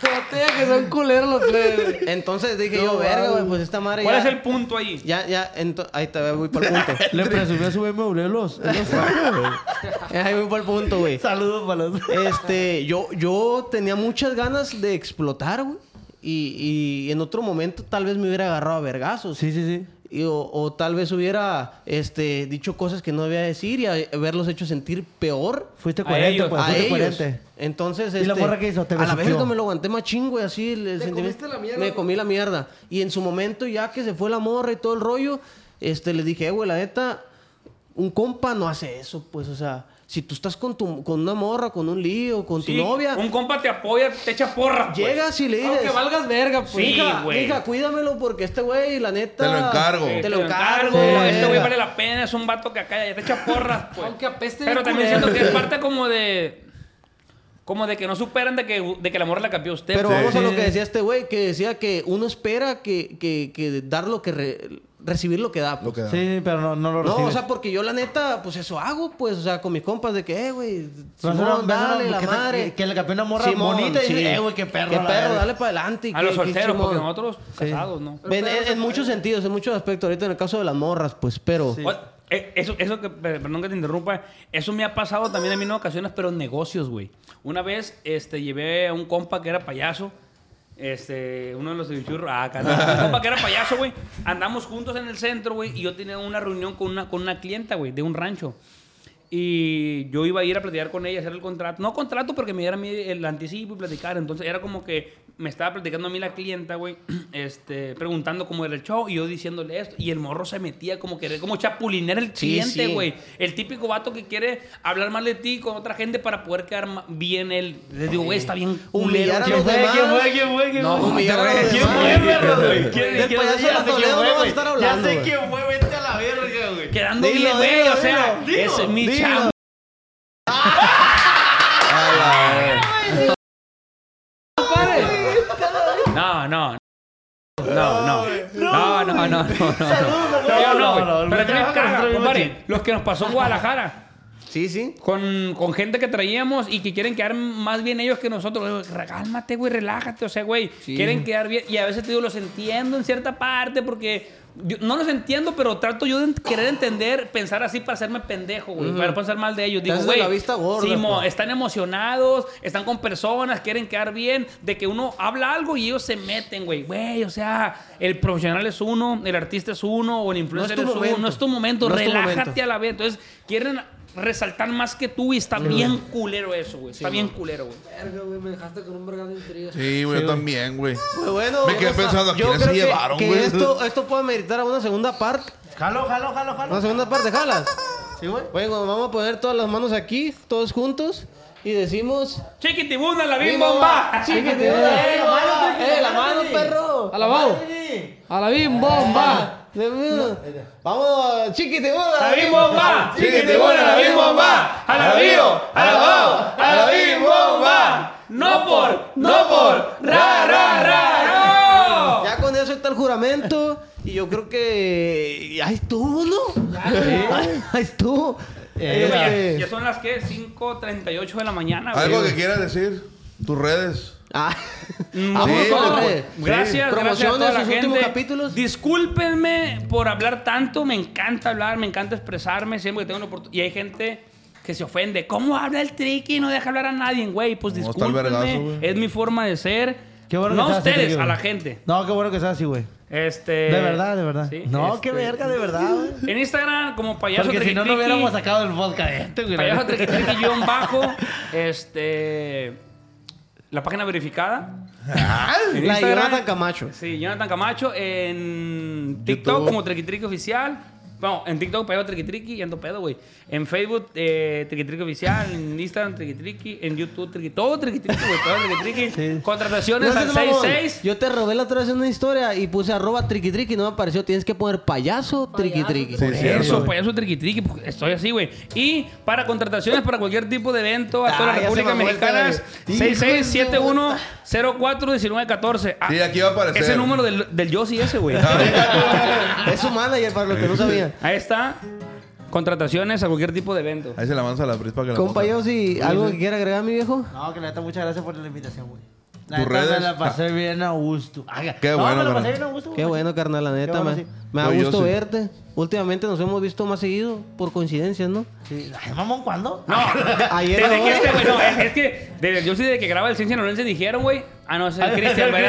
Speaker 5: No te digas que son culeros los plebes.
Speaker 3: Entonces dije
Speaker 5: No,
Speaker 3: yo, verga, güey,
Speaker 5: wow.
Speaker 3: pues esta madre
Speaker 6: ¿Cuál
Speaker 3: ya-
Speaker 6: es el punto ahí?
Speaker 3: Ya, ya, ento- ahí te voy por el punto.
Speaker 2: Le presumió su BMW los.
Speaker 3: ahí voy por el punto, güey.
Speaker 2: Saludos para los.
Speaker 3: Este, yo, yo tenía muchas ganas de explotar, güey. Y, y en otro momento tal vez me hubiera agarrado a vergazos.
Speaker 2: Sí, sí, sí.
Speaker 3: Y o, o tal vez hubiera este, dicho cosas que no debía decir y a- haberlos hecho sentir peor.
Speaker 2: Fuiste
Speaker 6: A
Speaker 2: coherente,
Speaker 6: ellos,
Speaker 2: pues.
Speaker 3: a
Speaker 2: Fuiste
Speaker 3: ellos.
Speaker 2: coherente.
Speaker 3: Entonces,
Speaker 2: ¿Y la
Speaker 3: este,
Speaker 2: morra qué hizo? ¿Te
Speaker 3: a la
Speaker 2: besuqueó?
Speaker 3: verga me lo aguanté más chingo y así el, el
Speaker 5: ¿Te
Speaker 3: sentimiento-
Speaker 5: comiste la mierda,
Speaker 3: Me
Speaker 5: güey?
Speaker 3: comí la mierda. Y en su momento, ya que se fue la morra y todo el rollo, este, les dije, "Eh, güey, la neta, un compa no hace eso, pues, o sea. Si tú estás con, tu, con una morra, con un lío, con
Speaker 6: Sí,
Speaker 3: tu novia,
Speaker 6: Un compa te apoya, te echa porra. pues.
Speaker 3: llegas y le dices...
Speaker 5: Aunque valgas verga, pues.
Speaker 6: Sí,
Speaker 3: Mija,
Speaker 6: güey.
Speaker 3: mija, cuídamelo porque este güey, la neta.
Speaker 4: Te lo encargo.
Speaker 6: Eh,
Speaker 3: Te lo eh". encargo.
Speaker 6: Este güey
Speaker 3: verga.
Speaker 6: vale la pena, es un vato que acá ya te echa porras, pues.
Speaker 5: Aunque apeste
Speaker 6: Pero
Speaker 5: bien
Speaker 6: también
Speaker 5: culero.
Speaker 6: siento que es parte como de. Como de que no superan de que, de que la morra la cambió a usted.
Speaker 3: Pero
Speaker 6: pues.
Speaker 3: vamos a lo que decía este güey, que decía que uno espera que, que, que dar lo que re- recibir lo que da.
Speaker 4: Lo
Speaker 3: pues.
Speaker 4: que da.
Speaker 2: Sí, pero no, no lo
Speaker 3: No,
Speaker 2: recibes.
Speaker 3: o sea, porque yo la neta, pues eso hago, pues, o sea, con mis compas de que, eh, güey,
Speaker 2: Vas a
Speaker 3: Simón,
Speaker 2: una- vas a una-
Speaker 3: dale, la
Speaker 2: que te-
Speaker 3: madre.
Speaker 2: que- que le capé una morra bonita y dices, "Eh, güey, qué perro,
Speaker 3: Qué
Speaker 2: la
Speaker 3: perro,
Speaker 2: verga".
Speaker 3: dale para adelante. y
Speaker 6: A
Speaker 3: que-
Speaker 6: los
Speaker 3: que
Speaker 6: solteros,
Speaker 3: Simón.
Speaker 6: porque nosotros casados, ¿no?
Speaker 3: Ven, en, en muchos sentidos, en muchos aspectos. Ahorita en el caso de las morras, pues, pero...
Speaker 6: O- eh, Eso, eso que, per- perdón que te interrumpa, eso me ha pasado también a mí en ocasiones, pero en negocios, güey. Una vez este, llevé a un compa que era payaso, este, uno de los de Bichurro, ah, carnal, un compa que era payaso, güey. Andamos juntos en el centro, güey, y yo tenía una reunión con una, con una clienta, güey, de un rancho. Y yo iba a ir a platicar con ella, hacer el contrato. No contrato porque me diera a mí el anticipo y platicar. Entonces era como que me estaba platicando a mí la clienta, güey, este, preguntando cómo era el show y yo diciéndole esto. Y el morro se metía como que como chapulinear el
Speaker 3: Sí,
Speaker 6: cliente,
Speaker 3: sí.
Speaker 6: güey. El típico vato que quiere hablar mal de ti con otra gente para poder quedar ma- bien él. Les digo, güey, está bien
Speaker 3: Humillar a
Speaker 6: culero.
Speaker 3: los demás.
Speaker 2: ¿Quién fue? ¿Quién
Speaker 3: No,
Speaker 2: fue?
Speaker 3: humillar a los
Speaker 2: ¿Quién
Speaker 3: demás.
Speaker 2: fue, perro, güey? ¿Quién-
Speaker 3: Del
Speaker 2: quién-
Speaker 3: payaso
Speaker 2: ya
Speaker 3: de
Speaker 2: sé quién
Speaker 3: Toledo no
Speaker 2: fue,
Speaker 3: vas a
Speaker 2: güey.
Speaker 3: estar
Speaker 2: Ya
Speaker 3: hablando,
Speaker 2: sé
Speaker 3: güey.
Speaker 2: quién fue.
Speaker 8: vete a la verga, güey.
Speaker 6: Quedando
Speaker 3: Dilo,
Speaker 6: bien, güey.
Speaker 3: dilo,
Speaker 6: O sea,
Speaker 3: dilo,
Speaker 6: ese es mi
Speaker 3: dilo.
Speaker 6: chamba. No, no. No, no. No, no, no, no. no, no. Yo
Speaker 2: no, no,
Speaker 6: no.
Speaker 2: no,
Speaker 6: Pero
Speaker 2: no,
Speaker 6: tenés
Speaker 2: no,
Speaker 6: caga,
Speaker 2: no, no,
Speaker 6: compadre. Los que nos pasó en Guadalajara.
Speaker 3: Sí, sí.
Speaker 6: Con, con gente que traíamos y que quieren quedar más bien ellos que nosotros. Güey, Cálmate, güey, relájate. O sea, güey, quieren quedar bien. Y a veces te digo, los entiendo en cierta parte porque yo- no los entiendo, pero trato yo de en- querer entender, pensar así para hacerme pendejo, güey. Para pensar mal de ellos. Digo,
Speaker 3: haces de
Speaker 6: güey,
Speaker 3: la vista gorda,
Speaker 6: sí, mo,
Speaker 3: pues.
Speaker 6: están emocionados, están con personas, quieren quedar bien, de que uno habla algo y ellos se meten, güey. Güey, o sea, el profesional es uno, el artista es uno, o el influencer
Speaker 3: tu
Speaker 6: es, uno.
Speaker 3: momento.
Speaker 6: No es tu momento,
Speaker 3: No es tu
Speaker 6: relájate
Speaker 3: momento.
Speaker 6: a la vez. Entonces, quieren resaltar más que tú y está bien culero eso, güey. Está bien culero, güey.
Speaker 5: Verga, güey, me dejaste con un vergal de intriga.
Speaker 4: Sí, güey, yo también, güey.
Speaker 3: Pues bueno,
Speaker 4: Me quedé
Speaker 3: o sea,
Speaker 4: pensando, ¿a
Speaker 3: yo
Speaker 4: quiénes
Speaker 3: creo
Speaker 4: se
Speaker 3: que-
Speaker 4: llevaron,
Speaker 3: que
Speaker 4: güey?
Speaker 3: esto, esto puede meritar a una segunda parte.
Speaker 2: Jalo, jalo, jalo,
Speaker 3: Una
Speaker 2: jalo.
Speaker 3: segunda parte, jalas. Sí, güey. Bueno, vamos a poner todas las manos aquí, todos juntos, y decimos.
Speaker 6: Chiquitibuna, la bien bomba.
Speaker 3: Sí, que te- ¡Eh, la mano, eh, la mano, perro!
Speaker 5: Alabado. A la bim bomba.
Speaker 3: De- Vamos, chiquite,
Speaker 6: La bien bomba. Chiquitibuna, la bien bomba. A la bio, a la bomba, a la bien bomba. No por, no por, ra, ra, ra, no.
Speaker 3: Ya con eso está el juramento. Y yo creo que. Ahí estuvo, ¿no? Ahí- Ahí estuvo.
Speaker 6: Oye, güey,
Speaker 3: Este-
Speaker 6: Ya, ya son las que 5.38 de la mañana, güey.
Speaker 4: Algo que quieras decir. Tus redes.
Speaker 3: Ah.
Speaker 6: No,
Speaker 3: Vamos
Speaker 4: Mm. Sí,
Speaker 3: con las
Speaker 6: no,
Speaker 4: porque-
Speaker 3: redes.
Speaker 6: Gracias, gracias a
Speaker 3: Promociones,
Speaker 6: toda la
Speaker 3: sus
Speaker 6: gente.
Speaker 3: últimos capítulos.
Speaker 6: Discúlpenme por hablar tanto, me encanta hablar, me encanta expresarme, siempre que tengo una oportunidad. Y hay gente que se ofende. ¿Cómo habla el triqui y no deja hablar a nadie, güey? Pues
Speaker 4: No, está el
Speaker 6: discúlpenme,
Speaker 4: vergazo, güey.
Speaker 6: es mi forma de ser.
Speaker 2: Qué bueno que
Speaker 6: no a
Speaker 2: seas así,
Speaker 6: ustedes,
Speaker 2: Triqui,
Speaker 6: a la
Speaker 2: güey.
Speaker 6: gente.
Speaker 2: No, qué bueno que sea así, güey.
Speaker 6: Este,
Speaker 2: De verdad, de verdad.
Speaker 6: sí,
Speaker 2: No,
Speaker 6: este,
Speaker 2: qué verga, de verdad, güey.
Speaker 6: En Instagram, como payaso
Speaker 2: Porque si
Speaker 6: Triqui
Speaker 2: no, no
Speaker 6: Triqui,
Speaker 2: hubiéramos sacado el podcast este, güey.
Speaker 6: Payaso Triqui Triqui guión bajo. Este. La página verificada. En
Speaker 3: La de
Speaker 6: Instagram.
Speaker 3: Jonathan Camacho.
Speaker 6: Sí, Jonathan Camacho en TikTok
Speaker 4: YouTube.
Speaker 6: como Triquitriqui Oficial. Bueno, en TikTok pego Triquitriqui y ando pedo, güey. En Facebook, eh, Triquitriqui Oficial. En Instagram, Triquitriqui. En YouTube, Triqui... Todo Triquitriqui, güey. Todo Triquitriqui. Contrataciones
Speaker 3: No
Speaker 6: al
Speaker 3: seas mamón.
Speaker 6: 66.
Speaker 3: Yo te robé la otra vez en una historia y puse arroba triqui triqui no me apareció. Tienes que poner payaso triqui triqui.
Speaker 4: Sí, pues. sí.
Speaker 6: Eso, payaso triquitriqui, porque estoy así, güey. Y para contrataciones para cualquier tipo de evento a toda
Speaker 3: Ah,
Speaker 6: la
Speaker 3: ya se
Speaker 6: República
Speaker 3: mamó el
Speaker 6: Mexicana,
Speaker 3: Hijo de su-
Speaker 6: 6671-041914. Ah,
Speaker 4: Sí, aquí va a aparecer. Ah,
Speaker 6: Es el número del, del Yossi ese, güey.
Speaker 3: Es su manager para los que no sabían.
Speaker 6: Ahí está. Contrataciones a cualquier tipo de evento.
Speaker 4: Ahí se la avanza la bris para que la
Speaker 3: Compa,
Speaker 4: ponga.
Speaker 3: yo si algo que quiera agregar, mi viejo.
Speaker 2: No, que la neta, muchas gracias por la invitación, güey. La
Speaker 4: Tus
Speaker 2: neta, me
Speaker 4: redes.
Speaker 2: la pasé bien a gusto. Ay,
Speaker 4: Qué
Speaker 2: no,
Speaker 4: bueno,
Speaker 2: me la
Speaker 4: carnal.
Speaker 2: pasé bien a gusto.
Speaker 3: Qué
Speaker 2: güey.
Speaker 3: bueno, carnal, la neta.
Speaker 2: Qué bueno,
Speaker 3: me,
Speaker 2: sí.
Speaker 3: me da
Speaker 4: No, yo
Speaker 3: gusto
Speaker 4: sí.
Speaker 3: verte. Últimamente nos hemos visto más seguido, por coincidencias, ¿no?
Speaker 2: Sí. Ay, mamón, ¿cuándo?
Speaker 6: No,
Speaker 3: Ayer
Speaker 6: desde
Speaker 3: ahora.
Speaker 6: que este, güey, no, es, es que desde, yo sí desde que graba el Ciencia Norense dijeron, güey, ah, no, es el Cristian, güey.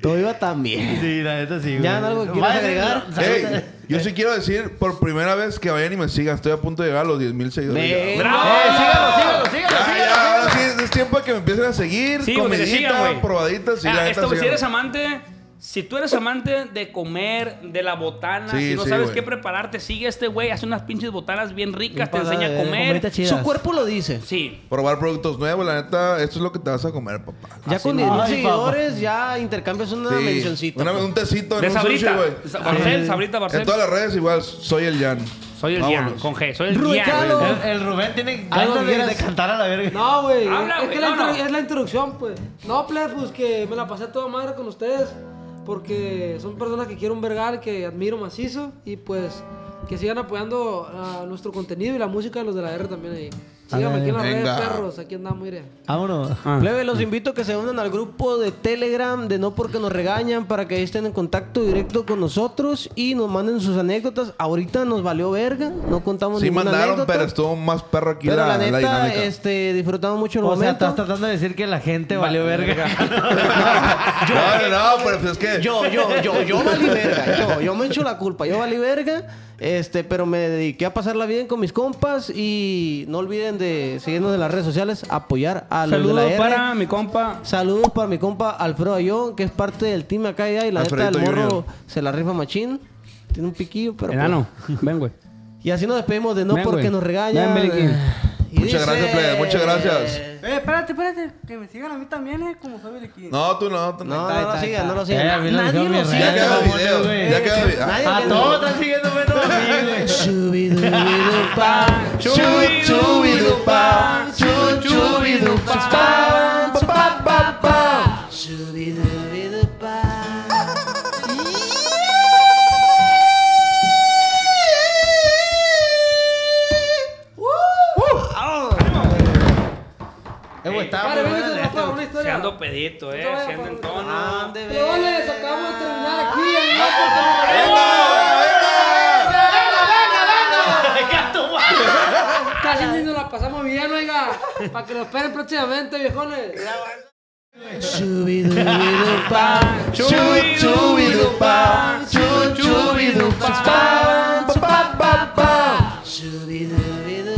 Speaker 3: Todo iba tan bien.
Speaker 2: Sí, la neta sí, güey.
Speaker 3: ¿Ya algo que quieras
Speaker 2: Vaya,
Speaker 3: agregar?
Speaker 2: salud.
Speaker 4: Ey, yo sí quiero decir por primera vez que vayan y me sigan. Estoy a punto de llegar a los 10 mil seguidores.
Speaker 3: Ve.
Speaker 4: Ya,
Speaker 6: ¡Bravo!
Speaker 3: eh,
Speaker 4: Ya, ya, ahora sí, es tiempo de que me empiecen a seguir.
Speaker 6: Sí, güey, que te
Speaker 4: comidita,
Speaker 6: sigan, güey.
Speaker 4: probaditas. y la
Speaker 6: Ah,
Speaker 4: neta,
Speaker 6: esto, si
Speaker 4: síganme.
Speaker 6: eres amante Si tú eres amante de comer, de la botana,
Speaker 4: Sí,
Speaker 6: si no
Speaker 4: sí,
Speaker 6: sabes
Speaker 4: güey.
Speaker 6: qué prepararte, sigue a este güey, hace unas pinches botanas bien ricas,
Speaker 2: Bien
Speaker 6: te
Speaker 2: pasada
Speaker 6: enseña
Speaker 2: de
Speaker 6: a
Speaker 2: verga,
Speaker 6: comer.
Speaker 2: comiditas chidas.
Speaker 3: Su cuerpo lo dice.
Speaker 6: Sí.
Speaker 4: Probar productos nuevos, la neta, esto es lo que te vas a comer, papá.
Speaker 3: Ya con 10
Speaker 2: no. Ay,
Speaker 3: mil
Speaker 2: papá.
Speaker 3: seguidores, ya intercambias una
Speaker 4: Sí.
Speaker 3: mencioncita.
Speaker 4: Una-
Speaker 3: pues.
Speaker 4: un tecito en
Speaker 6: De
Speaker 4: un sushi,
Speaker 6: Sabrita.
Speaker 4: güey.
Speaker 6: Sa- Barcel,
Speaker 4: Sí.
Speaker 6: Sabrita, Barcel.
Speaker 4: En todas las redes igual, soy el Jan.
Speaker 6: Soy el Gian,
Speaker 4: Vámonos.
Speaker 6: con G. Soy el
Speaker 5: Ruicalo.
Speaker 6: Gian.
Speaker 2: El, el Rubén tiene
Speaker 5: Algo
Speaker 2: ganas de, de
Speaker 5: vieras.
Speaker 2: cantar a la verga.
Speaker 5: No, güey.
Speaker 6: Habla,
Speaker 5: Es
Speaker 6: güey,
Speaker 5: que la
Speaker 6: no,
Speaker 5: intro-
Speaker 6: no.
Speaker 5: es la introducción, pues. No, plebes, pues que me la pasé a toda madre con ustedes. Porque son personas que quiero un vergal, que admiro macizo. Y pues que sigan apoyando a nuestro contenido y la música de los de la R también ahí. Síganme aquí en las redes,
Speaker 4: Venga.
Speaker 5: perros. Aquí andamos, mire.
Speaker 2: Vámonos.
Speaker 3: Plebe, los invito a que se unan al grupo de Telegram de No Porque Nos Regañan para que ahí estén en contacto directo con nosotros y nos manden sus anécdotas. Ahorita nos valió verga, no contamos
Speaker 4: Sí
Speaker 3: ninguna
Speaker 4: mandaron,
Speaker 3: anécdota.
Speaker 4: pero estuvo más perro aquí
Speaker 3: Pero
Speaker 4: la,
Speaker 3: la,
Speaker 4: la
Speaker 3: neta,
Speaker 4: dinámica.
Speaker 3: este, disfrutamos mucho el
Speaker 2: O sea,
Speaker 3: momento.
Speaker 2: estás tratando de decir que la gente valió verga.
Speaker 4: no, no, no, pero pues es que...
Speaker 3: Yo, yo, yo, yo valí verga. Yo, yo me echo la culpa. Yo valí verga. Este, pero me dediqué a pasarla bien con mis compas y no olviden de seguirnos en las redes sociales, apoyar a los de la
Speaker 6: Saludos
Speaker 3: R.
Speaker 6: para mi compa.
Speaker 3: Saludos para mi compa Alfredo Ayón, que es parte del team acá y la neta
Speaker 4: Alfredito
Speaker 3: del morro
Speaker 4: Junior.
Speaker 3: se la rifa machín. Tiene un piquillo, pero.
Speaker 6: Enano, ven, güey.
Speaker 3: pues. Y así nos despedimos de no
Speaker 6: Ven,
Speaker 3: porque
Speaker 6: güey.
Speaker 3: nos regañan.
Speaker 6: Ven, Beliquín.
Speaker 3: Y
Speaker 4: Muchas gracias, plebe, muchas gracias.
Speaker 11: Eh, espérate, espérate. Que me sigan a mí también, eh, como soy aquí.
Speaker 4: No, tú no. Tú no.
Speaker 3: No, no lo sigan, no lo sigan.
Speaker 2: Eh, a mí lo
Speaker 3: Nadie
Speaker 2: dijeron
Speaker 3: lo
Speaker 2: mis
Speaker 4: Ya
Speaker 2: redes,
Speaker 3: siga.
Speaker 4: queda
Speaker 2: mamones,
Speaker 4: video.
Speaker 2: güey.
Speaker 4: Ya queda video. Ah,
Speaker 3: Nadie
Speaker 2: A
Speaker 3: que-
Speaker 2: todos están siguiendo menos a mí, güey.
Speaker 3: Shubidubidupa,
Speaker 4: Chubidupa, chubidupa, pa, pa, pa, pa.
Speaker 3: shubidubidupa.
Speaker 2: Eh, güey, estaba
Speaker 5: Padre,
Speaker 2: muy
Speaker 5: venga,
Speaker 2: buena la
Speaker 5: se
Speaker 2: neta,
Speaker 5: nos va
Speaker 2: güey.
Speaker 5: una
Speaker 6: Se
Speaker 5: historia.
Speaker 6: ando pedito, eh. Se ando en tono.
Speaker 3: Ande, ve.
Speaker 5: Leones, acabamos de terminar aquí. en No Porque Nos Regañan. Casi ni nos la pasamos bien, oiga. Para que nos esperen próximamente, viejones.
Speaker 3: Shubidubidupa,
Speaker 4: Chubidupa, chubidupa, pa, pa, pa, pa.
Speaker 3: shubidubidupa.